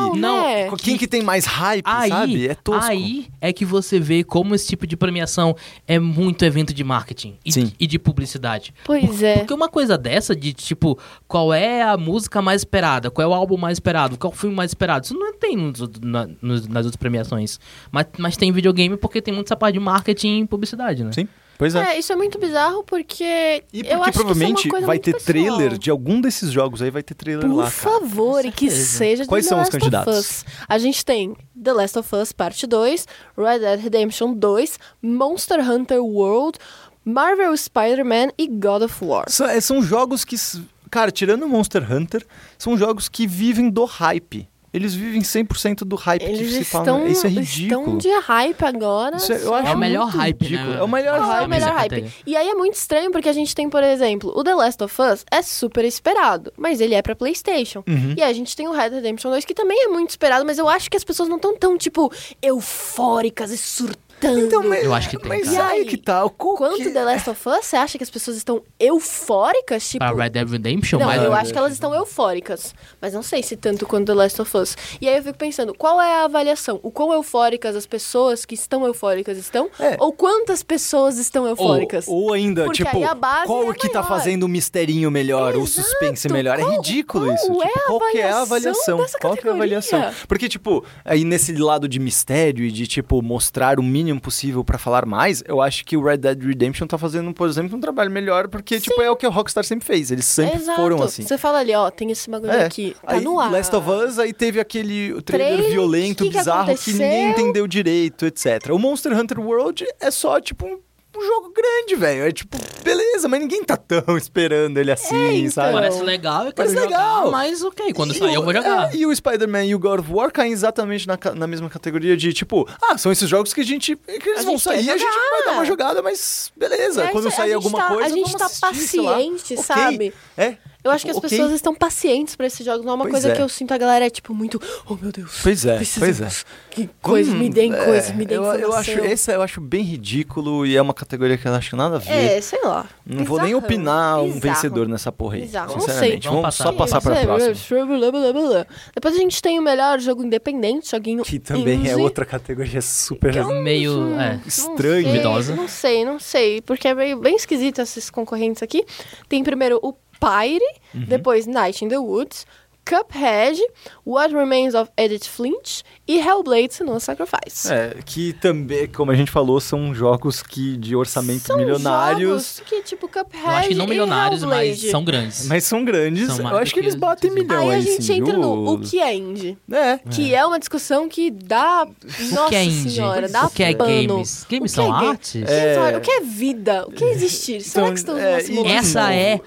Speaker 1: hype.
Speaker 3: Não,
Speaker 2: né?
Speaker 1: Quem que tem mais hype,
Speaker 3: Aí,
Speaker 1: sabe? É tosco.
Speaker 3: aí é que você vê como esse tipo de premiação é muito evento de marketing e,
Speaker 1: Sim.
Speaker 3: e de publicidade.
Speaker 2: Pois é.
Speaker 3: Porque uma coisa dessa de tipo, qual é a música mais esperada, qual é o álbum mais esperado, qual é o filme mais esperado, isso não tem nos outros- na- nos- nas outras premiações. Mas, mas tem videogame porque tem muito essa parte de marketing e publicidade, né?
Speaker 1: Sim, pois é.
Speaker 2: É, isso é muito bizarro porque
Speaker 1: E porque
Speaker 2: eu acho que isso
Speaker 1: provavelmente
Speaker 2: é uma coisa
Speaker 1: vai
Speaker 2: muito
Speaker 1: ter
Speaker 2: pessoal.
Speaker 1: trailer de algum desses jogos aí, vai ter trailer
Speaker 2: Por
Speaker 1: lá, cara.
Speaker 2: favor,
Speaker 3: Com
Speaker 2: e que
Speaker 3: certeza.
Speaker 2: seja de
Speaker 1: Quais
Speaker 2: The
Speaker 1: são os
Speaker 2: Last
Speaker 1: candidatos?
Speaker 2: Of Us. A gente tem The Last of Us Parte 2, Red Dead Redemption 2, Monster Hunter World, Marvel Spider-Man e God of War.
Speaker 1: São, é, são jogos que, s- cara, tirando Monster Hunter, são jogos que vivem do hype. Eles vivem 100% do hype que
Speaker 2: Eles
Speaker 1: se
Speaker 2: estão,
Speaker 1: fala. Isso é
Speaker 2: estão
Speaker 1: ridículo.
Speaker 2: de hype agora.
Speaker 1: Isso é- eu
Speaker 2: só.
Speaker 1: acho
Speaker 3: É o melhor
Speaker 1: muito
Speaker 3: hype,
Speaker 1: ridículo.
Speaker 3: né?
Speaker 1: É o melhor
Speaker 2: Qual é
Speaker 1: hype.
Speaker 2: o melhor
Speaker 3: Essa
Speaker 2: hype?
Speaker 3: categoria.
Speaker 2: E aí é muito estranho porque a gente tem, por exemplo, o The Last of Us é super esperado, mas ele é pra PlayStation.
Speaker 1: Uhum.
Speaker 2: E aí a gente tem o Red Dead Redemption 2 que também é muito esperado, mas eu acho que as pessoas não estão tão tipo eufóricas e surtando.
Speaker 1: Então, mas-
Speaker 3: Eu acho que tem,
Speaker 1: Mas
Speaker 2: cara.
Speaker 1: aí que tá. o co-
Speaker 2: Quanto
Speaker 1: que-
Speaker 2: The Last of Us, você acha que as pessoas estão eufóricas, tipo,
Speaker 3: Pra Ah, Red Dead Redemption,
Speaker 2: não,
Speaker 3: mas
Speaker 2: eu acho que elas estão eufóricas. Mas não sei se tanto quanto The Last of Us. E aí eu fico pensando, qual é a avaliação? O quão eufóricas as pessoas que estão eufóricas estão?
Speaker 1: É.
Speaker 2: Ou quantas pessoas estão eufóricas?
Speaker 1: Ou, ou ainda,
Speaker 2: Porque
Speaker 1: tipo,
Speaker 2: aí a base
Speaker 1: qual
Speaker 2: é
Speaker 1: que tá
Speaker 2: maior.
Speaker 1: fazendo o misterinho melhor, o
Speaker 2: Exato.
Speaker 1: suspense melhor? é
Speaker 2: Qual-
Speaker 1: ridículo
Speaker 2: qual
Speaker 1: isso.
Speaker 2: é
Speaker 1: tipo,
Speaker 2: a
Speaker 1: qual que é a
Speaker 2: avaliação
Speaker 1: avaliação?
Speaker 2: dessa
Speaker 1: Qual que é a avaliação?
Speaker 2: categoria?
Speaker 1: Porque, tipo, aí nesse lado de mistério e de, tipo, mostrar o mínimo possível pra falar mais, eu acho que o Red Dead Redemption tá fazendo, por exemplo, um trabalho melhor, porque, tipo, é o que o Rockstar sempre fez. Eles sempre
Speaker 2: Exato.
Speaker 1: foram assim.
Speaker 2: Você fala ali, ó, tem esse bagulho
Speaker 1: É.
Speaker 2: aqui. Tá
Speaker 1: aí,
Speaker 2: no ar.
Speaker 1: Last of Us, aí teve aquele trailer
Speaker 2: Trailer,
Speaker 1: violento,
Speaker 2: que que
Speaker 1: bizarro, que ninguém
Speaker 2: aconteceu?
Speaker 1: entendeu direito, etc. O Monster Hunter World é só, tipo, um, um jogo grande, velho. É tipo, beleza, mas ninguém tá tão esperando ele assim,
Speaker 2: então.
Speaker 1: sabe?
Speaker 3: Parece legal, eu quero
Speaker 1: Parece
Speaker 3: jogar,
Speaker 1: legal.
Speaker 3: mas ok, quando
Speaker 1: E
Speaker 3: sair eu
Speaker 1: o-
Speaker 3: vou jogar.
Speaker 1: é, e o Spider-Man e o God of War caem exatamente na, ca- na mesma categoria de, tipo, ah, são esses jogos que a gente. que eles
Speaker 2: A
Speaker 1: vão
Speaker 2: gente quer
Speaker 1: sair, a gente
Speaker 2: jogar.
Speaker 1: vai dar uma jogada, mas beleza.
Speaker 2: É,
Speaker 1: Quando
Speaker 2: isso- a
Speaker 1: sair
Speaker 2: gente
Speaker 1: alguma
Speaker 2: tá-
Speaker 1: coisa.
Speaker 2: A gente
Speaker 1: vamos
Speaker 2: tá
Speaker 1: assistir, sei lá.
Speaker 2: paciente,
Speaker 1: Ok.
Speaker 2: sabe?
Speaker 1: É.
Speaker 2: Eu acho que as
Speaker 1: Tipo, ok.
Speaker 2: pessoas estão pacientes pra esses jogos. Não é uma
Speaker 1: Pois
Speaker 2: coisa
Speaker 1: é.
Speaker 2: que eu sinto a galera é tipo muito, oh meu Deus.
Speaker 1: Pois é, pois é.
Speaker 2: precisamos Que coisa, me deem
Speaker 1: É,
Speaker 2: coisa, me deem
Speaker 1: eu, eu acho
Speaker 2: informação.
Speaker 1: Essa eu acho bem ridículo e é uma categoria que eu não acho nada a ver.
Speaker 2: É, sei lá.
Speaker 1: não vou nem
Speaker 2: Bizarrão.
Speaker 1: opinar um
Speaker 2: Bizarro.
Speaker 1: vencedor nessa porra aí.
Speaker 2: Bizarro, não
Speaker 1: Sinceramente,
Speaker 3: sei.
Speaker 1: vamos,
Speaker 3: Vamos
Speaker 1: só
Speaker 3: passar.
Speaker 1: passar pra
Speaker 2: É,
Speaker 1: próxima.
Speaker 2: blá, blá, blá, blá. Depois a gente tem o melhor jogo independente, joguinho
Speaker 1: Que também é
Speaker 2: indie.
Speaker 1: outra categoria super.
Speaker 2: um
Speaker 3: Meio. é.
Speaker 1: estranho.
Speaker 2: Não sei,
Speaker 3: Duvidosa.
Speaker 2: Não sei, não sei, porque é meio bem esquisito esses concorrentes aqui. Tem primeiro o Pyre,
Speaker 1: Uhum.
Speaker 2: depois Night in the Woods, Cuphead, What Remains of Edith Flint e Hellblade Senua Sacrifice.
Speaker 1: É, que também, como a gente falou, são jogos que de orçamento
Speaker 2: São
Speaker 1: milionários,
Speaker 2: jogos que tipo Cuphead
Speaker 3: Eu acho que não
Speaker 2: e
Speaker 3: milionários, mas
Speaker 2: Hellblade.
Speaker 3: são grandes.
Speaker 1: mas são grandes.
Speaker 3: São mais
Speaker 1: Eu
Speaker 3: do
Speaker 1: acho que
Speaker 3: que
Speaker 1: eles
Speaker 3: os
Speaker 1: batem
Speaker 3: outros.
Speaker 1: milhão
Speaker 2: Aí
Speaker 1: aí,
Speaker 2: a gente
Speaker 1: sim,
Speaker 2: entra no o
Speaker 1: juros.
Speaker 2: que é indie.
Speaker 1: É.
Speaker 2: Que é uma discussão que dá. Nossa
Speaker 3: o que é indie?
Speaker 2: senhora, dá
Speaker 3: o que é
Speaker 2: pano.
Speaker 3: games? Games
Speaker 2: O que
Speaker 3: são
Speaker 2: é ga-
Speaker 3: artes?
Speaker 2: Gente, olha, o que é vida? O que é existir? Será
Speaker 1: Então,
Speaker 2: que estamos
Speaker 1: é,
Speaker 2: numa
Speaker 1: e-
Speaker 2: simulação?
Speaker 3: Essa é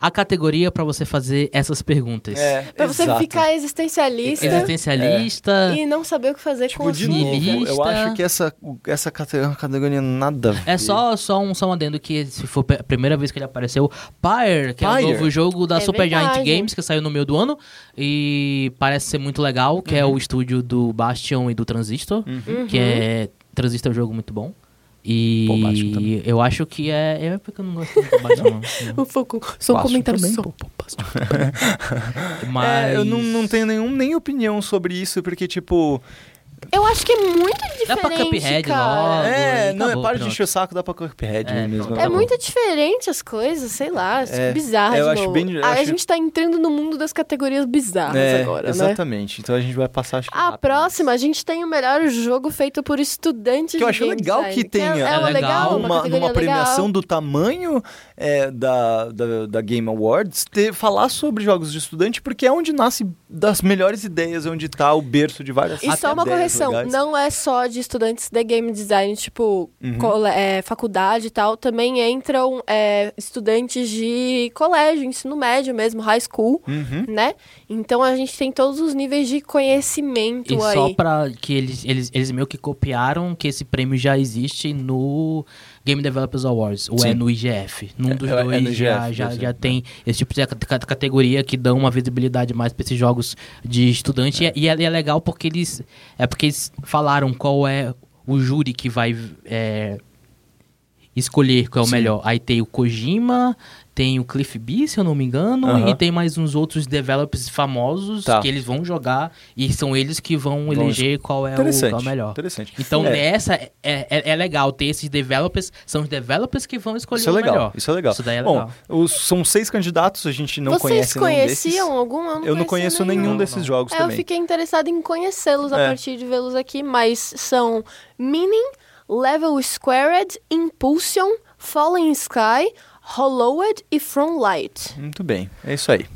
Speaker 3: a categoria para você fazer essas perguntas.
Speaker 1: É,
Speaker 2: Pra você
Speaker 1: exato.
Speaker 2: ficar existencialista
Speaker 1: É.
Speaker 3: Existencialista.
Speaker 2: e não saber o que fazer
Speaker 1: Tipo,
Speaker 2: com os
Speaker 1: de novo, eu
Speaker 3: niilista.
Speaker 1: acho que essa, o- essa categoria é uma categoria nada. a
Speaker 3: É
Speaker 1: ver.
Speaker 3: só, só, um, só um adendo que se for pe- a primeira vez que ele apareceu, Pyre, que é o
Speaker 1: Pyre?
Speaker 3: novo jogo da
Speaker 2: É
Speaker 3: Supergiant
Speaker 2: verdade.
Speaker 3: Games, que saiu no meio do ano, e parece ser muito legal, que
Speaker 1: Uhum.
Speaker 3: é o estúdio do Bastion e do Transistor,
Speaker 2: Uhum.
Speaker 3: que é... Transistor é um jogo muito bom. E
Speaker 1: Pô, Bastion também. É,
Speaker 3: eu acho que é... É porque eu não gosto muito do Bastion, não.
Speaker 2: O foco. Só um
Speaker 1: Fácil
Speaker 2: comentário
Speaker 1: também,
Speaker 2: só.
Speaker 3: Mas...
Speaker 1: É, eu não, não tenho nenhum, nem opinião sobre isso, porque, tipo.
Speaker 2: Eu acho que é muito diferente,
Speaker 3: Dá pra Cuphead
Speaker 2: cara.
Speaker 3: logo.
Speaker 1: é,
Speaker 3: aí
Speaker 1: não, é
Speaker 3: acabou,
Speaker 1: para de
Speaker 3: pronto.
Speaker 1: encher o saco, dá pra Cuphead
Speaker 3: É,
Speaker 1: mesmo.
Speaker 3: pronto,
Speaker 1: tá
Speaker 2: É
Speaker 1: bom.
Speaker 2: muito diferente as coisas, sei lá, isso é
Speaker 1: É,
Speaker 2: bizarro.
Speaker 1: eu
Speaker 2: de
Speaker 1: acho
Speaker 2: novo.
Speaker 1: bem- eu
Speaker 2: Aí A
Speaker 1: acho-
Speaker 2: gente tá entrando no mundo das categorias bizarras
Speaker 1: É,
Speaker 2: agora, né?
Speaker 1: exatamente. Então a gente vai passar. Acho que
Speaker 2: A
Speaker 1: rápido.
Speaker 2: próxima, a gente tem o melhor jogo feito por estudantes
Speaker 1: Que eu
Speaker 2: de
Speaker 1: acho
Speaker 2: game
Speaker 1: legal
Speaker 2: design,
Speaker 1: que tenha. né,
Speaker 2: É, é
Speaker 3: É
Speaker 2: uma legal,
Speaker 3: legal.
Speaker 2: uma
Speaker 1: Uma-
Speaker 2: categoria
Speaker 1: numa premiação
Speaker 2: legal.
Speaker 1: do tamanho é, da, da, da Game Awards, ter, falar sobre jogos de estudante, porque é onde nasce das melhores ideias, é onde tá o berço de várias
Speaker 2: E só uma
Speaker 1: ideias
Speaker 2: correção,
Speaker 1: legais.
Speaker 2: não é só de estudantes de game design, tipo,
Speaker 1: Uhum.
Speaker 2: cole- é, faculdade e tal, também entram é, estudantes de colégio, ensino médio mesmo, high school,
Speaker 1: Uhum.
Speaker 2: né? Então a gente tem todos os níveis de conhecimento
Speaker 3: E
Speaker 2: aí.
Speaker 3: só pra que eles, eles, eles meio que copiaram que esse prêmio já existe no Game Developers Awards, ou é
Speaker 1: Sim.
Speaker 3: no IGF. Num dos
Speaker 1: é- é no
Speaker 3: dois já,
Speaker 1: IGF,
Speaker 3: já,
Speaker 1: sim.
Speaker 3: já tem esse tipo de ca- categoria que dão uma visibilidade mais pra esses jogos de estudante. E, é, e é legal porque eles. É porque eles falaram qual é o júri que vai. é, escolher qual é o
Speaker 1: Sim.
Speaker 3: melhor. Aí tem o Kojima, tem o Cliff B, se eu não me engano,
Speaker 1: Aham.
Speaker 3: e tem mais uns outros developers famosos
Speaker 1: Tá.
Speaker 3: que eles vão jogar e são eles que vão eleger qual é, o,
Speaker 1: Interessante.
Speaker 3: qual é o melhor.
Speaker 1: Interessante.
Speaker 3: Então
Speaker 1: É.
Speaker 3: nessa é, é, é legal ter esses developers, são os developers que vão escolher
Speaker 1: Isso é
Speaker 3: o
Speaker 1: legal,
Speaker 3: melhor.
Speaker 1: isso é legal.
Speaker 3: Isso daí é
Speaker 1: Bom,
Speaker 3: legal.
Speaker 1: os- são seis candidatos, a gente não
Speaker 2: Vocês
Speaker 1: conhece nenhum desses.
Speaker 2: conheciam algum? Eu não,
Speaker 1: Eu não
Speaker 2: conhecia
Speaker 1: conheço nenhum,
Speaker 3: nenhum.
Speaker 1: desses
Speaker 3: Não, não.
Speaker 1: jogos
Speaker 2: É, eu
Speaker 1: também.
Speaker 2: fiquei interessada em conhecê-los a
Speaker 1: É.
Speaker 2: partir de vê-los aqui, mas são Meaning, Level Squared, Impulsion, Fallen Sky, Hollowed e From Light.
Speaker 1: Muito bem, é isso aí.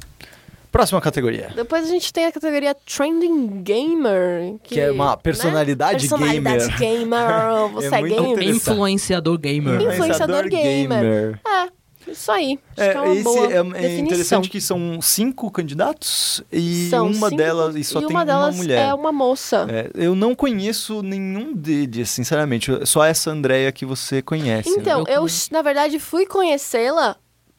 Speaker 1: Próxima categoria.
Speaker 2: Depois a gente tem a categoria Trending Gamer. Que,
Speaker 1: Que é uma
Speaker 2: né?
Speaker 1: personalidade
Speaker 2: Personalidade
Speaker 1: gamer.
Speaker 2: gamer. Você é,
Speaker 1: muito
Speaker 2: gamer?
Speaker 1: interessante.
Speaker 3: Influenciador gamer.
Speaker 2: Influen- Influenciador gamer. É, isso aí. Acho
Speaker 1: É,
Speaker 2: que é uma
Speaker 1: esse
Speaker 2: boa
Speaker 1: é, é
Speaker 2: definição.
Speaker 1: interessante que são cinco candidatos e
Speaker 2: São
Speaker 1: uma
Speaker 2: cinco,
Speaker 1: delas e só
Speaker 2: e
Speaker 1: tem
Speaker 2: uma delas
Speaker 1: mulher.
Speaker 2: é uma moça.
Speaker 1: É, eu não conheço nenhum deles, sinceramente. Só essa Andrea que você conhece. né?
Speaker 2: Então,
Speaker 3: Eu
Speaker 2: eu,
Speaker 3: conheço.
Speaker 2: na verdade, fui conhecê-la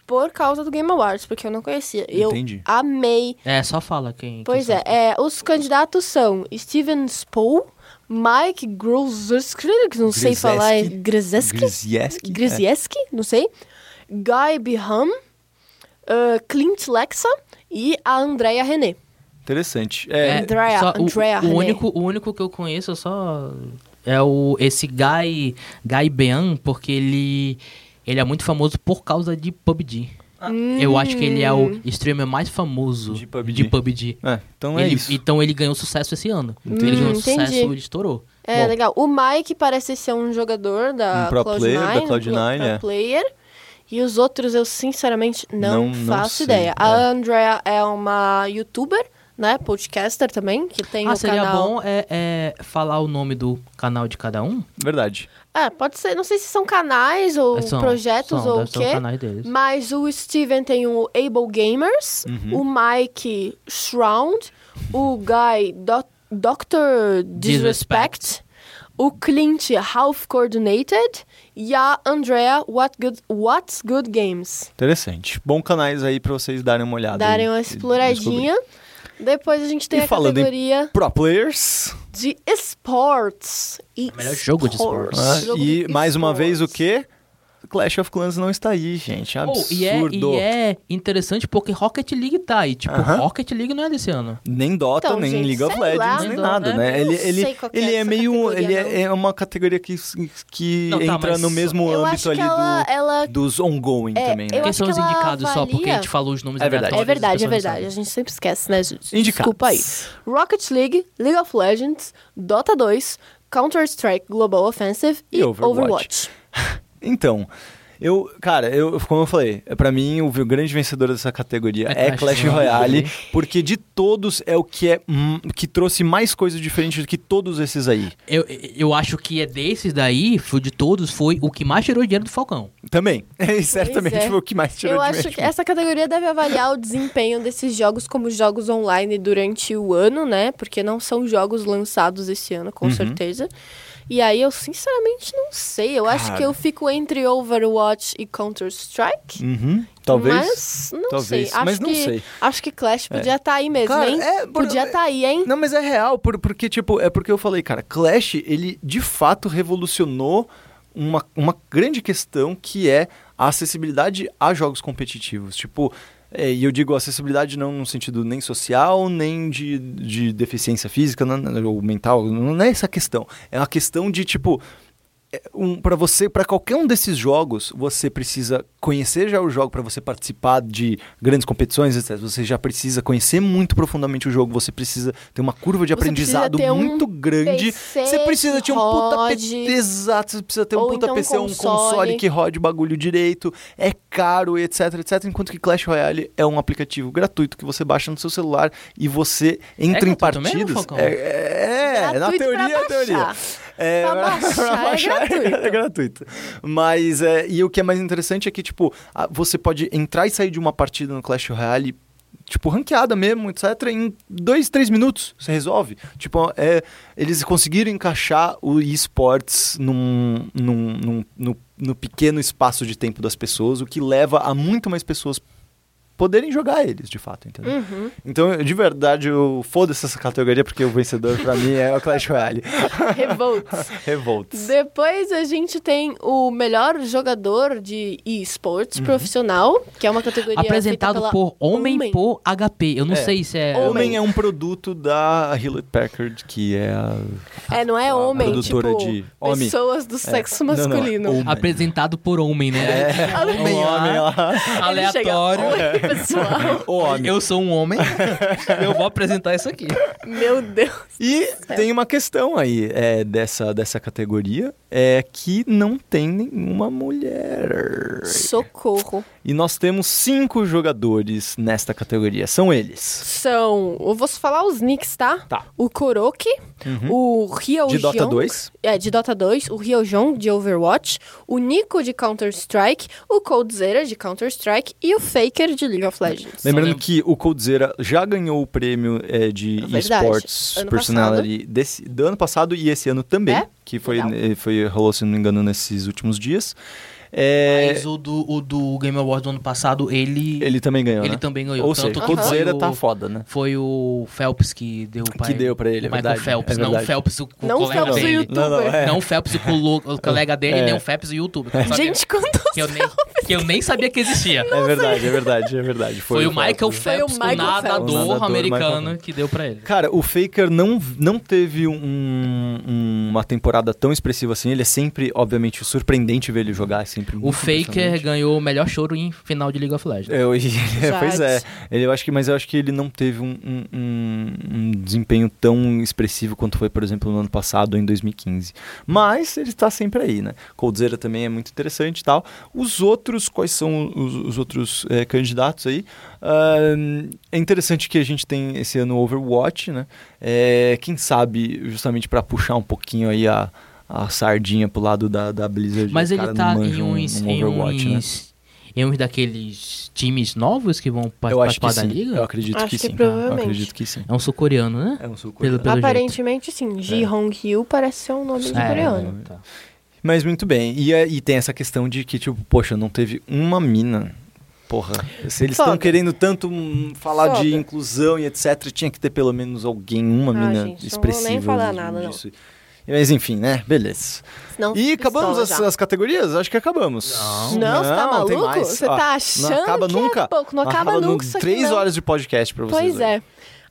Speaker 2: por causa do Game Awards, porque eu não conhecia. E eu
Speaker 1: Entendi.
Speaker 2: amei.
Speaker 3: É, só fala quem.
Speaker 2: Pois
Speaker 3: quem
Speaker 2: é, é, os candidatos são Steven Spool, Mike Grzeski, que não sei
Speaker 1: Grzeski.
Speaker 2: falar, é Grzeski?
Speaker 1: Grisieski. É.
Speaker 2: Grzeski, não sei. Guy Beham, uh, Clint Lexa e a Andrea René.
Speaker 1: Interessante.
Speaker 3: É,
Speaker 1: É,
Speaker 2: Andrea,
Speaker 3: só o-
Speaker 2: Andrea
Speaker 3: o,
Speaker 2: René.
Speaker 3: único, o único que eu conheço é só é o esse Guy Guy Bean, porque ele ele é muito famoso por causa de PUBG. Eu acho que ele é
Speaker 2: Hum.
Speaker 3: o streamer mais famoso
Speaker 1: De PUBG.
Speaker 3: PUBG.
Speaker 1: é, então é
Speaker 3: Ele-
Speaker 1: isso.
Speaker 3: então ele ganhou sucesso esse ano. Ele ganhou
Speaker 2: Hum, Entendi.
Speaker 3: sucesso,
Speaker 2: Entendi.
Speaker 3: ele estourou.
Speaker 2: É,
Speaker 1: Bom.
Speaker 2: legal. O Mike parece ser um jogador da
Speaker 1: Um pro
Speaker 2: Cloud9,
Speaker 1: player da
Speaker 2: um
Speaker 1: Cloud9,
Speaker 2: pro
Speaker 1: é.
Speaker 2: player. E os outros eu sinceramente não,
Speaker 1: Não- não
Speaker 2: faço
Speaker 1: sei,
Speaker 2: ideia. A
Speaker 1: é.
Speaker 2: Andrea é uma youtuber, né, podcaster também, que tem
Speaker 3: ah,
Speaker 2: o
Speaker 3: seria
Speaker 2: canal.
Speaker 3: bom é, é falar o nome do canal de cada um?
Speaker 1: Verdade.
Speaker 2: É, pode ser, não sei se são canais ou
Speaker 3: É, São-
Speaker 2: projetos
Speaker 3: são,
Speaker 2: ou o
Speaker 3: deve ser o
Speaker 2: quê.
Speaker 3: canal deles.
Speaker 2: Mas o Steven tem o Able Gamers,
Speaker 3: Uhum.
Speaker 2: o Mike Shroud, o Guy Do Dr. Disrespect,
Speaker 3: Disrespect.
Speaker 2: o Clint Half Coordinated e a Andrea What Good, What's Good Games.
Speaker 1: Interessante. Bom canais aí pra vocês darem uma olhada.
Speaker 2: Darem
Speaker 1: aí
Speaker 2: uma
Speaker 1: e descobrir.
Speaker 2: exploradinha. Depois a gente tem
Speaker 1: E
Speaker 2: a
Speaker 1: falando em-
Speaker 2: categoria
Speaker 1: Pro Players.
Speaker 2: de esportes. E
Speaker 3: É melhor jogo de esportes.
Speaker 1: Ah,
Speaker 2: Jogo
Speaker 1: e
Speaker 2: de
Speaker 1: mais uma vez o
Speaker 2: esportes.
Speaker 1: quê? Clash of Clans não está aí, gente. É
Speaker 3: Oh,
Speaker 1: Absurdo.
Speaker 3: e, é, e é interessante porque Rocket League tá aí. Tipo,
Speaker 1: Aham.
Speaker 3: Rocket League não é desse ano.
Speaker 1: Nem Dota,
Speaker 2: Então,
Speaker 1: nem
Speaker 2: gente,
Speaker 1: League of
Speaker 2: sei
Speaker 1: Legends,
Speaker 2: lá.
Speaker 1: nem
Speaker 3: Nem
Speaker 1: nada,
Speaker 3: Dota,
Speaker 1: né?
Speaker 2: eu não
Speaker 1: Ele, ele,
Speaker 2: sei qual que é
Speaker 1: ele é
Speaker 2: essa
Speaker 1: meio.
Speaker 2: categoria,
Speaker 1: Ele
Speaker 2: não.
Speaker 1: é, é uma categoria que, que
Speaker 3: Não, tá,
Speaker 1: entra
Speaker 3: mas
Speaker 1: no mesmo
Speaker 2: Eu
Speaker 1: âmbito
Speaker 2: acho
Speaker 1: ali
Speaker 2: que ela,
Speaker 1: do,
Speaker 2: ela
Speaker 1: dos ongoing
Speaker 2: É,
Speaker 1: também,
Speaker 2: eu
Speaker 1: né?
Speaker 2: acho
Speaker 3: Quem são
Speaker 2: que
Speaker 3: os
Speaker 2: ela
Speaker 3: indicados só?
Speaker 2: avalia-
Speaker 3: Porque a gente falou os nomes
Speaker 1: É verdade.
Speaker 2: É
Speaker 3: aleatórios,
Speaker 2: verdade, é
Speaker 3: as pessoas não
Speaker 2: verdade. A
Speaker 3: sabem.
Speaker 2: gente sempre esquece, né? gente?
Speaker 1: Indicados.
Speaker 2: Desculpa aí. Rocket League, League of Legends, Dota 2, Counter-Strike Global Offensive e,
Speaker 1: E Overwatch.
Speaker 2: Overwatch.
Speaker 1: Então, Eu, cara, eu, como eu falei, para mim o grande vencedor dessa categoria é, é Clash, Clash Royale, porque de todos é o que é hum, que trouxe mais coisas diferentes do que todos esses aí.
Speaker 3: Eu, eu acho que é desses daí, foi de todos, foi o que mais tirou dinheiro do Falcão.
Speaker 1: Também. É, certamente
Speaker 2: é.
Speaker 1: foi o que mais tirou
Speaker 2: Eu
Speaker 1: dinheiro.
Speaker 2: acho que essa categoria deve avaliar o desempenho desses jogos como jogos online durante o ano, né? Porque não são jogos lançados esse ano, com
Speaker 1: Uhum.
Speaker 2: certeza. E aí eu sinceramente não sei. Eu acho
Speaker 1: Cara.
Speaker 2: que eu fico entre Overwatch e Counter-Strike.
Speaker 1: Uhum, talvez.
Speaker 2: Mas não
Speaker 1: talvez,
Speaker 2: sei. Acho
Speaker 1: mas não
Speaker 2: que,
Speaker 1: sei.
Speaker 2: Acho que Clash podia estar aí mesmo,
Speaker 1: Cara,
Speaker 2: hein?
Speaker 1: é, por-
Speaker 2: Podia estar aí, hein?
Speaker 1: Não, mas é real, por- porque, tipo, é porque eu falei, cara, Clash, ele de fato revolucionou uma, uma grande questão que é a acessibilidade a jogos competitivos. Tipo, é, e eu digo acessibilidade não no sentido nem social, nem de, de deficiência física não- não- ou mental, não é essa a questão. É uma questão de, tipo, é, um, para você, para qualquer um desses jogos, você precisa conhecer já o jogo para você participar de grandes competições, etc. Você já precisa conhecer muito profundamente o jogo, você precisa ter uma curva de
Speaker 2: Você
Speaker 1: aprendizado
Speaker 2: precisa ter um
Speaker 1: muito grande.
Speaker 2: PC
Speaker 1: você precisa ter um puta
Speaker 2: que
Speaker 1: PC,
Speaker 2: rode.
Speaker 1: exato, você precisa ter um
Speaker 2: Ou
Speaker 1: puta
Speaker 2: então um
Speaker 1: PC, um console
Speaker 2: console.
Speaker 1: que rode o bagulho direito, é caro, etc, etc, enquanto que Clash Royale é um aplicativo gratuito que você baixa no seu celular e você entra em
Speaker 3: É gratuito mesmo,
Speaker 1: partidas.
Speaker 3: Falcão?
Speaker 1: é, é, é, na
Speaker 2: Gratuito pra
Speaker 1: teoria, é teoria.
Speaker 2: baixar.
Speaker 1: É,
Speaker 2: Pra baixar é gratuito.
Speaker 1: é gratuito. Mas, é, e o que é mais interessante é que, tipo, a- você pode entrar e sair de uma partida no Clash Royale, tipo, ranqueada mesmo, etc. Em dois, três minutos, você resolve. Tipo, é, eles conseguiram encaixar o esportes num, num, num- no, no pequeno espaço de tempo das pessoas, o que leva a muito mais pessoas poderem jogar eles, de fato, entendeu?
Speaker 2: Uhum.
Speaker 1: Então, de verdade, eu foda-se essa categoria, porque o vencedor, pra mim, é o Clash Royale.
Speaker 2: Revolts.
Speaker 1: Revolts.
Speaker 2: Depois a gente tem o melhor jogador de esportes
Speaker 1: Uhum.
Speaker 2: profissional, que é uma categoria
Speaker 3: Apresentado
Speaker 2: feita pela
Speaker 3: por Homem, por HP. Eu não
Speaker 1: É.
Speaker 3: sei se é.
Speaker 1: Homem é um produto da Hewlett Packard, que é a
Speaker 2: É, não é
Speaker 1: a
Speaker 2: homem, tipo,
Speaker 1: produtora de homem.
Speaker 2: pessoas do sexo
Speaker 1: Não, não, é
Speaker 2: masculino.
Speaker 1: homem.
Speaker 3: Apresentado por homem, né?
Speaker 1: É. Homem, homem, ó.
Speaker 2: Ele chega,
Speaker 3: Aleatório.
Speaker 2: Oi, pessoal.
Speaker 1: O homem.
Speaker 3: Eu sou um homem. eu vou apresentar isso aqui.
Speaker 2: Meu Deus.
Speaker 1: E tem uma questão aí é, dessa, dessa categoria, é que não tem nenhuma mulher.
Speaker 2: Socorro.
Speaker 1: E nós temos cinco jogadores nesta categoria, são eles.
Speaker 2: São. Eu vou falar os nicks, tá?
Speaker 1: Tá. Uhum.
Speaker 2: O Kuroki, o Ryo
Speaker 1: De Dota
Speaker 2: Jong-
Speaker 1: 2.
Speaker 2: É, de Dota 2, o Ryojong de Overwatch, o Nico de Counter-Strike, o Coldzera de Counter-Strike e o Faker de League of Legends.
Speaker 1: Lembrando
Speaker 3: lembro.
Speaker 1: que o Coldzera já ganhou o prêmio é, de
Speaker 2: Verdade.
Speaker 1: esportes
Speaker 2: Ano
Speaker 1: personality desse, do ano passado e esse ano também,
Speaker 2: É?
Speaker 1: que foi,
Speaker 2: Legal.
Speaker 1: eh, foi rolou, se não me engano, nesses últimos dias. É,
Speaker 3: Mas o do, o do Game Awards do ano passado, ele.
Speaker 1: Ele também ganhou,
Speaker 3: Ele
Speaker 1: né?
Speaker 3: também ganhou.
Speaker 1: Ou
Speaker 3: Tanto
Speaker 1: seja, o
Speaker 3: que
Speaker 1: Coldzera
Speaker 3: foi o-
Speaker 1: tá foda, né?
Speaker 3: Foi o Phelps que deu pra
Speaker 1: Que deu pra ele, é
Speaker 3: o Michael
Speaker 1: verdade,
Speaker 3: Phelps,
Speaker 1: é
Speaker 3: não o
Speaker 1: verdade.
Speaker 3: Phelps, o, co-
Speaker 2: Não o
Speaker 3: colega
Speaker 2: Phelps, o
Speaker 3: dele.
Speaker 2: youtuber. Não, não, é.
Speaker 3: Não o Phelps, o, colo- o colega dele,
Speaker 1: É.
Speaker 3: nem o Phelps, o youtuber. Só que-
Speaker 2: Gente, quando
Speaker 3: que eu nem, que eu nem sabia que existia.
Speaker 1: É verdade, é verdade, é verdade.
Speaker 3: Foi, o Michael Phelps,
Speaker 2: Foi o Michael
Speaker 3: o nadador,
Speaker 1: Phelps. O nadador Michael
Speaker 3: americano,
Speaker 1: Phelps.
Speaker 3: que deu pra ele.
Speaker 1: Cara, o Faker não, não teve um- um- uma temporada tão expressiva assim. Ele é sempre, obviamente, surpreendente ver ele jogar. É sempre
Speaker 3: O
Speaker 1: muito
Speaker 3: Faker
Speaker 1: impressionante.
Speaker 3: ganhou o melhor choro em final de League of Legends.
Speaker 1: Eu, pois é, ele, eu acho que, mas eu acho que ele não teve um, um- um- um desempenho tão expressivo quanto foi, por exemplo, no ano passado, em 2015. Mas ele está sempre aí, né? Coldzera também é muito interessante e tal. Os outros, quais são os, os outros eh, candidatos aí? Ahn, é interessante que a gente tem esse ano o Overwatch, né? É, quem sabe, justamente para puxar um pouquinho aí a, a sardinha pro lado da, da Blizzard.
Speaker 3: Mas
Speaker 1: o
Speaker 3: ele
Speaker 1: cara
Speaker 3: tá
Speaker 1: não manja
Speaker 3: em
Speaker 1: um-
Speaker 3: uns,
Speaker 1: um
Speaker 3: em
Speaker 1: Overwatch, né?
Speaker 3: uns, em uns daqueles times novos que vão par-
Speaker 1: Eu acho que
Speaker 3: participar da
Speaker 1: sim. Eu
Speaker 3: liga.
Speaker 1: acredito
Speaker 2: Acho
Speaker 1: que,
Speaker 2: que
Speaker 1: sim. Eu
Speaker 2: provavelmente.
Speaker 1: acredito que sim.
Speaker 3: É um sul-coreano, né?
Speaker 1: É um sul
Speaker 3: Pelo- pelo-
Speaker 2: Aparentemente, sim. Ji Hong Hyo parece ser um nome de
Speaker 1: É,
Speaker 2: coreano.
Speaker 1: né?
Speaker 3: tá.
Speaker 1: Mas muito bem. E, é- e tem essa questão de que, tipo, poxa, não teve uma mina. Porra, se eles estão
Speaker 2: Foda.
Speaker 1: querendo tanto hum, falar de
Speaker 2: Foda.
Speaker 1: inclusão e etc, tinha que ter pelo menos alguém, uma
Speaker 2: Ah,
Speaker 1: mina
Speaker 2: gente, não vou nem
Speaker 1: expressiva.
Speaker 2: falar nada, não.
Speaker 1: disso. Mas enfim, né? Beleza.
Speaker 2: Senão,
Speaker 1: E acabamos
Speaker 2: pistola
Speaker 1: as,
Speaker 2: já.
Speaker 1: as categorias? Acho que acabamos.
Speaker 3: Não.
Speaker 2: Não, você tá
Speaker 1: tem
Speaker 2: maluco?
Speaker 1: mais.
Speaker 2: Você
Speaker 1: Ó,
Speaker 2: tá achando
Speaker 1: não acaba
Speaker 2: que
Speaker 1: nunca.
Speaker 2: é pouco? Não acaba nunca isso aqui,
Speaker 1: Três
Speaker 2: não.
Speaker 1: horas de podcast pra vocês.
Speaker 2: Pois
Speaker 1: aí.
Speaker 2: é.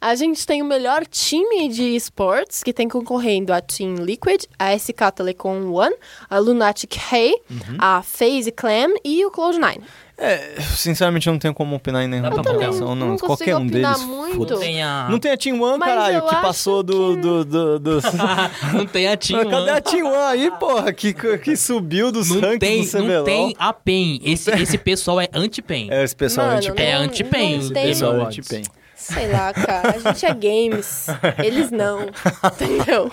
Speaker 2: A gente tem o melhor time de esportes, que tem concorrendo a Team Liquid, a
Speaker 1: Uhum.
Speaker 2: SK Telecom One, a Lunatic Hey, a FaZe Clan e o Cloud9.
Speaker 1: É, sinceramente, eu não tenho como opinar em nenhuma
Speaker 3: Eu também
Speaker 1: comparação, não.
Speaker 2: não consigo
Speaker 1: Qualquer um
Speaker 2: opinar
Speaker 1: deles.
Speaker 2: muito.
Speaker 1: foda-se.
Speaker 2: Não
Speaker 3: É, tá. tem a.
Speaker 1: Não tem a Team One,
Speaker 2: Mas
Speaker 1: caralho,
Speaker 2: eu
Speaker 1: que
Speaker 2: acho
Speaker 1: passou do. do, do, do-
Speaker 3: não tem a Team
Speaker 1: Cadê
Speaker 3: One.
Speaker 1: a Team One aí, porra? Que, que subiu dos
Speaker 3: Não
Speaker 1: rankings
Speaker 3: tem,
Speaker 1: do CBLOL.
Speaker 3: não tem a PEN. Esse, esse pessoal é anti-PEN.
Speaker 1: É, esse pessoal
Speaker 2: Mano,
Speaker 1: é anti-pen.
Speaker 3: É
Speaker 2: Não,
Speaker 3: anti-PEN.
Speaker 2: não
Speaker 3: o
Speaker 1: Esse
Speaker 2: tem.
Speaker 1: pessoal é
Speaker 3: Demon Lords.
Speaker 1: anti-pen.
Speaker 2: Sei lá, cara. A gente é games. Eles não. Entendeu?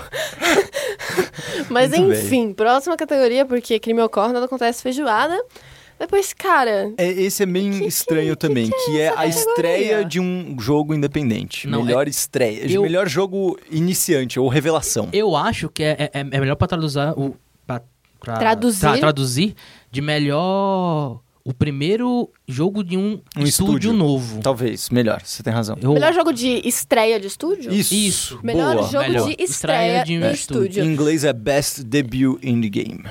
Speaker 2: Mas
Speaker 1: Muito bem.
Speaker 2: enfim, próxima categoria, porque crime ocorre, nada acontece feijoada. Depois, cara.
Speaker 1: É, esse é bem estranho também, que, é, a estreia de um jogo independente. é-
Speaker 3: Não,
Speaker 1: melhor estreia. de
Speaker 3: eu-
Speaker 1: Melhor jogo iniciante ou revelação.
Speaker 3: Eu acho que é, é- é melhor pra traduzir o. pra- pra-
Speaker 2: Traduzir.
Speaker 3: tra- traduzir de melhor. O primeiro jogo de um,
Speaker 1: Um
Speaker 3: estúdio
Speaker 1: estúdio. Então,
Speaker 3: novo.
Speaker 1: Talvez, melhor, você tem razão.
Speaker 3: Eu-
Speaker 2: Melhor jogo de estreia de estúdio?
Speaker 1: Isso,
Speaker 3: Isso.
Speaker 2: Melhor
Speaker 1: boa.
Speaker 2: jogo
Speaker 3: Melhor.
Speaker 2: de
Speaker 3: Estreia
Speaker 2: estreia,
Speaker 3: de
Speaker 2: de
Speaker 3: um
Speaker 2: estúdio.
Speaker 1: Em inglês é Best Debut in the Game.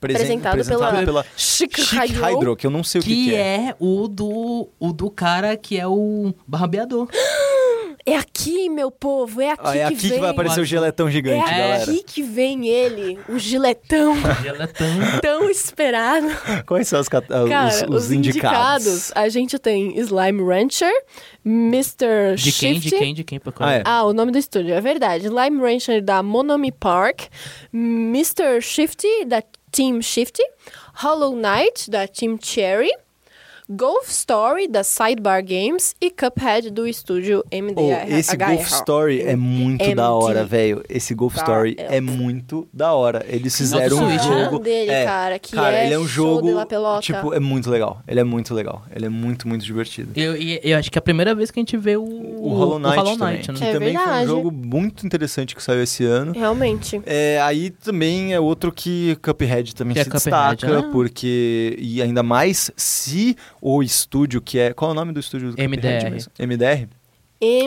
Speaker 1: Presen-
Speaker 2: Apresentado pela, Chic
Speaker 1: Chic
Speaker 2: Hydro.
Speaker 1: Hydro, que eu não sei o que,
Speaker 3: que
Speaker 1: que é.
Speaker 3: é o do, o do cara que é o barbeador.
Speaker 2: É aqui, meu povo, é aqui,
Speaker 1: Ah, é
Speaker 2: que,
Speaker 1: aqui que
Speaker 2: vem.
Speaker 1: vai aparecer o geletão
Speaker 2: É
Speaker 1: gigante, galera.
Speaker 2: aqui que vem ele, o giletão
Speaker 3: é
Speaker 2: tão esperado.
Speaker 1: Quais são as cat- ah,
Speaker 2: Cara,
Speaker 1: os, os indicados?
Speaker 2: a gente tem Slime Rancher, Mr.
Speaker 3: De quem,
Speaker 2: Shift.
Speaker 3: de quem, de quem? Pra qual?
Speaker 1: Ah, é.
Speaker 2: Ah, o nome do estúdio, é verdade. Slime Rancher da Monomi Park, Mr. Shifty da Team Shifty, Hollow Knight da Team Cherry, Golf Story da Sidebar Games e Cuphead do estúdio MDR.
Speaker 1: Pô, Oh, esse Golf Story é muito da hora, velho. Esse Golf
Speaker 2: Tá,
Speaker 1: Story
Speaker 2: é.
Speaker 1: é muito da hora. Eles fizeram um
Speaker 3: Switch, né?
Speaker 1: jogo
Speaker 2: dele,
Speaker 1: é,
Speaker 2: cara, que
Speaker 1: cara,
Speaker 2: é
Speaker 1: ele é um
Speaker 2: show
Speaker 1: jogo
Speaker 2: de la pelota.
Speaker 1: tipo, é muito legal. Ele é muito legal. Ele é muito muito divertido.
Speaker 3: Eu, e- eu acho que é a primeira vez que a gente vê o,
Speaker 1: O Hollow Knight, também,
Speaker 3: né?
Speaker 1: que
Speaker 2: É
Speaker 1: também foi um
Speaker 2: verdade.
Speaker 1: jogo muito interessante que saiu esse ano.
Speaker 2: Realmente.
Speaker 1: É, aí também é outro que Cuphead também
Speaker 3: Que é
Speaker 1: se
Speaker 3: Cuphead,
Speaker 1: destaca,
Speaker 3: né?
Speaker 1: porque. E ainda mais se o estúdio que é. Qual é o nome do estúdio do Cuphead
Speaker 3: MDR.
Speaker 1: mesmo? MDR?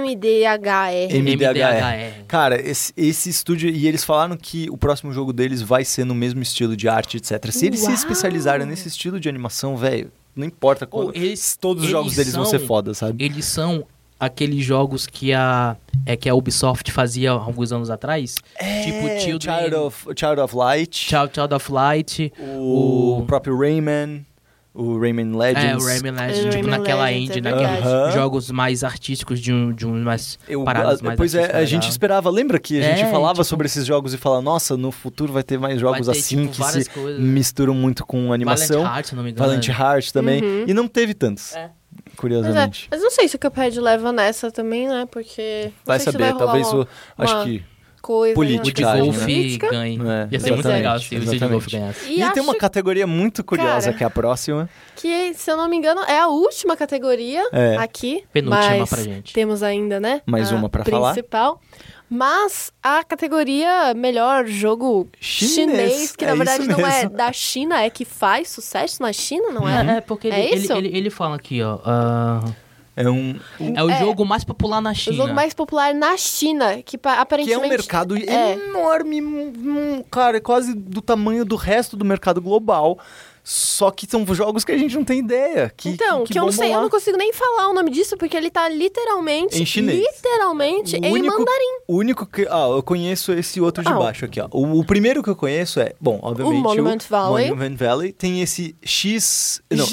Speaker 2: MDHR.
Speaker 3: MDHR.
Speaker 1: Cara, esse, esse estúdio. E eles falaram que o próximo jogo deles vai ser no mesmo estilo de arte, etc. Se eles se
Speaker 2: Uau!
Speaker 1: especializarem nesse estilo de animação, velho, não importa quando.
Speaker 3: Ou eles-
Speaker 1: todos os
Speaker 3: eles
Speaker 1: jogos deles vão
Speaker 3: são-
Speaker 1: ser foda, sabe?
Speaker 3: Eles são aqueles jogos que a, é, que a Ubisoft fazia há alguns anos atrás. tipo
Speaker 1: É,
Speaker 3: Children-
Speaker 1: Child of, Child of Light,
Speaker 3: Child, Child of Light,
Speaker 1: o,
Speaker 3: o-
Speaker 1: próprio Rayman, o Rayman
Speaker 3: é,
Speaker 1: Legends.
Speaker 3: o Rayman
Speaker 2: É,
Speaker 3: Legends, tipo
Speaker 2: Rayman
Speaker 3: naquela
Speaker 2: Legends,
Speaker 3: indie,
Speaker 2: é
Speaker 3: naqueles
Speaker 1: verdade.
Speaker 3: jogos mais artísticos de um, de um mais
Speaker 1: Eu,
Speaker 3: paradas
Speaker 1: a-
Speaker 3: mais
Speaker 1: pois é,
Speaker 3: artísticas, né?
Speaker 1: a gente
Speaker 3: legal.
Speaker 1: esperava. Lembra que a
Speaker 3: É,
Speaker 1: gente falava
Speaker 3: tipo-
Speaker 1: sobre esses jogos e falava, nossa, no futuro vai ter mais
Speaker 3: Vai
Speaker 1: jogos
Speaker 3: ter,
Speaker 1: assim
Speaker 3: tipo,
Speaker 1: que
Speaker 3: várias
Speaker 1: se
Speaker 3: coisas.
Speaker 1: misturam muito com animação.
Speaker 3: Valiant Heart, né? se não me engano.
Speaker 1: Valent Heart também.
Speaker 2: Uhum.
Speaker 1: E não teve tantos,
Speaker 3: É.
Speaker 2: Mas, é,
Speaker 1: curiosamente.
Speaker 2: mas não sei se o Cuphead leva nessa também, né? Porque. não
Speaker 1: Vai
Speaker 2: sei se
Speaker 1: saber,
Speaker 2: rolar
Speaker 1: talvez
Speaker 2: uma
Speaker 1: o. Acho
Speaker 2: uma-
Speaker 1: que.
Speaker 2: Coisa,
Speaker 1: política,
Speaker 3: O de
Speaker 1: Verdade,
Speaker 3: Golf
Speaker 1: né?
Speaker 3: ganhe.
Speaker 1: É,
Speaker 3: Ia ser muito
Speaker 2: exatamente,
Speaker 3: legal se o de
Speaker 1: exatamente.
Speaker 3: Golf ganhasse.
Speaker 1: E,
Speaker 2: E, acho
Speaker 1: tem uma categoria muito curiosa
Speaker 2: Cara.
Speaker 1: que é a próxima.
Speaker 2: que, se eu não me engano, é a última categoria
Speaker 1: É.
Speaker 2: aqui.
Speaker 3: Penúltima
Speaker 2: mas
Speaker 3: pra gente.
Speaker 2: Temos ainda, né?
Speaker 1: Mais
Speaker 2: a
Speaker 1: uma pra falar.
Speaker 2: principal. Mas a categoria melhor jogo
Speaker 1: Chinês,
Speaker 2: chinês, que na
Speaker 1: é
Speaker 2: verdade
Speaker 1: isso
Speaker 2: não é
Speaker 1: mesmo.
Speaker 2: da China, é que faz sucesso na China, não
Speaker 1: Uhum.
Speaker 2: é?
Speaker 3: É, é, porque ele,
Speaker 2: É
Speaker 3: ele,
Speaker 2: isso?
Speaker 3: ele- ele fala aqui, ó. ah,
Speaker 1: É um.
Speaker 3: é o
Speaker 2: É.
Speaker 3: jogo mais popular na
Speaker 2: O
Speaker 3: China.
Speaker 2: jogo mais popular na China, que pa-
Speaker 1: Que é
Speaker 2: aparentemente.
Speaker 1: um mercado
Speaker 2: é.
Speaker 1: enorme, um- um- cara, é quase do tamanho do resto do mercado global. Só que são jogos que a gente não tem ideia. Que,
Speaker 2: então,
Speaker 1: que,
Speaker 2: que eu não
Speaker 1: bombam
Speaker 2: sei, eu
Speaker 1: lá.
Speaker 2: não consigo nem falar o nome disso, porque ele tá literalmente.
Speaker 1: Em chinês.
Speaker 2: Literalmente É em mandarim.
Speaker 1: O único que. Ah, eu conheço esse outro de
Speaker 2: Ah, o-
Speaker 1: baixo aqui, ó. O, o primeiro que eu conheço é. Bom, obviamente.
Speaker 2: Monument Valley.
Speaker 1: Monument Valley tem esse X. Não,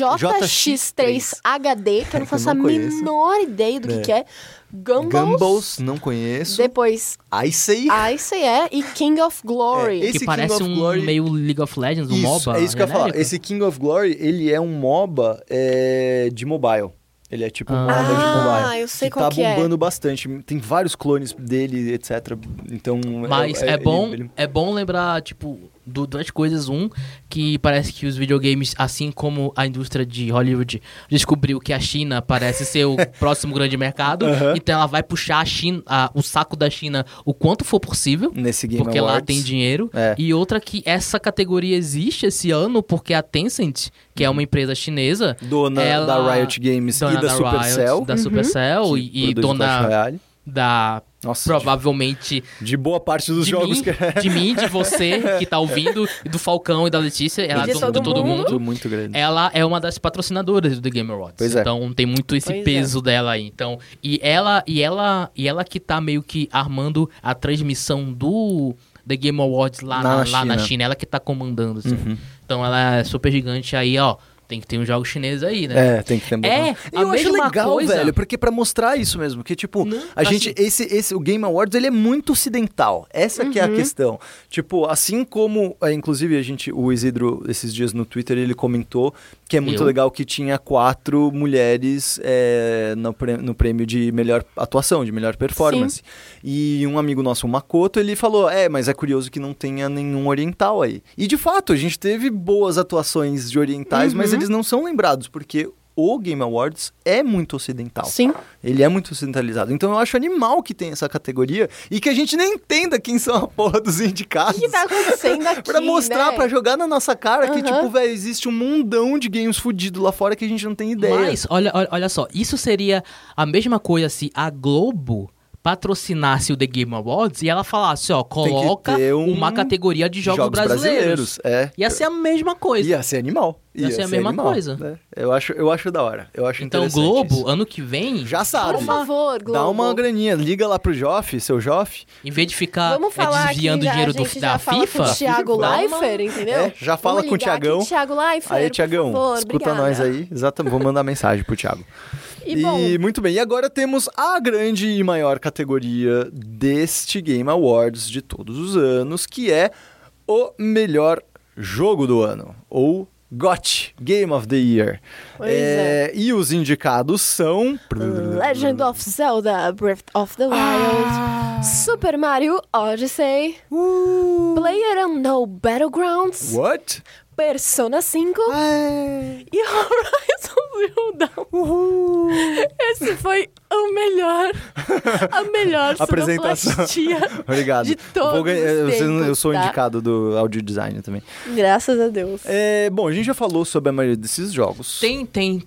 Speaker 1: JX3.
Speaker 2: JX3HD, que eu não faço a
Speaker 1: não conheço.
Speaker 2: menor ideia do
Speaker 1: É.
Speaker 2: que, que é. Gumball.
Speaker 1: Gumballs, não conheço.
Speaker 2: Depois
Speaker 1: Ice.
Speaker 2: Ice é e King of Glory.
Speaker 1: É, esse
Speaker 3: que
Speaker 1: King
Speaker 3: parece
Speaker 1: of
Speaker 3: um
Speaker 1: Glory-
Speaker 3: meio League of Legends, um MOBA.
Speaker 1: é isso que eu ia falar.
Speaker 3: genérico.
Speaker 1: Esse King of Glory, ele é um MOBA é, de mobile. Ele é tipo um
Speaker 3: Ah.
Speaker 1: MOBA de mobile.
Speaker 2: Ah, eu sei
Speaker 1: que
Speaker 2: qual
Speaker 1: tá
Speaker 2: que é.
Speaker 1: bombando bastante. Tem vários clones dele, etc. Então...
Speaker 3: Mas é,
Speaker 1: ele-
Speaker 3: bom,
Speaker 1: ele-
Speaker 3: é bom lembrar, tipo, do, duas coisas. Um, que parece que os videogames, assim como a indústria de Hollywood descobriu que a China parece ser o próximo grande mercado,
Speaker 1: Aham.
Speaker 3: então ela vai puxar a China, a- o saco da China o quanto for possível.
Speaker 1: Nesse Game
Speaker 3: Porque lá
Speaker 1: Awards.
Speaker 3: tem dinheiro.
Speaker 1: É.
Speaker 3: E outra que essa categoria existe esse ano porque a Tencent, que é uma empresa chinesa,
Speaker 1: Uhum. Dona
Speaker 3: Ela-
Speaker 1: da Riot Games
Speaker 3: É dona
Speaker 1: e da, Supercell. Uhum.
Speaker 3: Riot, da Supercell
Speaker 1: que
Speaker 3: e, e
Speaker 1: produz Clash
Speaker 3: dona
Speaker 1: Royale.
Speaker 3: da
Speaker 1: Nossa,
Speaker 3: provavelmente
Speaker 1: de, de boa parte dos
Speaker 3: de
Speaker 1: jogos
Speaker 3: mim,
Speaker 1: que é
Speaker 3: de mim, de você que tá ouvindo, e do Falcão e da Letícia, ela
Speaker 2: de
Speaker 3: do,
Speaker 2: todo
Speaker 3: de todo
Speaker 2: mundo.
Speaker 3: mundo.
Speaker 1: muito grande.
Speaker 3: Ela é uma das patrocinadoras do The Game Awards.
Speaker 1: Pois é.
Speaker 3: Então tem muito esse
Speaker 2: Pois é.
Speaker 3: peso dela aí. Então, e ela e ela e ela que tá meio que armando a transmissão do The Game Awards lá
Speaker 1: Na
Speaker 3: na, lá
Speaker 1: China.
Speaker 3: na
Speaker 1: Uhum.
Speaker 3: China, ela que tá comandando assim. Então ela é super gigante aí, ó. Tem que ter um jogo chinês aí, né?
Speaker 1: É, tem que ter um
Speaker 3: É,
Speaker 1: botão. E
Speaker 3: a
Speaker 1: eu acho
Speaker 3: mesma
Speaker 1: legal,
Speaker 3: coisa-
Speaker 1: velho, porque pra mostrar isso mesmo, que tipo,
Speaker 3: Não,
Speaker 1: a
Speaker 3: assim-
Speaker 1: gente esse esse o Game Awards, ele é muito ocidental. Essa que é a
Speaker 3: Uhum.
Speaker 1: questão. Tipo, assim como é, inclusive a gente o Isidro esses dias no Twitter, ele comentou que é muito
Speaker 3: Eu?
Speaker 1: legal que tinha quatro mulheres é, no, prê- no prêmio de melhor atuação, de melhor performance. E um amigo nosso, o Makoto, ele falou: É, mas é curioso que não tenha nenhum oriental aí. E de fato, a gente teve boas atuações de orientais, mas eles não são lembrados, porque o Game Awards é muito ocidental.
Speaker 2: Sim.
Speaker 1: Ele é muito ocidentalizado. Então eu acho animal que tem essa categoria e que a gente nem entenda quem são a porra dos indicados.
Speaker 2: O que tá acontecendo aqui?
Speaker 1: Pra mostrar,
Speaker 2: né?
Speaker 1: pra jogar na nossa cara que,
Speaker 2: Aham.
Speaker 1: tipo, velho, existe um mundão de games fudido lá fora que a gente não tem ideia.
Speaker 3: Mas, olha, olha, olha só, isso seria a mesma coisa se a Globo patrocinasse o The Game Awards e ela falasse, ó,
Speaker 1: que
Speaker 3: coloca
Speaker 1: ter um-
Speaker 3: uma categoria de jogos, brasileiros.
Speaker 1: É.
Speaker 3: Ia ser a mesma coisa.
Speaker 1: Ia ser animal.
Speaker 3: Ia ser a mesma
Speaker 1: animal,
Speaker 3: coisa.
Speaker 1: né? Eu, acho, eu acho da hora. Eu acho
Speaker 3: Então,
Speaker 1: interessante
Speaker 3: Globo,
Speaker 1: isso.
Speaker 3: ano que vem,
Speaker 1: Já sabe.
Speaker 2: Por favor, Globo.
Speaker 1: Dá uma graninha. Liga lá pro Joff, seu Joff.
Speaker 3: em vez de ficar
Speaker 2: Vamos
Speaker 3: é,
Speaker 2: falar
Speaker 3: desviando
Speaker 2: que a
Speaker 3: dinheiro do-
Speaker 2: gente já
Speaker 3: da
Speaker 2: fala
Speaker 3: FIFA.
Speaker 2: com o Thiago
Speaker 1: Vamos.
Speaker 2: Leifert, entendeu?
Speaker 1: É, já fala
Speaker 2: Vamos
Speaker 1: com o
Speaker 2: ligar aqui,
Speaker 1: Tiagão.
Speaker 2: Thiago Leifert,
Speaker 1: Aí,
Speaker 2: por
Speaker 1: Tiagão,
Speaker 2: favor,
Speaker 1: escuta
Speaker 2: obrigada.
Speaker 1: nós aí. Exatamente. Vou mandar mensagem pro Thiago.
Speaker 2: E, bom,
Speaker 1: muito bem, e agora temos a grande e maior categoria deste Game Awards de todos os anos, que é o melhor jogo do ano, ou GOT, Game of the Year. É,
Speaker 2: Pois é.
Speaker 1: E os indicados são...
Speaker 2: Legend of Zelda Breath of the Wild,
Speaker 1: Ah.
Speaker 2: Super Mario Odyssey,
Speaker 1: Uh!
Speaker 2: Player Unknown Battlegrounds,
Speaker 1: What?
Speaker 2: Persona 5 e Horizon Zero Dawn. Esse foi o melhor, a melhor
Speaker 1: Apresentação.
Speaker 2: sonoplastia.
Speaker 1: Obrigado.
Speaker 2: De todos
Speaker 1: Vou ganhar-
Speaker 2: os
Speaker 1: eu, eu
Speaker 2: tempos,
Speaker 1: sou
Speaker 2: tá?
Speaker 1: indicado do audio design também.
Speaker 2: Graças a Deus.
Speaker 1: É, bom, a gente já falou sobre a maioria desses jogos.
Speaker 3: Tem, tem,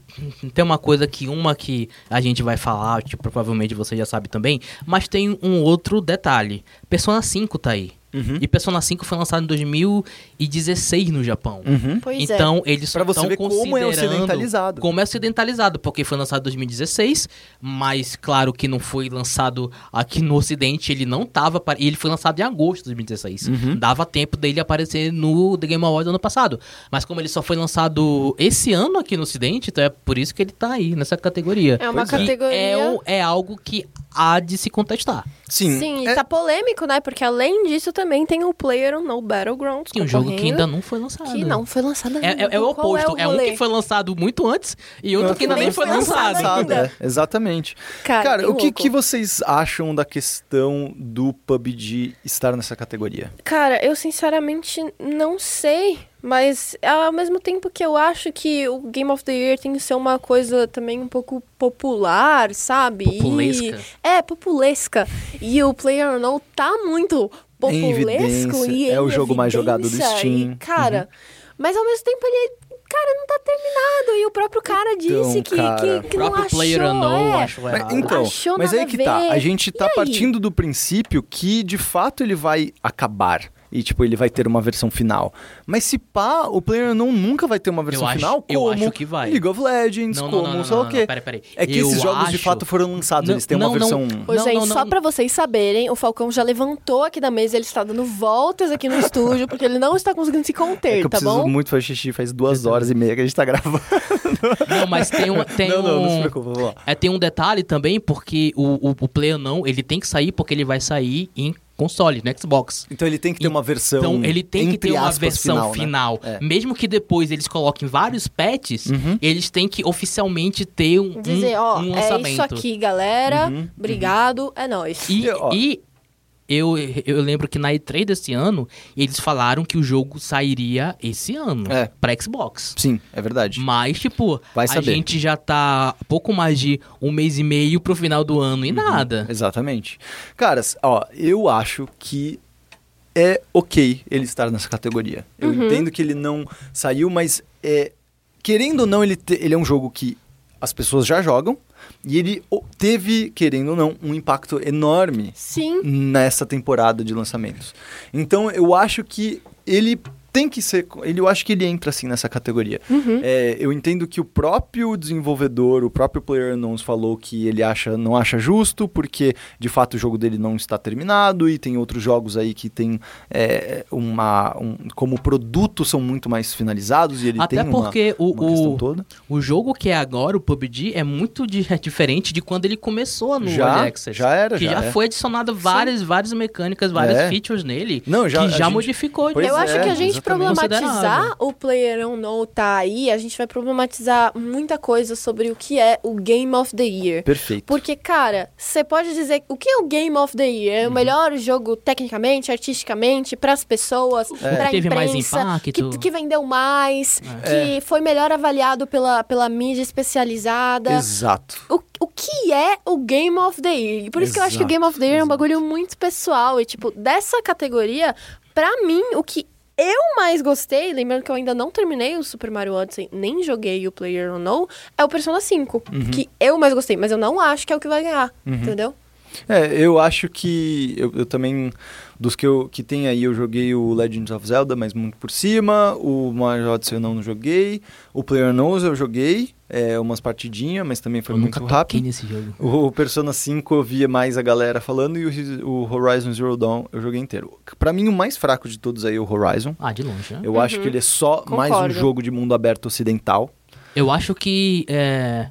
Speaker 3: tem uma coisa que uma que a gente vai falar, tipo, provavelmente você já sabe também, mas tem um outro detalhe. Persona 5 tá aí.
Speaker 1: Uhum.
Speaker 3: E Persona 5 foi lançado em 2016 no Japão.
Speaker 1: Uhum.
Speaker 2: Pois é.
Speaker 3: Então, eles só
Speaker 1: Pra você
Speaker 3: tão
Speaker 1: ver como é
Speaker 3: considerando-
Speaker 1: ocidentalizado.
Speaker 3: Como é ocidentalizado, porque foi lançado em 2016, mas claro que não foi lançado aqui no ocidente, ele não tava... apare- Ele foi lançado em agosto de 2016.
Speaker 1: Uhum.
Speaker 3: Dava tempo dele aparecer no The Game Awards ano passado. Mas como ele só foi lançado esse ano aqui no ocidente, então é por isso que ele tá aí, nessa categoria.
Speaker 2: É uma
Speaker 3: Que
Speaker 2: categoria-
Speaker 3: É, o- é algo que há de se contestar.
Speaker 1: Sim,
Speaker 2: Sim,
Speaker 1: é-
Speaker 2: e tá polêmico, né? Porque além disso também tem o Player No Battlegrounds.
Speaker 3: Que é um jogo que ainda
Speaker 2: concorrendo,
Speaker 3: não foi lançado.
Speaker 2: que não foi lançado
Speaker 3: É,
Speaker 2: ainda.
Speaker 3: é- é o
Speaker 2: Qual
Speaker 3: oposto. É, um
Speaker 2: rolê?
Speaker 3: que foi lançado muito antes e outro
Speaker 1: Outro
Speaker 3: que ainda
Speaker 2: que
Speaker 3: nem
Speaker 2: nem
Speaker 3: foi
Speaker 2: foi
Speaker 3: lançado.
Speaker 2: lançado ainda.
Speaker 1: É, exatamente.
Speaker 2: Cara,
Speaker 1: Cara,
Speaker 2: que
Speaker 1: o que,
Speaker 2: louco.
Speaker 1: que vocês acham da questão do PUBG estar nessa categoria?
Speaker 2: Cara, eu sinceramente não sei, mas ao mesmo tempo que eu acho que o Game of the Year tem que ser uma coisa também um pouco popular, sabe? E-
Speaker 3: Populesca.
Speaker 2: É, populesca. E o Player Não tá muito
Speaker 1: Em
Speaker 2: populesco
Speaker 1: evidência.
Speaker 2: e
Speaker 1: É
Speaker 2: em
Speaker 1: o jogo mais jogado do
Speaker 2: evidência.
Speaker 1: Steam. Uhum.
Speaker 2: E, cara, mas ao mesmo tempo ele Cara, não tá terminado. E o próprio cara disse que,
Speaker 1: Então, cara,
Speaker 2: que,
Speaker 3: O
Speaker 2: que não
Speaker 3: próprio
Speaker 2: achou.
Speaker 3: Player Unknown,
Speaker 2: é.
Speaker 3: acho errado.
Speaker 1: então,
Speaker 2: Achou
Speaker 1: mas
Speaker 2: nada
Speaker 1: aí que
Speaker 2: a ver.
Speaker 1: tá. A gente tá
Speaker 2: E aí?
Speaker 1: partindo do princípio que de fato ele vai acabar. E, tipo, ele vai ter uma versão final. Mas se pá, o player não nunca vai ter uma versão
Speaker 3: Eu acho-
Speaker 1: final,
Speaker 3: eu
Speaker 1: como
Speaker 3: acho que vai.
Speaker 1: League of Legends,
Speaker 3: Não, não,
Speaker 1: como
Speaker 3: não, não,
Speaker 1: sei lá
Speaker 3: não,
Speaker 1: o quê.
Speaker 3: não, pera, pera aí.
Speaker 1: É que
Speaker 3: Eu
Speaker 1: esses jogos de
Speaker 3: acho-
Speaker 1: fato foram lançados,
Speaker 3: Não,
Speaker 1: eles têm uma
Speaker 3: não,
Speaker 1: versão.
Speaker 3: não.
Speaker 2: Ô, gente, é, só
Speaker 3: não.
Speaker 2: pra vocês saberem, o Falcão já levantou aqui da mesa, ele está dando voltas aqui no estúdio, porque ele não está conseguindo se
Speaker 1: É que
Speaker 2: conter,
Speaker 1: eu
Speaker 2: tá
Speaker 1: preciso
Speaker 2: bom?
Speaker 1: muito fazer xixi, faz duas horas e meia que a gente tá gravando.
Speaker 3: Não, mas tem um. Tem
Speaker 1: não, não, não se
Speaker 3: um-
Speaker 1: preocupa, vamos lá.
Speaker 3: É, tem um detalhe também, porque o, o, o player não, ele tem que sair porque ele vai sair em console, no Xbox.
Speaker 1: Então ele tem que ter uma versão.
Speaker 3: Então ele tem que
Speaker 1: entre
Speaker 3: ter uma
Speaker 1: aspas,
Speaker 3: versão
Speaker 1: né?
Speaker 3: final.
Speaker 1: É. Uhum.
Speaker 3: Mesmo que depois eles coloquem vários patches, eles têm que oficialmente ter um,
Speaker 2: Dizer,
Speaker 3: um-
Speaker 2: ó,
Speaker 3: um
Speaker 2: é
Speaker 3: lançamento.
Speaker 2: isso aqui, galera.
Speaker 1: Uhum,
Speaker 2: Obrigado, é nóis.
Speaker 3: E,
Speaker 1: Ó.
Speaker 3: e eu, eu lembro que na E3 desse ano, eles falaram que o jogo sairia esse ano
Speaker 1: É.
Speaker 3: pra Xbox.
Speaker 1: Sim, é verdade.
Speaker 3: Mas, tipo,
Speaker 1: Vai
Speaker 3: a
Speaker 1: saber.
Speaker 3: gente já tá pouco mais de um mês e meio pro final do ano e
Speaker 1: Uhum.
Speaker 3: nada.
Speaker 1: Exatamente. Caras, ó, eu acho que é ok ele estar nessa categoria. Eu entendo que ele não saiu, mas é, querendo ou não, ele, te- ele é um jogo que as pessoas já jogam e ele o- teve, querendo ou não, um impacto enorme
Speaker 2: Sim,
Speaker 1: nessa temporada de lançamentos. Então eu acho que ele tem que ser. Ele, eu acho que ele entra assim nessa categoria.
Speaker 2: Uhum.
Speaker 1: É, eu entendo que o próprio desenvolvedor, o próprio player nos falou que ele acha, não acha justo, porque de fato o jogo dele não está terminado e tem outros jogos aí que tem é, uma. Um, como produto são muito mais finalizados e ele
Speaker 3: Até
Speaker 1: tem uma,
Speaker 3: porque o,
Speaker 1: uma questão
Speaker 3: o,
Speaker 1: toda.
Speaker 3: o jogo que é agora, o PUBG, é muito di- diferente de quando ele começou no
Speaker 1: Já,
Speaker 3: Early Access.
Speaker 1: já era,
Speaker 3: que
Speaker 1: já,
Speaker 3: já
Speaker 1: é.
Speaker 3: foi adicionada várias, várias mecânicas, várias
Speaker 1: É.
Speaker 3: features nele,
Speaker 1: Não, já-
Speaker 3: que
Speaker 1: a
Speaker 3: já
Speaker 1: gente-
Speaker 3: modificou.
Speaker 1: Pois
Speaker 2: eu
Speaker 1: é,
Speaker 2: acho que a
Speaker 1: exatamente.
Speaker 2: gente problematizar
Speaker 3: Considerável.
Speaker 2: o Player Unknown tá aí, a gente vai problematizar muita coisa sobre o que é o Game of the Year.
Speaker 1: Perfeito.
Speaker 2: Porque, cara, você pode dizer o que é o Game of the Year? É o
Speaker 1: Uhum.
Speaker 2: melhor jogo tecnicamente, artisticamente, pras pessoas,
Speaker 1: É.
Speaker 3: que
Speaker 2: pra
Speaker 3: É, teve mais
Speaker 2: imprensa,
Speaker 3: impacto.
Speaker 2: que, que vendeu mais, que foi melhor avaliado pela, pela mídia especializada.
Speaker 1: Exato.
Speaker 2: o, o que é o Game of the Year. E por isso que eu acho que o
Speaker 1: Exato,
Speaker 2: Game of the Year é um
Speaker 1: exato.
Speaker 2: bagulho muito pessoal. E, tipo, dessa categoria, pra mim, o que eu mais gostei, lembrando que eu ainda não terminei o Super Mario Odyssey, nem joguei o Player Unknown, é o Persona 5, que eu mais gostei, mas eu não acho que é o que vai ganhar, entendeu?
Speaker 1: É, eu acho que eu, eu também dos que eu que tem aí eu joguei o Legends of Zelda, mas muito por cima, o Mario Odyssey eu não joguei, o PlayerUnknown's eu joguei, é, umas partidinhas, mas também foi
Speaker 3: Eu nunca
Speaker 1: muito
Speaker 3: toquei
Speaker 1: rápido.
Speaker 3: nesse jogo.
Speaker 1: O Persona 5 eu via mais a galera falando e o, o Horizon Zero Dawn eu joguei inteiro. Pra mim o mais fraco de todos aí é o Horizon.
Speaker 3: Ah, de longe, né?
Speaker 1: Eu acho que ele é só mais um
Speaker 2: Uhum. Concordo.
Speaker 1: jogo de mundo aberto ocidental.
Speaker 3: Eu acho que é,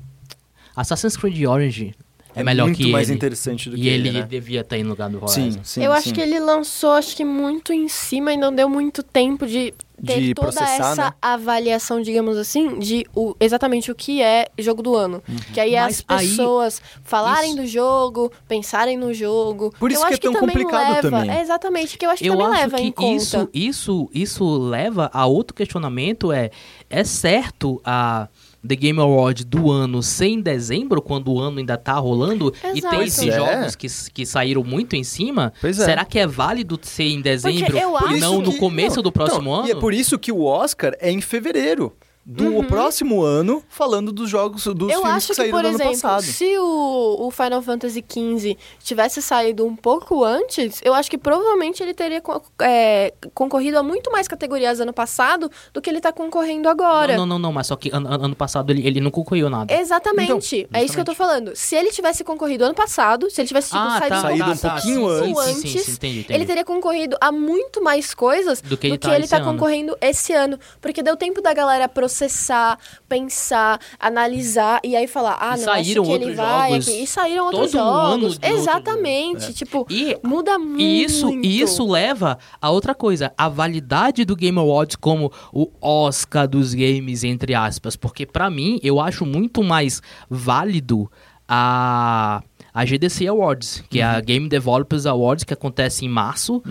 Speaker 3: Assassin's Creed Orange é, melhor
Speaker 1: muito
Speaker 3: que
Speaker 1: mais
Speaker 3: ele.
Speaker 1: interessante do
Speaker 3: e
Speaker 1: que
Speaker 3: ele,
Speaker 1: ele, né?
Speaker 3: devia estar em lugar do Horizon.
Speaker 1: Sim, sim.
Speaker 2: eu acho
Speaker 1: sim.
Speaker 2: que ele lançou, acho que muito em cima e não deu muito tempo de ter
Speaker 1: De
Speaker 2: toda
Speaker 1: processar,
Speaker 2: essa
Speaker 1: né?
Speaker 2: avaliação, digamos assim, de o, exatamente o que é jogo do ano.
Speaker 1: Uhum.
Speaker 2: Que aí é
Speaker 3: Mas
Speaker 2: as
Speaker 3: aí-
Speaker 2: pessoas falarem
Speaker 3: isso.
Speaker 2: do jogo, pensarem no jogo.
Speaker 1: Por isso
Speaker 2: eu
Speaker 1: que
Speaker 2: acho
Speaker 1: é tão
Speaker 2: também
Speaker 1: complicado
Speaker 2: leva,
Speaker 1: também.
Speaker 2: É exatamente, que eu acho que
Speaker 3: Eu
Speaker 2: também
Speaker 3: acho
Speaker 2: leva em
Speaker 3: que
Speaker 2: conta.
Speaker 3: isso, isso, isso leva a outro questionamento é é certo a The Game Award do ano ser em dezembro, quando o ano ainda tá rolando, e
Speaker 2: Exato.
Speaker 3: tem
Speaker 2: Pois
Speaker 3: esses
Speaker 1: é.
Speaker 3: jogos que, que saíram muito em cima.
Speaker 1: Pois é.
Speaker 3: Será que é válido ser em dezembro
Speaker 2: eu
Speaker 1: Por
Speaker 2: acho
Speaker 3: e não
Speaker 1: isso
Speaker 3: no
Speaker 1: que-
Speaker 3: começo
Speaker 1: não,
Speaker 3: do próximo
Speaker 1: não,
Speaker 3: ano?
Speaker 1: E é por isso que o Oscar é em fevereiro do próximo ano, falando dos jogos dos
Speaker 2: Uhum. Eu
Speaker 1: filmes
Speaker 2: acho
Speaker 1: que
Speaker 2: que,
Speaker 1: saíram
Speaker 2: por
Speaker 1: no ano
Speaker 2: exemplo,
Speaker 1: passado.
Speaker 2: se o, o Final Fantasy XV tivesse saído um pouco antes, eu acho que provavelmente ele teria co- é, concorrido a muito mais categorias ano passado do que ele tá concorrendo agora.
Speaker 3: Não, não, não, não, mas só que an- an- ano passado ele, ele não concorreu nada.
Speaker 2: Exatamente.
Speaker 1: Então,
Speaker 2: é isso que eu tô falando. Se ele tivesse concorrido ano passado, se ele tivesse tipo,
Speaker 3: Ah,
Speaker 2: saído, um
Speaker 1: Saído um
Speaker 2: pouquinho
Speaker 1: pouquinho
Speaker 3: tá, sim,
Speaker 2: antes,
Speaker 3: Sim, sim, sim, entendi, entendi.
Speaker 2: ele teria concorrido a muito mais coisas
Speaker 3: Do que ele tá
Speaker 2: ele
Speaker 3: esse
Speaker 2: tá
Speaker 3: ano.
Speaker 2: concorrendo esse ano. Porque deu tempo da galera processar, pensar, analisar e aí falar: ah,
Speaker 3: E
Speaker 2: não,
Speaker 3: saíram
Speaker 2: acho que ele
Speaker 3: outros
Speaker 2: vai
Speaker 3: jogos.
Speaker 2: aqui. E saíram outros
Speaker 3: Todo ano
Speaker 2: jogos.
Speaker 3: de outro é.
Speaker 2: Exatamente. Tipo,
Speaker 3: E
Speaker 2: muda muito.
Speaker 3: E isso, e isso leva a outra coisa, a validade do Game Awards como o Oscar dos games, entre aspas. Porque pra mim, eu acho muito mais válido a, a GDC Awards, que é
Speaker 1: Uhum.
Speaker 3: a Game Developers Awards, que acontece em março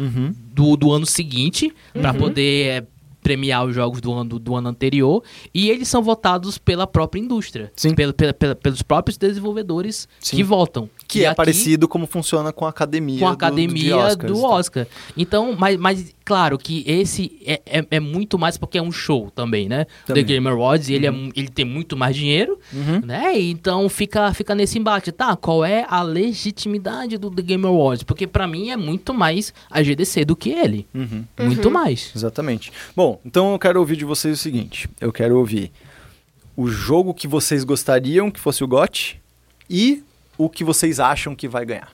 Speaker 3: do, do ano seguinte,
Speaker 1: Uhum.
Speaker 3: pra poder é, premiar os jogos do ano, do ano anterior. E eles são votados pela própria indústria,
Speaker 1: Sim.
Speaker 3: pelo- pela- pela- pelos próprios desenvolvedores
Speaker 1: Sim.
Speaker 3: que votam.
Speaker 1: Que
Speaker 3: E
Speaker 1: é
Speaker 3: aqui-
Speaker 1: parecido como funciona com a academia.
Speaker 3: com
Speaker 1: é
Speaker 3: a
Speaker 1: do- do- de
Speaker 3: academia
Speaker 1: Oscars,
Speaker 3: do
Speaker 1: então.
Speaker 3: Oscar. Então, mas, mas claro que esse é, é, é muito mais porque é um show também, né?
Speaker 1: Também. Uhum.
Speaker 3: The Game Awards, ele, é mu- ele tem muito mais dinheiro, né? E Então fica, fica nesse embate, tá? Qual é a legitimidade do The Game Awards? Porque pra mim é muito mais a GDC do que ele.
Speaker 1: Uhum,
Speaker 3: Muito mais.
Speaker 1: Exatamente. Bom, então eu quero ouvir de vocês o seguinte: eu quero ouvir o jogo que vocês gostariam que fosse o GOT e o que vocês acham que vai ganhar.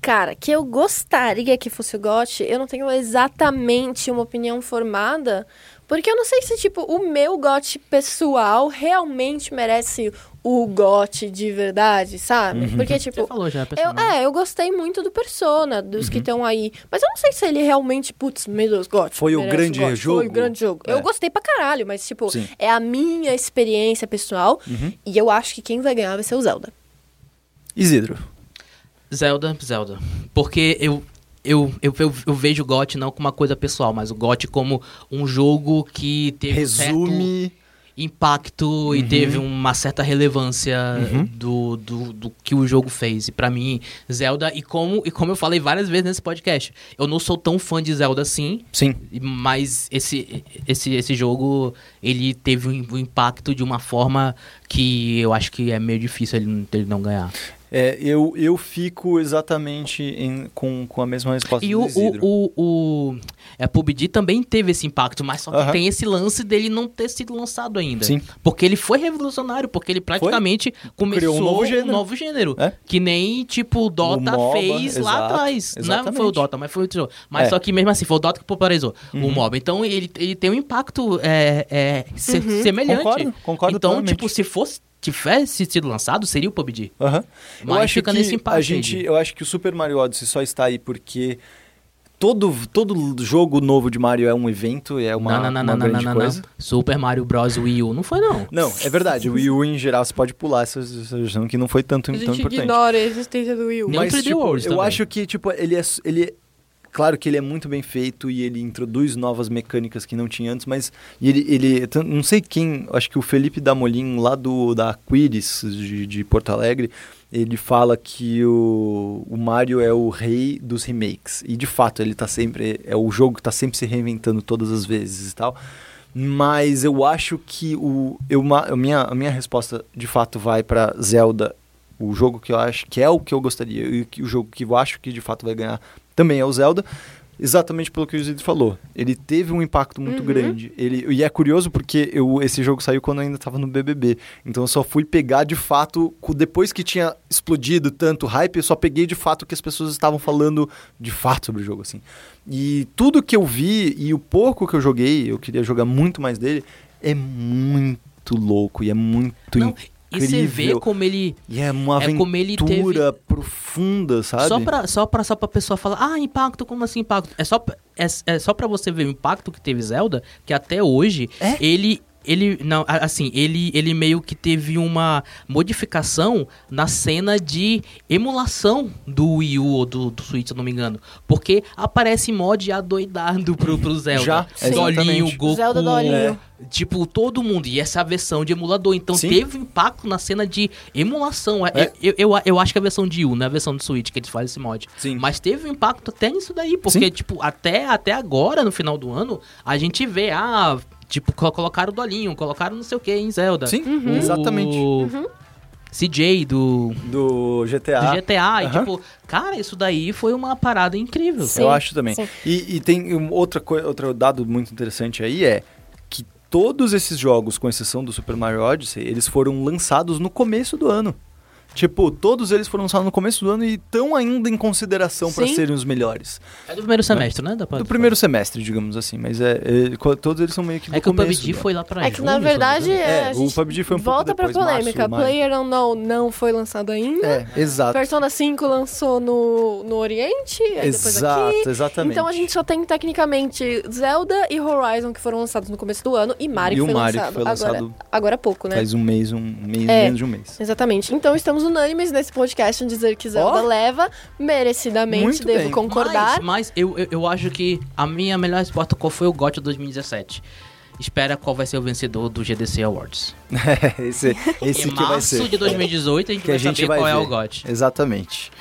Speaker 2: Cara, que eu gostaria que fosse o GOT, eu não tenho exatamente uma opinião formada, porque eu não sei se, tipo, o meu GOT pessoal realmente merece o GOT de verdade, sabe? Porque,
Speaker 3: Você
Speaker 2: tipo,
Speaker 3: falou já,
Speaker 2: eu,
Speaker 3: pessoal.
Speaker 2: é, eu gostei muito do Persona, dos
Speaker 1: Uhum.
Speaker 2: que estão aí, mas eu não sei se ele realmente, putz, meu Deus, GOT.
Speaker 1: Foi o
Speaker 2: merece
Speaker 1: grande
Speaker 2: GOT, Foi
Speaker 1: jogo?
Speaker 2: o grande jogo.
Speaker 1: É.
Speaker 2: Eu gostei pra caralho, mas, tipo,
Speaker 1: Sim. Uhum.
Speaker 2: é a minha experiência pessoal, e eu acho que quem vai ganhar vai ser o Zelda.
Speaker 1: Isidro.
Speaker 3: Zelda, Zelda. Porque eu, eu, eu, eu, eu vejo o GOT não como uma coisa pessoal, mas o GOT como um jogo que teve um certo-
Speaker 1: Resume.
Speaker 3: impacto e
Speaker 1: Uhum.
Speaker 3: teve uma certa relevância do, do, do que o jogo fez. E pra mim, Zelda, e como, e como eu falei várias vezes nesse podcast, eu não sou tão fã de Zelda assim,
Speaker 1: Sim.
Speaker 3: mas esse, esse, esse jogo, ele teve um, um impacto de uma forma que eu acho que é meio difícil ele, não- ele não ganhar.
Speaker 1: É, eu, eu fico exatamente em- com, com a mesma resposta
Speaker 3: E
Speaker 1: do
Speaker 3: o,
Speaker 1: Isidro.
Speaker 3: o, o, o é, PUBG também teve esse impacto, mas só que
Speaker 1: Aham.
Speaker 3: tem esse lance dele não ter sido lançado ainda.
Speaker 1: Sim.
Speaker 3: Porque ele foi revolucionário, porque ele praticamente começou
Speaker 1: Criou um novo gênero.
Speaker 3: novo gênero.
Speaker 1: É.
Speaker 3: Que nem, tipo, o Dota
Speaker 1: O MOBA,
Speaker 3: fez lá
Speaker 1: exato,
Speaker 3: atrás. Não é
Speaker 1: exatamente.
Speaker 3: foi o Dota, mas foi outro. Mas
Speaker 1: É. Uhum.
Speaker 3: só que mesmo assim, foi o Dota que popularizou o MOBA. Então ele, ele tem um impacto é, é, se- semelhante.
Speaker 1: Concordo, concordo
Speaker 3: Então,
Speaker 1: plenamente.
Speaker 3: tipo, se fosse tivesse sido lançado, seria o PUBG.
Speaker 1: Aham.
Speaker 3: Mas
Speaker 1: eu acho
Speaker 3: fica
Speaker 1: que
Speaker 3: nesse empate
Speaker 1: a
Speaker 3: aí
Speaker 1: gente,
Speaker 3: de-
Speaker 1: eu acho que o Super Mario Odyssey só está aí porque todo todo jogo novo de Mario é um evento, é uma,
Speaker 3: não, não,
Speaker 1: uma
Speaker 3: não, não, não,
Speaker 1: grande
Speaker 3: não,
Speaker 1: coisa.
Speaker 3: não. Super Mario Bros. Wii U não foi, não.
Speaker 1: Não, é verdade. O Wii U em geral você pode pular essa essa gestão que não foi tanto
Speaker 2: A
Speaker 1: tão
Speaker 2: gente
Speaker 1: importante.
Speaker 2: ignora a existência do Will.
Speaker 3: Nem o 3D
Speaker 1: tipo,
Speaker 3: World
Speaker 1: eu
Speaker 3: também.
Speaker 1: acho que tipo ele é s- ele é- claro que ele é muito bem feito e ele introduz novas mecânicas que não tinha antes, mas e ele ele tan- não sei quem, acho que o Felipe Damolin lá do da Aquiris de, de Porto Alegre, ele fala que o, o Mario é o rei dos remakes e de fato ele tá sempre é o jogo que tá sempre se reinventando todas as vezes e tal. Mas eu acho que o, eu, ma- a, minha, a minha resposta de fato vai para Zelda, o jogo que eu acho que é o que eu gostaria e que, o jogo que eu acho que de fato vai ganhar também é o Zelda, exatamente pelo que o Isidro falou. Ele teve um impacto muito
Speaker 2: Uhum.
Speaker 1: grande. Ele, e é curioso porque eu, esse jogo saiu quando eu ainda estava no BBB, então eu só fui pegar de fato, co- depois que tinha explodido tanto o hype, eu só peguei de fato o que as pessoas estavam falando de fato sobre o jogo, assim. E tudo que eu vi e o pouco que eu joguei, eu queria jogar muito mais dele, é muito louco e é muito
Speaker 3: Não, E você vê
Speaker 1: incrível.
Speaker 3: como ele.
Speaker 1: E é uma
Speaker 3: é como ele teve-
Speaker 1: aventura profunda, sabe?
Speaker 3: Só pra, só, pra, só pra pessoa falar, ah, impacto, como assim impacto? É só, pra- é, é só pra você ver o impacto que teve Zelda, que até hoje,
Speaker 1: É?
Speaker 3: ele. Ele, não, a- assim, ele, ele meio que teve uma modificação na cena de emulação do Wii U ou do, do Switch, se eu não me engano. Porque aparece mod adoidado pro, pro Zelda.
Speaker 1: Já,
Speaker 3: Dolinho,
Speaker 1: exatamente.
Speaker 3: Goku,
Speaker 2: Zelda Dolinho.
Speaker 1: É.
Speaker 3: Tipo, todo mundo. E essa versão de emulador. Então
Speaker 1: Sim.
Speaker 3: teve impacto na cena de emulação. É,
Speaker 1: É.
Speaker 3: Eu, eu, eu acho que a versão de U, não é a versão do Switch que eles fazem esse mod.
Speaker 1: Sim.
Speaker 3: Mas teve um impacto até nisso daí. Porque,
Speaker 1: Sim.
Speaker 3: tipo, até, até agora, no final do ano, a gente vê, ah, tipo, co- colocaram o Dolinho, colocaram não sei o que em Zelda.
Speaker 1: Sim,
Speaker 3: O
Speaker 1: exatamente.
Speaker 2: Uhum.
Speaker 3: CJ do,
Speaker 1: Do GTA.
Speaker 3: do GTA. E,
Speaker 1: Ah. Aham.
Speaker 3: tipo, cara, isso daí foi uma parada incrível.
Speaker 2: Sim.
Speaker 1: Eu acho também.
Speaker 2: sim.
Speaker 1: E, e tem um, outra coi- outro dado muito interessante aí é que todos esses jogos, com exceção do Super Mario Odyssey, eles foram lançados no começo do ano. Tipo, todos eles foram lançados no começo do ano e estão ainda em consideração para
Speaker 2: Sim.
Speaker 1: serem os melhores.
Speaker 3: É do primeiro semestre, né? Da
Speaker 1: Do primeiro semestre, digamos assim, mas é, é, co- todos eles são meio que do
Speaker 3: É que o
Speaker 1: começo
Speaker 3: PUBG
Speaker 1: do
Speaker 3: foi lá pra
Speaker 2: É que
Speaker 3: junho,
Speaker 2: na
Speaker 3: se eu não me
Speaker 2: verdade.
Speaker 3: engano.
Speaker 2: É,
Speaker 1: É,
Speaker 2: a
Speaker 1: o
Speaker 2: gente
Speaker 1: PUBG foi um pouco
Speaker 2: Volta pra
Speaker 1: depois, março,
Speaker 2: polêmica. um
Speaker 1: maio.
Speaker 2: Player Unknown não foi lançado ainda.
Speaker 1: ano. É, exato.
Speaker 2: Persona 5 lançou no, no Oriente, aí depois
Speaker 1: Exato,
Speaker 2: aqui.
Speaker 1: exatamente.
Speaker 2: Então a gente só tem tecnicamente Zelda e Horizon que foram lançados no começo do ano e Mario,
Speaker 1: E
Speaker 2: que,
Speaker 1: o
Speaker 2: foi
Speaker 1: Mario que
Speaker 2: lançado
Speaker 1: foi lançado
Speaker 2: agora, agora há pouco, né?
Speaker 1: Faz um mês, um mês,
Speaker 2: É.
Speaker 1: menos de um mês.
Speaker 2: Exatamente. Então estamos unânimes nesse podcast em dizer que Zelda
Speaker 1: Ó.
Speaker 2: leva, merecidamente,
Speaker 1: Muito
Speaker 2: devo
Speaker 1: bem.
Speaker 2: concordar.
Speaker 3: Mas, mas eu, eu, eu acho que a minha melhor resposta qual foi o GOT 2017. Espera qual vai ser o vencedor do GDC Awards.
Speaker 1: esse esse
Speaker 3: em
Speaker 1: que vai
Speaker 3: março
Speaker 1: ser.
Speaker 3: de 2018 a gente
Speaker 1: que
Speaker 3: vai
Speaker 1: a gente
Speaker 3: saber
Speaker 1: vai
Speaker 3: qual é
Speaker 1: ver.
Speaker 3: o GOT.
Speaker 1: Exatamente.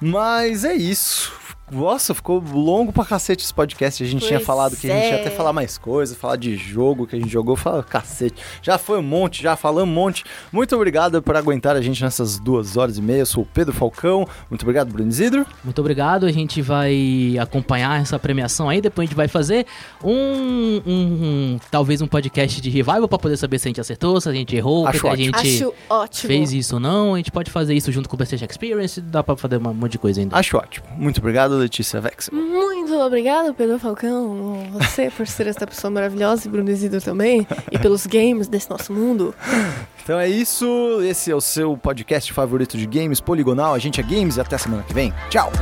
Speaker 1: Mas é isso. Nossa, ficou longo pra cacete esse podcast. A gente tinha
Speaker 2: Pois
Speaker 1: falado que a gente ia até
Speaker 2: é.
Speaker 1: falar mais coisas, falar de jogo que a gente jogou. Fala, cacete. Já foi um monte, já falamos um monte. Muito obrigado por aguentar a gente nessas duas horas e meia. Eu sou o Pedro Falcão. Muito obrigado, Bruno Isidro.
Speaker 3: Muito obrigado, a gente vai acompanhar essa premiação aí, depois a gente vai fazer um, um- um- talvez um podcast de revival pra poder saber se a gente acertou, se a gente errou, o que
Speaker 1: Acho
Speaker 3: que a
Speaker 1: ótimo.
Speaker 3: gente
Speaker 2: Acho ótimo.
Speaker 3: fez isso ou não. A gente pode fazer isso junto com o PlayStation Experience, dá pra fazer um monte de coisa ainda.
Speaker 1: Acho ótimo. Muito obrigado, Letícia Vexel.
Speaker 2: Muito obrigado, Pedro Falcão. Você por ser esta pessoa maravilhosa e Bruno Isidro também. E pelos games desse nosso mundo.
Speaker 1: Então é isso. Esse é o seu podcast favorito de games, Poligonal. A gente é Games e até semana que vem. Tchau!